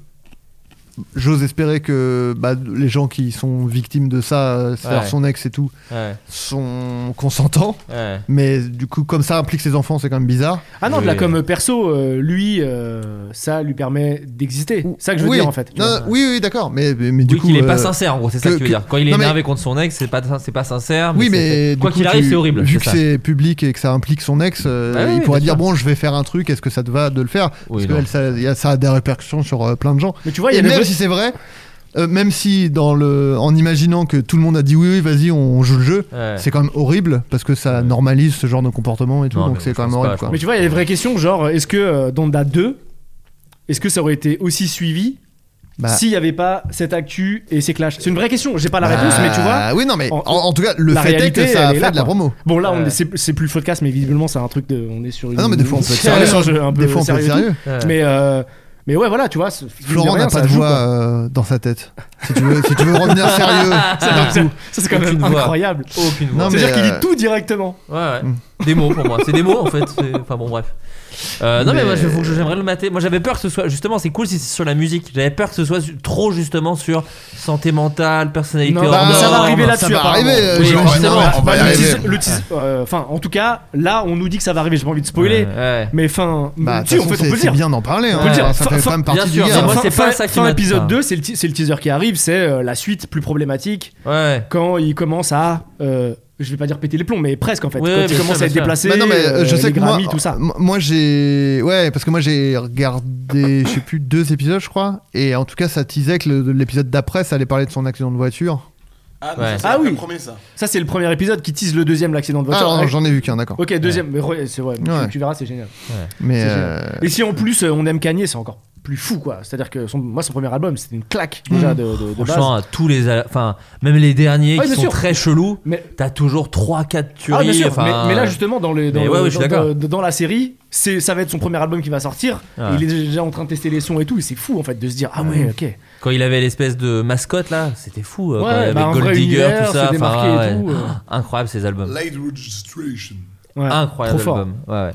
B: j'ose espérer que bah, les gens qui sont victimes de ça, euh, c'est-à-dire
F: Ouais.
B: son ex et tout,
F: Ouais,
B: sont consentants.
F: ouais.
B: Mais du coup, comme ça implique ses enfants, c'est quand même bizarre.
E: Ah non,
F: Oui.
E: de la com perso, euh, lui, euh, ça lui permet d'exister. C'est ça que je veux
B: oui.
E: dire en fait. tu
B: Non,
E: vois.
B: oui, oui, d'accord. Mais, mais, mais du
F: oui,
B: coup.
F: qu'il est
B: euh,
F: pas sincère en gros, c'est ça
B: que-
F: que tu veux
B: que-
F: dire. Quand il est
B: non, mais-
F: énervé contre son ex, c'est pas, c'est pas sincère.
B: Oui,
F: c'est-
B: mais du
F: quoi
B: coup,
F: qu'il arrive,
B: tu-
F: c'est horrible.
B: Vu
F: c'est
B: que
F: ça.
B: c'est public et que ça implique son ex, euh,
F: Ah oui,
B: il
F: oui,
B: pourrait
F: bien
B: dire
F: sûr.
B: bon, je vais faire un truc. Est-ce que ça te va de le faire
F: Oui,
B: Parce que
F: non.
B: elle, ça, y a- ça a des répercussions sur euh, plein de gens.
E: Mais tu vois, il y
B: et
E: a le
B: même
E: vote-
B: si c'est vrai, euh, même si dans le, en imaginant que tout le monde a dit oui, oui, vas-y, on joue le jeu,
F: Ouais.
B: c'est quand même horrible parce que ça normalise ce genre de comportement et tout,
F: Non,
B: donc
F: mais
B: c'est
F: je
B: quand même
F: pense
B: horrible.
F: pas, je
B: quoi.
E: Mais tu vois, il y a des vraies questions, genre est-ce que euh, Donda 2, est-ce que ça aurait été aussi suivi
B: Bah,
E: s'il n'y avait pas cette actu et ces clashs C'est une vraie question, j'ai pas la
B: bah,
E: réponse, mais tu vois.
B: Oui, non, mais en,
E: en-
B: en tout cas, le
E: la
B: fait
E: réalité,
B: est que ça a
E: elle est
B: fait
E: là,
B: de la
E: quoi.
B: promo.
E: Bon, là, on
F: Ouais.
E: est- c'est c'est plus le podcast, mais visiblement, c'est un truc de. On est sur une.
B: Ah non, mais des fois, on peut être
E: un
B: sérieux.
E: échange un peu
B: Des fois, on peut être
E: sérieux et
B: sérieux.
F: Ouais.
E: tout. Mais, euh, mais ouais, voilà, tu vois. ce- mine de
B: Florent
E: rien,
B: n'a
E: ça
B: pas de
E: joue,
B: voix
E: quoi.
B: euh, dans sa tête. Si tu veux, si tu veux
E: [LAUGHS]
B: revenir sérieux.
E: Ah, Ça, ça, c'est quand
F: Aucune
E: même
F: voix.
E: incroyable.
F: Aucune voix.
B: Non, mais,
E: C'est-à-dire qu'il
B: euh,
E: dit tout directement.
F: Ouais, ouais.
E: Hmm.
F: Des mots pour moi. C'est des mots en fait. C'est- Enfin bon, bref. Euh, non, mais,
B: Mais-
F: moi je- faut que je- j'aimerais le mater. Moi j'avais peur que ce soit. Justement, c'est cool si c'est sur la musique. J'avais peur que ce soit su- trop justement sur santé mentale, personnalité.
E: Non,
F: hors
E: bah,
F: norme.
E: ça va arriver
B: Ça
E: là-dessus.
B: va
E: apparemment.
B: arriver, euh,
F: Oui,
B: j'imagine.
F: forcément.
B: Ouais.
G: On va y
E: Bah, le
G: arriver.
E: teaser- le teaser- euh, Enfin, en tout cas, là, on nous dit que ça va arriver. J'ai pas envie de spoiler.
F: Ouais.
E: Mais fin.
B: Bah, de
E: si,
B: toute
E: en fait, on
B: façon,
E: peut
B: c'est
E: le
B: c'est
E: dire.
B: bien hein. d'en parler. hein.
E: peut le dire.
B: Ça
E: Fin-
B: fait quand
E: fin-
B: même
F: bien
B: partie du
F: sûr, mais
B: gars.
F: moi,
E: Fin-
F: c'est pas
E: fin-
F: ça qui
E: fin
F: m'a-
E: épisode
F: enfin.
E: 2, c'est le, te- c'est le teaser qui arrive, c'est euh, la suite plus problématique
F: Ouais.
E: quand il commence à. euh, je vais pas dire péter les plombs, mais presque en fait.
F: Ouais,
E: quand
F: bien
E: il commence
F: sûr,
E: à être
F: bien sûr.
E: déplacé,
B: Bah non, mais euh, je
E: euh,
B: sais
E: les
B: que moi,
E: Grammys, tout ça.
B: m- moi j'ai, ouais, parce que moi j'ai regardé, je sais plus deux épisodes, je crois, et en tout cas ça teasait que le- l'épisode d'après, ça allait parler de son accident de voiture.
G: Ah,
F: Ouais.
G: ça, c'est
E: Ah
G: le
E: oui.
G: premier, ça.
E: Ça, c'est le premier épisode qui tease le deuxième, l'accident de
B: Ah,
E: voiture.
B: alors,
E: Ouais.
B: j'en ai vu qu'un, d'accord.
E: Ok, deuxième, mais re- c'est vrai, tu-
B: Ouais.
E: tu, verras, c'est génial.
B: Mais
E: C'est
B: euh,
E: génial. Et si en plus euh, on aime Kanye, c'est encore plus fou quoi. C'est-à-dire que son- moi, son premier album, c'était une claque déjà de, de- de base.
F: Mm. Franchement, tous les. al- Enfin, même les derniers
E: Ouais,
F: qui
E: bien
F: sont
E: sûr.
F: très chelous,
E: Mais
F: t'as toujours 3-4 tueries.
E: Ah, bien sûr,
F: enfin,
E: mais, mais là justement dans, les, dans,
F: mais
E: le-
F: ouais, ouais, je
E: dans-
F: suis d'accord.
E: dans- dans la série, c'est ça va être son premier album qui va sortir.
F: Ouais.
E: Il est déjà en train de tester les sons et tout, et c'est fou en fait de se dire ah ouais ok.
F: Quand il avait l'espèce de mascotte là, c'était fou. euh,
E: Ouais,
F: quand il y avait
E: bah, un
F: Gold
E: vrai
F: Digger,
E: univers,
F: tout ça.
E: se
F: enfin,
E: démarquer et
F: ouais.
E: tout, euh.
F: [GASPS] Incroyable ces albums.
G: Late registration.
E: Ouais,
F: Incroyable
E: trop fort.
F: album. Ouais, ouais.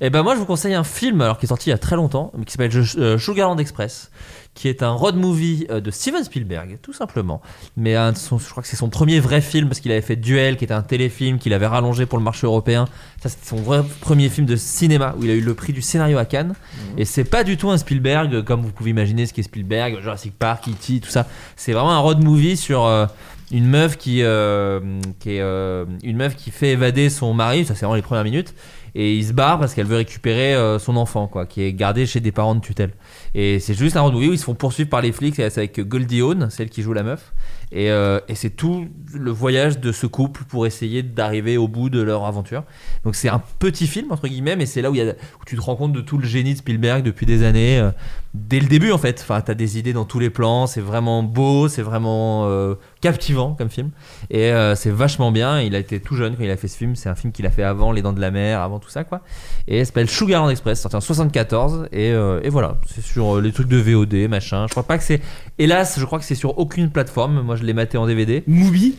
F: Et ben moi, je vous conseille un film, alors qui est sorti il y a très longtemps, mais qui s'appelle Je- euh, Sugarland Express, qui est un road movie euh, de Steven Spielberg, tout simplement. Mais un de son- je crois que c'est son premier vrai film parce qu'il avait fait Duel, qui était un téléfilm qu'il avait rallongé pour le marché européen. Ça, c'était son vrai premier film de cinéma où il a eu le prix du scénario à Cannes.
E: Mmh.
F: Et c'est pas du tout un Spielberg euh, comme vous pouvez imaginer ce qu'est Spielberg, Jurassic Park, E.T., tout ça. C'est vraiment un road movie sur euh, une meuf qui, euh, qui est, euh, une meuf qui fait évader son mari. Ça, c'est vraiment les premières minutes. Et il se barre parce qu'elle veut récupérer euh, son enfant, quoi, qui est gardé chez des parents de tutelle. Et c'est juste un road movie où ils se font poursuivre par les flics. et C'est avec Goldie Hawn, celle qui joue la meuf. Et, euh, et c'est tout le voyage de ce couple pour essayer d'arriver au bout de leur aventure. Donc c'est un petit film, entre guillemets, mais c'est là où, il y a- où tu te rends compte de tout le génie de Spielberg depuis des années. euh, dès le début, en fait. Enfin, t'as des idées dans tous les plans. C'est vraiment beau, c'est vraiment euh, captivant comme film. Et euh, c'est vachement bien. Il a été tout jeune quand il a fait ce film. C'est un film qu'il a fait avant Les Dents de la Mer, avant tout ça, quoi. Et il s'appelle Sugarland Express, sorti en 74. Et, euh, et voilà, c'est sur euh, les trucs de VOD, machin. Je crois pas que c'est. Hélas, je crois que c'est sur aucune plateforme. Moi, je l'ai maté en DVD.
E: Movie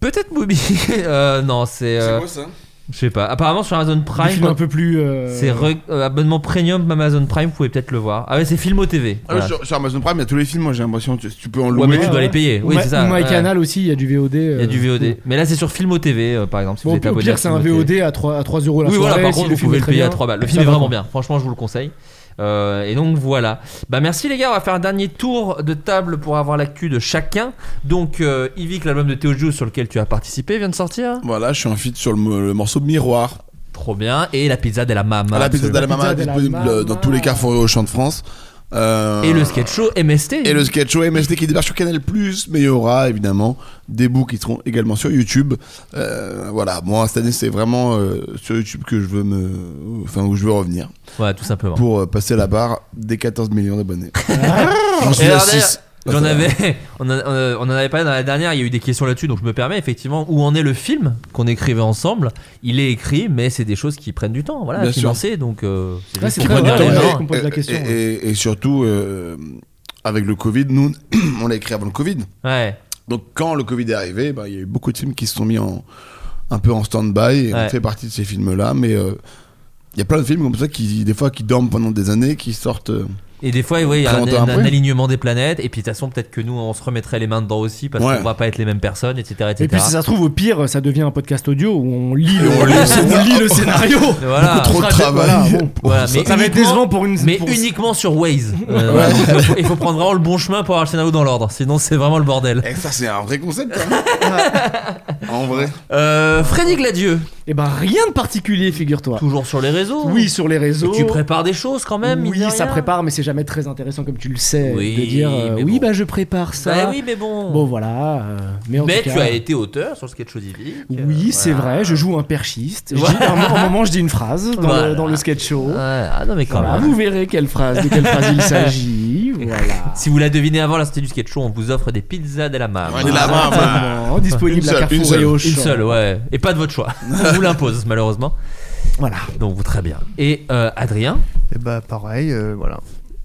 F: Peut-être Mubi. [LAUGHS] Euh, non, c'est. euh,
G: C'est quoi ça
F: je sais pas. Apparemment, sur Amazon
E: Des
F: Prime.
E: films un peu plus. euh,
F: C'est re- euh, abonnement premium Amazon Prime, vous pouvez peut-être le voir. Ah ouais, c'est Filmo TV.
G: Ah oui,
F: Voilà.
G: sur, sur Amazon Prime, il y a tous les films, moi j'ai l'impression que tu, tu peux en louer.
F: Ouais, mais tu dois les payer.
E: ou
F: Oui,
E: Ma-
F: c'est ça.
E: ou My
F: ouais.
E: Canal aussi, il y a du VOD.
F: Il y a du VOD. Mais là, c'est sur Filmo TV, euh, par exemple. Si vous
E: Bon,
F: êtes
E: au
F: abonné
E: pire,
F: à
E: euh, c'est un
F: Filmo TV.
E: VOD à 3, 3 euros la
F: Oui,
E: soirée.
F: voilà, par
E: si
F: contre,
E: le
F: vous
E: film
F: pouvez
E: est
F: le
E: très
F: payer à
E: bien. Ah,
F: 3 balles. Le
E: Ça
F: film est
E: va.
F: vraiment bien, franchement, je vous le conseille. Euh, et donc voilà. Bah merci les gars, on va faire un dernier tour de table pour avoir l'actu de chacun. Donc euh, Yvick, l'album de Théo Jou sur lequel tu as participé vient de sortir.
G: Voilà, je suis en feat sur le, mo- le morceau Miroir.
F: Trop bien. Et la pizza de la
G: à
F: mama.
G: Ah, la pizza
F: Bah, absolument.
G: d'Alamama,
E: La pizza
G: disponible
E: d'Alamama.
G: euh, dans tous les carrefours et au champ de France. Euh,
F: Et le sketch show MST.
G: Et le sketch show MST qui débarque sur Canal+, mais il y aura évidemment des bouts qui seront également sur YouTube. Euh, voilà, moi cette année c'est vraiment euh, sur YouTube que je veux me, enfin où je veux revenir
F: Voilà, tout simplement.
G: pour euh, passer la barre des 14 millions d'abonnés. [LAUGHS] J'en
F: Et
G: suis à
F: alors, d'ailleurs,
G: 6.
F: J'en avais, [LAUGHS] on, en- on en avait parlé dans la dernière, il y a eu des questions là-dessus, donc je me permets effectivement où en est le film qu'on écrivait ensemble. Il est écrit, mais c'est des choses qui prennent du temps, voilà, à
G: Bien sûr.
F: financer, donc euh,
E: Ouais,
F: juste
E: c'est
F: pour
E: très
F: redire
E: vrai,
F: les
E: ouais.
F: gens.
E: qu'on pose la
G: Et-
E: question,
G: et, et- et surtout euh, avec le Covid, nous [CLEARS THROAT] on l'a écrit avant le Covid.
F: Ouais,
G: Donc quand le Covid est arrivé, bah, il y a eu beaucoup de films qui se sont mis en, un peu en stand-by et
F: Ouais.
G: on fait partie de ces films-là, mais euh, il y a plein de films comme ça qui des fois qui dorment pendant des années, qui sortent. euh,
F: Et des fois, ouais, il y a
G: Très
F: un,
G: longtemps
F: un
G: après.
F: alignement des planètes, et puis de toute façon, peut-être que nous, on se remettrait les mains dedans aussi, parce
G: Ouais.
F: qu'on va pas être les mêmes personnes, etc. etc.
E: Et puis si ça se trouve, au pire, ça devient un podcast audio où on lit le,
G: On lit le
E: on lit le scénario. [LAUGHS]
F: Et voilà.
G: Beaucoup trop de
E: Ah, voilà,
G: travail.
E: bon.
G: pour
F: [LAUGHS] Voilà,
G: ça.
F: mais
E: Ça va être
F: uniquement-
E: décevant pour une.
F: Mais
E: pour-
F: uniquement
E: [LAUGHS]
F: sur Waze. Euh, donc, il, faut, il faut prendre vraiment le bon chemin pour avoir le scénario dans l'ordre, sinon c'est vraiment le bordel.
G: Eh, ça c'est un vrai concept.
E: [LAUGHS]
G: hein. en vrai.
F: Euh, Freddy Gladieux,
E: Eh ben rien de particulier, figure-toi.
F: toujours sur les réseaux.
E: Oui, sur les
F: Et
E: réseaux.
F: tu prépares des choses quand même mine
E: Oui,
F: de
E: ça
F: rien.
E: prépare, mais c'est jamais très intéressant comme tu le sais
F: Oui,
E: de dire euh,
F: mais
E: oui,
F: bon.
E: bah je prépare ça.
F: Bah oui, mais bon.
E: Bon voilà. euh, mais en
F: mais
E: tout
F: tu
E: cas,
F: as été auteur sur le sketch show d'Yvick.
E: Oui,
F: Euh,
E: c'est
F: voilà.
E: vrai, je joue un perchiste. Je
F: Voilà.
E: dis- à un, moment, je dis une phrase dans,
F: Voilà.
E: le, dans le sketch show.
F: Ouais, ah non, mais quand
E: Voilà,
F: même.
E: vous verrez quelle phrase, de quelle phrase il s'agit. Voilà.
F: Si vous la devinez avant la sortie du sketch show, on vous offre des pizzas de la mare.
G: Ouais, de la main, bah.
E: Exactement, disponible
G: Une
E: à
G: seule,
E: Carrefour
G: une seule,
E: et Auchan.
F: Une seule, ouais. Et pas de votre
B: [LAUGHS]
F: choix. on vous l'impose, malheureusement.
E: Voilà.
F: Donc, vous, très bien. Et euh, Adrien,
B: Et bah pareil, euh, voilà.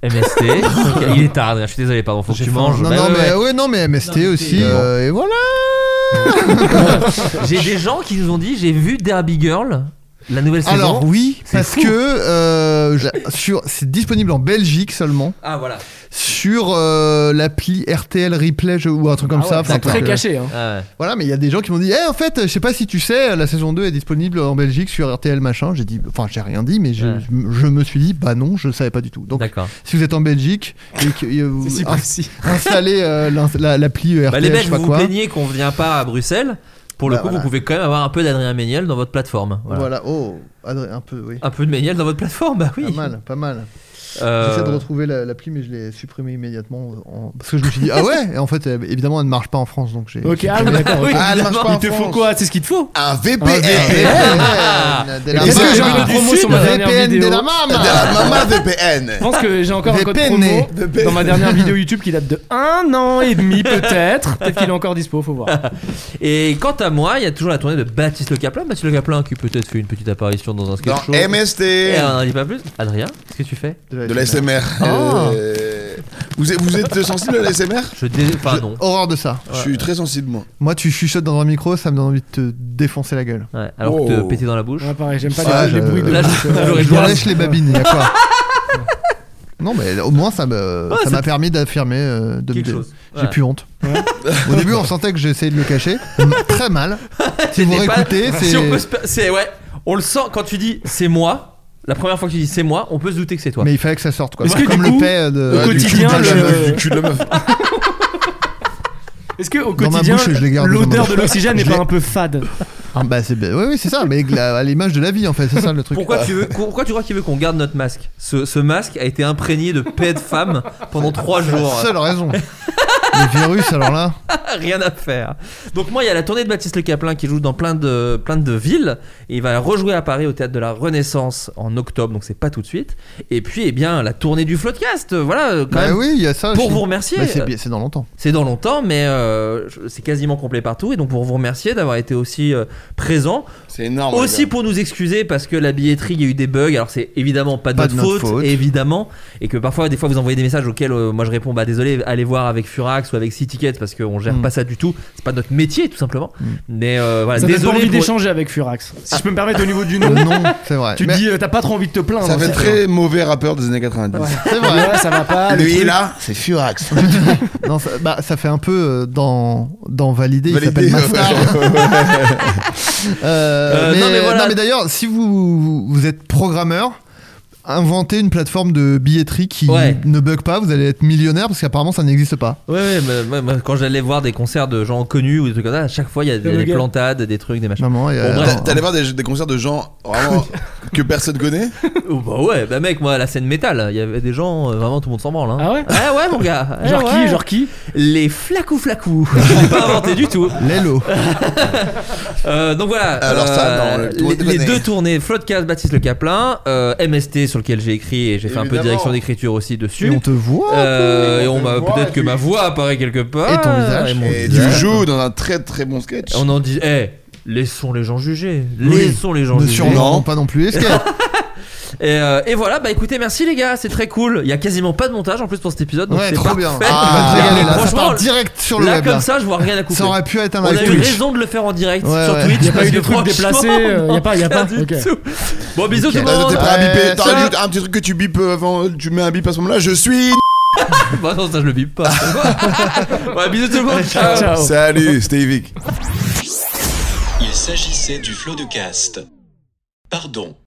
F: MST.
B: [LAUGHS]
F: Donc, il est tard, Adrien. Je suis désolé, pardon. Faut que tu manges.
B: Non,
F: Bah,
B: non,
F: ouais,
B: mais
F: ouais.
B: ouais, non, mais MST aussi.
F: bon.
B: euh, et voilà.
E: [LAUGHS]
B: oh.
F: J'ai des gens qui nous ont dit j'ai vu Derby Girl, la nouvelle saison.
B: Alors oui,
F: c'est
B: parce
F: fou.
B: que euh, je- sur, c'est disponible en Belgique seulement,
F: Ah, voilà.
B: sur euh, l'appli RTL Replay je- ou un truc comme ça. enfin, euh,
E: c'est très
B: que-
E: caché. Hein.
F: Ah, ouais.
B: Voilà, mais il y a des gens qui m'ont dit, eh, en fait, je sais pas si tu sais, la saison 2 est disponible en Belgique sur RTL machin. J'ai dit, enfin, j'ai rien dit, mais je,
F: Ouais.
B: je me suis dit, bah non, je savais pas du tout. Donc,
F: D'accord.
B: si vous êtes en Belgique et que
F: [LAUGHS]
B: euh, vous
E: Si
B: ins-
E: précis.
B: installez euh, l'ins- la- l'appli euh, RTL,
F: Bah, les
B: je
F: Belges,
B: sais pas
F: vous vous
B: quoi.
F: plaignez qu'on ne vient pas à Bruxelles. Pour le
B: Bah,
F: coup,
B: voilà.
F: vous pouvez quand même avoir un peu d'Adrien Méniel dans votre plateforme. Voilà.
B: Voilà. oh, Adrien, un peu, oui.
F: Un peu de Méniel dans votre plateforme, bah oui.
B: Pas mal, pas mal.
F: Euh,
B: J'essaie de retrouver la- l'appli, mais je l'ai supprimée immédiatement euh, en- parce que je me suis dit, ah ouais, et en fait, euh, évidemment, elle ne marche pas en France, donc j'ai.
E: Ok, ah oui, d'accord.
F: Oui,
E: ok.
G: Ah, elle marche pas
E: Il
G: en
E: te faut
G: France.
E: quoi C'est ce qu'il te faut
G: Un
E: Un VPN.
G: VPN.
B: Eh, eh,
F: Ah.
B: eh,
E: Et
B: de la
E: qu'est-ce que
B: mama.
E: j'ai
G: hein.
E: vu de promo sur ma dernière
B: VPN de
E: vidéo
B: la
G: De
B: mama.
G: la maman VPN.
E: Je pense que j'ai encore un code
B: VPN.
E: promo
G: VPN.
E: dans ma dernière vidéo YouTube qui date de un an et
B: [LAUGHS]
E: demi peut-être. Peut-être qu'il est encore dispo, faut voir.
F: Et quant à moi, il y a toujours la tournée de Baptiste Le Caplin. Baptiste Le Caplin qui peut-être fait une petite apparition dans un sketch
G: Dans
F: show.
G: MST.
B: Eh.
F: Et on n'en dit pas plus. Adrien, qu'est-ce que tu fais
G: De l'ASMR.
F: Ah.
G: Euh, Vous êtes, vous êtes sensible à l'ASMR
F: Je dé... Enfin, non.
B: Horreur de ça.
G: Je suis très sensible, moi.
B: Moi, tu chuchotes dans un micro, ça me donne envie de te défoncer la gueule.
F: Ouais, alors que te
G: Oh.
F: péter dans la bouche.
C: Ouais, pareil, j'aime pas
B: Ah,
C: les, les
B: je-
C: bruits de.
F: Là, je- j'aurais
B: Je vous
F: grave-
B: lèche les babines, y a quoi Non, mais au moins, ça me-
F: Ouais,
B: ça
F: c'est-
B: m'a permis d'affirmer. euh, de me-
F: Quelque chose.
B: J'ai
F: Ouais.
B: plus honte. Au début, on sentait que j'essayais de le cacher. Mm, Très mal. Si vous
F: C'était pas- [LAUGHS]
B: réécoutez,
F: si on peut
B: c'est.
F: se pa- c'est ouais, on le sent quand tu dis c'est moi. La première fois que tu dis c'est moi, on peut se douter que c'est toi.
B: Mais il fallait que ça sorte, quoi.
C: Est-ce que
B: Comme
C: du
B: le
C: coup,
B: paix de.
C: au
B: du cul
C: quotidien,
B: de la
C: le-
B: meuf.
G: Du cul de la meuf.
C: Est-ce que au
B: Dans ma
C: quotidien,
B: bouche, je les garde dans ma
C: l'odeur
B: bouche.
C: de l'oxygène n'est
B: Je
C: pas
B: les-
C: un peu fade
B: Ah, bah, c'est oui, oui, c'est ça, mais avec la- à l'image de la vie en fait, c'est ça le truc. [LAUGHS]
F: Pourquoi tu veux Pourquoi tu crois qu'il veut qu'on garde notre masque ce, ce masque a été imprégné de paix de femmes pendant trois jours.
B: Seule raison. Le virus, alors là.
F: [LAUGHS] Rien à faire. Donc moi, il y a la tournée de Baptiste Le Caplin qui joue dans plein de, plein de villes. Et il va rejouer à Paris au théâtre de la Renaissance en octobre, donc c'est pas tout de suite. Et puis, eh bien, la tournée du Floodcast. Voilà, euh, quand
B: Bah
F: même.
B: oui, il y a ça.
F: Pour
B: je-
F: vous remercier.
B: Bah,
C: euh.
B: c'est bien, c'est dans longtemps.
F: C'est dans longtemps, mais euh, je- c'est quasiment complet partout. Et donc pour vous remercier d'avoir été aussi euh, présent,
G: C'est
B: Oh
G: énorme. les
F: aussi
G: gars.
F: pour nous excuser parce que la billetterie, il y a eu des bugs. Alors c'est évidemment pas de,
B: Pas
F: notre,
B: de notre
F: faute,
B: faute.
F: évidemment, et que parfois des fois vous envoyez des messages auxquels euh, moi je réponds bah désolé, allez voir avec Furax ou avec Tickets parce qu'on gère
B: Mm.
F: pas ça du tout. C'est pas notre métier tout simplement. Mais euh, voilà,
C: Ça donne pas
F: désolé.
C: envie
F: pour-
C: d'échanger avec Furax. Si je peux me permettre au niveau du nom,
B: Le nom,
E: [LAUGHS]
B: c'est vrai.
C: tu
B: Mais-
C: dis euh, t'as pas trop envie de te plaindre.
G: Ça fait
C: c'est-
G: très mauvais rappeur des années 90.
B: C'est vrai.
C: Ouais, ça va pas. le truc.
G: là, c'est Furax.
B: [LAUGHS] Non, ça, bah, ça fait un peu euh, dans, dans Validé, il
G: Validé,
B: s'appelle Master.
G: [LAUGHS]
B: [LAUGHS]
F: Euh, non, mais voilà.
B: non, mais d'ailleurs, si vous, vous êtes programmeur, inventez une plateforme de billetterie qui
F: Ouais.
B: ne bug pas, vous allez être millionnaire parce qu'apparemment ça n'existe pas.
F: Ouais, ouais, mais- moi, moi, quand j'allais voir des concerts de gens connus ou des trucs comme ça, à chaque fois il y a des,
C: le
F: des
C: gars.
F: plantades, des trucs,
B: [LAUGHS]
F: des machins.
B: Maman, et,
F: Bon,
B: euh,
F: bref,
G: T'as- T'allais voir des, des concerts de gens vraiment que personne connaît
F: Oh, bah ouais, bah mec, moi, la scène métal, il y avait des gens, euh, vraiment tout le monde s'en branle. Hein.
C: Ah ouais
F: Ah ouais, mon gars Eh
C: Genre
F: ouais.
C: qui Genre qui
F: Les flacou flacou [LAUGHS] Je l'ai pas inventé du tout
B: Lelo.
F: Ah, Euh, Donc voilà, euh,
G: Alors ça, non, le- tout le monde
F: les, les
G: connaît.
F: deux tournées, Floodcast, Baptiste Le Caplin, euh, MST sur lequel j'ai écrit et j'ai fait un peu de
G: Évidemment.
F: direction d'écriture aussi
B: Et
F: dessus.
B: on te voit.
F: Euh, et on
G: On
F: m'a
G: te voit,
F: peut-être que
G: tu-
F: ma voix apparaît quelque part.
B: Et ton visage.
F: mon
G: Et tu
F: visage.
G: joues dans un très très bon sketch.
F: On en dit, eh, laissons les gens juger.
B: Oui.
F: Laissons les gens
B: Ne
F: juger.
B: surnomment pas non plus. Est-ce qu'elle-
F: Et, euh, et voilà, bah écoutez, merci les gars, c'est très cool. Il y a quasiment pas de montage en plus pour cet épisode. Donc
B: Ouais,
F: c'est
B: trop
F: parfait.
B: bien.
F: Ah,
B: Ah, tu vas te régaler, là. Ça
F: franchement,
B: part direct sur le
F: là,
B: web.
F: comme
B: là.
F: ça, je vois rien à couper.
B: Ça aurait pu être un
F: On a
B: live
F: eu
B: Twitch.
F: raison de le faire en direct
B: Ouais,
F: sur
B: ouais.
F: Twitch.
C: Y a pas
F: parce
C: eu de
F: que
C: truc
F: franchement,
C: déplacé, euh, y a pas-
F: [LAUGHS]
C: y a
F: rien
C: pas,
F: du
C: ok.
F: tout. Bon, bisous
B: Ok.
F: tout le
G: Ah,
F: monde.
G: T'es prêt à
B: Ouais,
F: Euh,
G: biper T'as
B: ça-
F: [LAUGHS]
G: rajoutes un petit truc que tu bipes euh, avant, tu mets un bip à ce moment-là. Je suis.
F: Bah non, ça je le bip [LAUGHS] pas. ouais, bisous tout le monde. Ciao.
E: Oh.
B: Euh,
C: Ciao.
G: Salut, c'était Evic.
A: Il s'agissait du flot de cast. Pardon.